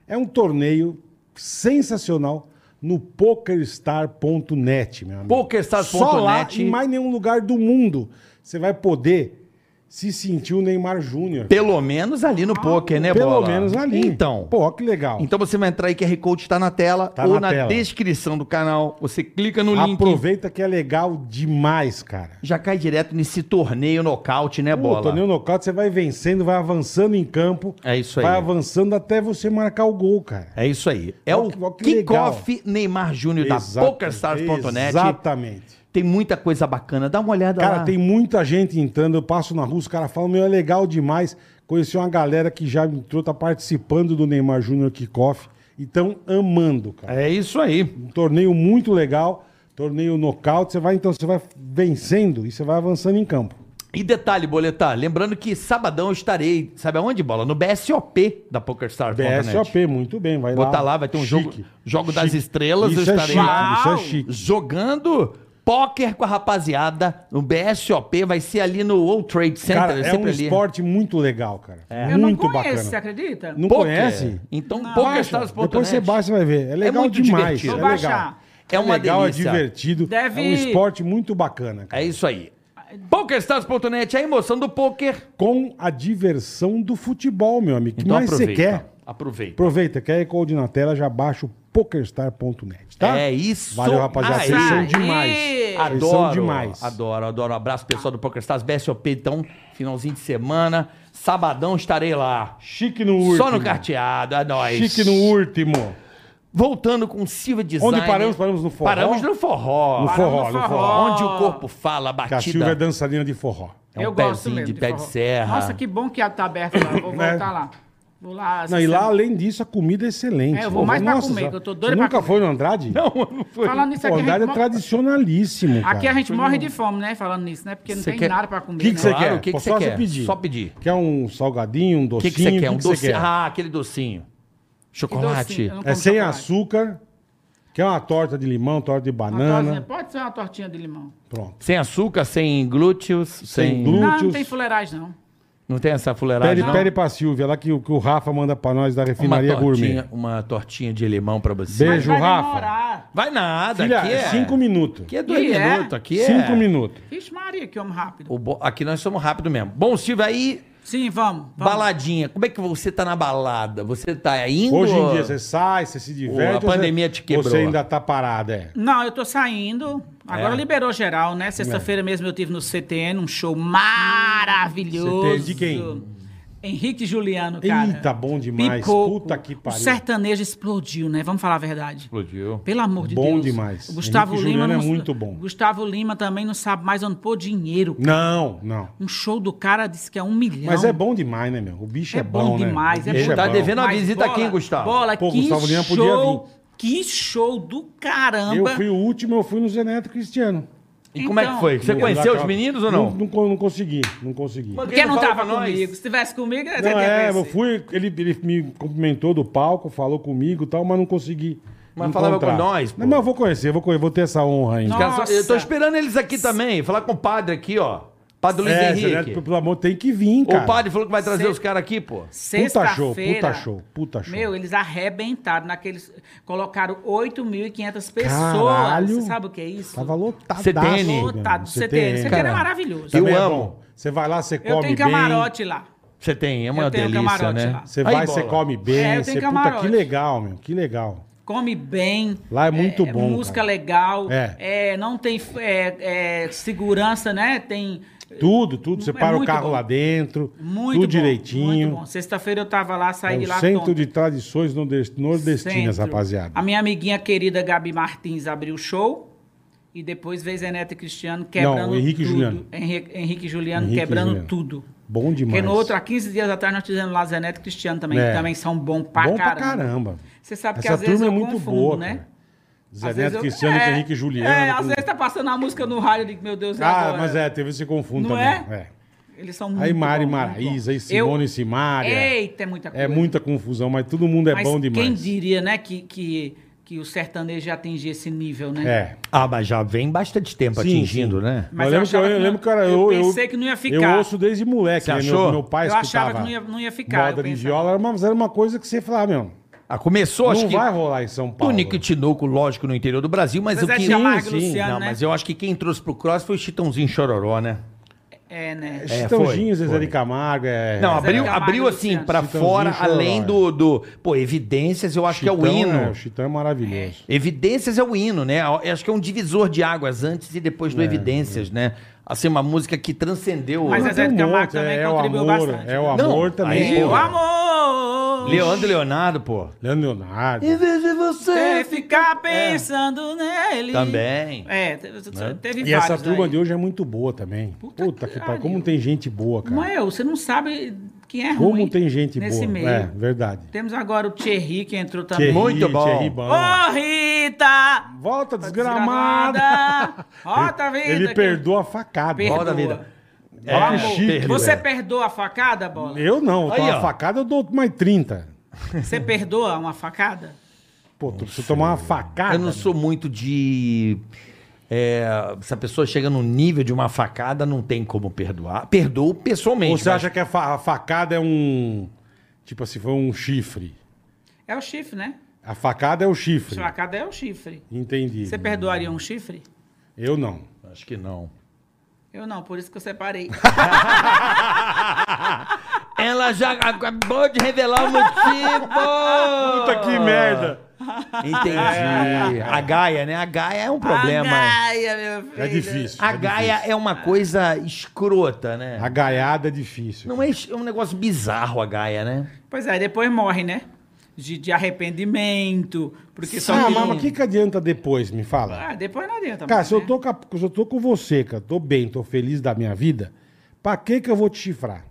Speaker 2: É um torneio sensacional no pokerstar.net, meu amigo.
Speaker 3: PokerStars.net.
Speaker 2: Só lá, em mais nenhum lugar do mundo, você vai poder se sentir o Neymar Júnior.
Speaker 3: Pelo menos ali no poker, né,
Speaker 2: Pelo
Speaker 3: Bola?
Speaker 2: menos ali.
Speaker 3: Então.
Speaker 2: Pô, que legal.
Speaker 3: Então você vai entrar aí, QR Code tá na tela
Speaker 2: Tá
Speaker 3: ou
Speaker 2: na
Speaker 3: na,
Speaker 2: tela.
Speaker 3: descrição do canal. Você clica no um link.
Speaker 2: Aproveita que é legal demais, cara.
Speaker 3: Já cai direto nesse torneio nocaute, né,
Speaker 2: O
Speaker 3: Bola?
Speaker 2: torneio nocaute, você vai vencendo, vai avançando em campo.
Speaker 3: É isso aí.
Speaker 2: Vai avançando até você marcar o gol, cara.
Speaker 3: É isso aí. É
Speaker 2: Ó,
Speaker 3: o
Speaker 2: que- ó, que
Speaker 3: kickoff Neymar Júnior da
Speaker 2: Exato-
Speaker 3: PokerStars.net.
Speaker 2: Exatamente.
Speaker 3: Tem muita coisa bacana. Dá uma olhada lá.
Speaker 2: Cara, tem muita gente entrando. Eu passo na rua, os caras falam, meu, é legal demais. Conheci uma galera que já entrou, tá participando do Neymar Júnior Kickoff. E tão amando, cara.
Speaker 3: É isso aí.
Speaker 2: Um torneio muito legal. Torneio nocaute. Você vai, então, você vai vencendo e você vai avançando em campo.
Speaker 3: E detalhe, Boletar, lembrando que sabadão eu estarei, sabe aonde, Bola? No BSOP da PokerStars.net.
Speaker 2: BSOP, muito bem. Vai
Speaker 3: Botar
Speaker 2: lá,
Speaker 3: lá, vai ter um jogo,
Speaker 2: Chique.
Speaker 3: jogo das estrelas.
Speaker 2: Isso
Speaker 3: eu
Speaker 2: é
Speaker 3: estarei
Speaker 2: chique,
Speaker 3: lá
Speaker 2: isso é
Speaker 4: Uau!
Speaker 2: chique.
Speaker 3: jogando póquer com a rapaziada no BSOP. Vai ser ali no World Trade Center.
Speaker 2: Cara, é um
Speaker 3: né? ali. É.
Speaker 2: esporte muito legal, cara.
Speaker 4: Eu não
Speaker 2: É Muito
Speaker 4: conheço,
Speaker 2: bacana.
Speaker 4: você acredita?
Speaker 2: Não
Speaker 3: Poker.
Speaker 2: conhece?
Speaker 3: Então,
Speaker 2: Baixa.
Speaker 3: PokerStars.net.
Speaker 2: Depois você baixa e vai ver. É legal
Speaker 3: né? muito
Speaker 2: demais.
Speaker 3: divertido.
Speaker 2: É
Speaker 4: Vou
Speaker 2: legal.
Speaker 4: baixar.
Speaker 3: É uma
Speaker 2: legal,
Speaker 3: delícia.
Speaker 2: é divertido.
Speaker 4: Deve-
Speaker 2: É um esporte muito bacana, cara.
Speaker 3: É isso aí. PokerStars.net, a emoção do poker.
Speaker 2: Com a diversão do futebol, meu amigo. O que
Speaker 3: Então
Speaker 2: mais você
Speaker 3: aproveita.
Speaker 2: quer?
Speaker 3: Aproveita.
Speaker 2: Aproveita, quer code na tela, já baixa o pokerstar.net, tá?
Speaker 3: É isso
Speaker 2: Valeu, rapaziada.
Speaker 3: aí.
Speaker 2: Vocês são demais. Vocês são
Speaker 3: Adoro,
Speaker 2: demais.
Speaker 3: adoro, adoro. Um abraço, pessoal do PokerStars, BSOP, então, finalzinho de semana. Sabadão estarei lá.
Speaker 2: Chique no último.
Speaker 3: Só no carteado, é nóis.
Speaker 2: Chique no último.
Speaker 3: Voltando com Silva Design.
Speaker 2: Onde paramos? Paramos no forró?
Speaker 3: Paramos no forró.
Speaker 2: No forró,
Speaker 4: no
Speaker 2: no forró.
Speaker 4: forró.
Speaker 3: Onde o corpo fala, a
Speaker 2: Que a Silvia é
Speaker 3: batida.
Speaker 2: dançarina de forró.
Speaker 3: É um
Speaker 4: eu gosto
Speaker 3: pezinho
Speaker 4: mesmo.
Speaker 3: de pé de
Speaker 4: forró.
Speaker 3: serra.
Speaker 4: Nossa, que bom que a tá aberta lá.
Speaker 2: (laughs)
Speaker 4: Eu Vou
Speaker 2: É.
Speaker 4: voltar lá. Vou lá.
Speaker 2: Não, e
Speaker 4: assistir.
Speaker 2: lá, além disso, a comida é excelente.
Speaker 4: É, eu vou mais pra comer,
Speaker 2: senhora.
Speaker 4: que eu tô doido
Speaker 2: Você
Speaker 4: pra
Speaker 2: nunca
Speaker 4: comer.
Speaker 2: foi no Andrade? (laughs) Não.
Speaker 4: Falando nisso
Speaker 2: O
Speaker 4: aqui, a
Speaker 2: Andrade
Speaker 4: gente
Speaker 2: é
Speaker 4: mo-
Speaker 2: tradicionalíssimo, cara.
Speaker 4: aqui é a gente morre de fome, né? Falando nisso, né? Porque não
Speaker 3: Você
Speaker 4: tem
Speaker 3: quer-
Speaker 4: nada pra comer.
Speaker 2: O que que
Speaker 4: né?
Speaker 2: você
Speaker 3: Claro,
Speaker 2: quer?
Speaker 3: o que que
Speaker 2: Posso
Speaker 3: você
Speaker 2: só
Speaker 3: quer?
Speaker 2: pedir?
Speaker 3: Só pedir.
Speaker 2: Quer um salgadinho, um
Speaker 3: O que,
Speaker 2: docinho?
Speaker 3: que você quer? Um
Speaker 2: que você
Speaker 3: docinho? Ah, aquele docinho. Chocolate.
Speaker 4: docinho, eu não
Speaker 2: É
Speaker 4: como
Speaker 2: sem
Speaker 4: chocolate.
Speaker 2: açúcar. Quer uma torta de limão, torta de
Speaker 4: Uma tortinha-
Speaker 2: banana.
Speaker 4: Pode ser uma tortinha de limão.
Speaker 2: Pronto.
Speaker 3: Sem açúcar, sem glúteos, sem...
Speaker 2: glú-
Speaker 4: Não, não
Speaker 2: Glúteos.
Speaker 4: tem fuleiragem, não.
Speaker 3: Não tem essa fuleiragem,
Speaker 2: Pede,
Speaker 3: não?
Speaker 2: pede pra Silvia, lá que, o- que o Rafa manda pra nós da
Speaker 3: uma
Speaker 2: refinaria
Speaker 3: tortinha,
Speaker 2: gourmet.
Speaker 3: uma tortinha de limão pra você.
Speaker 2: Beijo,
Speaker 4: Mas vai
Speaker 2: Rafa.
Speaker 4: demorar.
Speaker 3: Vai nada.
Speaker 2: Filha,
Speaker 3: aqui é
Speaker 2: cinco minutos.
Speaker 3: Aqui é dois
Speaker 4: Ih, é?
Speaker 3: minutos. Aqui é...
Speaker 2: Cinco minutos.
Speaker 4: Vixe Maria, que homem rápido.
Speaker 3: O bo- Aqui nós somos rápido mesmo. Bom, Silvio, aí,
Speaker 4: Sim, vamos. vamos.
Speaker 3: baladinha. Como é que você tá na balada? Você tá indo...
Speaker 2: Hoje em
Speaker 3: ou-
Speaker 2: dia você sai, você se diverte.
Speaker 3: a
Speaker 2: ou você-
Speaker 3: pandemia te quebrou.
Speaker 2: Você ainda tá parada, é.
Speaker 4: Não, eu tô saindo. Agora
Speaker 3: É.
Speaker 4: liberou geral, né? Sexta-feira mesmo eu tive no CTN um show maravilhoso.
Speaker 2: CTN de quem?
Speaker 4: Henrique Juliano, cara.
Speaker 2: Eita, bom demais.
Speaker 4: Pipoco.
Speaker 2: Puta que
Speaker 4: O
Speaker 2: pariu.
Speaker 4: sertanejo explodiu, né? Vamos falar a verdade.
Speaker 3: Explodiu.
Speaker 4: Pelo amor de
Speaker 2: Bom
Speaker 4: Deus.
Speaker 2: demais.
Speaker 4: O Gustavo
Speaker 2: Henrique
Speaker 4: Lima
Speaker 2: Juliano é
Speaker 4: não-
Speaker 2: muito bom.
Speaker 4: Gustavo Lima também não sabe mais onde pôr dinheiro.
Speaker 2: Não, não.
Speaker 4: Um show do cara disse que é um milhão.
Speaker 2: Mas é bom demais, né, meu? O bicho é,
Speaker 4: É bom
Speaker 2: né?
Speaker 4: demais,
Speaker 2: O
Speaker 4: é
Speaker 2: bicho
Speaker 4: bom.
Speaker 3: Tá
Speaker 2: bom.
Speaker 3: devendo- Vendo a
Speaker 4: Mas
Speaker 3: visita aqui, Gustavo.
Speaker 4: Bola,
Speaker 2: Pô,
Speaker 4: que
Speaker 2: Gustavo Lima
Speaker 4: show,
Speaker 2: podia
Speaker 4: que show do
Speaker 2: Eu
Speaker 4: caramba.
Speaker 2: fui o último, eu fui no Zé Neto Cristiano.
Speaker 3: E como é que
Speaker 4: Então-
Speaker 3: foi? Você
Speaker 2: No-
Speaker 3: conheceu
Speaker 2: lá- tá-
Speaker 3: os meninos ou não?
Speaker 2: Não, con- não consegui, não consegui.
Speaker 4: Porque não
Speaker 3: Fala
Speaker 4: tava
Speaker 3: pra nós.
Speaker 4: comigo. Se tivesse comigo, eu
Speaker 2: Não,
Speaker 4: teria
Speaker 2: é, eu
Speaker 4: conhecido.
Speaker 2: fui, ele, ele me cumprimentou do palco, falou comigo e tal, mas não consegui.
Speaker 3: Mas falava
Speaker 2: encontrar.
Speaker 3: com nós, pô.
Speaker 2: Não, mas eu vou conhecer, eu vou, conhe- vou ter essa honra ainda.
Speaker 4: Nossa.
Speaker 3: Cara, só- Eu tô esperando eles aqui também. Falar com o padre aqui, ó. Padre Luiz
Speaker 2: É, Zé
Speaker 3: Henrique.
Speaker 2: Neto, pelo amor, tem que vir, cara.
Speaker 3: O padre falou que vai trazer
Speaker 4: Cê-
Speaker 3: os caras aqui, pô.
Speaker 2: Puta
Speaker 4: Sexta-feira.
Speaker 2: show, puta show, puta show.
Speaker 4: Meu, eles arrebentaram naqueles. Colocaram 8.500 pessoas.
Speaker 2: Caralho.
Speaker 4: Você sabe o que é isso?
Speaker 2: Tava lotado.
Speaker 3: CTN.
Speaker 4: Lotado. CTN. CTN é
Speaker 3: Cara,
Speaker 4: maravilhoso.
Speaker 3: eu
Speaker 2: Eu
Speaker 3: amo.
Speaker 2: amo. Você vai lá, você come bem.
Speaker 4: Eu tenho camarote lá.
Speaker 3: Você tem, é uma
Speaker 4: Eu tenho um
Speaker 3: delícia,
Speaker 4: camarote
Speaker 3: né?
Speaker 4: lá.
Speaker 2: Você
Speaker 3: Aí,
Speaker 2: vai,
Speaker 3: bola.
Speaker 2: você come bem.
Speaker 4: É, eu tenho
Speaker 2: você, puta,
Speaker 4: camarote.
Speaker 2: que legal, meu. Que legal.
Speaker 4: Come bem.
Speaker 2: Lá é muito bom,
Speaker 4: Música
Speaker 2: cara.
Speaker 4: legal.
Speaker 2: É.
Speaker 4: É, não tem é, é, segurança, né? Tem.
Speaker 2: Tudo, tudo. Você
Speaker 4: É
Speaker 2: para o
Speaker 4: muito
Speaker 2: carro
Speaker 4: bom.
Speaker 2: lá dentro.
Speaker 4: Muito
Speaker 2: tudo
Speaker 4: bom,
Speaker 2: direitinho.
Speaker 4: Muito bom. Sexta-feira eu tava lá, saí
Speaker 2: É
Speaker 4: de
Speaker 2: o
Speaker 4: lá
Speaker 2: centro
Speaker 4: tonta.
Speaker 2: de tradições nordes- nordestinas,
Speaker 4: Centro.
Speaker 2: rapaziada.
Speaker 4: A minha amiguinha querida Gabi Martins abriu o show. E depois veio Zé Neto e Cristiano quebrando
Speaker 2: Não, Henrique e
Speaker 4: tudo.
Speaker 2: Juliano.
Speaker 4: Henrique, Henrique e Juliano
Speaker 2: Henrique e
Speaker 4: quebrando
Speaker 2: Juliano.
Speaker 4: tudo.
Speaker 2: Bom
Speaker 4: Porque
Speaker 2: demais.
Speaker 4: no outro, há 15 dias atrás, nós fizemos lá Zé Neto e Cristiano também.
Speaker 2: É.
Speaker 4: que também são bons pra
Speaker 2: bom
Speaker 4: caramba.
Speaker 2: pra caramba.
Speaker 4: Você sabe que
Speaker 2: Essa
Speaker 4: às vezes
Speaker 2: turma é
Speaker 4: eu
Speaker 2: muito
Speaker 4: confundo,
Speaker 2: boa,
Speaker 4: né?
Speaker 2: cara. Zé
Speaker 4: Às vezes
Speaker 2: Neto,
Speaker 4: eu-
Speaker 2: Cristiano,
Speaker 4: é,
Speaker 2: Henrique e Juliano.
Speaker 4: É, às
Speaker 2: com-
Speaker 4: vezes tá passando a música no rádio, eu digo, meu Deus, e
Speaker 2: Ah,
Speaker 4: agora?
Speaker 2: mas é, teve esse confundo
Speaker 4: Não
Speaker 2: também.
Speaker 4: é? Eles são muito
Speaker 2: Aí Mari
Speaker 4: bons, muito bons.
Speaker 2: Maraísa, aí
Speaker 4: Eu-
Speaker 2: Simone e Simária.
Speaker 4: Eita, é muita coisa.
Speaker 2: É muita confusão, mas todo mundo é
Speaker 4: Mas
Speaker 2: bom
Speaker 4: quem
Speaker 2: demais.
Speaker 4: diria, né, que, que, que o sertanejo já atingia esse nível, né?
Speaker 2: É.
Speaker 3: Ah, mas já vem bastante tempo
Speaker 2: Sim,
Speaker 3: atingindo,
Speaker 2: sim.
Speaker 3: né?
Speaker 4: Mas
Speaker 2: eu
Speaker 4: eu
Speaker 2: lembro que eu,
Speaker 4: achava
Speaker 2: eu
Speaker 4: que
Speaker 2: lembro,
Speaker 4: não-
Speaker 2: cara,
Speaker 4: eu pensei que não ia ficar.
Speaker 2: Eu ouço desde moleque,
Speaker 3: Você
Speaker 2: né?
Speaker 3: achou?
Speaker 2: Meu, meu pai
Speaker 4: Eu achava
Speaker 2: escutava
Speaker 4: que não ia- não ia ficar,
Speaker 2: Moda
Speaker 4: eu
Speaker 2: de
Speaker 4: pensava.
Speaker 2: viola, mas era uma coisa que você falava, meu.
Speaker 3: Ah, começou, acho
Speaker 2: não
Speaker 3: que.
Speaker 2: vai rolar em São Paulo.
Speaker 3: Tunico e Tinoco, lógico, no interior do Brasil, mas
Speaker 4: Apesar
Speaker 3: o que.
Speaker 4: de chamar Sim, é Luciano,
Speaker 3: Não,
Speaker 4: né?
Speaker 3: mas eu acho que quem trouxe pro cross foi o Chitãozinho Chororó, né?
Speaker 4: É, né?
Speaker 2: Chitãozinho,
Speaker 3: foi,
Speaker 2: Zezé
Speaker 3: foi.
Speaker 2: de Camargo. É...
Speaker 3: Não,
Speaker 4: Zé
Speaker 3: abriu,
Speaker 4: Camargo e
Speaker 3: abriu assim
Speaker 4: Luciano.
Speaker 3: pra
Speaker 2: Chitãozinho
Speaker 3: fora,
Speaker 2: Chororó,
Speaker 3: além
Speaker 2: é.
Speaker 3: do, do. Pô, evidências, eu acho que é o hino.
Speaker 2: É, o Chitão é maravilhoso.
Speaker 3: Evidências é o hino, né? Eu Acho que é um divisor de águas antes e depois do Evidências, né? Assim, uma música que transcendeu.
Speaker 4: Mas
Speaker 2: Não,
Speaker 4: Zezé
Speaker 2: tem
Speaker 4: de Camargo também
Speaker 2: é, é o
Speaker 4: contribuiu
Speaker 2: amor,
Speaker 4: bastante,
Speaker 2: É o
Speaker 3: né?
Speaker 2: amor
Speaker 3: Não,
Speaker 2: também.
Speaker 3: aí-
Speaker 2: pô.
Speaker 4: Meu amor!
Speaker 3: Leandro e Leonardo, pô.
Speaker 2: Leandro Leonardo.
Speaker 3: vez de
Speaker 2: É.
Speaker 4: Você ficar pensando nele.
Speaker 3: Também.
Speaker 4: É, teve, teve
Speaker 2: Né? E essa
Speaker 4: vários né?
Speaker 2: turma
Speaker 4: aí.
Speaker 2: de hoje é muito boa também. Puta, que pariu. Como tem gente boa, cara.
Speaker 4: Mas eu, você não sabe quem é
Speaker 2: Como
Speaker 4: ruim
Speaker 2: tem gente
Speaker 4: nesse
Speaker 2: boa.
Speaker 4: meio.
Speaker 2: É, verdade.
Speaker 4: Temos agora o Thierry, que entrou também.
Speaker 2: Thierry,
Speaker 3: Muito bom.
Speaker 2: Thierry Bão.
Speaker 4: Ô, Rita!
Speaker 2: Volta,
Speaker 4: Tá
Speaker 2: desgramada.
Speaker 4: Volta, a vida.
Speaker 2: Ele
Speaker 4: que-
Speaker 2: perdoa a facada.
Speaker 4: Perdoa.
Speaker 3: Roda a vida.
Speaker 2: Olha que
Speaker 4: amor.
Speaker 2: chique,
Speaker 3: perdeu.
Speaker 4: Você
Speaker 2: velho.
Speaker 4: perdoa a facada, Bola?
Speaker 2: Eu não, eu
Speaker 3: Aí,
Speaker 2: tomo
Speaker 3: ó.
Speaker 2: uma facada, eu dou mais 30.
Speaker 4: Você perdoa uma facada?
Speaker 2: Pô, tu precisa tomar uma facada.
Speaker 3: Eu não sou muito de. é, se a pessoa chega no nível de uma facada, não tem como perdoar. Perdoo
Speaker 2: Ou
Speaker 3: pessoalmente.
Speaker 2: você
Speaker 3: mas-
Speaker 2: acha que a, fa- a facada é um. Tipo assim, foi um chifre.
Speaker 4: É o chifre, né?
Speaker 2: A facada é o chifre.
Speaker 4: Facada é o chifre.
Speaker 2: Entendi.
Speaker 4: Você perdoaria um chifre?
Speaker 2: Eu não.
Speaker 3: Acho que não.
Speaker 4: Eu não, por isso que
Speaker 2: (laughs)
Speaker 4: eu separei.
Speaker 3: Ela já acabou de revelar o
Speaker 2: (laughs)
Speaker 3: motivo!
Speaker 2: Puta
Speaker 4: Ah,
Speaker 2: que merda! É.
Speaker 3: Entendi. A Gaia, né? A Gaia é um problema.
Speaker 4: A Gaia, meu filho.
Speaker 2: É difícil.
Speaker 3: A
Speaker 2: é
Speaker 3: Gaia
Speaker 2: difícil.
Speaker 3: é uma coisa escrota, né?
Speaker 2: A gaiada é difícil.
Speaker 3: Não é, é um negócio bizarro a Gaia, né?
Speaker 4: Pois é, depois morre, né? De, de arrependimento. Porque só.
Speaker 2: Ah,
Speaker 4: que-
Speaker 2: mas mas o que, que adianta depois, me fala?
Speaker 4: Ah, depois não
Speaker 3: Tá
Speaker 4: adianta.
Speaker 2: Cara,
Speaker 4: mais,
Speaker 2: se eu,
Speaker 4: né?
Speaker 2: tô com a- se eu tô com você, cara, tô bem, tô feliz da minha vida, pra que que eu vou te chifrar?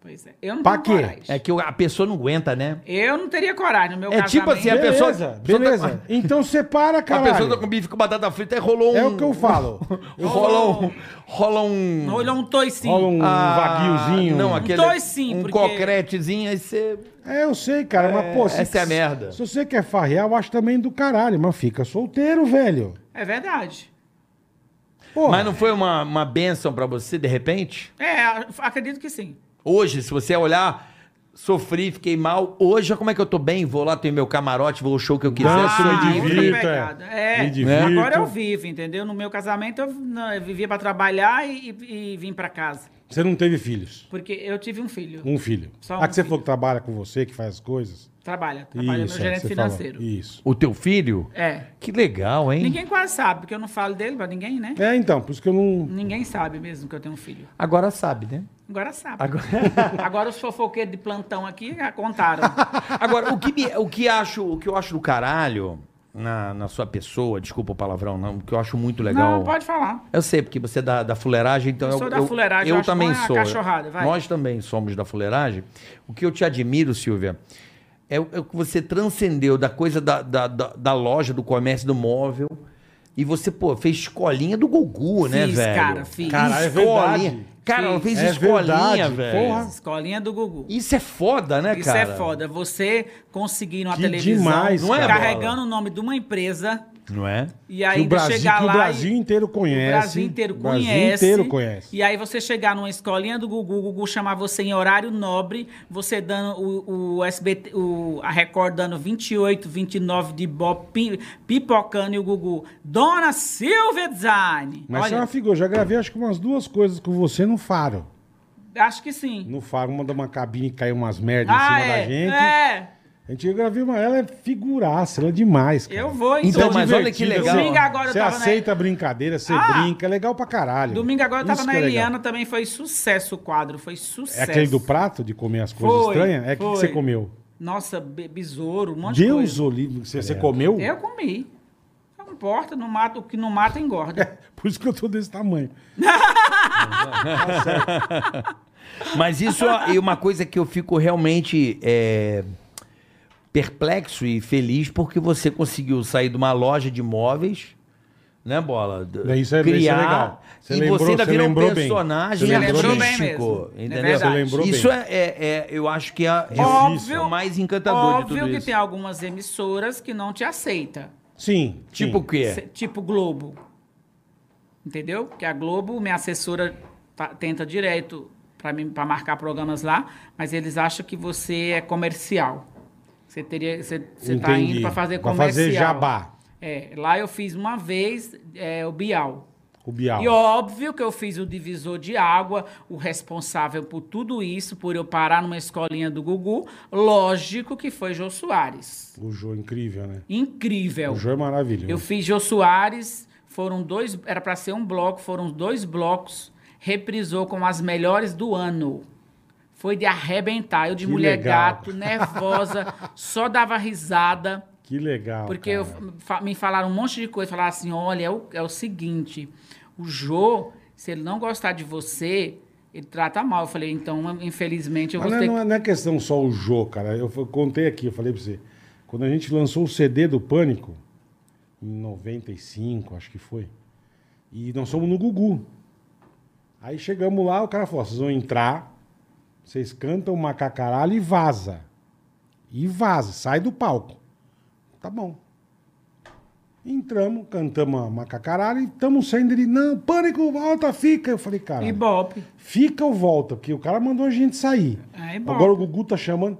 Speaker 4: Pois é. Eu não
Speaker 2: Pra
Speaker 4: tenho
Speaker 2: quê?
Speaker 4: coragem.
Speaker 3: É que a pessoa não aguenta, né?
Speaker 4: Eu não teria coragem no meu
Speaker 3: É
Speaker 4: casamento.
Speaker 3: tipo assim, a- pessoa- a
Speaker 2: Beleza,
Speaker 3: pessoa tá-
Speaker 2: beleza. Então separa,
Speaker 3: (laughs) A pessoa tá
Speaker 2: cara.
Speaker 3: com bife com batata frita e rolou um.
Speaker 2: É o que eu
Speaker 3: (laughs)
Speaker 2: falo.
Speaker 3: Rola um. Rola um.
Speaker 4: Não olhou um toicinho.
Speaker 2: Rola um
Speaker 3: ah,
Speaker 2: vaguiozinho.
Speaker 3: Não, aquele.
Speaker 4: Dois Então é sim,
Speaker 3: um
Speaker 4: porque-
Speaker 3: cocretezinho, aí você.
Speaker 2: É, eu sei, cara, mas pô... se-
Speaker 3: essa é a merda.
Speaker 2: Se você quer farrear, eu acho também do caralho, mas fica solteiro, velho.
Speaker 4: É verdade.
Speaker 2: Porra.
Speaker 3: Mas não foi uma, uma benção pra você, de repente?
Speaker 4: É, acredito que sim.
Speaker 3: Hoje, se você olhar. sofri, fiquei mal. Hoje, como é que eu tô bem? Vou lá, tenho meu camarote, vou ao show que eu quiser.
Speaker 2: Danço,
Speaker 3: sou
Speaker 2: me
Speaker 3: de-
Speaker 4: outra
Speaker 2: divirto, é.
Speaker 4: pegada. É,
Speaker 2: Me divirto.
Speaker 4: agora eu vivo, entendeu? No meu casamento eu, não, eu vivia pra trabalhar e, e- e vim pra casa.
Speaker 2: Você não teve filhos?
Speaker 4: Porque eu tive um filho.
Speaker 2: Um filho.
Speaker 4: Só
Speaker 2: ah,
Speaker 4: um
Speaker 2: que você
Speaker 4: filho.
Speaker 2: falou que trabalha com você, que faz as coisas.
Speaker 4: Trabalha, trabalha
Speaker 2: Isso, é,
Speaker 4: meu gerente
Speaker 2: você falou.
Speaker 4: financeiro.
Speaker 2: Isso.
Speaker 3: O teu filho?
Speaker 4: É.
Speaker 3: Que legal, hein?
Speaker 4: Ninguém quase sabe, porque eu não falo dele pra ninguém, né?
Speaker 2: É, então, por isso que eu não.
Speaker 4: Ninguém sabe mesmo que eu tenho um filho.
Speaker 3: Agora sabe, né?
Speaker 4: Agora sabe.
Speaker 3: Agora-
Speaker 4: (laughs) Agora os fofoqueiros de plantão aqui
Speaker 2: (laughs)
Speaker 4: já contaram.
Speaker 3: Agora, o que, me- o que, acho, o que eu acho do caralho na, na sua pessoa, desculpa o palavrão, não, o que eu acho muito legal.
Speaker 4: Não, pode falar.
Speaker 3: Eu sei, porque você é da, da fuleiragem, então
Speaker 4: Eu sou da fuleiragem,
Speaker 3: eu,
Speaker 4: eu acho
Speaker 3: também
Speaker 4: bom a
Speaker 3: sou.
Speaker 4: cachorrada, vai.
Speaker 3: Nós também somos da fuleiragem. O que eu te admiro, Silvia, é o é o que você transcendeu da coisa da, da, da, da loja, do comércio, do móvel. E você, pô, fez escolinha do Gugu, né,
Speaker 4: Fiz,
Speaker 3: velho?
Speaker 4: cara, fiz.
Speaker 2: Cara, é verdade.
Speaker 3: Cara, ela fez
Speaker 2: Fiz. É
Speaker 3: escolinha,
Speaker 2: verdade,
Speaker 3: velho.
Speaker 2: porra.
Speaker 4: Escolinha do Gugu.
Speaker 3: Isso é foda, né,
Speaker 4: Isso
Speaker 3: cara?
Speaker 4: é foda. Você conseguir numa
Speaker 2: Que
Speaker 4: televisão,
Speaker 2: demais,
Speaker 3: Não é, cara.
Speaker 4: carregando o nome de uma empresa
Speaker 3: Não é?
Speaker 4: e
Speaker 2: Que o
Speaker 4: ainda
Speaker 2: Brasil,
Speaker 4: chegar
Speaker 2: que
Speaker 4: lá
Speaker 2: o Brasil
Speaker 4: e...
Speaker 2: inteiro conhece.
Speaker 4: o Brasil inteiro
Speaker 2: O
Speaker 4: conhece.
Speaker 2: Brasil inteiro conhece.
Speaker 4: E aí você chegar numa escolinha do Gugu, o Gugu chamar você em horário nobre, você dando o, o SBT, o, a Record dando 28, 29 de bop, pi- pipocando e o Gugu. Dona Silvia Design!
Speaker 2: Mas você é
Speaker 4: Olha,
Speaker 2: uma figura. Eu já gravei acho que umas duas coisas com você no faro.
Speaker 4: acho que sim.
Speaker 2: No faro, uma de uma cabine que caiu umas merdas em
Speaker 4: Ah,
Speaker 2: cima
Speaker 4: é,
Speaker 2: da gente.
Speaker 4: é.
Speaker 2: A gente eu gravei uma. Ela é figuraça, ela é demais. Cara.
Speaker 4: Eu vou,
Speaker 3: Então,
Speaker 4: então.
Speaker 2: É
Speaker 3: mas olha que
Speaker 2: divertida,
Speaker 3: legal.
Speaker 2: você-
Speaker 4: Domingo agora eu
Speaker 2: Você
Speaker 4: tava na- Ah!
Speaker 2: aceita a brincadeira, você brinca, é legal pra caralho.
Speaker 4: Domingo agora eu tava
Speaker 2: Isso
Speaker 4: na
Speaker 2: que é legal.
Speaker 4: Eliana, também foi sucesso o quadro, foi sucesso.
Speaker 2: É aquele do prato de comer as coisas
Speaker 4: Foi,
Speaker 2: estranhas? É o que que
Speaker 4: foi.
Speaker 2: você comeu?
Speaker 4: Nossa, be- besouro, um monte
Speaker 2: Deus
Speaker 4: de
Speaker 2: o livre. Você, você comeu?
Speaker 4: coisa. Eu comi. Não importa, não mata, o que não mata
Speaker 3: (laughs)
Speaker 4: engorda.
Speaker 2: Por isso que eu tô desse tamanho.
Speaker 3: Mas isso é uma coisa que eu fico realmente é, perplexo e feliz porque você conseguiu sair de uma loja de móveis, né, Bola? D-
Speaker 2: É, isso é- isso é legal. Você
Speaker 3: e
Speaker 2: lembrou-
Speaker 3: você ainda
Speaker 2: você
Speaker 3: virou um
Speaker 2: lembrou bem.
Speaker 3: personagem
Speaker 2: Você lembrou bem
Speaker 3: artístico,
Speaker 4: mesmo. É
Speaker 3: entendeu?
Speaker 4: verdade. Você
Speaker 2: lembrou
Speaker 3: isso
Speaker 2: bem.
Speaker 3: é, é- é- eu acho que é, é
Speaker 4: Óbvio,
Speaker 3: o mais encantador de
Speaker 4: óbvio
Speaker 3: tudo
Speaker 4: que
Speaker 3: isso.
Speaker 4: tem algumas emissoras que não te aceita.
Speaker 2: Sim.
Speaker 3: Tipo
Speaker 2: sim.
Speaker 3: o quê?
Speaker 4: Se- Tipo Globo. Entendeu? Que a Globo, minha assessora tá- tenta direto pra mim para marcar programas lá, mas eles acham que você é comercial. Você teria você, você tá
Speaker 2: Entendi.
Speaker 4: indo pra fazer
Speaker 2: Pra
Speaker 4: comercial.
Speaker 2: fazer jabá.
Speaker 4: É, lá eu fiz uma vez é, o Bial.
Speaker 2: O Bial.
Speaker 4: E óbvio que eu fiz o divisor de água, o responsável por tudo isso, por eu parar numa escolinha do Gugu, lógico que foi Jô Soares.
Speaker 2: O Jô, incrível, né?
Speaker 4: Incrível.
Speaker 2: O Jô é maravilhoso.
Speaker 4: Eu fiz Jô Soares, foram dois, era pra ser um bloco, foram dois blocos, reprisou com as melhores do ano. Foi de arrebentar, eu de
Speaker 2: Que
Speaker 4: mulher
Speaker 2: legal.
Speaker 4: gato,
Speaker 2: (laughs)
Speaker 4: nervosa, só dava risada,
Speaker 2: Que legal.
Speaker 4: porque
Speaker 2: cara.
Speaker 4: eu, fa- me falaram um monte de coisa, falaram assim, olha, é o, é o seguinte, o Jô, se ele não gostar de você, ele trata mal. Eu falei, então, infelizmente, eu
Speaker 2: Mas
Speaker 4: vou
Speaker 2: não, é-
Speaker 4: ter
Speaker 2: não
Speaker 4: que...
Speaker 2: é, não é questão só o Jô, cara. Eu f- contei aqui, eu falei pra você. Quando a gente lançou o CD do Pânico, em 95, acho que foi. E nós fomos no Gugu. Aí chegamos lá, o cara falou: "Ó, vocês vão entrar, vocês cantam uma cacaralho e vaza. E vaza, sai do palco. Tá bom. Entramos, cantamos uma cacaralho e estamos saindo. Ele, não, pânico, volta, fica. Eu falei, cara.
Speaker 4: Ibope.
Speaker 2: Fica ou volta? Porque o cara mandou a gente sair.
Speaker 4: É, Ibope.
Speaker 2: Agora o Gugu tá chamando.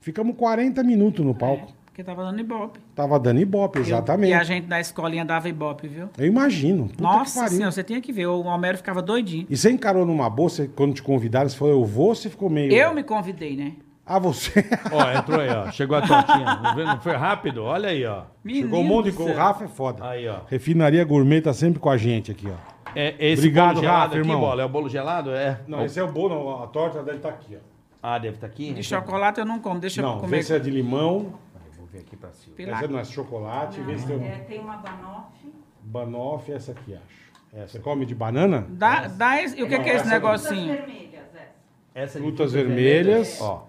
Speaker 2: Ficamos 40 minutos no
Speaker 4: É,
Speaker 2: palco.
Speaker 4: porque tava dando Ibope.
Speaker 2: Tava dando ibope,
Speaker 4: Eu- É. e a
Speaker 2: exatamente.
Speaker 4: gente da escolinha dava Ibope, viu?
Speaker 2: Eu imagino. Puta que
Speaker 4: Nossa
Speaker 2: pariu.
Speaker 4: senhora, você tinha que ver. O Homero ficava doidinho.
Speaker 2: E você encarou numa bolsa, quando te convidaram, você falou, eu vou, você ficou meio...
Speaker 4: Eu me convidei, né?
Speaker 2: Ah, (laughs) você...
Speaker 3: Ó, entrou aí, ó. Chegou a tortinha. Não vê- Não foi rápido? Olha aí, ó.
Speaker 4: Menino
Speaker 2: Chegou um monte de
Speaker 4: do
Speaker 2: coisa. O
Speaker 4: céu.
Speaker 2: Rafa é foda.
Speaker 3: Aí, ó.
Speaker 2: Refinaria Gourmet tá sempre com a gente aqui, ó.
Speaker 3: É, é esse
Speaker 2: Obrigado,
Speaker 3: bolo gelado
Speaker 2: Rafa,
Speaker 3: aqui,
Speaker 2: irmão.
Speaker 3: Bola? É o bolo gelado? É.
Speaker 2: Não, esse é o bolo, a torta dele tá aqui, ó.
Speaker 3: Ah, deve estar aqui.
Speaker 4: De chocolate eu não como. Deixa eu
Speaker 2: Não, vê
Speaker 4: comer.
Speaker 2: se é de limão,
Speaker 3: Vou ver aqui pra cima.
Speaker 4: Pela- Ah,
Speaker 2: essa não é chocolate, vê se tem um
Speaker 7: É, tem uma banoffee.
Speaker 2: banoffee, essa aqui, acho. Essa. Você come de banana?
Speaker 4: Dá, dá esse... E o que, que é esse negocinho?
Speaker 7: vermelhas, é.
Speaker 3: Essa de
Speaker 2: Frutas vermelhas.
Speaker 3: Ó.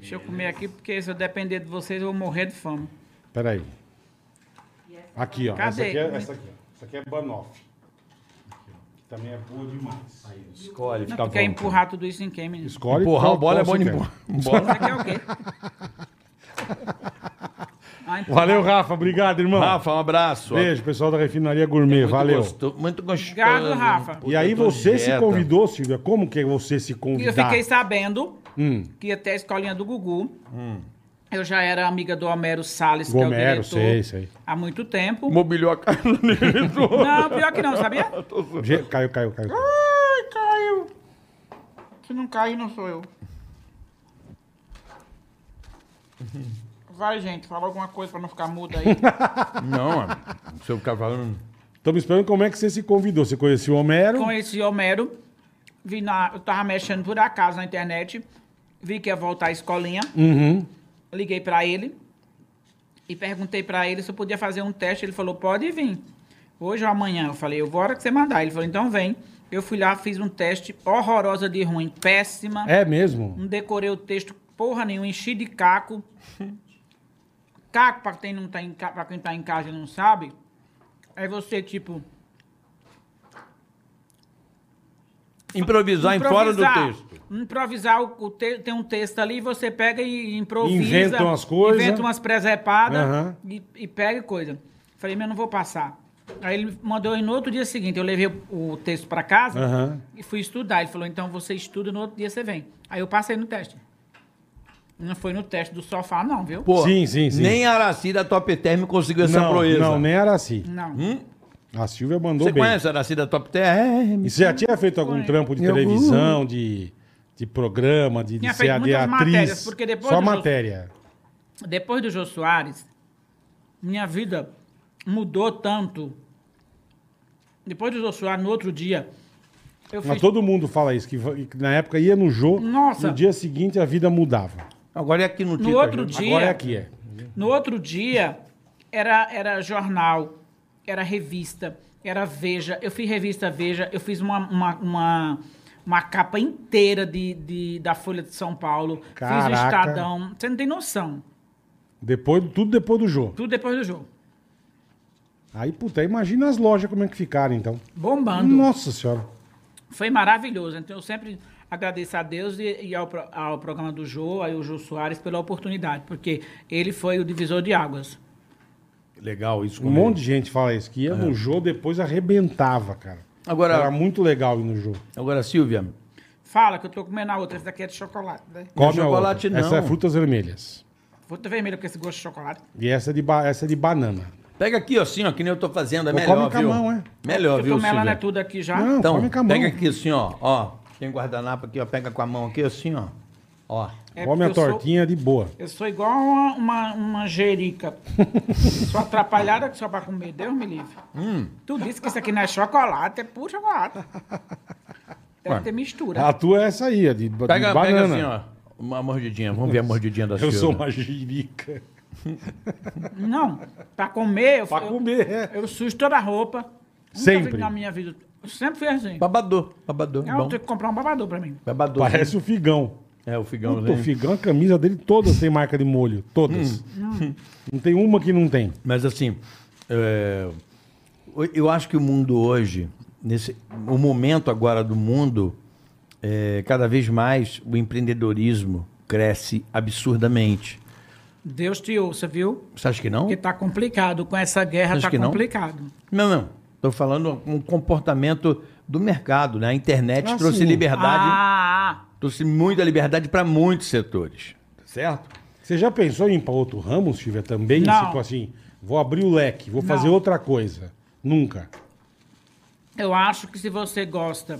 Speaker 4: Deixa eu comer aqui, porque se eu depender de vocês, eu vou morrer de fome.
Speaker 2: Peraí. Aqui, ó. Essa
Speaker 4: Cadê?
Speaker 2: aqui, é, essa aqui, ó. Essa aqui é banoff. Que também é boa demais.
Speaker 3: Escolhe,
Speaker 4: Não, é
Speaker 3: fica
Speaker 4: tu quer empurrar tudo isso em quem, menino?
Speaker 2: Escolhe.
Speaker 3: Empurrar
Speaker 2: qual-
Speaker 3: o bola é
Speaker 2: qual
Speaker 3: bom de
Speaker 2: você
Speaker 3: empurrar.
Speaker 2: quer.
Speaker 4: Isso aqui é o quê? Ah, então-
Speaker 2: Valeu, (laughs) Rafa. Obrigado, irmão.
Speaker 3: Rafa, um abraço.
Speaker 2: Beijo, pessoal da Refinaria Gourmet.
Speaker 3: Muito
Speaker 2: Valeu.
Speaker 3: gosto- muito gostoso.
Speaker 4: Obrigado, Rafa.
Speaker 3: Puta,
Speaker 2: E aí
Speaker 3: eu tô
Speaker 2: você se
Speaker 3: dieta.
Speaker 2: convidou, Silvia. Como que é você se
Speaker 4: E eu
Speaker 2: convidar?
Speaker 4: fiquei sabendo
Speaker 2: Hum.
Speaker 4: que ia até a escolinha do Gugu. Eu já era amiga do Homero Salles, que é o
Speaker 2: Homero,
Speaker 4: diretor,
Speaker 2: sei, sei.
Speaker 4: há muito tempo.
Speaker 3: Mobiliou a casa dele.
Speaker 4: Não, pior que
Speaker 2: (laughs)
Speaker 4: não, sabia?
Speaker 2: Ge- Caiu, caiu, caiu.
Speaker 4: Ai, caiu. Se não cair, não
Speaker 2: (laughs)
Speaker 4: sou eu. Vai, gente, fala alguma coisa pra não ficar muda aí.
Speaker 3: Não, mano. Se eu ficar falando.
Speaker 2: Estamos esperando como é que você se convidou. Você conheceu o Homero?
Speaker 4: Conheci Homero, vi na, eu tava mexendo por acaso na internet, vi que ia voltar à escolinha,
Speaker 2: Uhum.
Speaker 4: liguei pra ele e perguntei pra ele se eu podia fazer um teste. Ele falou, pode vir. Hoje ou amanhã. Eu falei, eu vou a hora que você mandar. Ele falou, então vem. Eu fui lá, fiz um teste horrorosa de ruim, péssima.
Speaker 2: É mesmo?
Speaker 4: Não decorei o texto porra nenhuma, enchi de caco. Caco, pra quem, não tá em, ca- pra quem tá em casa e não sabe, é você, tipo,
Speaker 3: (laughs) Improvisar, em fora do texto.
Speaker 4: Improvisar, o, o te- tem um texto ali, você pega e improvisa.
Speaker 2: Inventa umas coisas. né?
Speaker 4: Inventa umas presepadas
Speaker 2: Aham.
Speaker 4: e, e pega coisa. Falei, mas eu não vou passar. Aí ele mandou e no outro dia seguinte, eu levei o, o texto pra casa
Speaker 2: Aham.
Speaker 4: e fui estudar. Ele falou, então você estuda, no outro dia você vem. Aí eu passei no teste. Não foi no teste do sofá, não, viu?
Speaker 3: Pô,
Speaker 2: Sim, sim, sim.
Speaker 3: Nem a Araci da Top Term conseguiu essa
Speaker 2: Não,
Speaker 3: proeza.
Speaker 2: não, nem era assim.
Speaker 4: Não.
Speaker 2: A Silvia mandou
Speaker 3: Você
Speaker 2: bem.
Speaker 3: conhece a Araci da Top Term? É,
Speaker 2: E você
Speaker 4: Uhum.
Speaker 2: já tinha feito algum trampo de
Speaker 3: Em algum-
Speaker 2: televisão, de, de programa, de, de
Speaker 4: Tinha
Speaker 2: ser
Speaker 4: feito
Speaker 2: a de
Speaker 4: muitas
Speaker 2: atriz?
Speaker 4: matérias, porque depois
Speaker 2: Só
Speaker 4: dos outros-
Speaker 2: matéria.
Speaker 4: Depois do Jô Soares, minha vida mudou tanto. Depois do Jô Soares, no outro dia, eu
Speaker 2: Mas
Speaker 4: fiz...
Speaker 2: todo mundo fala isso, que, que na época ia no Jô,
Speaker 4: Nossa.
Speaker 2: no dia seguinte a vida mudava.
Speaker 3: Agora é aqui no título.
Speaker 4: outro dia-
Speaker 2: Agora é aqui, é.
Speaker 4: No outro dia, era, era jornal, era revista, era Veja. Eu fiz revista Veja, eu fiz uma, uma, uma, uma capa inteira de, de- da Folha de São Paulo. Fiz o
Speaker 2: Caraca.
Speaker 4: Estadão. Você não tem noção.
Speaker 2: Depois, tudo depois do Jô.
Speaker 4: Tudo depois do jogo.
Speaker 2: Aí, puta, imagina as lojas como é que ficaram, então.
Speaker 4: Bombando.
Speaker 2: Nossa senhora.
Speaker 4: Foi maravilhoso. Então, eu sempre agradeço a Deus e, e ao, pro- ao programa do Jô, aí o Jô Soares, pela oportunidade, porque ele foi o divisor de águas.
Speaker 3: Legal, isso.
Speaker 2: Um monte de gente fala isso, que ia no Jô, depois arrebentava, cara.
Speaker 3: É. Agora-
Speaker 2: Era muito legal ir no Jô.
Speaker 3: Agora, Silvia,
Speaker 4: Fala que eu tô comendo a outra, essa daqui é de chocolate, né?
Speaker 2: Come a
Speaker 3: chocolate
Speaker 2: outra.
Speaker 3: não.
Speaker 2: Essa é frutas vermelhas.
Speaker 4: Vou ter vermelho com esse gosto de chocolate.
Speaker 2: E essa é de, ba- essa é de banana.
Speaker 3: pega aqui, ó, assim, ó, que nem eu tô fazendo. É
Speaker 2: Pô,
Speaker 3: melhor,
Speaker 2: come com a
Speaker 3: viu?
Speaker 2: mão, é.
Speaker 3: Melhor,
Speaker 4: eu
Speaker 3: viu,
Speaker 4: tô melando é
Speaker 3: Silvia?
Speaker 4: tudo aqui já.
Speaker 2: Não,
Speaker 3: Então,
Speaker 2: come com a mão.
Speaker 3: pega aqui assim, ó. Ó, tem guardanapo aqui, ó. Pega com a mão aqui, assim, ó. Ó.
Speaker 4: É
Speaker 2: come a
Speaker 4: porque eu sou-
Speaker 2: tortinha de boa.
Speaker 4: eu sou igual uma, uma,
Speaker 2: (laughs)
Speaker 4: uma jerica. sou atrapalhada só pra comer. Deus me livre.
Speaker 2: Hum.
Speaker 4: Tu disse que isso aqui não é chocolate, é
Speaker 2: (laughs)
Speaker 4: puro chocolate. Deve
Speaker 3: Ué.
Speaker 4: ter mistura.
Speaker 2: A tua é essa aí, a de, ba- de
Speaker 3: Pega, pega
Speaker 2: banana.
Speaker 3: assim, ó. Uma mordidinha. Vamos ver a mordidinha da
Speaker 2: Eu
Speaker 3: Silvia.
Speaker 2: sou uma jirica.
Speaker 4: Não, pra comer, eu,
Speaker 2: Pra
Speaker 4: eu-
Speaker 2: comer, é.
Speaker 4: Eu sujo toda a roupa. Nunca
Speaker 2: Sempre.
Speaker 4: vi Na minha vida. Eu sempre fui assim.
Speaker 3: Babador. Babador.
Speaker 4: Eu
Speaker 3: bom.
Speaker 4: tenho que comprar um babador pra mim.
Speaker 3: Babador.
Speaker 2: É Parece o Figão.
Speaker 3: É, o figão.
Speaker 2: Puta, o
Speaker 3: Né?
Speaker 2: Figão, a camisa dele todas tem marca de molho.
Speaker 3: Hum.
Speaker 2: Todas. Não tem uma que não tem.
Speaker 3: Mas assim, é, o- eu acho que o mundo hoje, nesse, o momento agora do mundo, é, cada vez mais o empreendedorismo cresce absurdamente.
Speaker 4: Deus te ouça, viu?
Speaker 3: Você acha que não?
Speaker 4: Porque tá complicado. Com essa guerra
Speaker 3: Acho
Speaker 4: tá
Speaker 3: que não.
Speaker 4: complicado.
Speaker 3: Não, não. Estou falando um comportamento do mercado, né? A internet
Speaker 2: Ah,
Speaker 3: trouxe
Speaker 2: sim.
Speaker 3: liberdade,
Speaker 4: Ah,
Speaker 3: trouxe muita liberdade para muitos setores, certo?
Speaker 2: Você já pensou em ir pra outro ramo, Silvia, também?
Speaker 4: Não.
Speaker 2: Tipo assim, vou abrir o leque, vou fazer
Speaker 4: Não.
Speaker 2: outra coisa. Nunca.
Speaker 4: eu acho que se você gosta,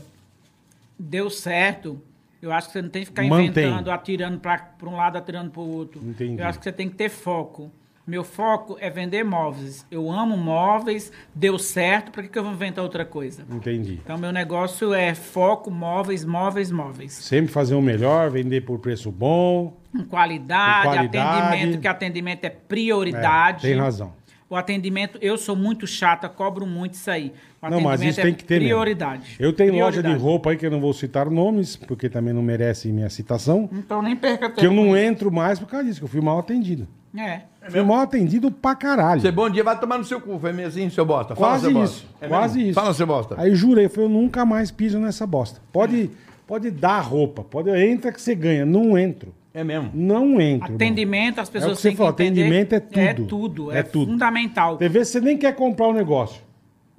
Speaker 4: deu certo. Eu acho que você não tem que ficar
Speaker 2: Mantém.
Speaker 4: inventando, atirando pra, pra um lado, atirando pro outro.
Speaker 2: Entendi.
Speaker 4: Eu acho que você tem que ter foco. Meu foco é vender móveis. Eu amo móveis, deu certo, por que, que eu vou inventar outra coisa?
Speaker 2: Entendi.
Speaker 4: Então, meu negócio é foco, móveis, móveis, móveis.
Speaker 2: Sempre fazer o melhor, vender por preço bom.
Speaker 4: Com qualidade,
Speaker 2: Com qualidade.
Speaker 4: atendimento, que atendimento é
Speaker 2: É,
Speaker 4: prioridade.
Speaker 2: tem razão.
Speaker 4: O atendimento, eu sou muito chata, cobro muito isso aí. O
Speaker 2: Não, mas
Speaker 4: atendimento
Speaker 2: isso
Speaker 4: é
Speaker 2: tem que ter mesmo.
Speaker 4: prioridade.
Speaker 2: Eu tenho loja
Speaker 4: Prioridade.
Speaker 2: de roupa aí que eu não vou citar nomes, porque também não merece minha citação.
Speaker 4: Então nem perca tempo.
Speaker 2: Que eu não entro mais por causa disso, que eu fui mal atendido.
Speaker 4: É.
Speaker 2: fui mal atendido pra caralho.
Speaker 3: Você é bom dia, vai tomar no seu cu, foi mesmo assim, seu bosta. Fala,
Speaker 2: Quase
Speaker 3: seu bosta.
Speaker 2: isso.
Speaker 3: É
Speaker 2: quase
Speaker 3: mesmo?
Speaker 2: isso.
Speaker 3: Fala, seu bosta.
Speaker 2: Aí eu jurei, falei, eu nunca mais piso nessa bosta. Pode, pode dar roupa, pode entra que você ganha. Não entro.
Speaker 3: É mesmo.
Speaker 2: Não entro. irmão.
Speaker 4: Atendimento, as pessoas
Speaker 2: É que você
Speaker 4: têm
Speaker 2: falou,
Speaker 4: que entender.
Speaker 2: atendimento é tudo.
Speaker 4: É tudo, é,
Speaker 2: É tudo.
Speaker 4: fundamental.
Speaker 2: Tem vezes que você nem quer comprar o negócio.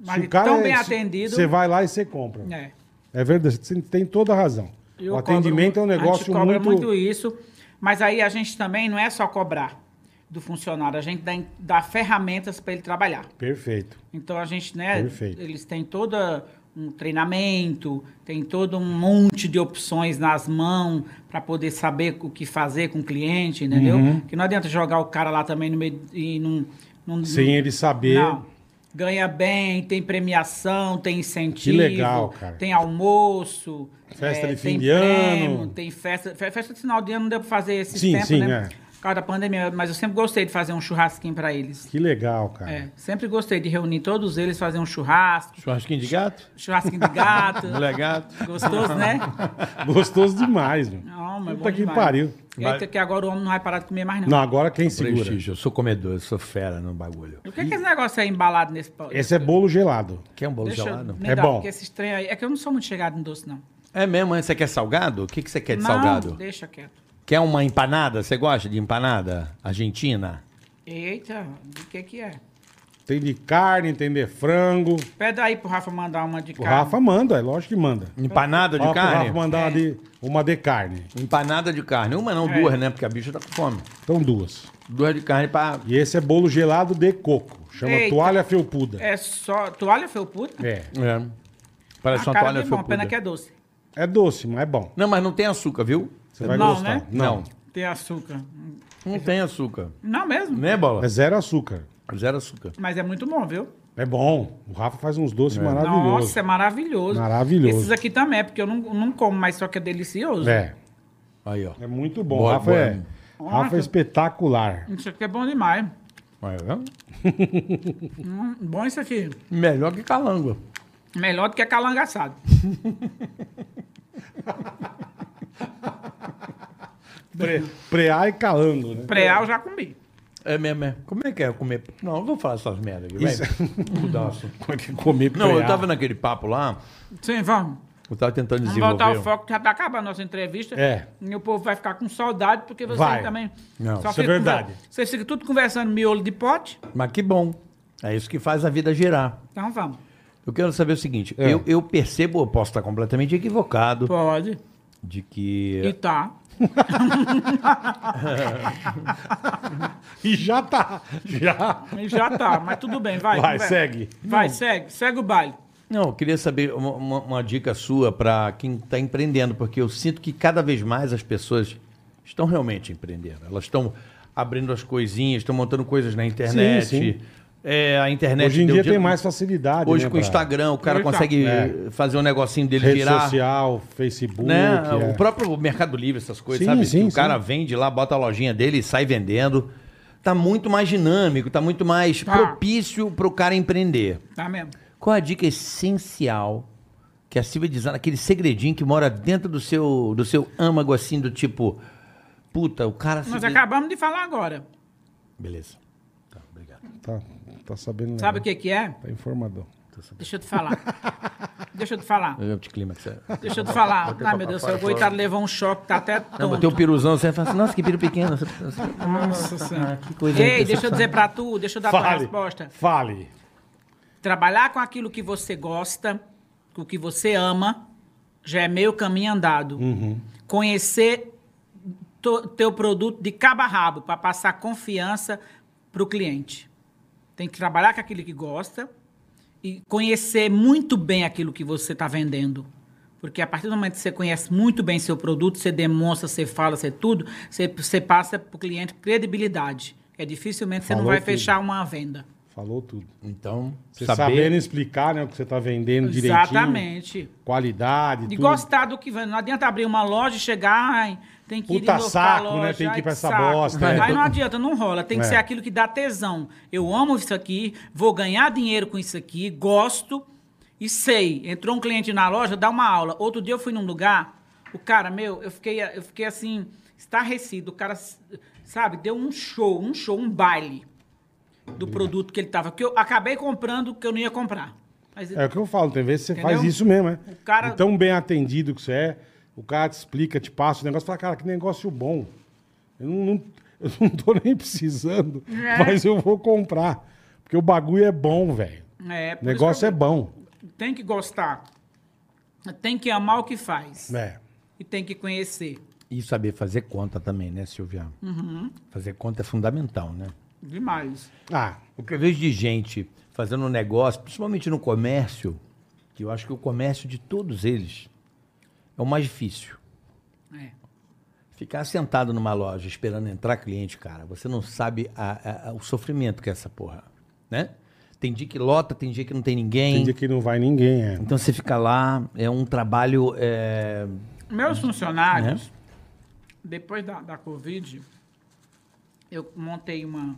Speaker 4: Mas tão
Speaker 2: se-
Speaker 4: bem
Speaker 2: é
Speaker 4: atendido-
Speaker 2: Você vai lá e você compra.
Speaker 4: É.
Speaker 2: É verdade, você tem toda a razão.
Speaker 4: Eu
Speaker 2: O
Speaker 4: cobro-
Speaker 2: atendimento é um
Speaker 4: a gente
Speaker 2: negócio
Speaker 4: cobra
Speaker 2: muito-
Speaker 4: isso, mas aí a gente também não é só cobrar do funcionário, a gente dá, en- dá ferramentas para ele trabalhar.
Speaker 2: Perfeito.
Speaker 4: Então a gente, né,
Speaker 2: Perfeito.
Speaker 4: eles têm todo um treinamento, tem todo um monte de opções nas mãos para poder saber o que fazer com o cliente, entendeu?
Speaker 2: Uhum.
Speaker 4: Que não adianta jogar o cara lá também no meio e não, não
Speaker 2: Sem ele saber.
Speaker 4: não. Ganha bem, tem premiação, tem incentivo.
Speaker 2: Que legal, cara.
Speaker 4: Tem almoço. é,
Speaker 2: Festa de fim
Speaker 4: tem
Speaker 2: de ano.
Speaker 4: Tem festa. fe- Festa de final de ano não deu pra fazer esse
Speaker 2: Sim,
Speaker 4: tempo,
Speaker 2: sim,
Speaker 4: né?
Speaker 2: é.
Speaker 4: Por causa da pandemia. Mas eu sempre gostei de fazer um churrasquinho pra eles.
Speaker 2: Que legal, cara.
Speaker 4: É, sempre gostei de reunir todos eles, fazer um churrasco,
Speaker 3: Churrasquinho de gato?
Speaker 4: churrasquinho
Speaker 2: (laughs)
Speaker 4: de gato.
Speaker 3: Mulher gato?
Speaker 4: Gostoso, né?
Speaker 2: Gostoso demais, meu.
Speaker 4: Não, mas
Speaker 2: Puta
Speaker 4: bom
Speaker 2: que
Speaker 4: demais.
Speaker 2: pariu.
Speaker 4: Eita, que agora o homem não vai parar de comer mais, não.
Speaker 2: Não, agora quem segura?
Speaker 3: É Prestígio, eu sou comedor, eu sou fera no bagulho.
Speaker 4: O que é que esse negócio aí embalado nesse pau?
Speaker 2: Esse é bolo gelado.
Speaker 3: Quer um bolo
Speaker 4: Deixa eu
Speaker 3: gelado?
Speaker 4: nem
Speaker 2: É
Speaker 4: dar,
Speaker 2: bom.
Speaker 4: porque Esse trem aí, é que eu não sou muito chegado em doce, não.
Speaker 3: É mesmo, hein? você quer salgado? O que, que você
Speaker 2: É
Speaker 3: quer de
Speaker 4: não,
Speaker 3: salgado?
Speaker 4: deixa quieto.
Speaker 3: Quer uma empanada? Você gosta de empanada? Argentina?
Speaker 4: Eita, o que que é?
Speaker 2: Tem de carne, tem de frango.
Speaker 4: Pede aí pro Rafa mandar uma de
Speaker 2: O
Speaker 4: carne.
Speaker 2: Rafa manda, é lógico que manda.
Speaker 3: Empanada de
Speaker 2: Ó, pro
Speaker 3: carne?
Speaker 2: Rafa mandar uma, de, uma de carne.
Speaker 3: Empanada de carne. Uma não,
Speaker 4: É.
Speaker 3: duas, né? Porque a bicha tá com fome.
Speaker 2: Então duas.
Speaker 3: Duas de carne pra.
Speaker 2: E esse é bolo gelado de coco. Chama
Speaker 4: Eita.
Speaker 2: toalha felpuda. É.
Speaker 4: É só... Toalha felpuda?
Speaker 2: é.
Speaker 3: É. Parece
Speaker 4: A
Speaker 3: uma
Speaker 4: cara
Speaker 3: toalha
Speaker 4: de bom,
Speaker 3: felpuda.
Speaker 4: pena que é doce.
Speaker 2: doce, mas é bom.
Speaker 3: Não, mas não tem açúcar, viu?
Speaker 2: Você vai
Speaker 4: Não,
Speaker 2: gostar.
Speaker 4: né?
Speaker 2: Não.
Speaker 4: Tem açúcar.
Speaker 3: Não tem açúcar.
Speaker 4: Não mesmo,
Speaker 3: Né, Bola?
Speaker 2: É zero açúcar.
Speaker 3: Zero açúcar.
Speaker 4: mas é muito bom, viu?
Speaker 2: É bom. O Rafa faz uns doces maravilhosos.
Speaker 4: Nossa, é maravilhoso.
Speaker 2: Maravilhoso.
Speaker 4: Esses aqui também, é porque eu não, não como, mas só que é delicioso.
Speaker 2: É.
Speaker 3: Aí, ó.
Speaker 2: É muito bom.
Speaker 3: Boa,
Speaker 2: Rafa,
Speaker 3: boa.
Speaker 2: É, Rafa é espetacular.
Speaker 4: Isso aqui é bom demais.
Speaker 3: Aí, ó.
Speaker 4: Hum, bom isso aqui.
Speaker 3: Melhor que calangua.
Speaker 4: Melhor do que calango assado.
Speaker 2: Pre, preá e calando, né?
Speaker 4: Preal já comi.
Speaker 3: É mesmo, é. Como é que é comer? Não, eu vou falar essas merdas aqui,
Speaker 2: Isso-
Speaker 3: (laughs) vai. Mudar o assunto.
Speaker 2: Como é que comer preá?
Speaker 3: Não, eu tava naquele papo lá,
Speaker 4: Sim, vamos.
Speaker 3: eu tava tentando
Speaker 4: Vamos voltar
Speaker 3: desenvolver. um.
Speaker 4: ao foco, que já tá acabando a nossa entrevista.
Speaker 2: É.
Speaker 4: E o povo vai ficar com saudade, porque vocês
Speaker 2: Vai.
Speaker 4: também.
Speaker 3: Não, isso é
Speaker 4: fica conver-
Speaker 2: verdade.
Speaker 4: Vocês ficam tudo conversando miolo de pote.
Speaker 3: Mas que bom. É isso que faz a vida girar.
Speaker 4: Então vamos.
Speaker 3: Eu quero saber o seguinte,
Speaker 2: É.
Speaker 3: eu, eu percebo, eu posso estar completamente equivocado,
Speaker 4: Pode.
Speaker 3: de que...
Speaker 4: E tá.
Speaker 2: E já tá. Já.
Speaker 4: E já tá. Mas tudo bem, vai.
Speaker 2: Vai,
Speaker 4: conversa.
Speaker 2: segue.
Speaker 4: Vai, segue. Segue o baile.
Speaker 3: Não, eu queria saber uma, uma- uma dica sua para quem está empreendendo, porque eu sinto que cada vez mais as pessoas estão realmente empreendendo. Elas estão abrindo as coisinhas, estão montando coisas na internet.
Speaker 2: Sim, sim.
Speaker 3: É, a internet
Speaker 2: Hoje em
Speaker 3: deu
Speaker 2: dia
Speaker 3: dia-
Speaker 2: tem mais facilidade.
Speaker 3: Hoje
Speaker 2: né,
Speaker 3: com o
Speaker 2: pra-
Speaker 3: Instagram, o cara
Speaker 4: Hoje tá.
Speaker 3: consegue
Speaker 2: É.
Speaker 3: fazer um negocinho dele
Speaker 2: Rede
Speaker 3: virar.
Speaker 2: social, Facebook.
Speaker 3: né?
Speaker 2: é.
Speaker 3: O próprio Mercado Livre, essas coisas,
Speaker 2: Sim,
Speaker 3: sabe?
Speaker 2: sim,
Speaker 3: o cara
Speaker 2: sim.
Speaker 3: vende lá, bota a lojinha dele e sai vendendo. Tá muito mais dinâmico, tá muito mais
Speaker 4: Tá.
Speaker 3: propício para o cara empreender.
Speaker 4: Tá mesmo.
Speaker 3: Qual a dica essencial que a Silvia Design, aquele segredinho que mora dentro do seu, do seu âmago, assim, do tipo, puta, o cara... se
Speaker 4: Nós
Speaker 3: de-
Speaker 4: acabamos de falar agora.
Speaker 3: Beleza. Tá, obrigado.
Speaker 2: Tá, tá sabendo.
Speaker 4: Sabe
Speaker 2: né?
Speaker 4: o que que é?
Speaker 2: Tá informadão.
Speaker 4: Deixa eu te falar. Deixa eu te falar.
Speaker 3: Eu anticlímax. é.
Speaker 4: Deixa eu te falar. Ai, meu Deus do céu, coitado levou um choque, tá até
Speaker 3: Não, botei
Speaker 4: tonto.
Speaker 3: o piruzão, você fala assim, nossa, que piro pequeno. Você- assim. você-
Speaker 4: Nossa Senhora.
Speaker 3: Ah, Que coisa
Speaker 4: Ei,
Speaker 3: aí,
Speaker 4: deixa eu dizer pra tu, deixa eu dar tua resposta.
Speaker 2: Fale.
Speaker 4: Trabalhar com aquilo que você gosta, com o que você ama, já é meio caminho andado.
Speaker 2: Uhum.
Speaker 4: Conhecer to- teu produto de cabo a rabo para passar confiança pro cliente. Tem que trabalhar com aquilo que gosta e conhecer muito bem aquilo que você está vendendo. Porque a partir do momento que você conhece muito bem seu produto, você demonstra, você fala, você tudo, você, você passa para o cliente credibilidade. É dificilmente você
Speaker 2: Falou
Speaker 4: não vai
Speaker 2: tudo.
Speaker 4: fechar uma venda.
Speaker 2: Falou tudo.
Speaker 3: Então,
Speaker 2: Você
Speaker 3: saber...
Speaker 2: sabendo explicar, né, o que você tá vendendo direitinho.
Speaker 4: Exatamente.
Speaker 2: Qualidade,
Speaker 4: De
Speaker 2: tudo.
Speaker 4: gostar do que vende. Não adianta abrir uma loja e chegar, ai, tem que
Speaker 2: Puta
Speaker 4: ir em
Speaker 2: saco,
Speaker 4: local,
Speaker 2: né? Tem
Speaker 4: ai,
Speaker 2: que ir pra essa
Speaker 4: saco.
Speaker 2: bosta, é.
Speaker 4: Aí não adianta, não rola. Tem que
Speaker 2: É.
Speaker 4: ser aquilo que dá tesão. Eu amo isso aqui, vou ganhar dinheiro com isso aqui, gosto e sei. Entrou um cliente na loja, dá uma aula. Outro dia eu fui num lugar, o cara, meu, eu fiquei, eu fiquei assim, estarrecido. O cara, sabe, deu um show, um show, um baile do produto que ele tava. Que eu acabei comprando que eu não ia comprar. Mas
Speaker 2: É o que eu falo, tem vezes que você
Speaker 4: Entendeu?
Speaker 2: faz isso mesmo, né?
Speaker 4: O cara-
Speaker 2: E Tão bem atendido que você é, o cara te explica, te passa o negócio, fala, cara, que negócio bom. Eu não, não- (laughs) eu não tô nem precisando,
Speaker 4: É.
Speaker 2: mas eu vou comprar. Porque o bagulho é bom, velho. O
Speaker 4: é, por isso que
Speaker 2: negócio
Speaker 4: eu-
Speaker 2: é bom.
Speaker 4: tem que gostar, tem que amar o que faz.
Speaker 2: É.
Speaker 4: e tem que conhecer.
Speaker 3: E saber fazer conta também, né, Silvia? Fazer conta é fundamental, né?
Speaker 4: Demais.
Speaker 2: Ah,
Speaker 3: O que eu vejo de gente fazendo um negócio, principalmente no comércio, que eu acho que o comércio de todos eles é o mais difícil.
Speaker 4: É.
Speaker 3: Ficar sentado numa loja esperando entrar cliente, cara, você não sabe a- a- a- o sofrimento que é essa porra, né? Tem dia que lota, tem dia que não tem ninguém.
Speaker 2: tem dia que não vai ninguém, é.
Speaker 3: Então você fica lá, é um trabalho. é,
Speaker 4: Meus
Speaker 2: Uhum.
Speaker 4: funcionários,
Speaker 2: Né?
Speaker 4: depois da, da Covid, eu montei uma,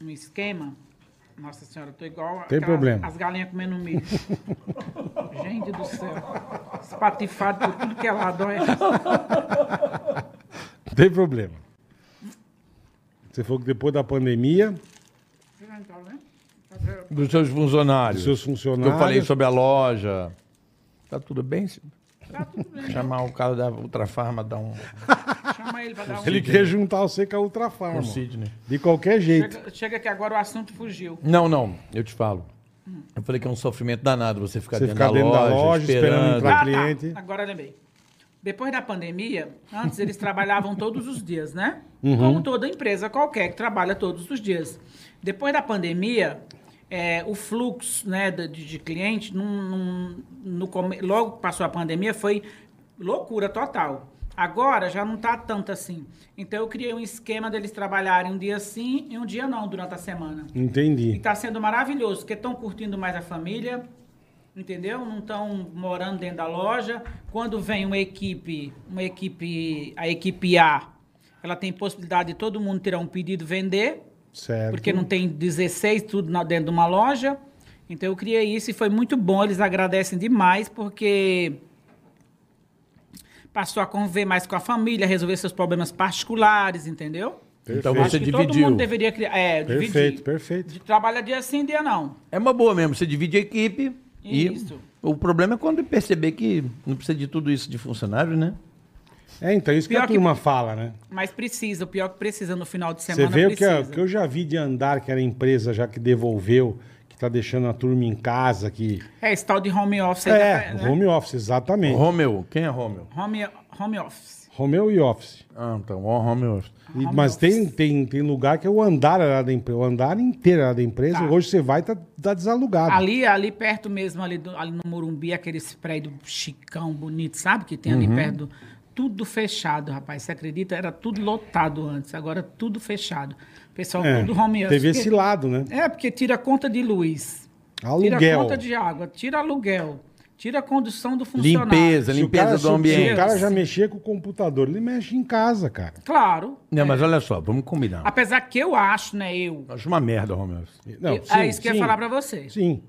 Speaker 4: um esquema. Nossa senhora, eu tô igual
Speaker 2: Tem
Speaker 4: aquelas-
Speaker 2: problema.
Speaker 4: as galinhas comendo milho. Gente do céu. Espatifado por tudo que é lado. olha.
Speaker 2: Não tem problema. Você falou que depois da pandemia,
Speaker 3: Dos seus funcionários.
Speaker 2: Dos seus funcionários.
Speaker 3: Que eu falei sobre a loja. Tá tudo bem? Silvio?
Speaker 4: Tá tudo bem.
Speaker 3: Chamar o cara da Ultrafarma, dar um,
Speaker 4: Chama ele pra dar um...
Speaker 2: ele quer juntar você com a Ultrafarma.
Speaker 3: um Sidney.
Speaker 2: De qualquer jeito.
Speaker 4: Chega, chega que agora o assunto fugiu.
Speaker 3: Não, não, eu te falo. Eu falei que é um sofrimento danado você ficar,
Speaker 2: Você
Speaker 3: dentro,
Speaker 2: ficar
Speaker 3: da
Speaker 2: dentro da
Speaker 3: loja,
Speaker 2: loja, esperando
Speaker 3: esperando.
Speaker 2: entrar. Pra
Speaker 4: Ah,
Speaker 2: cliente.
Speaker 4: Tá. Agora eu lembrei. Depois da pandemia, antes eles trabalhavam todos os dias, né? Como toda empresa qualquer que trabalha todos os dias. Depois da pandemia, é, o fluxo né, de, de- de cliente, num- num- no come- logo que passou a pandemia, foi loucura total. Agora já não está tanto assim. Então eu criei um esquema deles trabalharem um dia sim e um dia não durante a semana. E
Speaker 2: Entendi.
Speaker 4: tá sendo maravilhoso, porque estão curtindo mais a família, entendeu? Não estão morando dentro da loja. Quando vem uma equipe, uma equipe, a equipe A, ela tem possibilidade de todo mundo tirar um pedido e vender,
Speaker 2: Certo.
Speaker 4: porque não tem 16 tudo na- dentro de uma loja. Então eu criei isso e foi muito bom, eles agradecem demais porque passou a conviver mais com a família, resolver seus problemas particulares, entendeu?
Speaker 3: Então
Speaker 2: Perfeito.
Speaker 3: você
Speaker 4: que todo
Speaker 3: dividiu.
Speaker 4: mundo deveria criar, é, dividir.
Speaker 2: Perfeito, perfeito.
Speaker 4: De trabalhar dia sim, dia não.
Speaker 3: É uma boa mesmo, você divide a equipe.
Speaker 4: Isso.
Speaker 3: E o problema é quando perceber que não precisa de tudo isso de funcionário, né?
Speaker 2: É, então isso que
Speaker 4: Pior
Speaker 2: a
Speaker 4: que-
Speaker 2: turma fala, né?
Speaker 4: Mas precisa, o pior é que precisa no final de
Speaker 2: Você
Speaker 4: semana.
Speaker 2: vê o que,
Speaker 4: precisa.
Speaker 2: o que eu já vi de andar, que era empresa já que devolveu, que tá deixando a turma em casa, que...
Speaker 4: É, esse tal de home office. aí
Speaker 2: É,
Speaker 4: tá- né?
Speaker 2: home office, exatamente.
Speaker 3: Romeu, quem é Romeu?
Speaker 4: home, home office.
Speaker 2: Romeu e office.
Speaker 3: Ah, então, ó, Romeu.
Speaker 2: E-
Speaker 4: Home
Speaker 2: mas tem,
Speaker 4: office.
Speaker 2: tem, tem lugar que é o andar era da empresa, o andar inteiro era da empresa, hoje você vai tá, tá desalugado.
Speaker 4: Ali, ali perto mesmo, ali, do- ali no Morumbi, aqueles prédios chicão, bonito, sabe? Que tem ali
Speaker 2: Uhum.
Speaker 4: perto. do- Tudo fechado, rapaz. Você acredita? Era tudo lotado antes, agora tudo fechado. Pessoal,
Speaker 2: É,
Speaker 4: tudo home office.
Speaker 2: teve
Speaker 4: porque-
Speaker 2: esse lado, né?
Speaker 4: É, porque tira conta de luz. Tira
Speaker 2: Aluguel.
Speaker 4: conta de água, tira aluguel, tira a condução do funcionário.
Speaker 3: Limpeza,
Speaker 2: Se o
Speaker 3: limpeza
Speaker 2: cara- se
Speaker 3: do
Speaker 2: o- Se
Speaker 3: ambiente.
Speaker 2: o cara já mexia com o computador, ele mexe em casa, cara.
Speaker 4: Claro.
Speaker 3: Não, mas olha só, vamos combinar.
Speaker 4: Apesar que eu acho, né, eu.
Speaker 3: Acho uma merda, Romeu.
Speaker 2: Não,
Speaker 4: eu-
Speaker 2: sim,
Speaker 4: é isso que eu
Speaker 2: sim,
Speaker 4: ia falar pra vocês.
Speaker 2: Sim.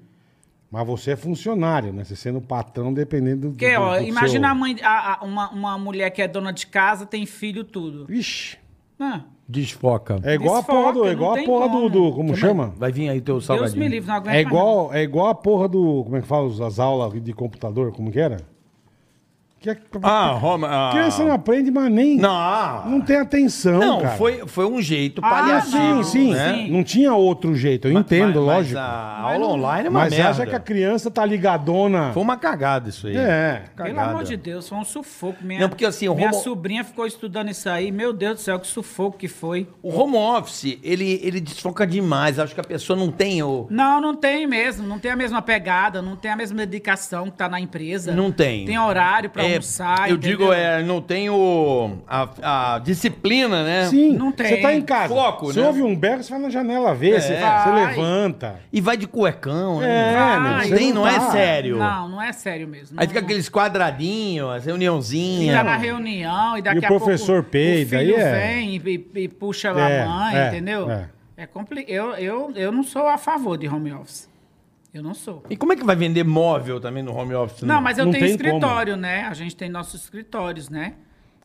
Speaker 2: Mas você é funcionário, né? Você sendo patrão, dependendo do.
Speaker 4: Porque,
Speaker 2: do-
Speaker 4: ó,
Speaker 2: do
Speaker 4: imagina
Speaker 2: seu-
Speaker 4: a mãe, a- a- uma, uma mulher que é dona de casa, tem filho, tudo.
Speaker 2: Ixi,
Speaker 4: Ah,
Speaker 3: Desfoca.
Speaker 2: é igual a porra do.
Speaker 4: Desfoca,
Speaker 2: É igual
Speaker 4: não
Speaker 2: a
Speaker 4: tem
Speaker 2: porra do.
Speaker 4: como. né?
Speaker 2: do- como chama?
Speaker 3: Vai vir aí teu
Speaker 4: Deus
Speaker 3: salgadinho.
Speaker 4: me livre, não aguento
Speaker 2: É
Speaker 4: mais
Speaker 2: igual, é igual a porra do. Como é que fala? os- As aulas de computador, como que era? Que é-
Speaker 3: Ah, Romeu. ah.
Speaker 2: criança não aprende, mas nem.
Speaker 3: Não,
Speaker 2: Não,
Speaker 3: ah.
Speaker 2: tem atenção.
Speaker 3: Não,
Speaker 2: cara.
Speaker 3: foi, foi um jeito
Speaker 4: Ah,
Speaker 2: Sim,
Speaker 3: paliativo.
Speaker 2: sim.
Speaker 3: né?
Speaker 4: sim.
Speaker 2: Não tinha outro jeito, eu entendo,
Speaker 3: Mas- mas
Speaker 2: lógico.
Speaker 3: a
Speaker 2: Mas,
Speaker 3: aula online é uma merda.
Speaker 2: acha que a criança tá ligadona.
Speaker 3: Foi uma cagada isso aí.
Speaker 2: É.
Speaker 4: não. Pelo
Speaker 3: Cagada.
Speaker 4: amor de Deus, foi um sufoco. Minha,
Speaker 3: Não, porque, assim, o
Speaker 4: minha
Speaker 3: homo-
Speaker 4: sobrinha ficou estudando isso aí. Meu Deus do céu, que sufoco que foi.
Speaker 3: O home office, ele, ele desfoca demais. Acho que a pessoa não tem o...
Speaker 4: Não, não tem mesmo. Não tem a mesma pegada, não tem a mesma dedicação que tá na empresa.
Speaker 3: Não tem.
Speaker 4: Tem horário pra
Speaker 3: É,
Speaker 4: almoçar.
Speaker 3: Eu
Speaker 4: entendeu?
Speaker 3: digo, é, não tem o... A, a disciplina, né?
Speaker 2: Sim,
Speaker 4: Não tem. É.
Speaker 2: você tá em casa.
Speaker 3: Foco,
Speaker 2: você
Speaker 3: né?
Speaker 2: ouve um berro, você vai na janela ver, você, você
Speaker 4: Vai.
Speaker 2: levanta.
Speaker 3: E vai de cuecão,
Speaker 2: É,
Speaker 3: né?
Speaker 4: meu,
Speaker 3: não,
Speaker 4: você
Speaker 3: tem,
Speaker 2: não
Speaker 3: não, é
Speaker 2: tá.
Speaker 3: sério.
Speaker 4: Não, não é sério mesmo.
Speaker 3: Aí
Speaker 4: Não-
Speaker 3: fica aqueles quadradinhos, as reuniãozinhas.
Speaker 4: Fica tá na reunião e daqui
Speaker 2: E o professor
Speaker 4: a pouco
Speaker 2: peida,
Speaker 4: o filho
Speaker 2: aí é-
Speaker 4: vem e, e- e puxa lá
Speaker 2: É,
Speaker 4: a mãe,
Speaker 2: é,
Speaker 4: entendeu?
Speaker 2: é.
Speaker 4: É, compli... eu, eu, eu não sou a favor de home office. Eu não sou.
Speaker 3: E como é que vai vender móvel também no home office?
Speaker 4: Não, mas eu
Speaker 2: não
Speaker 4: tenho
Speaker 2: tem
Speaker 4: escritório, né? A gente tem nossos escritórios, né?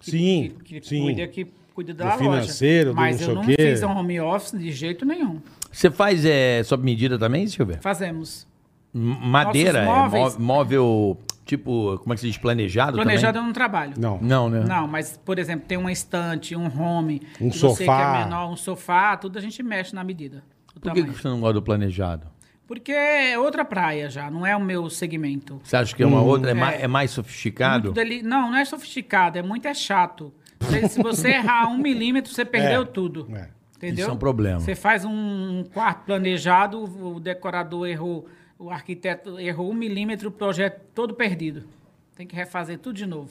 Speaker 2: Sim,
Speaker 4: Que, que
Speaker 2: sim.
Speaker 4: cuida que cuida da loja.
Speaker 2: financeiro, do
Speaker 4: Mas
Speaker 2: não
Speaker 4: eu
Speaker 2: sei o
Speaker 4: não
Speaker 2: quê.
Speaker 4: fiz um home office de jeito nenhum.
Speaker 3: Você faz é, sob medida também, Silvia?
Speaker 4: Fazemos.
Speaker 3: M- Madeira, é,
Speaker 4: móveis-
Speaker 3: mó- móvel, tipo, como é que se diz? Planejado,
Speaker 4: Planejado
Speaker 3: também?
Speaker 4: eu não trabalho.
Speaker 2: Não.
Speaker 3: Não, né?
Speaker 4: Não, mas, por exemplo, tem uma estante, um home,
Speaker 2: Um
Speaker 4: que você que
Speaker 2: sofá.
Speaker 4: é menor, um sofá, tudo a gente mexe na medida. do
Speaker 3: Por que, que
Speaker 4: tamanho.
Speaker 3: você não gosta do planejado?
Speaker 4: Porque é outra praia já, não é o meu segmento.
Speaker 3: Você acha que é uma outra? É, mais, é mais sofisticado?
Speaker 4: Hum. Muito deli- Não, não é sofisticado, é muito é chato. Se, se você errar um milímetro, você perdeu
Speaker 2: É,
Speaker 4: tudo.
Speaker 2: é.
Speaker 4: Entendeu?
Speaker 3: Isso é um problema.
Speaker 4: Você faz um quarto planejado, o decorador errou, o arquiteto errou um milímetro, o projeto todo perdido. Tem que refazer tudo de novo.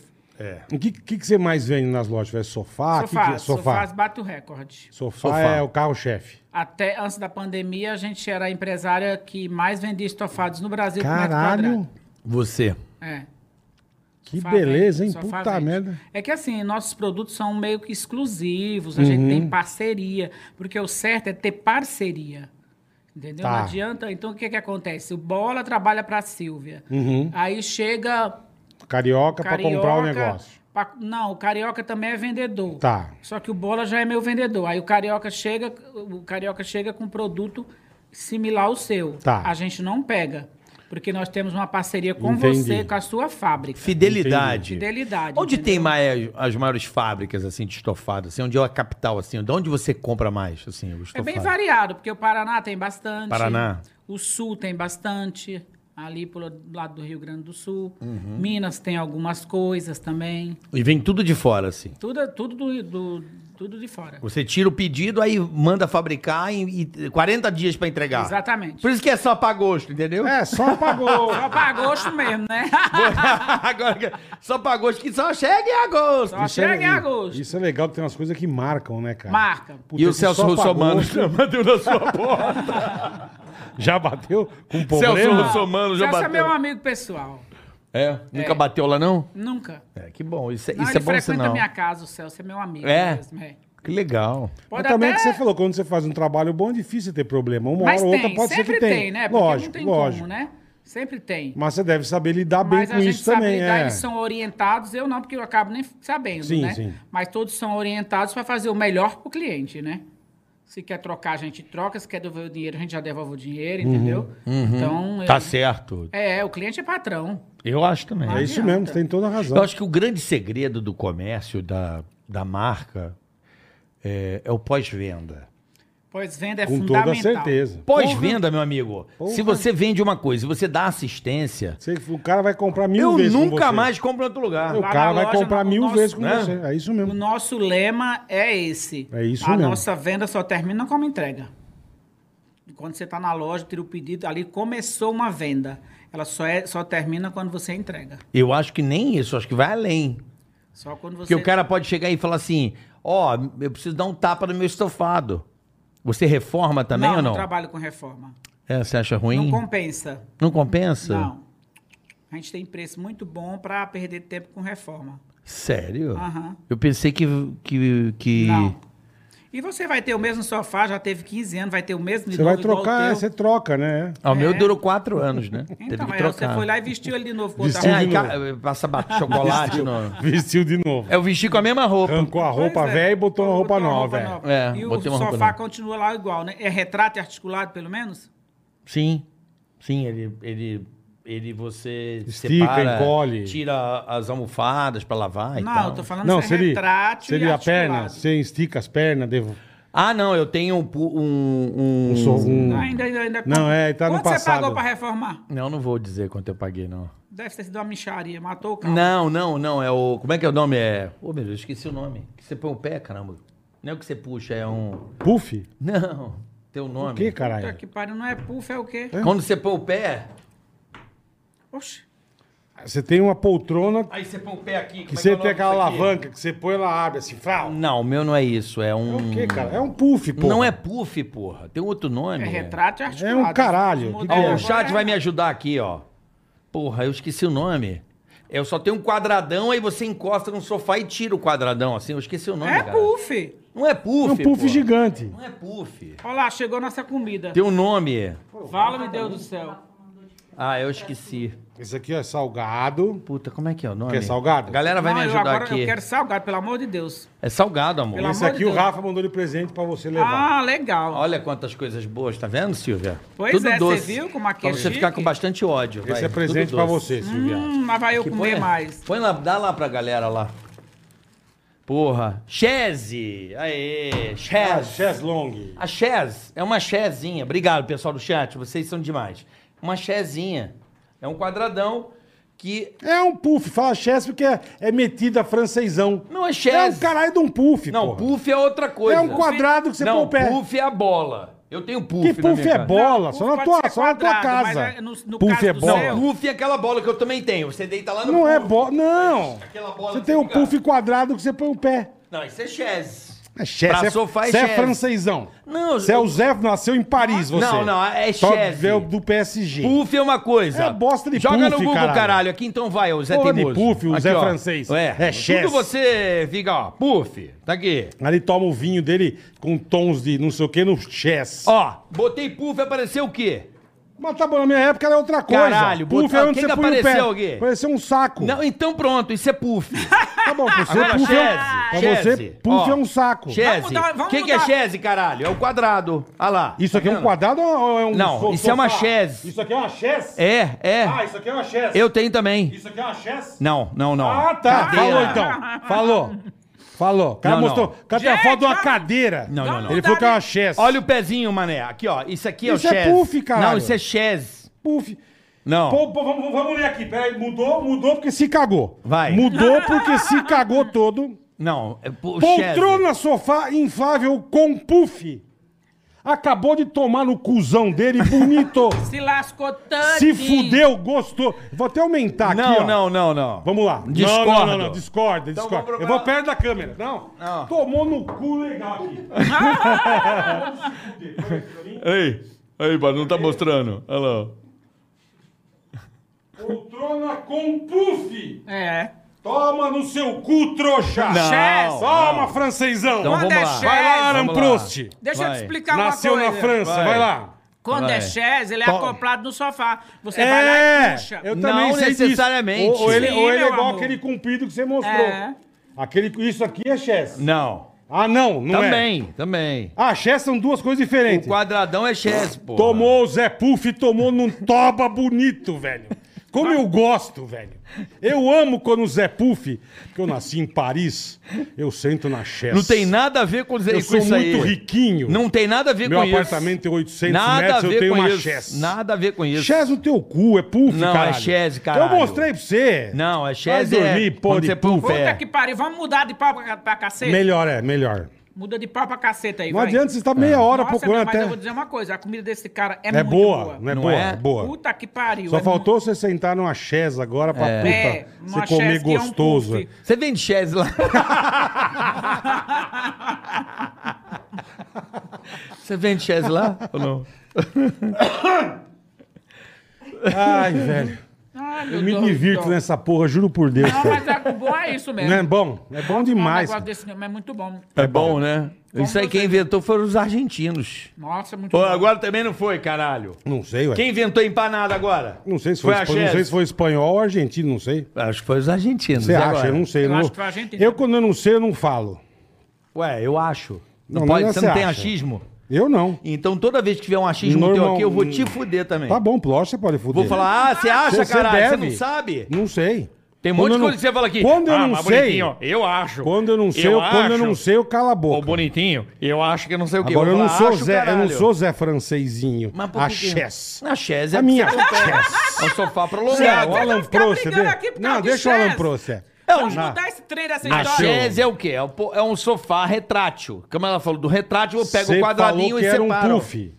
Speaker 2: O que, que, que você mais vende nas lojas? É sofá? Que que
Speaker 4: sofá,
Speaker 2: é
Speaker 4: sofá.
Speaker 2: sofá.
Speaker 4: bate o recorde.
Speaker 2: Sofá,
Speaker 3: Sofá.
Speaker 2: é o carro-chefe.
Speaker 4: Até antes da pandemia, a gente era a empresária que mais vendia estofados no Brasil por metro
Speaker 2: Caralho.
Speaker 4: quadrado.
Speaker 3: Você.
Speaker 4: É.
Speaker 2: Que
Speaker 4: Sofá
Speaker 2: beleza, hein?
Speaker 4: vende, sofá
Speaker 2: Puta
Speaker 4: vende.
Speaker 2: merda.
Speaker 4: É que assim, nossos produtos são meio que exclusivos, a
Speaker 2: Uhum.
Speaker 4: gente tem parceria, porque o certo é ter parceria. Entendeu?
Speaker 2: Tá.
Speaker 4: Não adianta. Então o que que acontece? O Bola trabalha para Silvia.
Speaker 2: Uhum.
Speaker 4: Aí chega
Speaker 2: Carioca, pra
Speaker 4: Carioca.
Speaker 2: comprar o negócio.
Speaker 4: pra- Não, o Carioca também é vendedor.
Speaker 2: Tá.
Speaker 4: Só que o Bola já é meu vendedor. Aí o Carioca chega, o Carioca chega com um produto similar ao seu.
Speaker 2: Tá.
Speaker 4: A gente não pega, porque nós temos uma parceria com
Speaker 2: Entendi.
Speaker 4: você, com a sua fábrica.
Speaker 3: Fidelidade.
Speaker 4: Fidelidade.
Speaker 3: Onde
Speaker 4: entendeu?
Speaker 3: tem mais as maiores fábricas assim de estofado, assim, onde é a capital assim, de onde você compra mais assim, o
Speaker 4: É
Speaker 3: estofado?
Speaker 4: bem variado, porque o Paraná tem bastante.
Speaker 3: Paraná.
Speaker 4: O Sul tem bastante. Ali pelo lado do Rio Grande do Sul.
Speaker 2: Uhum.
Speaker 4: Minas tem algumas coisas também.
Speaker 3: E vem tudo de fora assim.
Speaker 4: Tudo, tudo, do, do- tudo de fora.
Speaker 3: Você tira o pedido, aí manda fabricar e, e 40 dias pra entregar.
Speaker 4: Exatamente.
Speaker 3: Por isso que é só pra gosto, entendeu?
Speaker 2: É, só pagou.
Speaker 4: (laughs) Só pra gosto mesmo, né?
Speaker 3: (laughs) Agora, que- é só pra gosto que só chega em agosto.
Speaker 4: Só
Speaker 2: é-
Speaker 4: chega em agosto.
Speaker 2: Isso é legal, que tem umas coisas que marcam, né, cara?
Speaker 4: (laughs) Marca.
Speaker 2: Puta,
Speaker 3: E o
Speaker 2: esse
Speaker 3: Celso
Speaker 2: só pra
Speaker 3: Russomano
Speaker 2: gosto
Speaker 4: (laughs)
Speaker 3: já bateu na sua porta.
Speaker 2: Já bateu com
Speaker 3: Celso
Speaker 2: problema?
Speaker 3: Russomano já
Speaker 4: Celso é meu
Speaker 3: bateu.
Speaker 4: amigo pessoal.
Speaker 3: É, nunca bateu lá não?
Speaker 4: Nunca.
Speaker 3: É, que bom. Isso, é-
Speaker 4: Não,
Speaker 3: isso
Speaker 4: ele
Speaker 3: é bom
Speaker 4: frequenta
Speaker 3: sinal.
Speaker 4: minha casa, o Celso é meu amigo
Speaker 3: É?
Speaker 4: mesmo. É.
Speaker 3: Que legal.
Speaker 2: Mas
Speaker 4: Pode
Speaker 2: também é
Speaker 4: até-
Speaker 2: que você falou, quando você faz um trabalho bom, é difícil ter problema. Uma
Speaker 4: Mas
Speaker 2: hora ou outra
Speaker 4: tem,
Speaker 2: pode ser
Speaker 4: sempre
Speaker 2: que tenha.
Speaker 4: tem, né? Porque
Speaker 2: Lógico,
Speaker 4: não tem
Speaker 2: lógico.
Speaker 4: como, né? Sempre tem.
Speaker 2: Mas você deve saber lidar bem
Speaker 4: Mas
Speaker 2: com
Speaker 4: a gente
Speaker 2: isso
Speaker 4: sabe
Speaker 2: também,
Speaker 4: lidar,
Speaker 2: é.
Speaker 4: eles são orientados, eu não, porque eu acabo nem sabendo,
Speaker 2: Sim,
Speaker 4: né?
Speaker 2: sim.
Speaker 4: Mas todos são orientados para fazer o melhor pro cliente, né? Se quer trocar, a gente troca, se quer devolver o dinheiro, a gente já devolve o dinheiro,
Speaker 2: Uhum,
Speaker 4: entendeu? Então,
Speaker 3: Tá
Speaker 4: eu-
Speaker 3: certo.
Speaker 4: é, o cliente é patrão.
Speaker 3: Eu acho também.
Speaker 2: É isso mesmo, você tem toda a razão.
Speaker 3: Eu acho que o grande segredo do comércio, da, da marca, é, é o pós-venda.
Speaker 4: Pois venda é
Speaker 2: Com toda
Speaker 4: fundamental.
Speaker 2: a certeza.
Speaker 3: Pós-venda, meu amigo,
Speaker 2: Porra.
Speaker 3: se você vende uma coisa e você dá assistência,
Speaker 2: Você- o cara vai comprar mil
Speaker 3: eu
Speaker 2: vezes com
Speaker 3: nunca
Speaker 2: você.
Speaker 3: mais compro em outro lugar.
Speaker 2: O
Speaker 4: Lá
Speaker 2: cara
Speaker 4: na
Speaker 2: vai
Speaker 4: loja,
Speaker 2: comprar
Speaker 4: no-
Speaker 2: mil
Speaker 4: nosso-
Speaker 2: vezes com
Speaker 3: né?
Speaker 2: você. É isso
Speaker 4: O
Speaker 2: mesmo.
Speaker 4: nosso lema é esse.
Speaker 2: É isso
Speaker 4: A
Speaker 2: mesmo.
Speaker 4: nossa venda só termina como entrega. E Quando você está na loja, tira o pedido, ali começou uma venda. Ela só, é, só termina quando você entrega.
Speaker 3: Eu acho que nem isso, acho que vai além.
Speaker 4: Só quando você...
Speaker 3: Porque o cara pode chegar e falar assim: ó, eu preciso dar um tapa no meu estofado. Você reforma também
Speaker 4: não,
Speaker 3: ou não?
Speaker 4: trabalho com reforma.
Speaker 3: É, você acha ruim?
Speaker 4: Não
Speaker 3: Não,
Speaker 4: compensa.
Speaker 3: compensa?
Speaker 4: Não. A gente tem preço muito bom para perder tempo com reforma.
Speaker 3: Sério?
Speaker 4: Aham.
Speaker 3: Eu pensei que. que, que...
Speaker 4: Não. E você vai ter o mesmo sofá, já teve 15 anos, vai ter o mesmo de
Speaker 2: Você vai
Speaker 4: novo, igual o
Speaker 2: trocar, é,
Speaker 4: teu.
Speaker 2: você troca, né?
Speaker 3: Ah, o meu
Speaker 4: É.
Speaker 3: durou quatro anos, né? Teve
Speaker 4: Então,
Speaker 3: que
Speaker 4: aí
Speaker 3: trocar.
Speaker 4: você foi lá e vestiu ele de novo. com
Speaker 2: Vestiu
Speaker 4: outra
Speaker 3: É,
Speaker 4: roupa.
Speaker 3: aí
Speaker 2: de
Speaker 3: ca- passa bate chocolate. no...
Speaker 2: Vestiu de novo.
Speaker 3: É, Eu vesti com a mesma roupa.
Speaker 2: Arrancou a roupa
Speaker 4: É, Pois é.
Speaker 2: velha e botou uma roupa
Speaker 4: uma
Speaker 2: nova. é.
Speaker 3: É,
Speaker 4: e o
Speaker 3: botei uma roupa
Speaker 4: sofá
Speaker 3: nova.
Speaker 4: continua lá igual, né? É retrato e articulado, pelo menos?
Speaker 3: Sim. Sim, ele. ele... Ele você
Speaker 2: Estica,
Speaker 3: separa,
Speaker 2: encolhe.
Speaker 3: tira as almofadas pra lavar e
Speaker 4: não,
Speaker 3: tal.
Speaker 4: eu tô falando
Speaker 2: Não,
Speaker 4: se
Speaker 2: se
Speaker 4: é
Speaker 2: ele,
Speaker 4: retrato
Speaker 2: se
Speaker 4: e
Speaker 2: ele a
Speaker 4: articulado.
Speaker 2: perna, você estica as pernas, devo...
Speaker 3: Ah, não, eu tenho um pu- um, um...
Speaker 2: sou um...
Speaker 4: Não, ainda, ainda, ainda-
Speaker 2: Não, é, tá no
Speaker 4: Quanto você
Speaker 2: passado.
Speaker 4: pagou pra reformar?
Speaker 3: Não, não vou dizer quanto eu paguei não.
Speaker 4: Deve ter sido uma micharia, matou o carro.
Speaker 3: Não, não, não, é o como é que é o nome é? Ô, meu Deus, esqueci o nome. Que você põe o pé, caramba. Não é o que você puxa, é um
Speaker 2: Puff?
Speaker 3: Não, tem um nome.
Speaker 2: O né? que,
Speaker 4: Puta
Speaker 2: caralho?
Speaker 4: que pariu, não é puff, é o quê?
Speaker 3: Quando você põe o pé,
Speaker 4: Oxi.
Speaker 2: Você tem uma poltrona
Speaker 3: aí você põe o pé aqui,
Speaker 2: é que você tem aquela alavanca que você põe, ela abre assim, frau.
Speaker 3: Não, o meu não é isso, é
Speaker 2: É
Speaker 3: um
Speaker 2: o quê, cara? É um puff, pô.
Speaker 3: Não é puff, porra. Tem outro nome.
Speaker 4: É retrato e articulado.
Speaker 2: É um caralho.
Speaker 4: Os
Speaker 2: Que
Speaker 4: modelos
Speaker 3: Ó, o
Speaker 4: agora
Speaker 3: chat
Speaker 4: é-
Speaker 3: vai me ajudar aqui, ó. Porra, eu esqueci o nome. Eu só tenho um quadradão, aí você encosta no sofá e tira o quadradão, assim. Eu esqueci o nome,
Speaker 4: É
Speaker 3: cara.
Speaker 4: puff.
Speaker 3: Não é puff,
Speaker 2: É um puff
Speaker 3: porra.
Speaker 2: gigante.
Speaker 3: Não é puff.
Speaker 4: Olha lá, chegou nossa comida.
Speaker 3: Tem um nome.
Speaker 4: Fala, meu Deus do céu.
Speaker 3: Ah, eu esqueci.
Speaker 2: Esse aqui ó, é salgado.
Speaker 3: Puta, como é que é o nome?
Speaker 2: Quer salgado?
Speaker 3: A galera vai
Speaker 4: Não,
Speaker 3: me
Speaker 4: eu
Speaker 3: ajudar
Speaker 4: agora
Speaker 3: aqui.
Speaker 4: eu quero salgado, pelo amor de Deus.
Speaker 3: É salgado, amor.
Speaker 4: Pelo
Speaker 2: Esse
Speaker 4: amor de
Speaker 2: aqui o
Speaker 4: Deus.
Speaker 2: Rafa mandou de presente pra você levar.
Speaker 4: Ah, legal.
Speaker 3: Olha quantas coisas boas, tá vendo, Silvia?
Speaker 4: Pois é, você viu como aqui
Speaker 3: Pra
Speaker 4: é
Speaker 3: você ficar
Speaker 4: chique?
Speaker 3: com bastante ódio.
Speaker 2: Esse
Speaker 3: vai.
Speaker 2: é presente
Speaker 3: Tudo
Speaker 2: pra
Speaker 3: doce.
Speaker 2: você, Silvia.
Speaker 4: Hum, mas Hum, vai eu
Speaker 3: Que é?
Speaker 4: comer
Speaker 3: põe-
Speaker 4: mais.
Speaker 3: Põe lá, dá lá pra galera lá. Porra. Chese! Aê!
Speaker 2: Ah,
Speaker 3: Chese!
Speaker 2: Chess Long.
Speaker 3: A Chaz é uma chezinha. Obrigado, pessoal do chat. Vocês são demais. Uma chezinha. É um quadradão que.
Speaker 2: É um puff, fala chess porque é, é metida francesão.
Speaker 3: Não é chess.
Speaker 2: É um caralho de um puff,
Speaker 3: Não,
Speaker 2: porra.
Speaker 3: puff é outra coisa.
Speaker 2: É um quadrado que você põe
Speaker 3: Não,
Speaker 2: o pé.
Speaker 3: puff é a bola. Eu tenho puff.
Speaker 2: Que
Speaker 3: na
Speaker 2: puff
Speaker 3: minha
Speaker 2: é
Speaker 3: casa.
Speaker 2: bola?
Speaker 4: Não,
Speaker 2: só na
Speaker 4: puff
Speaker 2: tua,
Speaker 4: pode ser
Speaker 2: só na tua
Speaker 4: quadrado,
Speaker 2: casa.
Speaker 4: mas é- no- no
Speaker 2: puff
Speaker 4: caso
Speaker 2: é
Speaker 4: do
Speaker 2: bola.
Speaker 4: seu-
Speaker 3: Puff é aquela bola que eu também tenho. Você deita lá no
Speaker 2: Não é
Speaker 3: puff.
Speaker 2: bola. Não.
Speaker 3: Aquela bola
Speaker 2: Você
Speaker 3: que
Speaker 2: tem o
Speaker 3: fica-
Speaker 2: puff quadrado que você põe o pé.
Speaker 3: Não, isso é chess.
Speaker 2: É chess.
Speaker 3: Pra
Speaker 2: é,
Speaker 3: sofá é
Speaker 2: você é
Speaker 3: chess.
Speaker 2: francesão.
Speaker 3: Não,
Speaker 2: Você é o Zé, nasceu em Paris, você.
Speaker 3: Não, não, é
Speaker 2: Só
Speaker 3: chess.
Speaker 2: vê o do PSG.
Speaker 3: Puff é uma coisa.
Speaker 2: É bosta de
Speaker 3: Joga
Speaker 2: puff,
Speaker 3: no Google, caralho.
Speaker 2: caralho.
Speaker 3: Aqui então vai, o Zé
Speaker 2: Porra de
Speaker 3: Teimoso.
Speaker 2: puff, o
Speaker 3: Aqui,
Speaker 2: Zé
Speaker 3: ó.
Speaker 2: francês.
Speaker 3: É,
Speaker 2: É
Speaker 3: é Tudo
Speaker 2: chess.
Speaker 3: você fica, ó, puff. Tá aqui.
Speaker 2: Ali toma o vinho dele com tons de não sei o que no chess.
Speaker 3: Ó, botei puff, apareceu o quê?
Speaker 2: Mas tá bom, na minha época era outra coisa.
Speaker 3: Caralho,
Speaker 2: puff
Speaker 3: botou-
Speaker 2: é onde
Speaker 3: quem
Speaker 2: você
Speaker 3: que
Speaker 2: põe o pé.
Speaker 3: apareceu aqui?
Speaker 2: Apareceu um saco.
Speaker 3: Não, então pronto, isso
Speaker 2: (laughs)
Speaker 3: é puff.
Speaker 2: Tá bom, pra você,
Speaker 3: Agora,
Speaker 2: puff, é um,
Speaker 3: chess,
Speaker 2: pra
Speaker 3: chess.
Speaker 2: você, puff
Speaker 3: Ó,
Speaker 2: é um saco.
Speaker 3: Chese.
Speaker 4: Vamos mudar-
Speaker 3: O
Speaker 4: vamos
Speaker 3: que, que é
Speaker 4: mudar.
Speaker 3: chese, caralho? É o quadrado. Olha lá. tá
Speaker 2: Isso aqui é um quadrado ou é um
Speaker 3: Não, isso é uma chess.
Speaker 2: Isso aqui é uma chess?
Speaker 3: É, é.
Speaker 2: Ah, isso aqui é uma chess.
Speaker 3: Eu tenho também.
Speaker 2: Isso aqui é uma chess?
Speaker 3: Não, não, não.
Speaker 2: Ah, tá.
Speaker 3: Cadeira.
Speaker 2: Falou então. Falou. Falou. O cara
Speaker 3: Não, não.
Speaker 2: mostrou. O cara tem a
Speaker 4: Gente,
Speaker 2: foto de uma
Speaker 4: não.
Speaker 2: cadeira.
Speaker 3: Não, não, não.
Speaker 2: Ele falou que é uma chess.
Speaker 3: Olha o pezinho, mané. Aqui, ó. Isso aqui é
Speaker 2: Isso
Speaker 3: o
Speaker 2: é
Speaker 3: chess.
Speaker 2: puff, caralho.
Speaker 3: Não, isso é chess.
Speaker 2: puff.
Speaker 3: Não.
Speaker 2: Pô, pô, vamos, vamos ler aqui. Peraí, mudou, mudou porque se cagou.
Speaker 3: Vai.
Speaker 2: Mudou porque se cagou todo.
Speaker 3: Não. É pu- chess.
Speaker 2: Poltrona, sofá inflável com puff. Acabou de tomar no cuzão dele, bonito.
Speaker 4: Se lascou tanto.
Speaker 2: se fudeu, gostou. Vou até aumentar aqui, ó.
Speaker 3: Não, não, não, não.
Speaker 2: Vamos lá.
Speaker 3: Discordo.
Speaker 2: Não, não, não, não. Discorda,
Speaker 3: Então
Speaker 2: discorda.
Speaker 3: vamos Ah.
Speaker 2: Eu
Speaker 3: procurar-
Speaker 2: vou perto da câmera. Não.
Speaker 3: Não.
Speaker 2: Tomou no cu legal aqui.
Speaker 3: (laughs) Ei, ei, mano, não tá mostrando. Olha lá. ó.
Speaker 2: Poltrona com puff.
Speaker 4: É.
Speaker 2: Toma no seu cu, trouxa.
Speaker 3: Não,
Speaker 4: Chess.
Speaker 2: Toma, francesão.
Speaker 3: Então
Speaker 4: Quando
Speaker 3: vamos
Speaker 4: é
Speaker 3: lá.
Speaker 4: chess-
Speaker 2: Vai lá, Aram
Speaker 3: Vamos lá.
Speaker 2: Prost.
Speaker 4: Deixa eu
Speaker 3: Vai.
Speaker 4: te explicar
Speaker 2: Nasceu
Speaker 4: uma
Speaker 2: na
Speaker 4: coisa.
Speaker 2: França.
Speaker 3: Vai.
Speaker 2: Vai, lá.
Speaker 4: Quando
Speaker 3: Vai.
Speaker 4: é chess, ele é
Speaker 3: Toma.
Speaker 4: acoplado no sofá. Você vai lá e
Speaker 2: É,
Speaker 4: puxa.
Speaker 2: eu
Speaker 3: Não
Speaker 2: também sei disso.
Speaker 3: necessariamente.
Speaker 2: Ou, ou ele,
Speaker 4: Sim,
Speaker 2: ou ele é
Speaker 4: meu
Speaker 2: igual
Speaker 4: amor.
Speaker 2: aquele comprido que você mostrou.
Speaker 4: É.
Speaker 2: Aquele, isso aqui é chess.
Speaker 3: Não.
Speaker 2: Ah, não, não é.
Speaker 3: também, também.
Speaker 2: Ah, chess são duas coisas
Speaker 3: O
Speaker 2: diferentes.
Speaker 3: quadradão é chess, pô.
Speaker 2: Tomou o Zé Puff, tomou num toba bonito, velho. Como eu gosto, velho. Eu amo quando o Zé Puff, que eu nasci em Paris, eu sento na chess.
Speaker 3: Não tem nada a ver com,
Speaker 2: Eu
Speaker 3: com
Speaker 2: sou
Speaker 3: isso aí.
Speaker 2: muito riquinho.
Speaker 3: Não tem nada a ver
Speaker 2: Meu
Speaker 3: com isso.
Speaker 2: apartamento tem 800
Speaker 3: Nada a
Speaker 2: metros,
Speaker 3: ver
Speaker 2: eu tenho
Speaker 3: com
Speaker 2: uma
Speaker 3: isso.
Speaker 2: chess.
Speaker 3: Nada a ver com isso.
Speaker 2: Chess no teu cu, é puff,
Speaker 3: Não, é
Speaker 2: caralho.
Speaker 3: chess, caralho.
Speaker 2: Eu mostrei pra você.
Speaker 3: Não, é chess
Speaker 2: Vai dormir,
Speaker 3: é...
Speaker 2: pô,
Speaker 3: quando
Speaker 2: de
Speaker 3: você põe o
Speaker 2: puff.
Speaker 4: Puta
Speaker 3: pé.
Speaker 4: que pariu. Vamos mudar de pau pra, pra caceta?
Speaker 2: Melhor é, melhor.
Speaker 4: Muda de pau pra caceta aí,
Speaker 2: Não
Speaker 4: vai.
Speaker 2: adianta você estar meia hora
Speaker 4: Nossa,
Speaker 2: procurando
Speaker 4: mas
Speaker 2: até.
Speaker 4: eu vou dizer uma coisa. A comida desse cara é,
Speaker 2: É
Speaker 4: muito
Speaker 2: boa,
Speaker 4: boa.
Speaker 2: não é
Speaker 3: Não
Speaker 2: boa,
Speaker 3: é?
Speaker 2: é boa.
Speaker 4: Puta que pariu.
Speaker 2: Só
Speaker 4: é
Speaker 2: faltou você sentar numa chess agora pra
Speaker 4: É,
Speaker 2: puta
Speaker 4: uma
Speaker 2: você comer
Speaker 4: chess que é um
Speaker 2: gostoso.
Speaker 4: puff. (laughs)
Speaker 3: Você vende
Speaker 2: (laughs)
Speaker 3: chess lá? você vende chess lá ou não?
Speaker 2: Ai, velho.
Speaker 4: Ai, meu
Speaker 2: Eu me
Speaker 4: Deus do
Speaker 2: divirto
Speaker 4: céu.
Speaker 2: nessa porra, juro por Deus.
Speaker 4: Então, Não,
Speaker 2: cara.
Speaker 4: mas é bom, é isso mesmo.
Speaker 2: Não é bom? É bom demais.
Speaker 4: Um negócio
Speaker 2: cara.
Speaker 4: desse, mas é muito bom.
Speaker 3: É bom, né? Isso aí
Speaker 4: você-
Speaker 3: quem inventou foram os argentinos.
Speaker 4: Nossa, muito
Speaker 3: Pô,
Speaker 4: bom.
Speaker 3: agora também não foi, caralho.
Speaker 2: Não sei, ué.
Speaker 3: Quem inventou empanada agora?
Speaker 2: Não sei se foi,
Speaker 3: a
Speaker 2: espan- não
Speaker 3: Chess?
Speaker 2: sei se foi espanhol ou argentino, não sei.
Speaker 3: Acho que foi os argentinos.
Speaker 2: Você
Speaker 3: E
Speaker 2: acha?
Speaker 3: agora?
Speaker 2: Eu não sei.
Speaker 4: Eu
Speaker 2: não-
Speaker 4: acho que foi argentino.
Speaker 2: Eu, quando eu não sei, eu não falo.
Speaker 3: Ué, eu acho. Não,
Speaker 2: Não,
Speaker 3: pode,
Speaker 2: mas
Speaker 3: você não
Speaker 2: você
Speaker 3: tem
Speaker 2: acha.
Speaker 3: achismo?
Speaker 2: Eu não.
Speaker 3: Então toda vez que tiver um achismo teu
Speaker 2: Normal-
Speaker 3: aqui, eu vou te fuder também.
Speaker 2: Tá bom, lógico, você pode fuder.
Speaker 3: Vou falar, ah, você acha,
Speaker 2: Você- você
Speaker 3: caralho? Você
Speaker 2: deve.
Speaker 3: não sabe?
Speaker 2: Não sei.
Speaker 3: Tem um
Speaker 2: Quando
Speaker 3: monte
Speaker 2: eu
Speaker 3: de
Speaker 2: não-
Speaker 3: coisa que você fala aqui.
Speaker 2: Quando eu
Speaker 3: ah,
Speaker 2: não
Speaker 3: mas
Speaker 2: sei-
Speaker 3: bonitinho, eu acho.
Speaker 2: Quando eu não sei, eu quando eu não sei, eu calo a
Speaker 3: Ô,
Speaker 2: boca.
Speaker 3: bonitinho, eu acho que eu não sei o que.
Speaker 2: Agora eu
Speaker 3: vou
Speaker 2: não
Speaker 3: falar,
Speaker 2: sou
Speaker 3: acho,
Speaker 2: Zé, eu não
Speaker 3: caralho.
Speaker 2: sou Zé francesinho.
Speaker 3: Mas por
Speaker 2: A
Speaker 3: que que-
Speaker 2: chess.
Speaker 3: Na chess é
Speaker 2: A minha
Speaker 3: porque você
Speaker 2: chess.
Speaker 3: tem- É um sofá
Speaker 2: Não,
Speaker 3: prolongado.
Speaker 2: o Alan
Speaker 4: ficar
Speaker 2: Prost.
Speaker 4: brigando
Speaker 2: de-
Speaker 4: aqui por causa
Speaker 2: Não,
Speaker 4: de
Speaker 2: deixa o Alan
Speaker 4: chess.
Speaker 2: Prost. é.
Speaker 4: Vamos
Speaker 2: Não.
Speaker 4: mudar esse trem dessa
Speaker 3: A
Speaker 4: história.
Speaker 3: chess é o quê? É um po- É um sofá retrátil. Como ela falou, do retrátil eu pego o
Speaker 2: Você
Speaker 3: quadradinho
Speaker 2: falou que
Speaker 3: e
Speaker 2: era um
Speaker 3: separo.
Speaker 2: puff.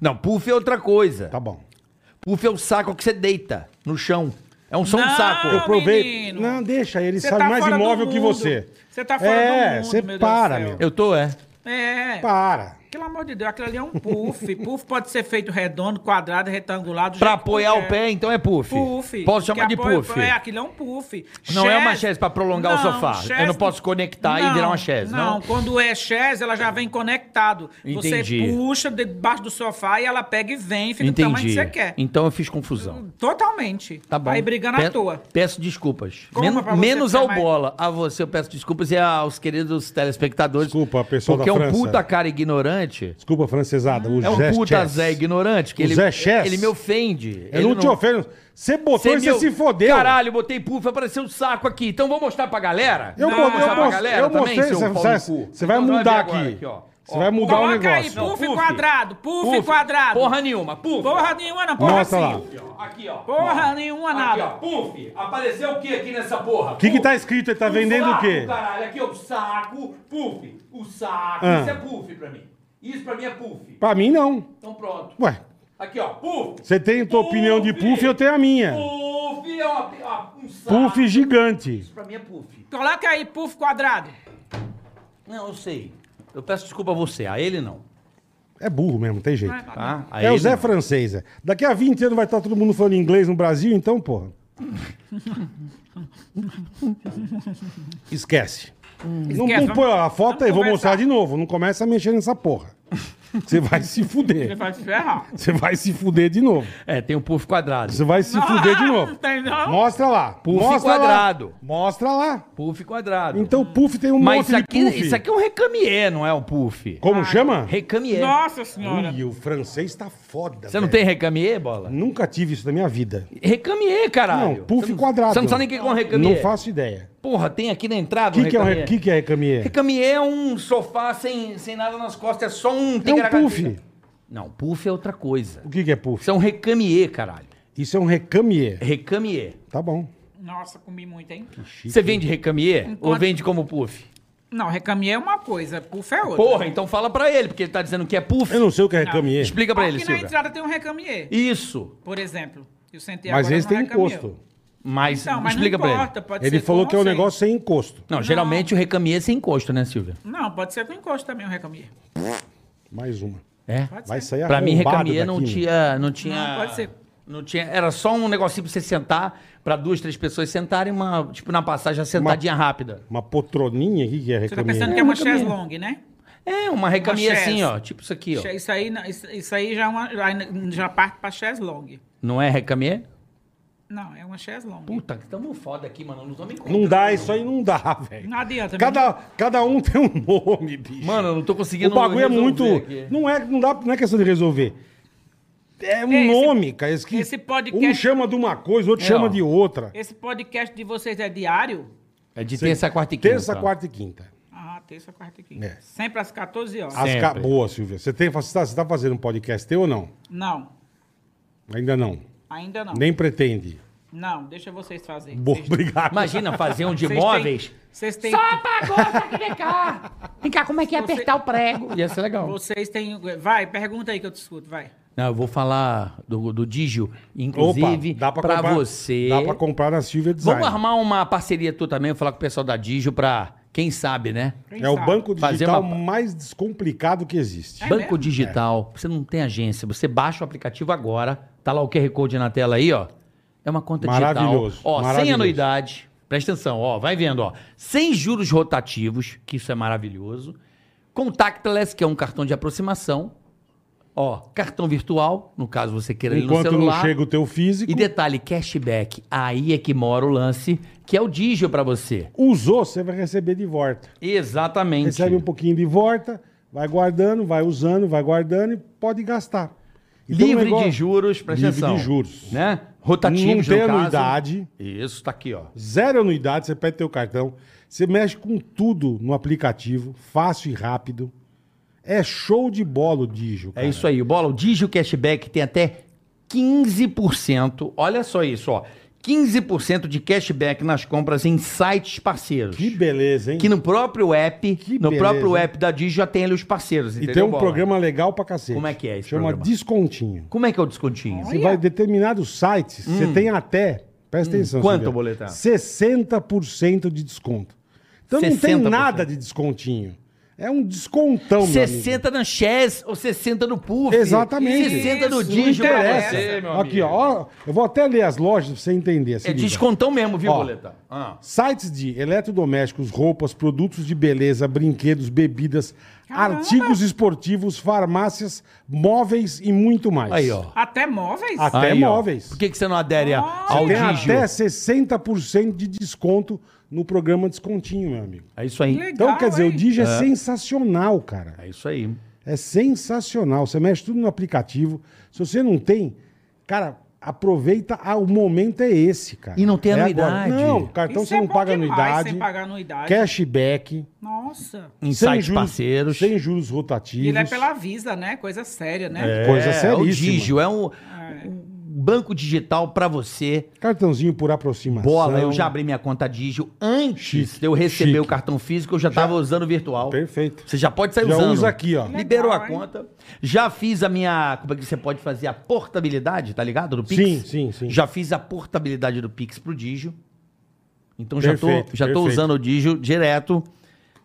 Speaker 3: Não, puff é outra coisa.
Speaker 2: Tá bom.
Speaker 3: Puff é o saco que você deita no chão. É um som de
Speaker 4: Não,
Speaker 3: saco.
Speaker 2: Eu provei.
Speaker 4: menino.
Speaker 2: Não, deixa, ele
Speaker 4: Você
Speaker 2: sabe
Speaker 4: tá
Speaker 2: mais
Speaker 4: fora do
Speaker 2: imóvel que
Speaker 4: mundo.
Speaker 2: você.
Speaker 4: Você tá fora
Speaker 2: é,
Speaker 4: do mundo,
Speaker 2: você
Speaker 4: meu Deus
Speaker 2: para,
Speaker 4: do céu.
Speaker 2: meu.
Speaker 3: Eu tô, é.
Speaker 4: É.
Speaker 2: Para.
Speaker 4: Pelo amor de Deus, aquilo ali é um puff. puff pode ser feito redondo, quadrado, retangular. do
Speaker 3: Pra
Speaker 4: jeito que
Speaker 3: apoiar
Speaker 4: tu
Speaker 3: o
Speaker 4: quer.
Speaker 3: pé, então é puff.
Speaker 4: Puff.
Speaker 3: Posso chamar
Speaker 4: Que
Speaker 3: de
Speaker 4: apoia-
Speaker 3: puff?
Speaker 4: É, aquilo é um puff.
Speaker 3: Não é uma
Speaker 4: Chess-
Speaker 3: chess pra prolongar o sofá. Eu não posso conectar e virar uma chess, não?
Speaker 4: quando é chess, ela já vem conectado.
Speaker 3: Entendi.
Speaker 4: Você puxa debaixo do sofá e ela pega e vem, fica do tamanho que
Speaker 3: Entendi.
Speaker 4: você quer.
Speaker 3: Então eu fiz confusão.
Speaker 4: Totalmente.
Speaker 3: Tá bom.
Speaker 4: Aí brigando
Speaker 3: Pe-
Speaker 4: à toa.
Speaker 3: Peço desculpas.
Speaker 4: Como
Speaker 3: Men-
Speaker 4: pra você
Speaker 3: menos
Speaker 4: ficar
Speaker 3: ao
Speaker 4: mais-
Speaker 3: bola. A você eu peço desculpas e aos queridos telespectadores.
Speaker 2: Desculpa, pessoal
Speaker 3: Porque
Speaker 2: da
Speaker 3: é um
Speaker 2: França.
Speaker 3: puta cara ignorante. ignorante.
Speaker 2: Desculpa, francesada. O
Speaker 3: É um
Speaker 2: Zé
Speaker 3: puta
Speaker 2: Chess.
Speaker 3: Zé ignorante. Que
Speaker 2: O
Speaker 3: ele,
Speaker 2: Zé Chess.
Speaker 3: ele me ofende.
Speaker 2: Eu não te ofendo. Você botou e
Speaker 3: Você
Speaker 2: você
Speaker 3: me-
Speaker 2: se fodeu.
Speaker 3: Caralho, botei puff, vai aparecer um saco aqui. Então vou mostrar pra galera.
Speaker 2: Eu,
Speaker 3: Vou
Speaker 2: bo- eu,
Speaker 3: mostrar pra
Speaker 2: mos-
Speaker 3: galera
Speaker 2: eu
Speaker 3: também,
Speaker 2: mostrei.
Speaker 3: seu
Speaker 2: Você
Speaker 3: pau
Speaker 2: você-
Speaker 3: no cu.
Speaker 2: você vai
Speaker 3: Então ver
Speaker 2: mudar
Speaker 3: agora
Speaker 2: aqui.
Speaker 3: ó.
Speaker 2: Você
Speaker 3: Ó,
Speaker 2: vai mudar o
Speaker 4: Coloca aí,
Speaker 2: negócio.
Speaker 4: puff,
Speaker 3: Puff.
Speaker 4: quadrado, puff, quadrado.
Speaker 3: Porra nenhuma, puff.
Speaker 4: Porra nenhuma, não, porra
Speaker 2: Mostra lá.
Speaker 4: sim.
Speaker 2: O
Speaker 3: Aqui, ó.
Speaker 4: Porra nenhuma,
Speaker 3: Aqui,
Speaker 4: nada.
Speaker 3: ó. Puff. Apareceu o que aqui nessa porra? O
Speaker 2: que, que tá escrito? Ele tá vendendo o quê?
Speaker 3: Caralho, aqui ó, o saco, puff. O saco,
Speaker 2: Ah.
Speaker 3: isso é puff pra mim. Isso pra mim é puff.
Speaker 2: Pra mim, não.
Speaker 3: Então pronto.
Speaker 2: Ué,
Speaker 3: Aqui, ó, puff.
Speaker 2: você tem a tua
Speaker 3: Puff.
Speaker 2: opinião de puff, eu tenho a minha.
Speaker 3: Puff é uma, ó, um saco.
Speaker 2: Puff gigante.
Speaker 3: Isso pra mim é puff.
Speaker 4: Coloca aí, puff, quadrado.
Speaker 3: Não, eu sei. Eu peço desculpa a você, a ele não.
Speaker 2: É burro mesmo, não tem jeito.
Speaker 3: Tá? A
Speaker 2: É o
Speaker 3: ele
Speaker 2: Zé
Speaker 3: não.
Speaker 2: Francesa. Daqui a 20 anos vai estar todo mundo falando inglês no Brasil, então,
Speaker 3: (laughs)
Speaker 2: porra. Esquece.
Speaker 3: Hum.
Speaker 2: Não,
Speaker 4: Esquece,
Speaker 2: não põe a foto
Speaker 4: vamos
Speaker 2: aí, vou
Speaker 4: conversar.
Speaker 2: mostrar de novo. Não começa a mexer nessa porra. Você vai se
Speaker 4: Ele
Speaker 2: fuder.
Speaker 4: vai te ferrar.
Speaker 2: Você vai se fuder de novo.
Speaker 3: É, tem o puff quadrado.
Speaker 2: Você vai se fuder de
Speaker 3: (laughs)
Speaker 2: novo.
Speaker 4: Entendeu?
Speaker 2: Mostra lá.
Speaker 3: Puff
Speaker 2: mostra
Speaker 3: quadrado.
Speaker 2: Lá. Mostra lá.
Speaker 3: Puff quadrado.
Speaker 2: Então, puff tem um
Speaker 3: Mas
Speaker 2: monte
Speaker 3: isso
Speaker 2: de
Speaker 3: aqui,
Speaker 2: puff.
Speaker 3: isso aqui é um recamier, não é um puff.
Speaker 2: Como chama?
Speaker 3: Recamier.
Speaker 4: Nossa senhora.
Speaker 2: Ui, o francês tá foda,
Speaker 3: Você não
Speaker 2: velho.
Speaker 3: tem recamier, bola?
Speaker 2: Nunca tive isso na minha vida.
Speaker 3: Recamier, caralho.
Speaker 2: Não, puff
Speaker 3: Você
Speaker 2: quadrado.
Speaker 3: Você não sabe nem o que é um recamier.
Speaker 2: Não faço ideia.
Speaker 3: Porra, tem aqui na entrada
Speaker 2: O que, que é um re-
Speaker 3: recamier.
Speaker 2: que, que é recamier?
Speaker 3: Recamier é um sofá sem, sem nada nas costas, é só um...
Speaker 2: É um puff.
Speaker 3: Não, puff é outra coisa.
Speaker 2: O que, que é puff?
Speaker 3: Isso é um recamier, caralho.
Speaker 2: Isso é um recamier.
Speaker 3: Recamier.
Speaker 2: Tá bom.
Speaker 4: Nossa, comi muito, hein?
Speaker 3: Você vende recamier ou
Speaker 4: Enquanto-
Speaker 3: vende como puff?
Speaker 4: Não, recaminhei é uma coisa, puff é outra.
Speaker 3: Porra, então fala pra ele, porque ele tá dizendo que é puff.
Speaker 2: Eu não sei o que é recamier.
Speaker 3: Explica pra
Speaker 4: Aqui
Speaker 3: ele,
Speaker 4: na
Speaker 3: Silvia.
Speaker 4: entrada tem um recamier,
Speaker 3: Isso.
Speaker 4: por exemplo. Eu sentei
Speaker 2: Mas
Speaker 4: agora
Speaker 2: esse
Speaker 4: no
Speaker 2: tem
Speaker 4: recamier.
Speaker 2: encosto.
Speaker 3: Mas,
Speaker 4: Então, mas
Speaker 3: explica
Speaker 4: não
Speaker 3: pra
Speaker 4: importa,
Speaker 3: ele.
Speaker 4: pode
Speaker 2: Ele
Speaker 4: ser
Speaker 2: falou
Speaker 4: com
Speaker 2: que é um
Speaker 4: ou sem.
Speaker 2: negócio sem encosto.
Speaker 3: Não, geralmente o recamier é sem encosto, né, Silvia?
Speaker 4: Não, pode ser com encosto também o recamier.
Speaker 2: Mais uma.
Speaker 3: É.
Speaker 4: Pode
Speaker 2: Vai
Speaker 4: ser.
Speaker 2: sair
Speaker 3: Pra mim,
Speaker 2: arrombado
Speaker 3: recamier não
Speaker 2: daqui, meu.
Speaker 3: tinha, não tinha.
Speaker 4: Não, pode ser.
Speaker 3: Não tinha, era só um negocinho pra você sentar, pra duas, três pessoas sentarem, uma, tipo, na passagem, uma sentadinha rápida.
Speaker 2: Uma potroninha, o que, que é
Speaker 4: Você tá
Speaker 2: recamier?
Speaker 4: pensando que é uma chaise longue, né?
Speaker 3: É, uma recamier
Speaker 4: Uma
Speaker 3: assim,
Speaker 4: chaise.
Speaker 3: ó. Tipo isso aqui, ó.
Speaker 4: Isso aí, não- isso isso aí já, é uma, já- já parte pra chaise longue.
Speaker 3: Não é recamier?
Speaker 4: Não, é uma chaise longue.
Speaker 3: Puta, que tamo foda aqui, mano. Não tô me
Speaker 2: Não dá, isso aí não dá, velho.
Speaker 4: Não adianta.
Speaker 2: Cada, cada um (laughs) tem um nome, bicho.
Speaker 3: Mano, eu não tô
Speaker 2: o
Speaker 3: conseguindo.
Speaker 2: bagulho é
Speaker 3: resolver
Speaker 2: muito.
Speaker 3: aqui.
Speaker 2: Não é, não, dá, não é questão de resolver. É um
Speaker 4: Esse-
Speaker 2: nome, cara. Esse, que-
Speaker 4: esse podcast-
Speaker 2: Um chama de uma coisa, o outro
Speaker 3: É, ó.
Speaker 2: chama de outra.
Speaker 4: Esse podcast de vocês é diário?
Speaker 3: É de terça, quarta e quinta.
Speaker 2: Terça, quarta e quinta.
Speaker 4: Ah, terça, quarta e quinta.
Speaker 2: É. Ah.
Speaker 4: Sempre às 14 horas.
Speaker 2: As
Speaker 3: Sempre.
Speaker 2: ca... Boa, Silvia. Você, tem, você, tá, você tá fazendo um podcast teu ou não?
Speaker 4: Não,
Speaker 2: Ainda não.
Speaker 4: ainda não.
Speaker 2: Nem pretende.
Speaker 4: Não, deixa vocês fazerem.
Speaker 2: Boa,
Speaker 4: Vocês-
Speaker 2: obrigado.
Speaker 3: Imagina fazer um de
Speaker 4: vocês têm-
Speaker 3: móveis.
Speaker 4: Vocês
Speaker 5: (laughs)
Speaker 4: têm...
Speaker 5: Só apagou, saca, vem cá. Vem cá, como é que é apertar o prego?
Speaker 3: Ia ser legal.
Speaker 4: Vocês têm. Vai, pergunta aí que eu te escuto, vai.
Speaker 3: Não, eu vou falar do, do Digio,
Speaker 2: (laughs) Opa,
Speaker 3: inclusive,
Speaker 2: dá pra,
Speaker 3: pra,
Speaker 2: comprar,
Speaker 3: você.
Speaker 2: Dá pra comprar na Silvia Design.
Speaker 3: Vamos armar uma parceria tu também, eu falar com o pessoal da Digio pra, quem sabe, né?
Speaker 4: Quem
Speaker 2: É o
Speaker 4: sabe?
Speaker 2: banco
Speaker 3: Fazer
Speaker 2: digital
Speaker 3: uma-
Speaker 2: mais descomplicado que existe.
Speaker 4: É
Speaker 3: Banco
Speaker 4: mesmo?
Speaker 3: digital, você não tem agência, você baixa o aplicativo agora, tá lá o QR Code na tela aí, ó. É uma conta
Speaker 2: Maravilhoso,
Speaker 3: digital. Ó, sem
Speaker 2: maravilhoso.
Speaker 3: anuidade, presta atenção, ó, vai vendo, ó. Sem juros rotativos, que isso é maravilhoso. Contactless, que é um cartão de aproximação. Ó, cartão virtual, no caso você queira ele no
Speaker 2: Enquanto não
Speaker 3: celular.
Speaker 2: chega o teu físico,
Speaker 3: E detalhe, cashback, aí é que mora o lance, que é o Digio pra você.
Speaker 2: usou, você vai receber de volta.
Speaker 3: Exatamente.
Speaker 2: Recebe um pouquinho de volta, vai guardando, vai usando, vai guardando e pode gastar. Então, o
Speaker 3: Livre
Speaker 2: negócio-
Speaker 3: de juros, presta
Speaker 2: Livre
Speaker 3: atenção.
Speaker 2: de juros.
Speaker 3: Né? Rotativo,
Speaker 2: Não tem anuidade.
Speaker 3: Isso, tá aqui, ó.
Speaker 2: Zero anuidade, você pede teu cartão, você mexe com tudo no aplicativo, fácil e rápido. É show de bola o Digio,
Speaker 3: É isso aí. Bola, o Digio Cashback tem até 15%. Olha só isso, ó. 15% de cashback nas compras em sites parceiros.
Speaker 2: Que beleza, hein?
Speaker 3: Que no próprio app,
Speaker 2: Que
Speaker 3: no
Speaker 2: beleza,
Speaker 3: próprio
Speaker 2: hein?
Speaker 3: app da Digio já tem ali os parceiros,
Speaker 2: E
Speaker 3: entendeu,
Speaker 2: tem um
Speaker 3: Bola?
Speaker 2: programa legal pra cacete.
Speaker 3: Como é que é esse
Speaker 2: Chama
Speaker 3: programa?
Speaker 2: Descontinho.
Speaker 3: Como é que é o descontinho?
Speaker 2: Você vai em determinados sites, você tem até, presta atenção,
Speaker 3: Hum. Quanto,
Speaker 2: Silvia,
Speaker 3: Boletar?
Speaker 2: 60% de desconto. Então não tem
Speaker 3: 60%.
Speaker 2: nada de descontinho. É um descontão, meu amigo.
Speaker 3: 60 na Chess ou 60 no Puff.
Speaker 2: Exatamente.
Speaker 3: 60 no
Speaker 4: Isso,
Speaker 3: Digio
Speaker 4: não
Speaker 3: pra
Speaker 4: interessa.
Speaker 3: você, meu
Speaker 2: Aqui,
Speaker 3: amigo.
Speaker 2: ó, ó, eu vou até ler as lojas pra você entender. se
Speaker 3: É
Speaker 2: liga.
Speaker 3: descontão mesmo, viu,
Speaker 2: Ó.
Speaker 3: Boleta? Ah.
Speaker 2: Sites de eletrodomésticos, roupas, produtos de beleza, brinquedos, bebidas, artigos esportivos, farmácias, móveis e muito mais.
Speaker 3: Aí, ó.
Speaker 4: Até móveis?
Speaker 2: Até
Speaker 3: Aí, ó.
Speaker 2: móveis.
Speaker 3: Por que, que você não adere a- ao
Speaker 2: Você tem
Speaker 3: Digio?
Speaker 2: até 60% de desconto no programa Descontinho, meu amigo.
Speaker 3: É isso aí.
Speaker 4: Legal,
Speaker 2: Então, quer dizer,
Speaker 4: hein?
Speaker 2: o Digi é sensacional, cara.
Speaker 3: É isso aí.
Speaker 2: É sensacional. Você mexe tudo no aplicativo. Se você não tem, cara, aproveita. Ah, o momento é esse, cara.
Speaker 3: E não tem
Speaker 2: É agora.
Speaker 3: anuidade.
Speaker 2: Não, cartão então,
Speaker 4: Isso
Speaker 2: você
Speaker 4: é
Speaker 2: não
Speaker 4: bom
Speaker 2: paga
Speaker 4: demais,
Speaker 2: anuidade.
Speaker 4: sem pagar anuidade.
Speaker 2: Cashback.
Speaker 4: Nossa.
Speaker 2: sem
Speaker 3: Insights
Speaker 2: juros,
Speaker 3: parceiros.
Speaker 2: Sem juros
Speaker 4: E
Speaker 2: rotativos.
Speaker 4: ele é pela Visa, né? Coisa séria, né?
Speaker 3: É,
Speaker 2: Coisa
Speaker 3: o
Speaker 2: seríssima.
Speaker 3: Digio é um, um banco digital pra você.
Speaker 2: Cartãozinho por aproximação.
Speaker 3: Bola, eu já abri minha conta Digio antes
Speaker 2: Chique,
Speaker 3: de eu receber
Speaker 2: chique.
Speaker 3: o cartão físico, eu já estava usando o virtual.
Speaker 2: Perfeito.
Speaker 3: Você já pode sair
Speaker 2: Já
Speaker 3: usando.
Speaker 2: usa aqui, ó.
Speaker 3: Liberou
Speaker 4: Legal,
Speaker 3: a
Speaker 4: hein?
Speaker 3: conta. Já fiz a minha. Como é que você pode fazer a portabilidade, tá ligado? Do Pix?
Speaker 2: Sim, sim, sim.
Speaker 3: Já fiz a portabilidade do Pix pro Digio. Então já tô,
Speaker 2: Perfeito,
Speaker 3: já tô
Speaker 2: perfeito.
Speaker 3: usando o Digio direto.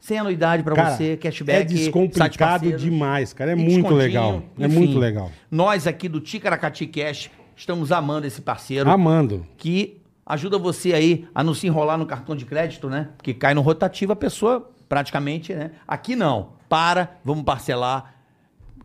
Speaker 3: Sem anuidade pra
Speaker 2: Cara,
Speaker 3: você, cashback.
Speaker 2: é
Speaker 3: site
Speaker 2: descomplicado
Speaker 3: parceiros,
Speaker 2: demais, cara. É
Speaker 3: descontinho,
Speaker 2: muito legal. É
Speaker 3: enfim.
Speaker 2: muito legal.
Speaker 3: Nós aqui do Ticaracati Cash estamos amando esse parceiro
Speaker 2: Amando.
Speaker 3: que ajuda você aí a não se enrolar no cartão de crédito, né? Porque cai no rotativo a pessoa praticamente, né? Aqui não. Para, vamos parcelar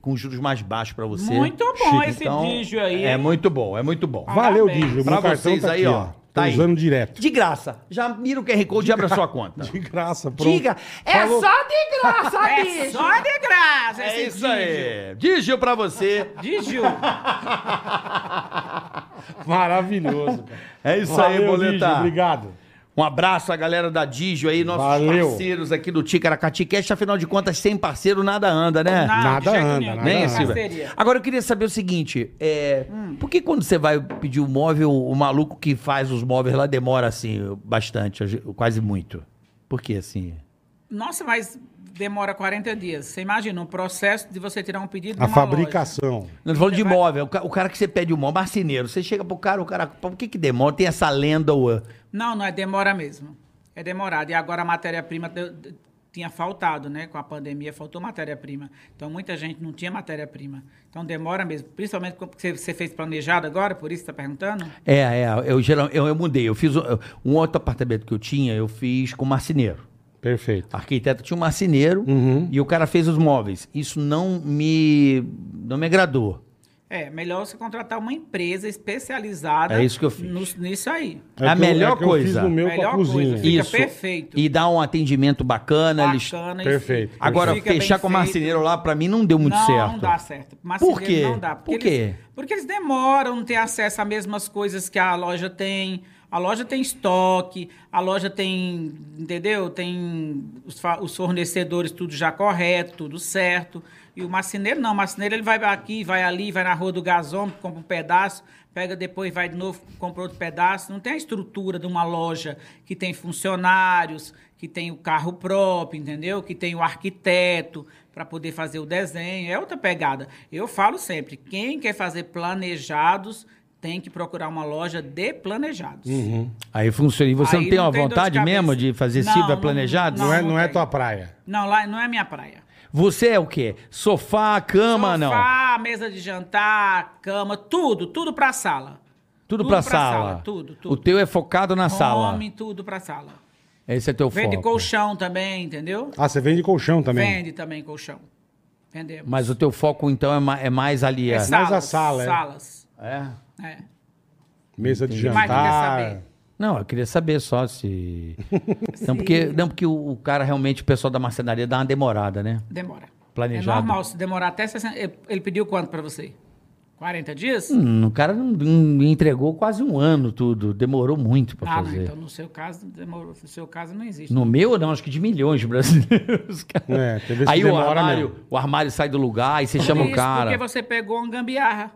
Speaker 3: com juros mais baixos pra você.
Speaker 4: Muito bom
Speaker 3: Chique.
Speaker 4: esse dígio aí,
Speaker 3: É
Speaker 4: hein?
Speaker 3: muito bom, é muito bom.
Speaker 2: Valeu,
Speaker 4: Parabéns.
Speaker 2: Digio.
Speaker 3: Pra
Speaker 2: Meu cartão
Speaker 3: vocês
Speaker 2: tá aqui,
Speaker 3: aí, ó.
Speaker 2: ó.
Speaker 3: Tá
Speaker 2: Tô
Speaker 3: aí.
Speaker 2: usando direto.
Speaker 3: De graça. Já mira o QR Code e abre a sua
Speaker 2: (laughs)
Speaker 3: conta.
Speaker 2: De graça, pronto.
Speaker 3: Tá. Diga, é
Speaker 2: Falou.
Speaker 3: só de
Speaker 2: (laughs)
Speaker 3: graça,
Speaker 4: É
Speaker 3: bicho.
Speaker 4: só de graça
Speaker 3: É
Speaker 4: esse
Speaker 3: isso aí. Digio pra você.
Speaker 4: Digio.
Speaker 2: Maravilhoso, cara.
Speaker 3: É isso aí,
Speaker 2: Valeu,
Speaker 3: boleta.
Speaker 2: Digio, Obrigado.
Speaker 3: Um abraço à galera da Digio aí, nossos
Speaker 2: Valeu.
Speaker 3: parceiros aqui do Ticaracati Cast. Afinal de contas, sem parceiro nada anda, né?
Speaker 4: Ah, Não, de
Speaker 2: Nada
Speaker 4: jeito
Speaker 2: anda,
Speaker 4: nenhum.
Speaker 2: nada
Speaker 3: Nem
Speaker 2: anda.
Speaker 3: esse, velho.
Speaker 4: é Parceria.
Speaker 3: Agora eu queria saber o seguinte: é, por que quando você vai pedir o móvel, o maluco que faz os móveis lá demora assim bastante, quase muito? Por que assim?
Speaker 4: Nossa, mas demora 40 dias. Você imagina o processo de você tirar um pedido
Speaker 2: A
Speaker 4: numa loja.
Speaker 2: fabricação.
Speaker 3: Não falando de móvel, o ca- o cara que você pede o móvel, marceneiro, você chega pro cara, o cara, "Pô, por que que demora? Tem essa lenda ué.
Speaker 4: Não, não é demora mesmo. É demorado. E agora a matéria-prima deu- d- tinha faltado, né? Com a pandemia faltou matéria-prima. Então muita gente não tinha matéria-prima. Então demora mesmo. Principalmente porque você- você fez planejado agora, por isso está perguntando?
Speaker 3: É, é, eu, geral, eu, eu mudei, eu fiz um, um outro apartamento que eu tinha, eu fiz com marceneiro.
Speaker 2: Perfeito.
Speaker 3: arquiteto tinha um marceneiro e o cara fez os móveis. Isso não me não me agradou.
Speaker 4: É, melhor você contratar uma empresa especializada.
Speaker 3: É isso que eu fiz.
Speaker 4: nos- nisso aí.
Speaker 3: a
Speaker 2: que eu-
Speaker 3: melhor
Speaker 2: é que eu
Speaker 3: coisa.
Speaker 2: fiz no meu
Speaker 4: Melhor
Speaker 2: com a cozinha.
Speaker 4: coisa. Fica
Speaker 3: Isso.
Speaker 4: perfeito.
Speaker 3: E dá um atendimento bacana. eles-
Speaker 4: Bacana, e
Speaker 2: Perfeito.
Speaker 4: fica-
Speaker 3: Agora
Speaker 4: fica bem
Speaker 3: fechar com o
Speaker 4: feito.
Speaker 3: marceneiro lá pra mim não deu muito
Speaker 4: não,
Speaker 3: certo.
Speaker 4: Não dá certo.
Speaker 3: Por quê?
Speaker 4: Não dá, porque
Speaker 3: Por quê?
Speaker 4: Eles, porque eles demoram a ter acesso às mesmas coisas que a loja tem. A loja tem estoque, a loja tem, entendeu? Tem os, fa- os fornecedores tudo já correto, tudo certo. E o marceneiro não, o marceneiro ele vai aqui, vai ali, vai na rua do gasômetro, compra um pedaço, pega depois, vai de novo, compra outro pedaço. Não tem a estrutura de uma loja que tem funcionários, que tem o carro próprio, entendeu? Que tem o arquiteto, para poder fazer o desenho, é outra pegada. Eu falo sempre, quem quer fazer planejados tem que procurar uma loja de planejados.
Speaker 3: Uhum. Aí funciona. E você
Speaker 4: Aí
Speaker 3: não tem
Speaker 4: não
Speaker 3: uma
Speaker 4: tem dor de
Speaker 3: vontade
Speaker 4: cabeça.
Speaker 3: mesmo de fazer
Speaker 4: Não,
Speaker 3: Silva
Speaker 4: não-
Speaker 3: planejado?
Speaker 2: Não, é, não é
Speaker 4: tem.
Speaker 2: tua praia.
Speaker 4: Não, lá não é minha praia.
Speaker 3: Você é o quê? Sofá, cama, não.
Speaker 4: Sofá, mesa de jantar, cama, tudo, tudo para sala.
Speaker 3: Tudo, pra, sala.
Speaker 4: Tudo,
Speaker 3: O
Speaker 4: tudo.
Speaker 3: teu é focado na sala.
Speaker 4: Homem, tudo para sala.
Speaker 3: Esse é teu
Speaker 4: Vende
Speaker 3: foco.
Speaker 4: colchão também, entendeu?
Speaker 2: Ah, você vende colchão também.
Speaker 4: Vende também colchão. Vendemos.
Speaker 3: Mas o teu foco então é, ma- é mais ali. É.
Speaker 4: é
Speaker 2: Mas a
Speaker 4: salas,
Speaker 2: sala, é.
Speaker 4: Salas.
Speaker 3: é?
Speaker 4: É.
Speaker 2: Mesa de
Speaker 4: Mais que quer
Speaker 2: jantar.
Speaker 4: saber?
Speaker 3: Não, eu queria saber só
Speaker 4: (laughs)
Speaker 3: se. Não, porque, não, porque o, o cara realmente, o pessoal da marcenaria dá uma demorada, né?
Speaker 4: Demora.
Speaker 3: Planejado.
Speaker 4: É normal, se demorar até 60... Ele ele pediu quanto pra você? 40 dias?
Speaker 3: Hum, o cara não, não entregou quase um ano tudo, demorou muito pra
Speaker 4: ah, não,
Speaker 3: fazer.
Speaker 4: então no seu caso, demorou. No seu caso não existe.
Speaker 3: No meu, não, acho que de milhões de brasileiros, (laughs) cara.
Speaker 2: É, tem vezes que
Speaker 3: Aí o
Speaker 2: demora
Speaker 3: armário,
Speaker 2: mesmo.
Speaker 3: o armário sai do lugar, aí você
Speaker 4: Por
Speaker 3: chama o
Speaker 4: isso,
Speaker 3: cara.
Speaker 4: Porque você pegou uma gambiarra.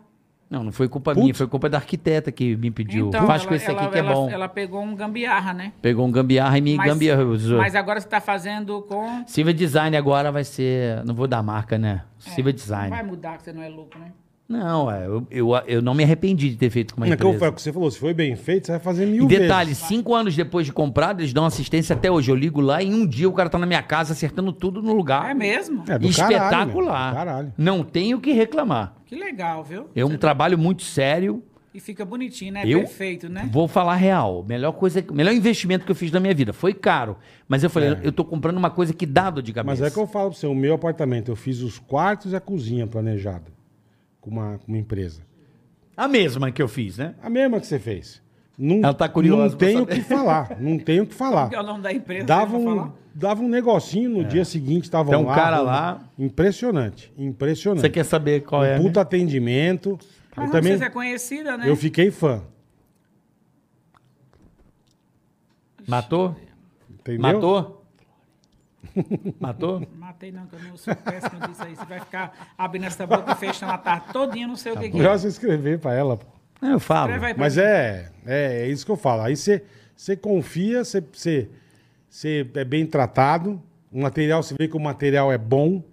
Speaker 3: Não, não foi culpa
Speaker 2: Putz.
Speaker 3: minha, foi culpa da arquiteta que me pediu. Faz com esse aqui que
Speaker 4: Então, ela-
Speaker 3: é bom.
Speaker 4: Ela pegou um gambiarra, né?
Speaker 3: Pegou um gambiarra e me gambiarrou.
Speaker 4: mas agora você tá fazendo com...
Speaker 3: Silva Design agora vai ser. Não vou dar marca, né? Silva
Speaker 4: Não
Speaker 3: Design.
Speaker 4: É. vai mudar que você não é louco, né?
Speaker 3: Não, é, eu, eu, eu não me arrependi de ter feito com uma
Speaker 2: Não, é que eu- é o
Speaker 3: empresa.
Speaker 2: que você falou, se foi bem feito, você vai fazer mil
Speaker 3: E detalhe,
Speaker 2: vezes.
Speaker 3: cinco anos depois de comprado, eles dão assistência até hoje. Eu ligo lá e em um dia o cara tá na minha casa acertando tudo no lugar.
Speaker 4: É mesmo?
Speaker 2: É do caralho,
Speaker 3: Espetacular.
Speaker 2: meu, do caralho.
Speaker 3: Não tenho o que reclamar.
Speaker 4: Que legal, viu?
Speaker 3: É um trabalho muito sério.
Speaker 4: E fica bonitinho, né?
Speaker 3: eu
Speaker 4: Perfeito,
Speaker 2: É?
Speaker 4: né?
Speaker 3: vou falar real. Melhor coisa, melhor investimento que eu fiz na minha vida. Foi caro. Mas eu falei, eu tô comprando uma coisa que dá dor de
Speaker 2: É. Mas
Speaker 3: cabeça.
Speaker 2: é que eu falo pra você, o meu apartamento, eu fiz os quartos e a cozinha planejada com uma, com uma empresa.
Speaker 3: A mesma que eu fiz, né?
Speaker 2: A mesma que você fez. Não,
Speaker 3: Ela tá curiosa
Speaker 2: Não
Speaker 3: pra
Speaker 2: tenho o
Speaker 3: saber.
Speaker 2: que falar, não tenho o que
Speaker 4: Que é o
Speaker 2: falar.
Speaker 4: nome da empresa.
Speaker 2: Dava
Speaker 4: você vai
Speaker 2: um
Speaker 4: falar?
Speaker 2: dava um negocinho no dia seguinte, estavam
Speaker 3: É. Tem um
Speaker 2: lá.
Speaker 3: cara
Speaker 2: dando-
Speaker 3: lá-
Speaker 2: Impressionante, impressionante.
Speaker 3: Você quer saber qual é?
Speaker 2: Hum. um
Speaker 3: né?
Speaker 2: puta atendimento.
Speaker 4: Mas
Speaker 2: eu
Speaker 4: também...
Speaker 2: também
Speaker 4: vocês é conhecida, né?
Speaker 2: eu fiquei fã,
Speaker 3: Matou?
Speaker 2: entendeu?
Speaker 3: Matou?
Speaker 2: (laughs)
Speaker 3: Matou?
Speaker 4: Matei não, que eu não sou péssimo disso aí. Você vai ficar abrindo essa boca e fechando a tarde todinha, não sei o que é. que
Speaker 2: Melhor você escrever pra ela. pô.
Speaker 3: É, eu falo.
Speaker 4: Escreve aí pra
Speaker 2: Mas
Speaker 4: mim.
Speaker 2: é, é, é isso que eu falo. Aí você você confia, você- você você é bem tratado. O material, você vê que o material é bom.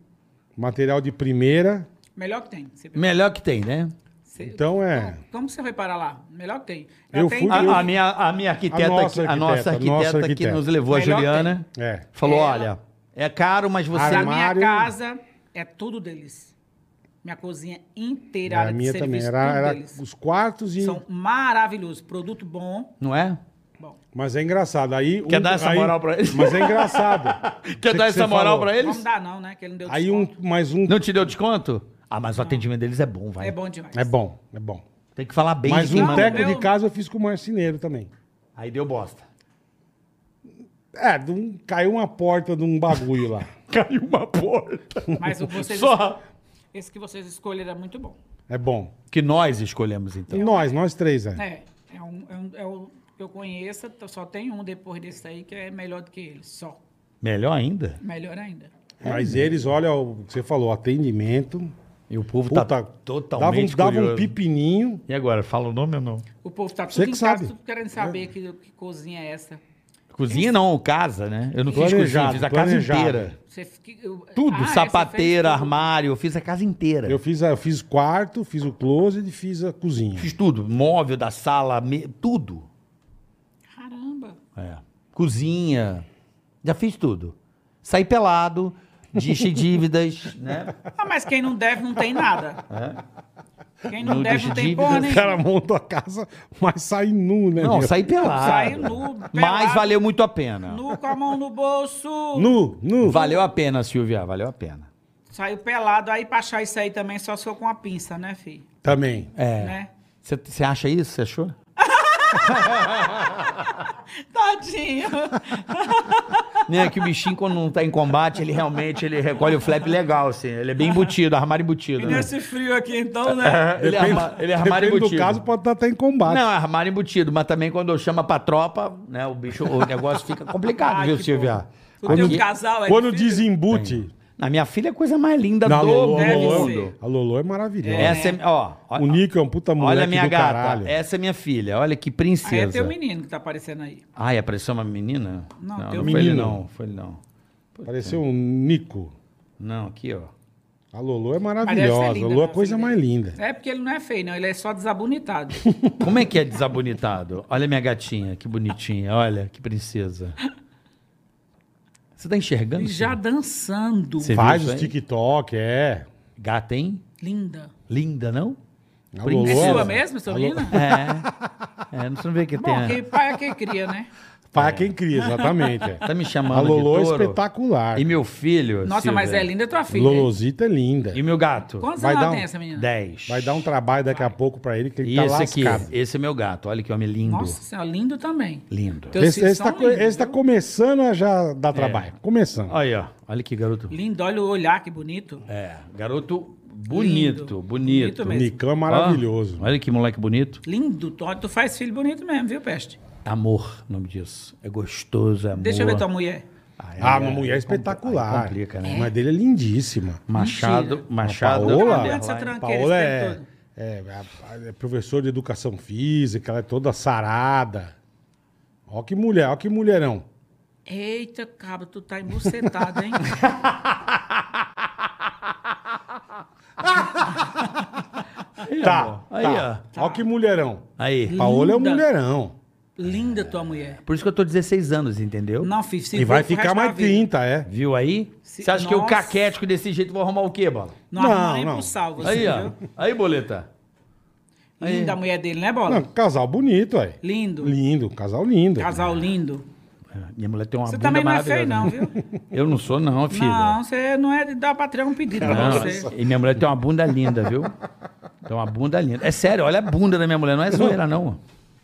Speaker 2: Material de primeira.
Speaker 4: Melhor que tem. Você-
Speaker 3: Melhor que tem, né?
Speaker 4: você-
Speaker 2: Então é.
Speaker 4: Como, como você foi parar lá? Melhor que tem.
Speaker 2: Eu
Speaker 4: até
Speaker 2: fui-
Speaker 4: entendi.
Speaker 2: eu-
Speaker 3: A, a minha, a minha arquiteta,
Speaker 2: A nossa
Speaker 3: que- a nossa
Speaker 2: arquiteta,
Speaker 3: arquiteta,
Speaker 2: nossa
Speaker 3: que
Speaker 2: arquiteta.
Speaker 3: nos levou, a
Speaker 4: Melhor
Speaker 3: Juliana,
Speaker 2: É.
Speaker 3: falou:
Speaker 4: Ela-
Speaker 3: olha, é caro, mas você.
Speaker 4: Da
Speaker 2: Armário.
Speaker 4: minha casa é tudo deles. Minha cozinha inteira,
Speaker 2: É a
Speaker 4: área de
Speaker 2: minha também.
Speaker 4: serviço,
Speaker 2: Era,
Speaker 4: tudo
Speaker 2: era
Speaker 4: deles.
Speaker 2: os quartos e.
Speaker 4: São maravilhosos. Produto bom.
Speaker 3: Não é?
Speaker 2: Mas é engraçado. Aí,
Speaker 3: Quer dar essa
Speaker 2: aí-
Speaker 3: moral pra ele?
Speaker 2: Mas é engraçado.
Speaker 3: (laughs) Quer
Speaker 2: Você-
Speaker 3: dar
Speaker 2: você
Speaker 3: essa moral
Speaker 2: falou.
Speaker 3: pra
Speaker 4: Não
Speaker 3: eles?
Speaker 4: dá não, né? Que ele não deu
Speaker 2: Aí um,
Speaker 4: desconto.
Speaker 2: mais um.
Speaker 3: Não te deu desconto? Ah, mas o atendimento deles é bom, vai.
Speaker 4: É bom demais.
Speaker 2: É bom, é bom.
Speaker 3: Tem que falar bem.
Speaker 2: Mas
Speaker 3: de quem
Speaker 2: um
Speaker 4: manda.
Speaker 2: teco
Speaker 4: Meu-
Speaker 2: de casa eu fiz com o marceneiro também.
Speaker 3: Aí deu bosta.
Speaker 2: É, de um- caiu uma porta de um bagulho lá.
Speaker 3: Caiu uma porta.
Speaker 4: Mas o que vocês,
Speaker 3: Só
Speaker 4: esse que vocês escolheram é muito bom.
Speaker 2: É bom.
Speaker 3: que nós escolhemos,
Speaker 2: E
Speaker 3: então.
Speaker 2: nós, nós três, é.
Speaker 4: É, é um, é um, é o que eu conheço, t- só tem um depois desse aí que é melhor do que ele, só.
Speaker 3: Melhor ainda.
Speaker 4: Melhor ainda.
Speaker 2: É. Mas eles, olha o que você falou, atendimento.
Speaker 3: E o povo tá
Speaker 2: Puta,
Speaker 3: totalmente
Speaker 2: dava, um- dava um
Speaker 3: curioso.
Speaker 2: pepininho.
Speaker 3: E agora, fala o nome ou não?
Speaker 4: O povo tá
Speaker 2: Você
Speaker 4: tudo
Speaker 2: que
Speaker 4: em
Speaker 2: sabe.
Speaker 4: casa, tudo querendo saber que, que cozinha é essa.
Speaker 3: Cozinha não, casa, né? Eu não fiz cozinha,
Speaker 2: Planejado,
Speaker 3: fiz a casa
Speaker 2: planejado.
Speaker 3: inteira. é
Speaker 4: Você fica- eu-
Speaker 3: Tudo,
Speaker 4: Ah, essa fez
Speaker 3: sapateira,
Speaker 4: tudo.
Speaker 3: armário, eu fiz a casa inteira.
Speaker 2: Eu fiz, a- eu fiz quarto, fiz o closet e fiz a cozinha.
Speaker 3: Fiz tudo, móvel da sala, me- tudo.
Speaker 4: Caramba.
Speaker 3: É. Cozinha, já fiz tudo. Saí pelado, de cheio de dívidas,
Speaker 2: (laughs)
Speaker 3: né?
Speaker 4: Ah, mas quem não deve não tem nada.
Speaker 2: É.
Speaker 4: Quem não,
Speaker 3: Não
Speaker 4: deve
Speaker 3: deixa
Speaker 4: não tem
Speaker 3: dívida.
Speaker 4: porra
Speaker 2: O
Speaker 4: nenhuma.
Speaker 2: cara montou a casa, mas sai nu, né?
Speaker 3: Não,
Speaker 2: meu?
Speaker 3: saí pelado.
Speaker 4: Saí nu,
Speaker 3: Mas
Speaker 4: pelado.
Speaker 3: valeu muito a pena.
Speaker 4: Nu com a mão no bolso.
Speaker 2: Nu, nu.
Speaker 3: Valeu a pena, Silvia, valeu a pena.
Speaker 4: Saiu pelado aí pra achar isso aí também, só sou com a pinça, né, filho?
Speaker 2: Também.
Speaker 3: É.
Speaker 4: Né?
Speaker 3: Você acha isso? Você achou?
Speaker 2: (laughs)
Speaker 4: Tadinho.
Speaker 3: Né, que o bichinho, quando não tá em combate, ele realmente ele recolhe o flap legal, assim. Ele é bem embutido, armário embutido.
Speaker 4: E
Speaker 3: Né?
Speaker 4: nesse frio aqui, então, né?
Speaker 3: Ele é, arma, ele é armário
Speaker 2: Depende do
Speaker 3: embutido.
Speaker 2: caso, pode estar até em combate.
Speaker 3: Não, é armário embutido, mas também quando chama pra tropa, né, o bicho, o
Speaker 2: (laughs)
Speaker 3: negócio fica complicado,
Speaker 2: Ah,
Speaker 4: Ai,
Speaker 3: viu,
Speaker 4: que
Speaker 3: Silvia?
Speaker 4: Tu tem um
Speaker 3: Aqui-
Speaker 4: casal é
Speaker 2: Quando
Speaker 4: difícil.
Speaker 2: desembute.
Speaker 3: Na minha filha é a coisa mais linda
Speaker 2: Não, a
Speaker 3: do
Speaker 2: Lolo, a
Speaker 4: deve
Speaker 2: Lolo-
Speaker 4: ser.
Speaker 2: a Lolo é maravilhosa.
Speaker 3: Essa é, ó, ó,
Speaker 2: O Nico é um puta moleque
Speaker 3: olha a minha
Speaker 2: do
Speaker 3: gata,
Speaker 2: caralho.
Speaker 3: essa é minha filha, olha que
Speaker 4: Aí é
Speaker 3: princesa.
Speaker 4: teu menino que tá aparecendo aí.
Speaker 3: Ai, apareceu uma menina?
Speaker 4: Não,
Speaker 3: não,
Speaker 4: teu
Speaker 3: foi ele
Speaker 2: menino.
Speaker 3: não, foi ele não.
Speaker 2: Pareceu um Nico.
Speaker 3: Não, aqui, ó.
Speaker 2: A Lolo é
Speaker 4: Mas deve ser
Speaker 2: maravilhosa.
Speaker 4: linda,
Speaker 2: a Lolo é a
Speaker 4: não,
Speaker 2: coisa
Speaker 4: filha
Speaker 2: mais
Speaker 4: dele.
Speaker 2: linda.
Speaker 4: É porque ele não é feio, não. Ele é só desabonitado.
Speaker 3: Como é que é desabonitado? Olha minha gatinha, que bonitinha. Olha, que princesa. Você tá enxergando?
Speaker 4: E já
Speaker 3: (laughs) Silvia?
Speaker 4: dançando.
Speaker 3: Você- viu
Speaker 2: Faz
Speaker 3: isso
Speaker 2: os
Speaker 3: aí?
Speaker 2: TikTok, é.
Speaker 3: Gata, hein?
Speaker 4: Linda.
Speaker 3: Linda, não?
Speaker 2: A
Speaker 3: Princesa.
Speaker 4: É
Speaker 3: Boa.
Speaker 4: sua mesmo, sua
Speaker 2: Alô? (laughs)
Speaker 4: menina?
Speaker 3: É. É, não precisa ver que tem.
Speaker 4: Bom,
Speaker 3: a-
Speaker 4: quem pai é quem cria, né?
Speaker 2: Para quem cria, exatamente.
Speaker 3: (laughs)
Speaker 2: é.
Speaker 3: Tá me
Speaker 2: A
Speaker 3: chamando
Speaker 2: Lolo é
Speaker 3: de touro.
Speaker 2: espetacular.
Speaker 3: E meu filho.
Speaker 4: Nossa, mas é
Speaker 3: Silvia.
Speaker 4: linda tua filha. hein?
Speaker 2: Lolozita é linda.
Speaker 3: E meu gato.
Speaker 4: Quantos
Speaker 2: Vai
Speaker 4: anos
Speaker 2: dar
Speaker 4: ela
Speaker 2: um-
Speaker 4: tem essa menina?
Speaker 3: 10.
Speaker 2: Vai dar um trabalho daqui a pouco pra ele, que ele
Speaker 3: E
Speaker 2: tá
Speaker 3: esse aqui,
Speaker 2: lascado.
Speaker 3: esse é meu gato. Olha que homem lindo.
Speaker 4: Nossa senhora, lindo também.
Speaker 3: Lindo.
Speaker 4: Teu-
Speaker 2: Esse,
Speaker 4: Vocês
Speaker 3: um
Speaker 2: esse tá,
Speaker 4: são
Speaker 2: co-
Speaker 4: lindos,
Speaker 2: esse tá
Speaker 4: viu?
Speaker 2: começando a já dar trabalho. Começando.
Speaker 3: É. Olha aí, ó. Olha que garoto.
Speaker 4: Lindo, olha o olhar, que bonito.
Speaker 3: É, garoto bonito,
Speaker 4: Lindo.
Speaker 3: bonito.
Speaker 4: Bonito
Speaker 2: o
Speaker 4: mesmo.
Speaker 2: Nicão é
Speaker 3: Ó,
Speaker 2: maravilhoso.
Speaker 3: olha que moleque bonito.
Speaker 4: Lindo, tu, tu faz filho bonito mesmo, viu, Peste?
Speaker 3: Amor, o nome disso. É gostoso, é amor.
Speaker 4: Deixa eu ver tua mulher.
Speaker 3: Ai,
Speaker 2: Ah, uma
Speaker 3: ai,
Speaker 2: mulher
Speaker 3: ai,
Speaker 2: espetacular.
Speaker 3: ai, é complica, né?
Speaker 2: A mãe dele é lindíssima.
Speaker 3: Machado,
Speaker 4: Mentira.
Speaker 3: Machado.
Speaker 2: Paola?
Speaker 3: Underline.
Speaker 4: Antes eu tranquei. Tranqueira
Speaker 2: Paola
Speaker 4: esse
Speaker 2: é,
Speaker 4: tempo
Speaker 2: é, a- é professor de educação física, ela é toda sarada. Ó que mulher, ó que mulherão.
Speaker 4: Eita, cabra, tu tá
Speaker 2: (laughs)
Speaker 4: embucetado, hein?
Speaker 2: Tá,
Speaker 3: Aí,
Speaker 2: tá. Ó que mulherão.
Speaker 3: Aí.
Speaker 2: Paola é um
Speaker 4: Linda.
Speaker 2: mulherão.
Speaker 4: Linda tua mulher.
Speaker 3: Por isso que eu tô 16 anos, entendeu?
Speaker 4: Não, filho, se
Speaker 2: E vai
Speaker 4: vê pro
Speaker 2: ficar
Speaker 4: resto da
Speaker 2: mais
Speaker 4: vida.
Speaker 2: 30, é.
Speaker 3: Viu aí?
Speaker 4: Se-
Speaker 3: Você acha que eu
Speaker 4: Nossa.
Speaker 3: caquético desse jeito vou arrumar o quê, bola?
Speaker 4: Não,
Speaker 2: Não,
Speaker 4: arruma nem
Speaker 2: não.
Speaker 4: pro salvo, você
Speaker 3: Aí, ó.
Speaker 4: viu?
Speaker 3: Aí, boleta. Aí.
Speaker 4: Linda a mulher dele, né, Bola?
Speaker 2: Não, casal bonito, aí.
Speaker 4: Lindo.
Speaker 2: Lindo, casal lindo.
Speaker 4: Casal lindo.
Speaker 3: É, Minha mulher tem uma
Speaker 4: Você
Speaker 3: bunda
Speaker 4: também não é
Speaker 3: maravilhosa.
Speaker 4: feio, não, viu?
Speaker 3: Eu não sou, não, filha.
Speaker 4: Não, você não é de dar pra tirar um pedido pra
Speaker 3: Não,
Speaker 4: você.
Speaker 3: e minha mulher tem uma bunda linda, viu? Tem uma bunda linda. É sério, olha a bunda da minha mulher, não é zoeira, não.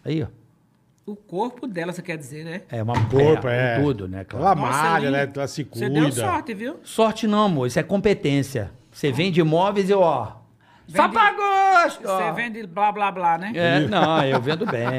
Speaker 3: Aí, ó.
Speaker 4: O corpo dela, você quer dizer, né?
Speaker 3: É uma
Speaker 2: Corpo, é.
Speaker 3: é, com Tudo, né? Claro.
Speaker 2: Ela
Speaker 4: Nossa,
Speaker 2: malha,
Speaker 4: Aline,
Speaker 2: ela, ela se cuida.
Speaker 4: Você deu sorte, viu?
Speaker 3: Sorte não, amor. Isso é competência. Você vende imóveis e eu, ó. Só
Speaker 4: Vende-
Speaker 3: pra gosto! ó.
Speaker 4: Você vende blá blá blá, né?
Speaker 3: É, não, eu vendo bem.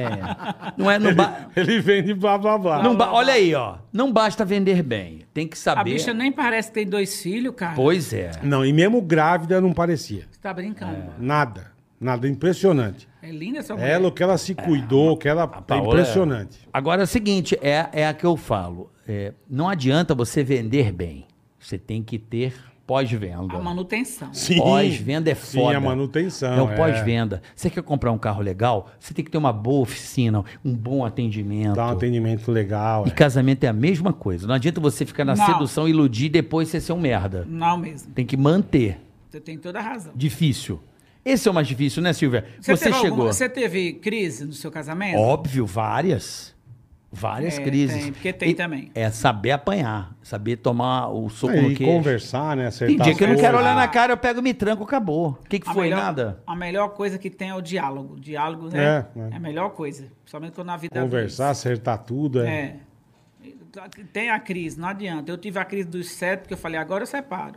Speaker 3: Não é (laughs) no ba...
Speaker 2: Ele vende blá blá blá.
Speaker 3: Não ba- Olha aí, ó. Não basta vender bem. Tem que saber.
Speaker 4: A bicha nem parece que tem dois filhos, cara.
Speaker 3: Pois é.
Speaker 2: Não, e mesmo grávida não parecia.
Speaker 4: Você tá brincando. mano.
Speaker 2: Nada. Nada. Impressionante.
Speaker 4: É, linda essa mulher.
Speaker 2: Ela, o que ela se cuidou, o que ela. tá
Speaker 3: Paola-
Speaker 2: impressionante.
Speaker 3: Agora é o seguinte, é, é a que eu falo. É, não adianta você vender bem. Você tem que ter pós-venda.
Speaker 4: A manutenção.
Speaker 2: Sim.
Speaker 3: Pós-venda é
Speaker 2: Sim,
Speaker 3: foda.
Speaker 2: a manutenção,
Speaker 3: É o
Speaker 2: é.
Speaker 3: pós-venda. Você quer comprar um carro legal? Você tem que ter uma boa oficina, um bom atendimento.
Speaker 2: Dá um atendimento legal.
Speaker 3: E
Speaker 2: É.
Speaker 3: casamento é a mesma coisa. Não adianta você ficar na
Speaker 4: Não.
Speaker 3: sedução, iludir e depois você ser um merda.
Speaker 4: Não mesmo.
Speaker 3: Tem que manter.
Speaker 4: Você tem toda a razão.
Speaker 3: Difícil. Esse é o mais difícil, né, Silvia? Você,
Speaker 4: teve alguma-
Speaker 3: chegou.
Speaker 4: você teve crise no seu casamento?
Speaker 3: Óbvio, várias. Várias
Speaker 4: É,
Speaker 3: crises.
Speaker 4: tem, porque tem também.
Speaker 3: É saber apanhar, saber tomar o soco no
Speaker 2: E
Speaker 3: queixo.
Speaker 2: conversar, né? Acertar
Speaker 3: Tem dia
Speaker 2: as
Speaker 3: que eu não quero
Speaker 2: coisas.
Speaker 3: olhar na cara, eu pego e me tranco, acabou. O que, que
Speaker 4: A
Speaker 3: foi?
Speaker 4: melhor-
Speaker 3: Nada?
Speaker 4: A melhor coisa que tem é o diálogo. Diálogo, né?
Speaker 2: É, é.
Speaker 4: a melhor coisa. Principalmente quando na vida...
Speaker 2: Conversar, acertar tudo.
Speaker 4: dois.
Speaker 2: É.
Speaker 4: É. Tem a crise, não adianta. Eu tive a crise dos sete, porque eu falei, agora eu separo.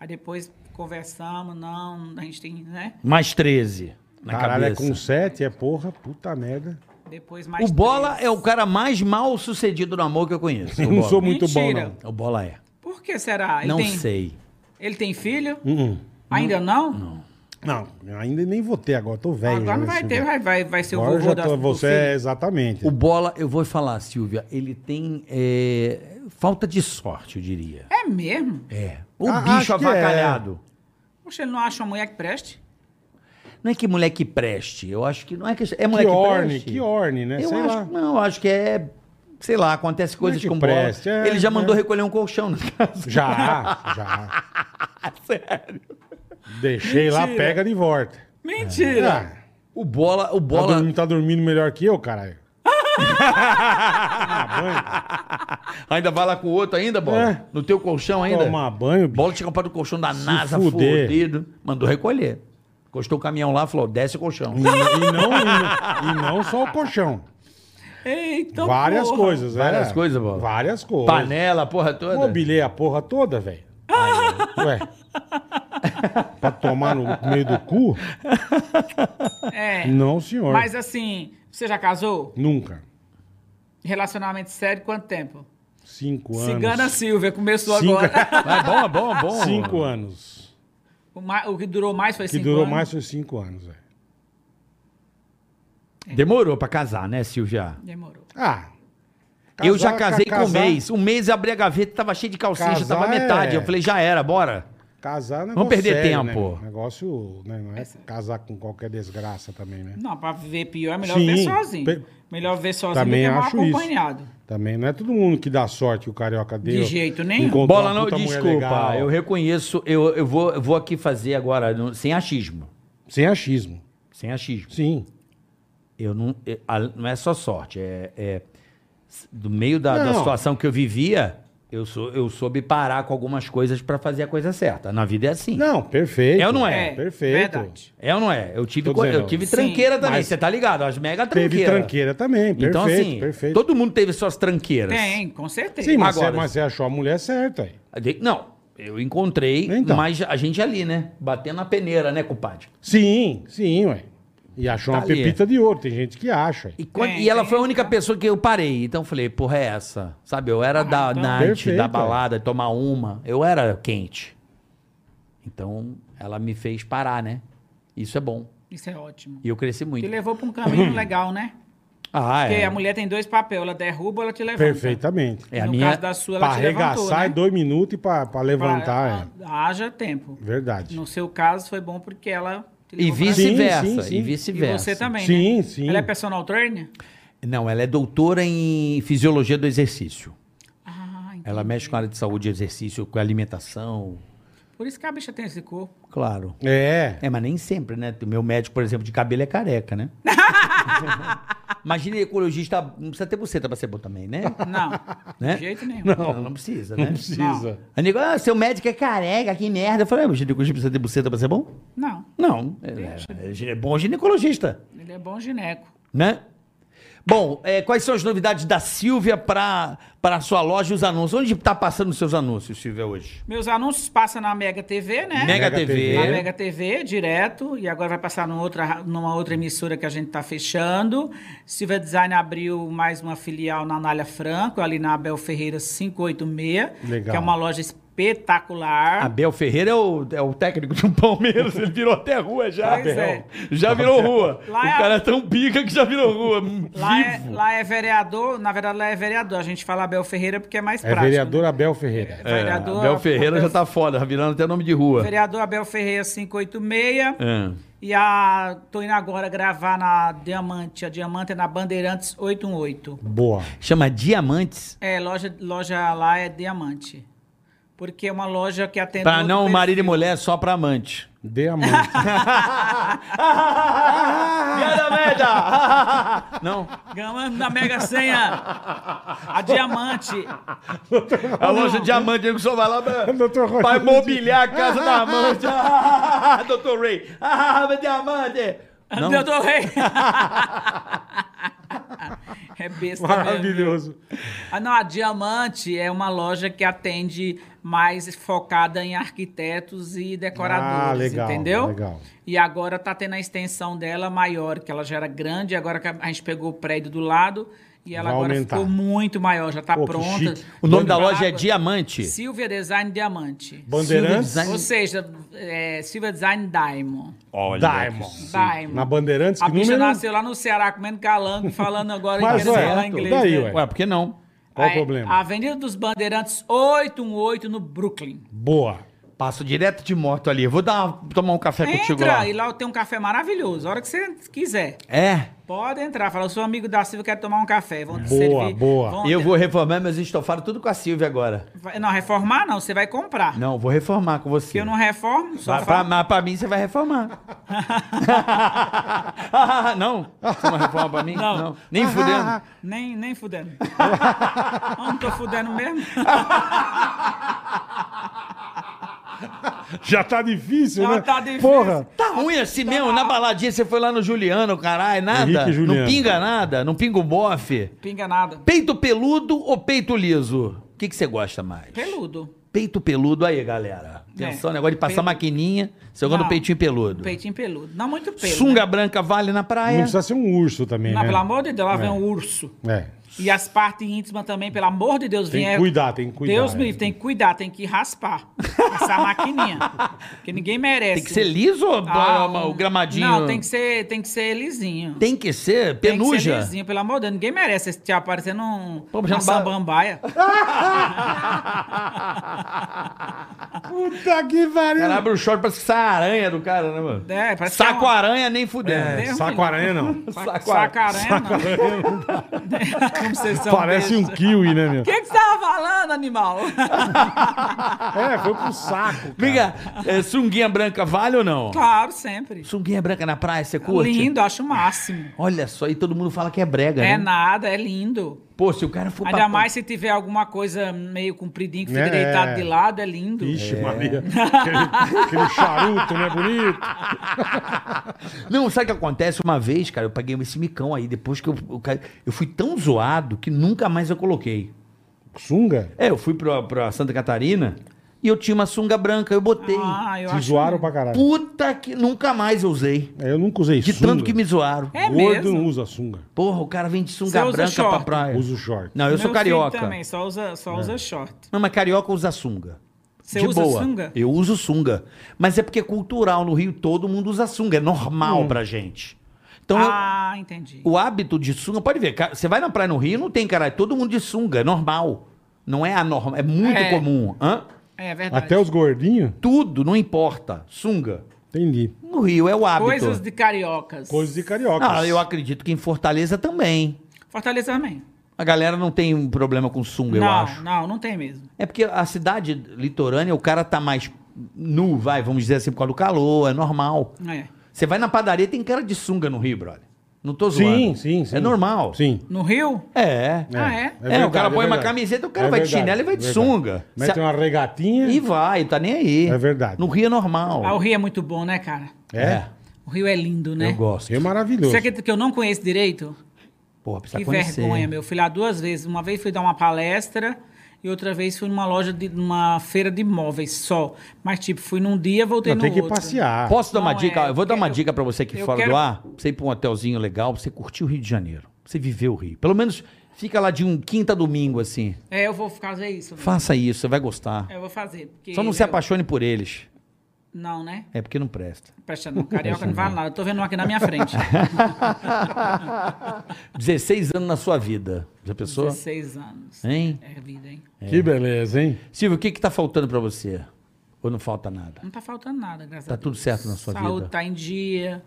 Speaker 4: Aí depois conversamos, não, a gente tem, né?
Speaker 3: Mais 13 na
Speaker 2: Caralho, é
Speaker 3: cabeça.
Speaker 2: com sete, é porra, puta merda.
Speaker 4: Depois mais
Speaker 3: O Bola
Speaker 4: três.
Speaker 3: é o cara mais mal sucedido no amor que eu conheço. o
Speaker 2: Eu não
Speaker 3: Bola.
Speaker 2: sou muito
Speaker 4: Mentira.
Speaker 2: bom,
Speaker 3: O Bola é.
Speaker 4: Por que será? Ele
Speaker 3: não
Speaker 4: tem-
Speaker 3: sei.
Speaker 4: Ele tem filho?
Speaker 2: não. Hum, hum.
Speaker 4: Ainda não? Ah,
Speaker 2: Não, ainda nem votei agora, tô velho.
Speaker 4: Agora não
Speaker 2: né,
Speaker 4: vai
Speaker 2: Silvio?
Speaker 4: ter, vai, vai, vai ser o
Speaker 2: Agora eu
Speaker 4: vovô
Speaker 2: já
Speaker 4: da,
Speaker 2: tô,
Speaker 4: do
Speaker 2: você
Speaker 4: filho.
Speaker 2: é exatamente.
Speaker 3: O Bola, eu vou falar, Silvia, ele tem é, falta de sorte, eu diria.
Speaker 4: É mesmo?
Speaker 3: É. O
Speaker 2: Ah,
Speaker 3: bicho
Speaker 2: acho que é.
Speaker 3: avacalhado.
Speaker 4: Poxa, ele não acha uma mulher que preste?
Speaker 3: Não é que moleque preste, eu acho que não é que é moleque
Speaker 2: orne,
Speaker 3: preste.
Speaker 2: que orne, né?
Speaker 3: Eu
Speaker 2: Sei
Speaker 3: acho,
Speaker 2: lá.
Speaker 3: Não, eu acho que é sei lá, acontece coisas
Speaker 2: que
Speaker 3: com bola.
Speaker 2: preste, é,
Speaker 3: Ele já
Speaker 2: é.
Speaker 3: mandou recolher um colchão na casa. (laughs)
Speaker 2: Já, já.
Speaker 3: Sério.
Speaker 2: Deixei lá,
Speaker 4: Mentira.
Speaker 2: pega de volta.
Speaker 4: Mentira!
Speaker 2: Ah,
Speaker 3: O bola, o
Speaker 2: tá,
Speaker 3: bola.
Speaker 2: dormindo, tá dormindo melhor que eu, caralho. Tomar banho,
Speaker 3: ainda vai lá com o outro ainda, bola?
Speaker 2: É.
Speaker 3: No teu colchão ainda?
Speaker 2: tomar banho, bicho.
Speaker 3: Bola tinha comprado o colchão da NASA
Speaker 2: fuder.
Speaker 3: fudido. Mandou recolher. Encostou o caminhão lá, falou: desce o colchão.
Speaker 2: E, e não, e, não- e não só o colchão.
Speaker 4: Eita,
Speaker 2: Ah, várias
Speaker 4: Então, porra.
Speaker 2: coisas, né?
Speaker 3: Várias coisas, Bola.
Speaker 2: Várias coisas.
Speaker 3: Panela, porra toda.
Speaker 2: Mobilei a porra toda, velho.
Speaker 4: (laughs)
Speaker 2: Ué. pra tomar no meio do cu?
Speaker 4: É.
Speaker 2: Não, senhor.
Speaker 4: Mas assim, você já casou?
Speaker 2: Nunca.
Speaker 4: Relacionamento sério, quanto tempo?
Speaker 2: Cinco anos.
Speaker 4: Cigana Silvia, começou
Speaker 2: Cinco- (laughs)
Speaker 4: agora.
Speaker 3: É bom, é bom, é bom.
Speaker 2: Cinco anos.
Speaker 4: O, ma- o que durou mais foi
Speaker 2: Que
Speaker 4: cinco
Speaker 2: durou
Speaker 4: anos.
Speaker 2: mais foi cinco anos, velho.
Speaker 3: Demorou pra casar, né, Silvia?
Speaker 4: Demorou.
Speaker 2: Ah.
Speaker 3: eu já
Speaker 2: casar-
Speaker 3: casei com um
Speaker 2: casar-
Speaker 3: mês. Um mês eu abri a gaveta, tava cheio de calcinha, já
Speaker 2: Casar
Speaker 3: tava metade.
Speaker 2: é-
Speaker 3: Eu falei, já era, bora.
Speaker 2: Casar é um negócio
Speaker 3: Vamos perder
Speaker 2: sério,
Speaker 3: tempo.
Speaker 2: Né? Negócio, né? Não é
Speaker 4: É sério.
Speaker 2: casar com qualquer desgraça também, né?
Speaker 4: Não, pra viver pior é melhor
Speaker 2: Sim,
Speaker 4: ver sozinho.
Speaker 2: pe-
Speaker 4: Melhor ver sozinho
Speaker 2: Também
Speaker 4: do que mal
Speaker 2: acho isso.
Speaker 4: acompanhado.
Speaker 2: Também não é todo mundo que dá sorte que o carioca deu.
Speaker 4: jeito nenhum.
Speaker 2: Encontrou
Speaker 3: Bola
Speaker 2: é uma
Speaker 3: não,
Speaker 2: puta mulher
Speaker 3: desculpa.
Speaker 2: legal.
Speaker 3: Eu reconheço, eu, eu, vou, eu vou aqui fazer agora, no- sem achismo.
Speaker 2: Sem achismo.
Speaker 3: Sem achismo.
Speaker 2: Sim.
Speaker 3: Eu não, eu- a- não é só sorte, é, é- s- do meio da, da
Speaker 2: Não.
Speaker 3: situação que eu vivia, eu, sou, eu soube parar com algumas coisas pra fazer a coisa certa. Na vida é assim.
Speaker 2: Não, perfeito.
Speaker 3: É ou não é?
Speaker 2: Perfeito.
Speaker 4: Verdade.
Speaker 3: É ou não é? Eu tive,
Speaker 2: Tô
Speaker 3: co- eu
Speaker 2: dizendo.
Speaker 3: tive
Speaker 4: Sim,
Speaker 3: tranqueira também,
Speaker 2: mas-
Speaker 3: você tá ligado? As mega
Speaker 2: Teve
Speaker 3: tranqueiras.
Speaker 2: tranqueira também. Perfeito,
Speaker 3: Então, assim,
Speaker 2: perfeito.
Speaker 3: todo mundo teve suas tranqueiras.
Speaker 4: Tem, com certeza.
Speaker 2: Sim, mas,
Speaker 3: Agora-
Speaker 2: você, mas você achou a mulher certa aí.
Speaker 3: De- Não, eu encontrei,
Speaker 2: Então.
Speaker 3: mas a gente ali, né? Batendo na peneira, né, compadre?
Speaker 2: Sim, sim, ué. E achou
Speaker 3: Tá
Speaker 2: uma
Speaker 3: ali.
Speaker 2: pepita de ouro. Tem gente que acha. aí.
Speaker 3: E, quando-
Speaker 4: Tem,
Speaker 3: e ela
Speaker 4: tem
Speaker 3: foi a
Speaker 4: gente
Speaker 3: única
Speaker 4: que-
Speaker 3: pessoa que eu parei. Então eu falei, porra, é essa. Sabe, eu era da
Speaker 4: então.
Speaker 3: night,
Speaker 2: Perfeito,
Speaker 3: da
Speaker 2: é.
Speaker 3: balada, tomar uma. Eu era quente. Então ela me fez parar, né? Isso é bom.
Speaker 4: Isso é ótimo.
Speaker 3: E eu cresci muito.
Speaker 4: Te levou pra um caminho
Speaker 2: (clears throat)
Speaker 4: legal, né?
Speaker 3: Ah,
Speaker 4: Porque
Speaker 3: é.
Speaker 4: a mulher tem dois papéis, ela derruba ou ela te levanta.
Speaker 2: Perfeitamente.
Speaker 3: É, a
Speaker 4: no
Speaker 3: minha-
Speaker 4: caso da sua, ela
Speaker 2: Pra
Speaker 4: te levantou,
Speaker 2: arregaçar é
Speaker 4: né?
Speaker 2: dois minutos e pra, pra levantar.
Speaker 4: Pra- Haja tempo.
Speaker 2: é. Verdade.
Speaker 4: No seu caso, foi bom porque ela te
Speaker 3: E
Speaker 4: levou
Speaker 2: Sim,
Speaker 4: pra-
Speaker 2: sim,
Speaker 3: vice-versa.
Speaker 2: sim.
Speaker 3: E
Speaker 2: E
Speaker 4: E
Speaker 3: vice-versa.
Speaker 4: você também,
Speaker 2: Sim,
Speaker 4: né?
Speaker 2: sim.
Speaker 4: Ela é personal trainer?
Speaker 3: Não, ela é doutora em fisiologia do exercício.
Speaker 4: Ah, entendi.
Speaker 3: Ela mexe com a área de saúde, exercício, com alimentação.
Speaker 4: Por isso que a bicha tem esse corpo.
Speaker 3: Claro.
Speaker 2: É.
Speaker 3: É, mas nem sempre, né? O meu médico, por exemplo, de cabelo é careca,
Speaker 4: (laughs)
Speaker 3: né? Mas ginecologista não precisa ter buceta pra ser bom também, né?
Speaker 4: Não,
Speaker 3: Né?
Speaker 4: de jeito nenhum.
Speaker 3: Não, não precisa, né?
Speaker 2: Não precisa.
Speaker 3: Aí nego, ah, seu médico é careca, que merda. Eu falei, ah, mas ginecologista precisa ter buceta pra ser bom?
Speaker 4: Não,
Speaker 3: Não. É, é- é gine- bom ginecologista,
Speaker 4: ele é bom gineco.
Speaker 3: né? Bom, é, quais são as novidades da Silvia para a sua loja e os anúncios? Onde está passando os seus anúncios, Silvia, hoje?
Speaker 4: Meus anúncios passam na Mega TV, né?
Speaker 3: Mega,
Speaker 2: Mega
Speaker 3: TV.
Speaker 2: TV.
Speaker 4: Na Mega TV, direto. E agora vai passar numa outra, ra- numa outra emissora que a gente está fechando. Silva Design abriu mais uma filial na Anália Franco, ali na Abel Ferreira 586.
Speaker 2: Legal.
Speaker 4: Que é uma loja espetacular.
Speaker 3: Abel Ferreira é o, é o técnico de um Palmeiras, ele virou até rua já.
Speaker 4: Pois é.
Speaker 3: Já virou rua.
Speaker 4: Lá
Speaker 3: o
Speaker 4: é a-
Speaker 3: cara é tão pica que já virou rua.
Speaker 4: Lá é,
Speaker 3: vivo.
Speaker 4: lá é vereador, na verdade lá é vereador. A gente fala Abel Ferreira porque é mais
Speaker 2: É
Speaker 4: prático.
Speaker 2: vereador
Speaker 4: né?
Speaker 2: Abel Ferreira.
Speaker 3: É,
Speaker 4: vereador-
Speaker 3: Abel Ferreira já
Speaker 4: Abel-
Speaker 3: tá foda, tá virando até nome de rua.
Speaker 4: Vereador Abel Ferreira 586.
Speaker 3: É.
Speaker 4: E a tô indo agora gravar na Diamante. A Diamante é na Bandeirantes 818.
Speaker 2: Boa.
Speaker 3: Chama Diamantes.
Speaker 4: É, loja, loja lá é Diamante. Porque é uma loja que atende.
Speaker 3: Pra
Speaker 4: outro
Speaker 3: Tá, não
Speaker 4: perfil.
Speaker 3: marido e mulher, só pra amante.
Speaker 2: Dê
Speaker 4: (laughs)
Speaker 2: a mão.
Speaker 4: Ah.
Speaker 3: Piada
Speaker 4: (laughs)
Speaker 3: média! não.
Speaker 4: Ganhamos na Mega Senha. A Diamante.
Speaker 3: A loja Diamante, ele só vai lá pra,
Speaker 4: (laughs)
Speaker 2: Doutor Ronaldinho.
Speaker 3: pra mobiliar a casa da amante. (laughs) Ah, Doutor Ray. Ah, meu Diamante. Não.
Speaker 4: Meu do rei. (laughs) é besta. mesmo.
Speaker 2: Maravilhoso.
Speaker 4: Ah, não, a Diamante é uma loja que atende mais focada em arquitetos e decoradores,
Speaker 2: Ah, legal,
Speaker 4: entendeu?
Speaker 2: legal.
Speaker 4: E agora tá tendo a extensão dela maior, que ela já era grande, agora que a gente pegou o prédio do lado e ela
Speaker 2: Vai
Speaker 4: agora
Speaker 2: aumentar.
Speaker 4: ficou muito maior, já tá
Speaker 2: Pô, que
Speaker 4: pronta.
Speaker 2: chique.
Speaker 3: O nome da loja é
Speaker 4: Água.
Speaker 3: Diamante.
Speaker 4: Silvia Design Diamante.
Speaker 2: Bandeirantes.
Speaker 3: Silvio
Speaker 4: Ou seja, é, Silvia Design Diamond.
Speaker 3: Olha.
Speaker 2: Diamond.
Speaker 4: Diamond.
Speaker 2: Na Bandeirantes,
Speaker 4: A
Speaker 2: que
Speaker 4: bicha
Speaker 2: número? um.
Speaker 4: nasceu lá no Ceará comendo calango, (laughs) falando agora
Speaker 2: Mas,
Speaker 4: querendo
Speaker 2: ué,
Speaker 4: falar inglês.
Speaker 2: daí,
Speaker 4: né?
Speaker 2: ué.
Speaker 3: Ué, por que não?
Speaker 2: Qual o
Speaker 4: Aí,
Speaker 2: problema?
Speaker 4: Avenida dos Bandeirantes 818 no Brooklyn.
Speaker 2: Boa.
Speaker 3: Passo direto de moto ali. Vou dar, uma- tomar um café contigo lá.
Speaker 4: Entra e lá tem um café maravilhoso, a hora que você quiser.
Speaker 3: É.
Speaker 4: Pode entrar, fala, eu sou amigo da Silvia, quero tomar um café. Vão te
Speaker 2: Boa,
Speaker 4: servir.
Speaker 2: boa.
Speaker 4: Vão
Speaker 3: Eu
Speaker 4: te-
Speaker 3: vou reformar meus estofados tudo com a Silvia agora.
Speaker 4: vai- Não, reformar não, você vai comprar.
Speaker 3: Não, vou reformar com
Speaker 4: Porque
Speaker 3: você.
Speaker 4: eu não reformo, só
Speaker 3: Mas pra,
Speaker 4: faço.
Speaker 3: mas pra mim você vai reformar. (laughs) não? Você não reforma pra mim?
Speaker 4: Não.
Speaker 3: Nem fudendo.
Speaker 4: (laughs) Nem, nem fudendo. não, não tô fudendo mesmo.
Speaker 2: (laughs) Já tá difícil,
Speaker 4: Já
Speaker 2: né?
Speaker 4: tá difícil.
Speaker 2: Porra.
Speaker 3: Tá ruim assim mesmo, na baladinha você foi lá no Juliano, caralho, nada.
Speaker 2: Henrique Juliano.
Speaker 3: Não pinga nada, não pinga o bofe.
Speaker 4: Pinga nada.
Speaker 3: Peito peludo ou peito liso? O que, que você gosta mais?
Speaker 4: Peludo.
Speaker 3: Peito peludo aí, galera. Atenção,
Speaker 4: É.
Speaker 3: negócio de passar
Speaker 4: Peito-
Speaker 3: maquininha, você gosta do
Speaker 4: Não.
Speaker 3: peitinho peludo.
Speaker 4: Peitinho peludo. Não muito pelo.
Speaker 3: Sunga
Speaker 4: né?
Speaker 3: branca vale na
Speaker 2: Não
Speaker 3: praia.
Speaker 2: precisa ser um urso também,
Speaker 4: Não,
Speaker 2: né?
Speaker 4: pelo amor de Deus, lá
Speaker 2: É.
Speaker 4: vem um urso.
Speaker 2: É.
Speaker 4: E as partes íntimas também, pelo amor de Deus,
Speaker 2: Tem que
Speaker 4: vier-
Speaker 2: cuidar, tem que cuidar,
Speaker 4: Deus
Speaker 2: é.
Speaker 4: me livre, tem que cuidar, tem que raspar.
Speaker 2: (laughs)
Speaker 4: Essa maquininha. que ninguém merece.
Speaker 3: Tem que ser liso ou
Speaker 4: Ah,
Speaker 3: o gramadinho?
Speaker 4: Não, tem que ser, tem que ser lisinho.
Speaker 3: Tem que ser
Speaker 4: Tem que ser
Speaker 3: penuja. (laughs)
Speaker 4: lisinho, pelo amor de Deus. Ninguém merece esse tchau parecendo um
Speaker 3: Pô,
Speaker 4: uma
Speaker 3: já ba- (laughs)
Speaker 4: sambambaia.
Speaker 2: Puta que pariu.
Speaker 3: Cara, abre o short, parece que sai a aranha do cara, né, mano?
Speaker 4: É, parece
Speaker 3: Saco
Speaker 4: que é uma-
Speaker 3: aranha nem fudendo.
Speaker 4: É. Deus
Speaker 2: Saco
Speaker 4: me
Speaker 2: aranha, não.
Speaker 3: Saco aranha.
Speaker 4: Sacarena. (laughs) Como vocês são
Speaker 2: Parece um
Speaker 4: besta.
Speaker 2: kiwi, né, meu?
Speaker 4: O que que você tava
Speaker 3: (laughs)
Speaker 4: falando, animal?
Speaker 2: É, foi pro saco. Cara.
Speaker 3: Miga, é, sunguinha branca vale ou não?
Speaker 4: claro, sempre.
Speaker 3: Sunguinha branca na praia, você curte?
Speaker 4: Lindo, acho o máximo.
Speaker 3: Olha só, e todo mundo fala que é brega,
Speaker 4: É
Speaker 3: né?
Speaker 4: nada, é lindo.
Speaker 3: Pô, se o cara for
Speaker 4: Ainda mais se tiver alguma coisa meio compridinho que fica
Speaker 2: É.
Speaker 4: deitado de lado, é lindo.
Speaker 2: Ixi, Maria. Aquele, aquele charuto, né, bonito?
Speaker 3: (laughs) Não, sabe o que acontece? Uma vez, cara, eu paguei esse micão aí, depois que eu, eu, caí- eu fui tão zoado que nunca mais eu coloquei.
Speaker 2: Sunga?
Speaker 3: É, eu fui pra, pra Santa Catarina e eu tinha uma sunga branca, eu botei.
Speaker 4: Ah, eu
Speaker 2: Te
Speaker 4: acho
Speaker 2: zoaram
Speaker 4: lindo.
Speaker 2: pra caralho.
Speaker 3: Puta que nunca mais eu usei.
Speaker 2: É, eu nunca usei
Speaker 3: De
Speaker 2: sunga.
Speaker 3: tanto que me zoaram.
Speaker 4: É
Speaker 2: Gordo não
Speaker 4: mesmo.
Speaker 2: usa sunga.
Speaker 3: Porra, o cara vem de
Speaker 4: Você
Speaker 3: sunga
Speaker 4: usa
Speaker 3: branca pra
Speaker 4: short?
Speaker 3: praia.
Speaker 2: Usa o short.
Speaker 3: É. Não, eu sou
Speaker 4: Meu filho
Speaker 3: carioca.
Speaker 4: também, só usa,
Speaker 2: É.
Speaker 4: só usa short.
Speaker 3: Não, mas carioca usa sunga.
Speaker 4: Você usa sunga?
Speaker 3: Eu uso sunga. Mas é porque é cultural. No Rio todo mundo usa sunga. É normal pra gente. Então, eu-
Speaker 4: Hum. ah, entendi.
Speaker 3: o hábito de sunga... Pode ver, ca- você vai na praia no Rio, não tem, caralho. Todo mundo de sunga. É normal. Não é anormal. É muito
Speaker 4: É.
Speaker 3: comum. Hã?
Speaker 4: É verdade.
Speaker 2: Até os gordinhos?
Speaker 3: Tudo, não importa. Sunga.
Speaker 2: Entendi.
Speaker 3: No Rio é o hábito.
Speaker 4: Coisas de cariocas.
Speaker 2: Coisas de carioca.
Speaker 3: Ah, eu acredito que em Fortaleza também.
Speaker 4: Fortaleza também.
Speaker 3: A galera não tem um problema com sunga, eu
Speaker 4: não,
Speaker 3: acho.
Speaker 4: não, não tem mesmo.
Speaker 3: É porque a cidade litorânea, o cara tá mais nu, vai, vamos dizer assim, por causa do calor, é normal.
Speaker 4: É.
Speaker 3: Você vai na padaria, tem cara de sunga no Rio, brother. Não tô zoando.
Speaker 2: Sim, sim, sim.
Speaker 3: É normal.
Speaker 2: Sim.
Speaker 4: No Rio?
Speaker 3: É.
Speaker 4: Ah, é?
Speaker 3: É, o cara põe uma
Speaker 2: verdade.
Speaker 3: camiseta, o cara
Speaker 2: É
Speaker 3: vai de
Speaker 2: verdade,
Speaker 3: chinelo e vai de
Speaker 2: verdade.
Speaker 3: sunga.
Speaker 2: Mete
Speaker 3: Se-
Speaker 2: uma regatinha.
Speaker 3: E vai, tá nem aí.
Speaker 2: É verdade.
Speaker 3: No Rio é normal.
Speaker 4: Ah, o Rio é muito bom, né, cara?
Speaker 2: É.
Speaker 4: O Rio é lindo, né?
Speaker 3: Eu gosto.
Speaker 2: É maravilhoso.
Speaker 4: Você acredita que eu não conheço direito?
Speaker 3: Porra, precisa
Speaker 4: Que
Speaker 3: conhecer.
Speaker 4: vergonha, meu filho. Há duas vezes. Uma vez fui dar uma palestra e outra vez fui numa loja, de numa feira de imóveis só. Mas, tipo, fui num dia, voltei
Speaker 2: Não,
Speaker 4: no
Speaker 2: tem que
Speaker 4: outro.
Speaker 2: passear.
Speaker 3: Posso dar
Speaker 4: Não,
Speaker 3: uma
Speaker 4: é,
Speaker 3: dica? Eu vou
Speaker 4: eu
Speaker 3: dar uma
Speaker 4: quero-
Speaker 3: dica pra você aqui
Speaker 4: eu
Speaker 3: fora do
Speaker 4: quero-
Speaker 3: ar. pra Você ir pra um hotelzinho legal, pra você curtir o Rio de Janeiro. pra Você viver o Rio. Pelo menos fica lá de um quinta a domingo, assim.
Speaker 4: É, eu vou fazer isso. velho.
Speaker 3: Faça isso, você vai gostar.
Speaker 4: Eu vou fazer. É porque
Speaker 3: Só não se
Speaker 4: eu-
Speaker 3: apaixone por eles.
Speaker 4: Não, né?
Speaker 3: É porque não presta.
Speaker 4: (laughs) Presta não. Carioca não vale nada. Eu tô vendo um aqui na
Speaker 3: (laughs)
Speaker 4: minha frente.
Speaker 3: 16 anos na sua vida. Já pensou?
Speaker 4: 16 anos.
Speaker 3: Hein?
Speaker 4: É vida, hein?
Speaker 2: Que beleza, hein?
Speaker 3: Silvio, o que que tá faltando pra você? Ou não falta nada?
Speaker 4: Não tá faltando nada, graças
Speaker 3: Tá
Speaker 4: a Deus.
Speaker 3: tudo certo na sua
Speaker 4: Saúde
Speaker 3: vida?
Speaker 4: tá em dia,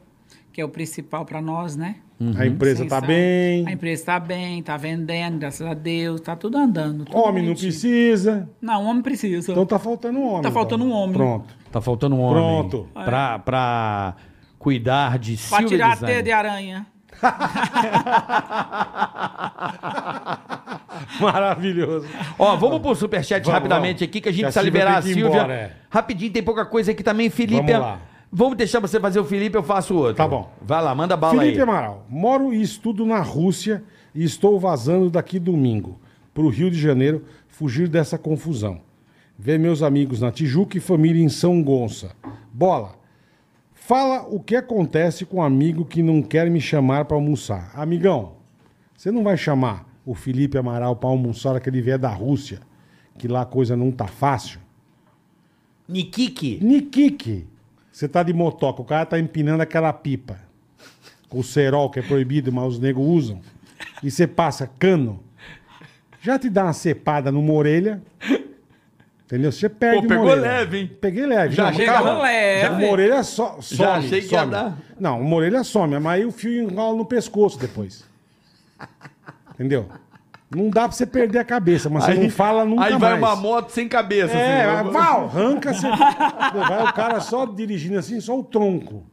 Speaker 4: que é o principal pra nós, né?
Speaker 3: Hum.
Speaker 2: A empresa
Speaker 4: Sem
Speaker 2: tá
Speaker 4: saúde. A
Speaker 2: bem,
Speaker 4: empresa tá bem, tá vendendo, graças a Deus, tá tudo andando. tudo
Speaker 2: homem não
Speaker 4: bonitinho.
Speaker 2: precisa.
Speaker 4: Não, homem precisa.
Speaker 2: Então tá faltando um homem.
Speaker 4: Tá faltando
Speaker 2: então.
Speaker 4: um homem.
Speaker 2: Pronto.
Speaker 3: Tá faltando um homem.
Speaker 2: Pronto.
Speaker 3: Pra, pra cuidar de
Speaker 4: pra
Speaker 3: Silvio
Speaker 4: tirar a
Speaker 3: Design.
Speaker 4: teia de aranha.
Speaker 2: (laughs)
Speaker 3: (laughs)
Speaker 4: (laughs)
Speaker 2: Maravilhoso.
Speaker 3: Ó, vamos pro superchat
Speaker 2: Vamos,
Speaker 3: rapidamente
Speaker 2: vamos.
Speaker 3: aqui, que a gente
Speaker 2: Que a
Speaker 3: precisa
Speaker 2: Silvia
Speaker 3: liberar a
Speaker 2: tem que ir
Speaker 3: Silvia.
Speaker 2: embora, é.
Speaker 3: Rapidinho, tem pouca coisa aqui também, Felipe.
Speaker 2: Vamos lá.
Speaker 3: Vamos deixar você fazer o Felipe, eu faço o outro.
Speaker 2: Tá bom.
Speaker 3: Vai lá, manda bala
Speaker 2: Felipe é
Speaker 3: aí.
Speaker 2: Amaral, moro e estudo na Rússia e estou vazando daqui domingo para o Rio de Janeiro fugir dessa confusão. Ver meus amigos na Tijuca e família em São Gonça. Bola, fala o que acontece com um amigo que não quer me chamar para almoçar. Amigão, você não vai chamar o Felipe Amaral para almoçar a hora que ele vier da Rússia, que lá a coisa não tá fácil?
Speaker 3: Nikiki.
Speaker 2: Nikiki, você tá de motoca, o cara tá empinando aquela pipa. Com o cerol que é proibido, mas os negros usam. E você passa cano. Já te dá uma cepada numa orelha. Entendeu? Você perde
Speaker 3: Pô,
Speaker 2: uma
Speaker 3: pegou
Speaker 2: orelha.
Speaker 3: leve, hein?
Speaker 2: Peguei leve.
Speaker 3: Já
Speaker 2: mas
Speaker 3: chegou
Speaker 4: leve.
Speaker 2: Já, uma orelha só. Some,
Speaker 3: achei que ia
Speaker 2: some.
Speaker 3: dar.
Speaker 2: Não, uma orelha some, mas aí o fio enrola no pescoço depois. Entendeu? Não dá pra você perder a cabeça, mas você não fala nunca
Speaker 3: Aí
Speaker 2: mais.
Speaker 3: vai uma moto sem cabeça.
Speaker 2: É,
Speaker 3: assim,
Speaker 2: vai, arranca, você... (laughs) vai o cara só dirigindo assim, só o tronco.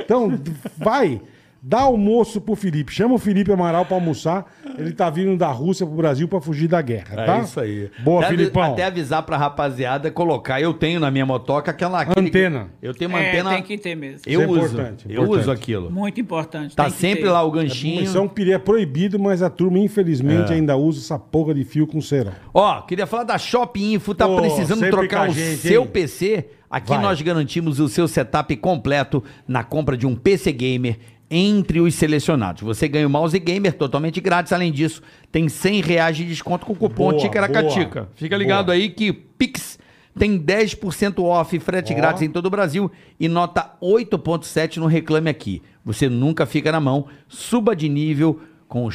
Speaker 2: Então, vai, dá almoço pro Felipe. Chama o Felipe Amaral pra almoçar. Ele tá vindo da Rússia pro Brasil pra fugir da guerra,
Speaker 3: É
Speaker 2: tá?
Speaker 3: isso aí.
Speaker 2: Boa,
Speaker 3: até avi-
Speaker 2: Filipão.
Speaker 3: Até avisar pra rapaziada colocar. Eu tenho na minha motoca aquela. aquele-
Speaker 2: Antena.
Speaker 3: eu tenho uma
Speaker 4: é,
Speaker 3: antena.
Speaker 4: tem que ter mesmo.
Speaker 3: Eu
Speaker 2: Isso é
Speaker 3: uso.
Speaker 2: importante,
Speaker 3: Eu
Speaker 2: importante.
Speaker 3: uso aquilo.
Speaker 4: Muito importante.
Speaker 3: Tá
Speaker 4: tem que
Speaker 3: sempre
Speaker 4: ter.
Speaker 3: lá o
Speaker 2: Em
Speaker 3: ganchinho.
Speaker 2: São Piri é proibido, mas a turma,
Speaker 3: É.
Speaker 2: infelizmente, ainda usa essa porra de fio com cerol.
Speaker 3: Ó, queria falar da Shop Info, tá
Speaker 2: Pô,
Speaker 3: precisando
Speaker 2: sempre com
Speaker 3: trocar
Speaker 2: a
Speaker 3: o
Speaker 2: gente,
Speaker 3: seu
Speaker 2: hein?
Speaker 3: PC? Aqui
Speaker 2: Vai.
Speaker 3: nós garantimos o seu setup completo na compra de um PC gamer entre os selecionados. Você ganha o mouse gamer totalmente grátis. Além disso, tem 100 reais de desconto com o cupom
Speaker 2: Boa,
Speaker 3: Ticaracatica.
Speaker 2: boa,
Speaker 3: Fica ligado
Speaker 2: boa.
Speaker 3: aí que Pix tem 10% off, frete
Speaker 2: Ó.
Speaker 3: grátis em todo o Brasil e nota 8.7 no Reclame Aqui. Você nunca fica na mão, suba de nível com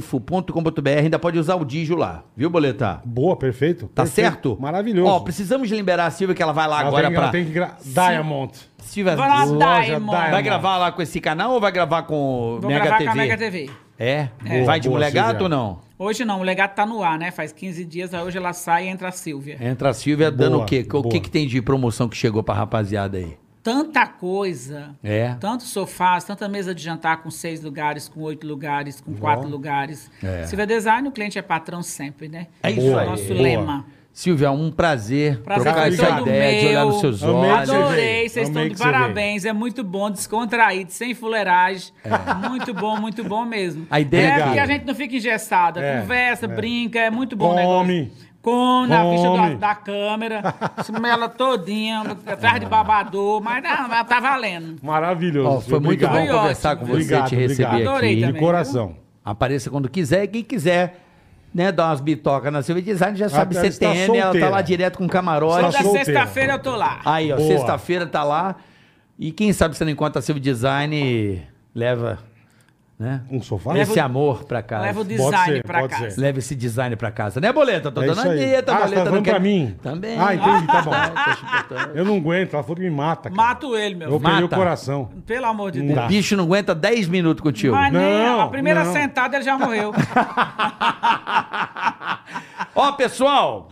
Speaker 3: shopinfo.com.br, ainda pode usar o Digio lá, viu, Boletar?
Speaker 2: Boa, perfeito.
Speaker 3: Tá
Speaker 2: perfeito.
Speaker 3: certo?
Speaker 2: Maravilhoso.
Speaker 3: Ó, precisamos liberar a Silvia que ela vai lá
Speaker 2: Ela
Speaker 3: agora
Speaker 2: tem,
Speaker 3: pra.
Speaker 2: ela tem que gra... Diamond.
Speaker 3: Silvia
Speaker 4: Vai lá, Diamond.
Speaker 2: Diamond.
Speaker 3: vai gravar lá com esse canal ou vai gravar com o
Speaker 4: Vou
Speaker 3: Mega
Speaker 4: gravar
Speaker 3: TV?
Speaker 4: com a Mega TV.
Speaker 3: É?
Speaker 2: Boa,
Speaker 3: vai de
Speaker 2: boa,
Speaker 3: mulher
Speaker 2: Silvia.
Speaker 3: gato ou não?
Speaker 4: Hoje não, o legado tá no ar, né? Faz 15 dias, aí hoje ela sai e entra a Silvia.
Speaker 3: Entra a Silvia dando
Speaker 2: Boa,
Speaker 3: o quê? O
Speaker 2: boa.
Speaker 3: que, que tem de promoção que chegou pra rapaziada aí?
Speaker 4: Tanta coisa.
Speaker 3: É.
Speaker 4: Tantos sofás, tanta mesa de jantar com seis lugares, com oito lugares, com quatro lugares.
Speaker 3: É.
Speaker 4: Silvia Design, o cliente é patrão sempre, né?
Speaker 3: É isso
Speaker 4: Esse
Speaker 3: aí.
Speaker 4: o nosso
Speaker 2: Boa.
Speaker 4: lema.
Speaker 3: Silvia, um prazer,
Speaker 4: Prazer
Speaker 3: trocar
Speaker 4: foi
Speaker 2: essa
Speaker 3: essa
Speaker 4: todo
Speaker 3: ideia, de olhar
Speaker 4: meu.
Speaker 3: nos seus
Speaker 2: Amei
Speaker 3: olhos.
Speaker 2: que você
Speaker 4: Adorei,
Speaker 2: veio.
Speaker 4: vocês
Speaker 2: Amei
Speaker 4: estão de
Speaker 2: que você veio.
Speaker 4: parabéns. É muito bom, descontraído, sem fuleiragem. (laughs) Muito bom, muito bom mesmo.
Speaker 3: A ideia
Speaker 4: é
Speaker 3: é
Speaker 4: que
Speaker 2: que-
Speaker 4: a gente não fica engessada.
Speaker 2: É,
Speaker 4: Conversa,
Speaker 2: é.
Speaker 4: brinca, é muito bom o
Speaker 2: Come.
Speaker 4: negócio. Com na
Speaker 2: Come.
Speaker 4: vista do- da câmera, smela todinha, atrás de babador, mas, não, mas tá valendo.
Speaker 2: Maravilhoso.
Speaker 3: Ó, foi muito
Speaker 2: Obrigado.
Speaker 3: bom
Speaker 4: Foi
Speaker 3: conversar
Speaker 4: ótimo.
Speaker 3: com você,
Speaker 2: Obrigado,
Speaker 3: te receber
Speaker 2: obrigado.
Speaker 4: Adorei tá?
Speaker 3: aqui.
Speaker 2: De
Speaker 4: também.
Speaker 2: coração.
Speaker 3: Apareça quando quiser e quem quiser, né, dar umas bitocas na Silvia Design, já sabe
Speaker 2: ela está
Speaker 3: CTN, ela tá
Speaker 2: solteira.
Speaker 3: lá direto com camarote.
Speaker 4: Toda
Speaker 2: Está solteira.
Speaker 4: sexta-feira eu tô lá.
Speaker 3: Aí, ó,
Speaker 2: Boa.
Speaker 3: sexta-feira tá lá. E quem sabe você não encontra a Silvio Design e leva, né?
Speaker 2: Um sofá?
Speaker 4: Leva
Speaker 3: esse
Speaker 4: o-
Speaker 3: amor pra casa.
Speaker 4: Leva o
Speaker 3: Leva,
Speaker 4: design
Speaker 2: ser,
Speaker 4: pra
Speaker 2: pode
Speaker 4: casa.
Speaker 2: ser.
Speaker 3: esse design pra casa. Né, Boleta? Tô
Speaker 2: É
Speaker 3: dando
Speaker 2: isso
Speaker 3: a
Speaker 2: aí.
Speaker 3: dieta,
Speaker 2: Ah, você tá
Speaker 3: Boleta.
Speaker 2: falando pra mim?
Speaker 3: Também.
Speaker 2: Ah, entendi, tá bom.
Speaker 3: Tô chupetando.
Speaker 2: Eu não aguento, ela falou que me mata. cara.
Speaker 4: Mato ele, meu.
Speaker 2: Eu operei o
Speaker 3: Mata.
Speaker 2: coração.
Speaker 4: Pelo amor de
Speaker 2: Não
Speaker 4: Deus.
Speaker 2: dá.
Speaker 3: o bicho não aguenta 10 minutos contigo.
Speaker 4: Mas nem
Speaker 2: Não,
Speaker 4: a primeira
Speaker 2: não.
Speaker 4: sentada ele
Speaker 2: (laughs)
Speaker 4: já morreu.
Speaker 3: Ó, pessoal,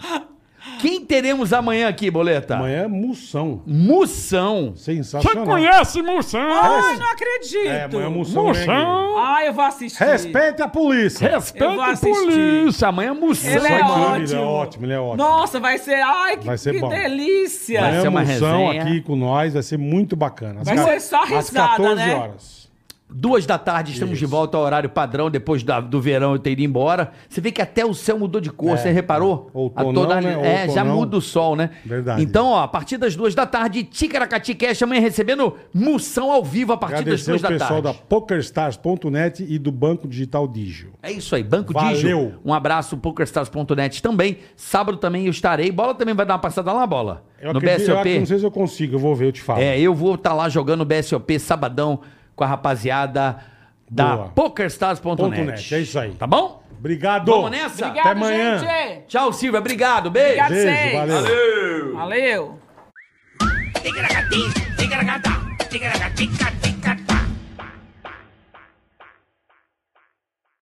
Speaker 3: quem teremos amanhã aqui, Boleta?
Speaker 2: Amanhã é moção.
Speaker 3: Moção.
Speaker 2: Sensacional.
Speaker 4: Ai, não acredito.
Speaker 2: É, amanhã é moção. moção.
Speaker 4: Ai, eu vou assistir.
Speaker 2: Respeite a polícia.
Speaker 4: Eu vou assistir.
Speaker 3: Isso, amanhã é moção.
Speaker 4: Ele é
Speaker 2: Ele
Speaker 4: ótimo.
Speaker 2: é ótimo, ele é ótimo.
Speaker 4: Nossa, vai ser. Ai, que,
Speaker 2: Vai ser
Speaker 4: que
Speaker 2: bom.
Speaker 4: delícia.
Speaker 3: Vai
Speaker 2: Amanhã
Speaker 3: ser
Speaker 2: é
Speaker 3: uma
Speaker 2: moção
Speaker 3: resenha.
Speaker 2: aqui com nós, vai ser muito bacana. Às
Speaker 4: Vai
Speaker 2: ca-
Speaker 4: ser só risada,
Speaker 2: Às 14
Speaker 4: né?
Speaker 2: horas.
Speaker 3: Duas da tarde estamos de volta ao horário padrão, depois da- do verão eu ter ido embora. Você vê que até o céu mudou de cor, você reparou?
Speaker 2: Outonão, É. né?
Speaker 3: É, já
Speaker 2: Outonão.
Speaker 3: muda o sol, né?
Speaker 2: Verdade.
Speaker 3: Então, ó, a partir das duas da tarde, Ticaracati Cash, amanhã recebendo Moção ao vivo a partir das
Speaker 2: Agradecer o
Speaker 3: duas da
Speaker 2: pessoal
Speaker 3: tarde.
Speaker 2: da PokerStars.net e do Banco Digital Digio.
Speaker 3: É isso aí, Banco
Speaker 2: Valeu.
Speaker 3: Digio. Um abraço, PokerStars.net também. Sábado também eu estarei. Bola também vai dar uma passada lá, Bola.
Speaker 2: Eu
Speaker 3: no
Speaker 2: acredito- eu
Speaker 3: BSOP.
Speaker 2: não sei se eu consigo, eu vou ver, eu te falo.
Speaker 3: É, eu vou estar lá jogando BSOP sabadão com a rapaziada da
Speaker 2: Boa.
Speaker 3: PokerStars.net.
Speaker 2: .net, é isso aí.
Speaker 3: Tá bom?
Speaker 2: Obrigado.
Speaker 3: Vamos nessa?
Speaker 4: Obrigado,
Speaker 2: Até amanhã.
Speaker 4: gente.
Speaker 3: Tchau, Silvia. Obrigado. Beijo.
Speaker 4: Obrigado,
Speaker 2: Beijo,
Speaker 4: vocês.
Speaker 2: valeu.
Speaker 4: Valeu.
Speaker 1: Ticaracati, ticaracata, ticaracati,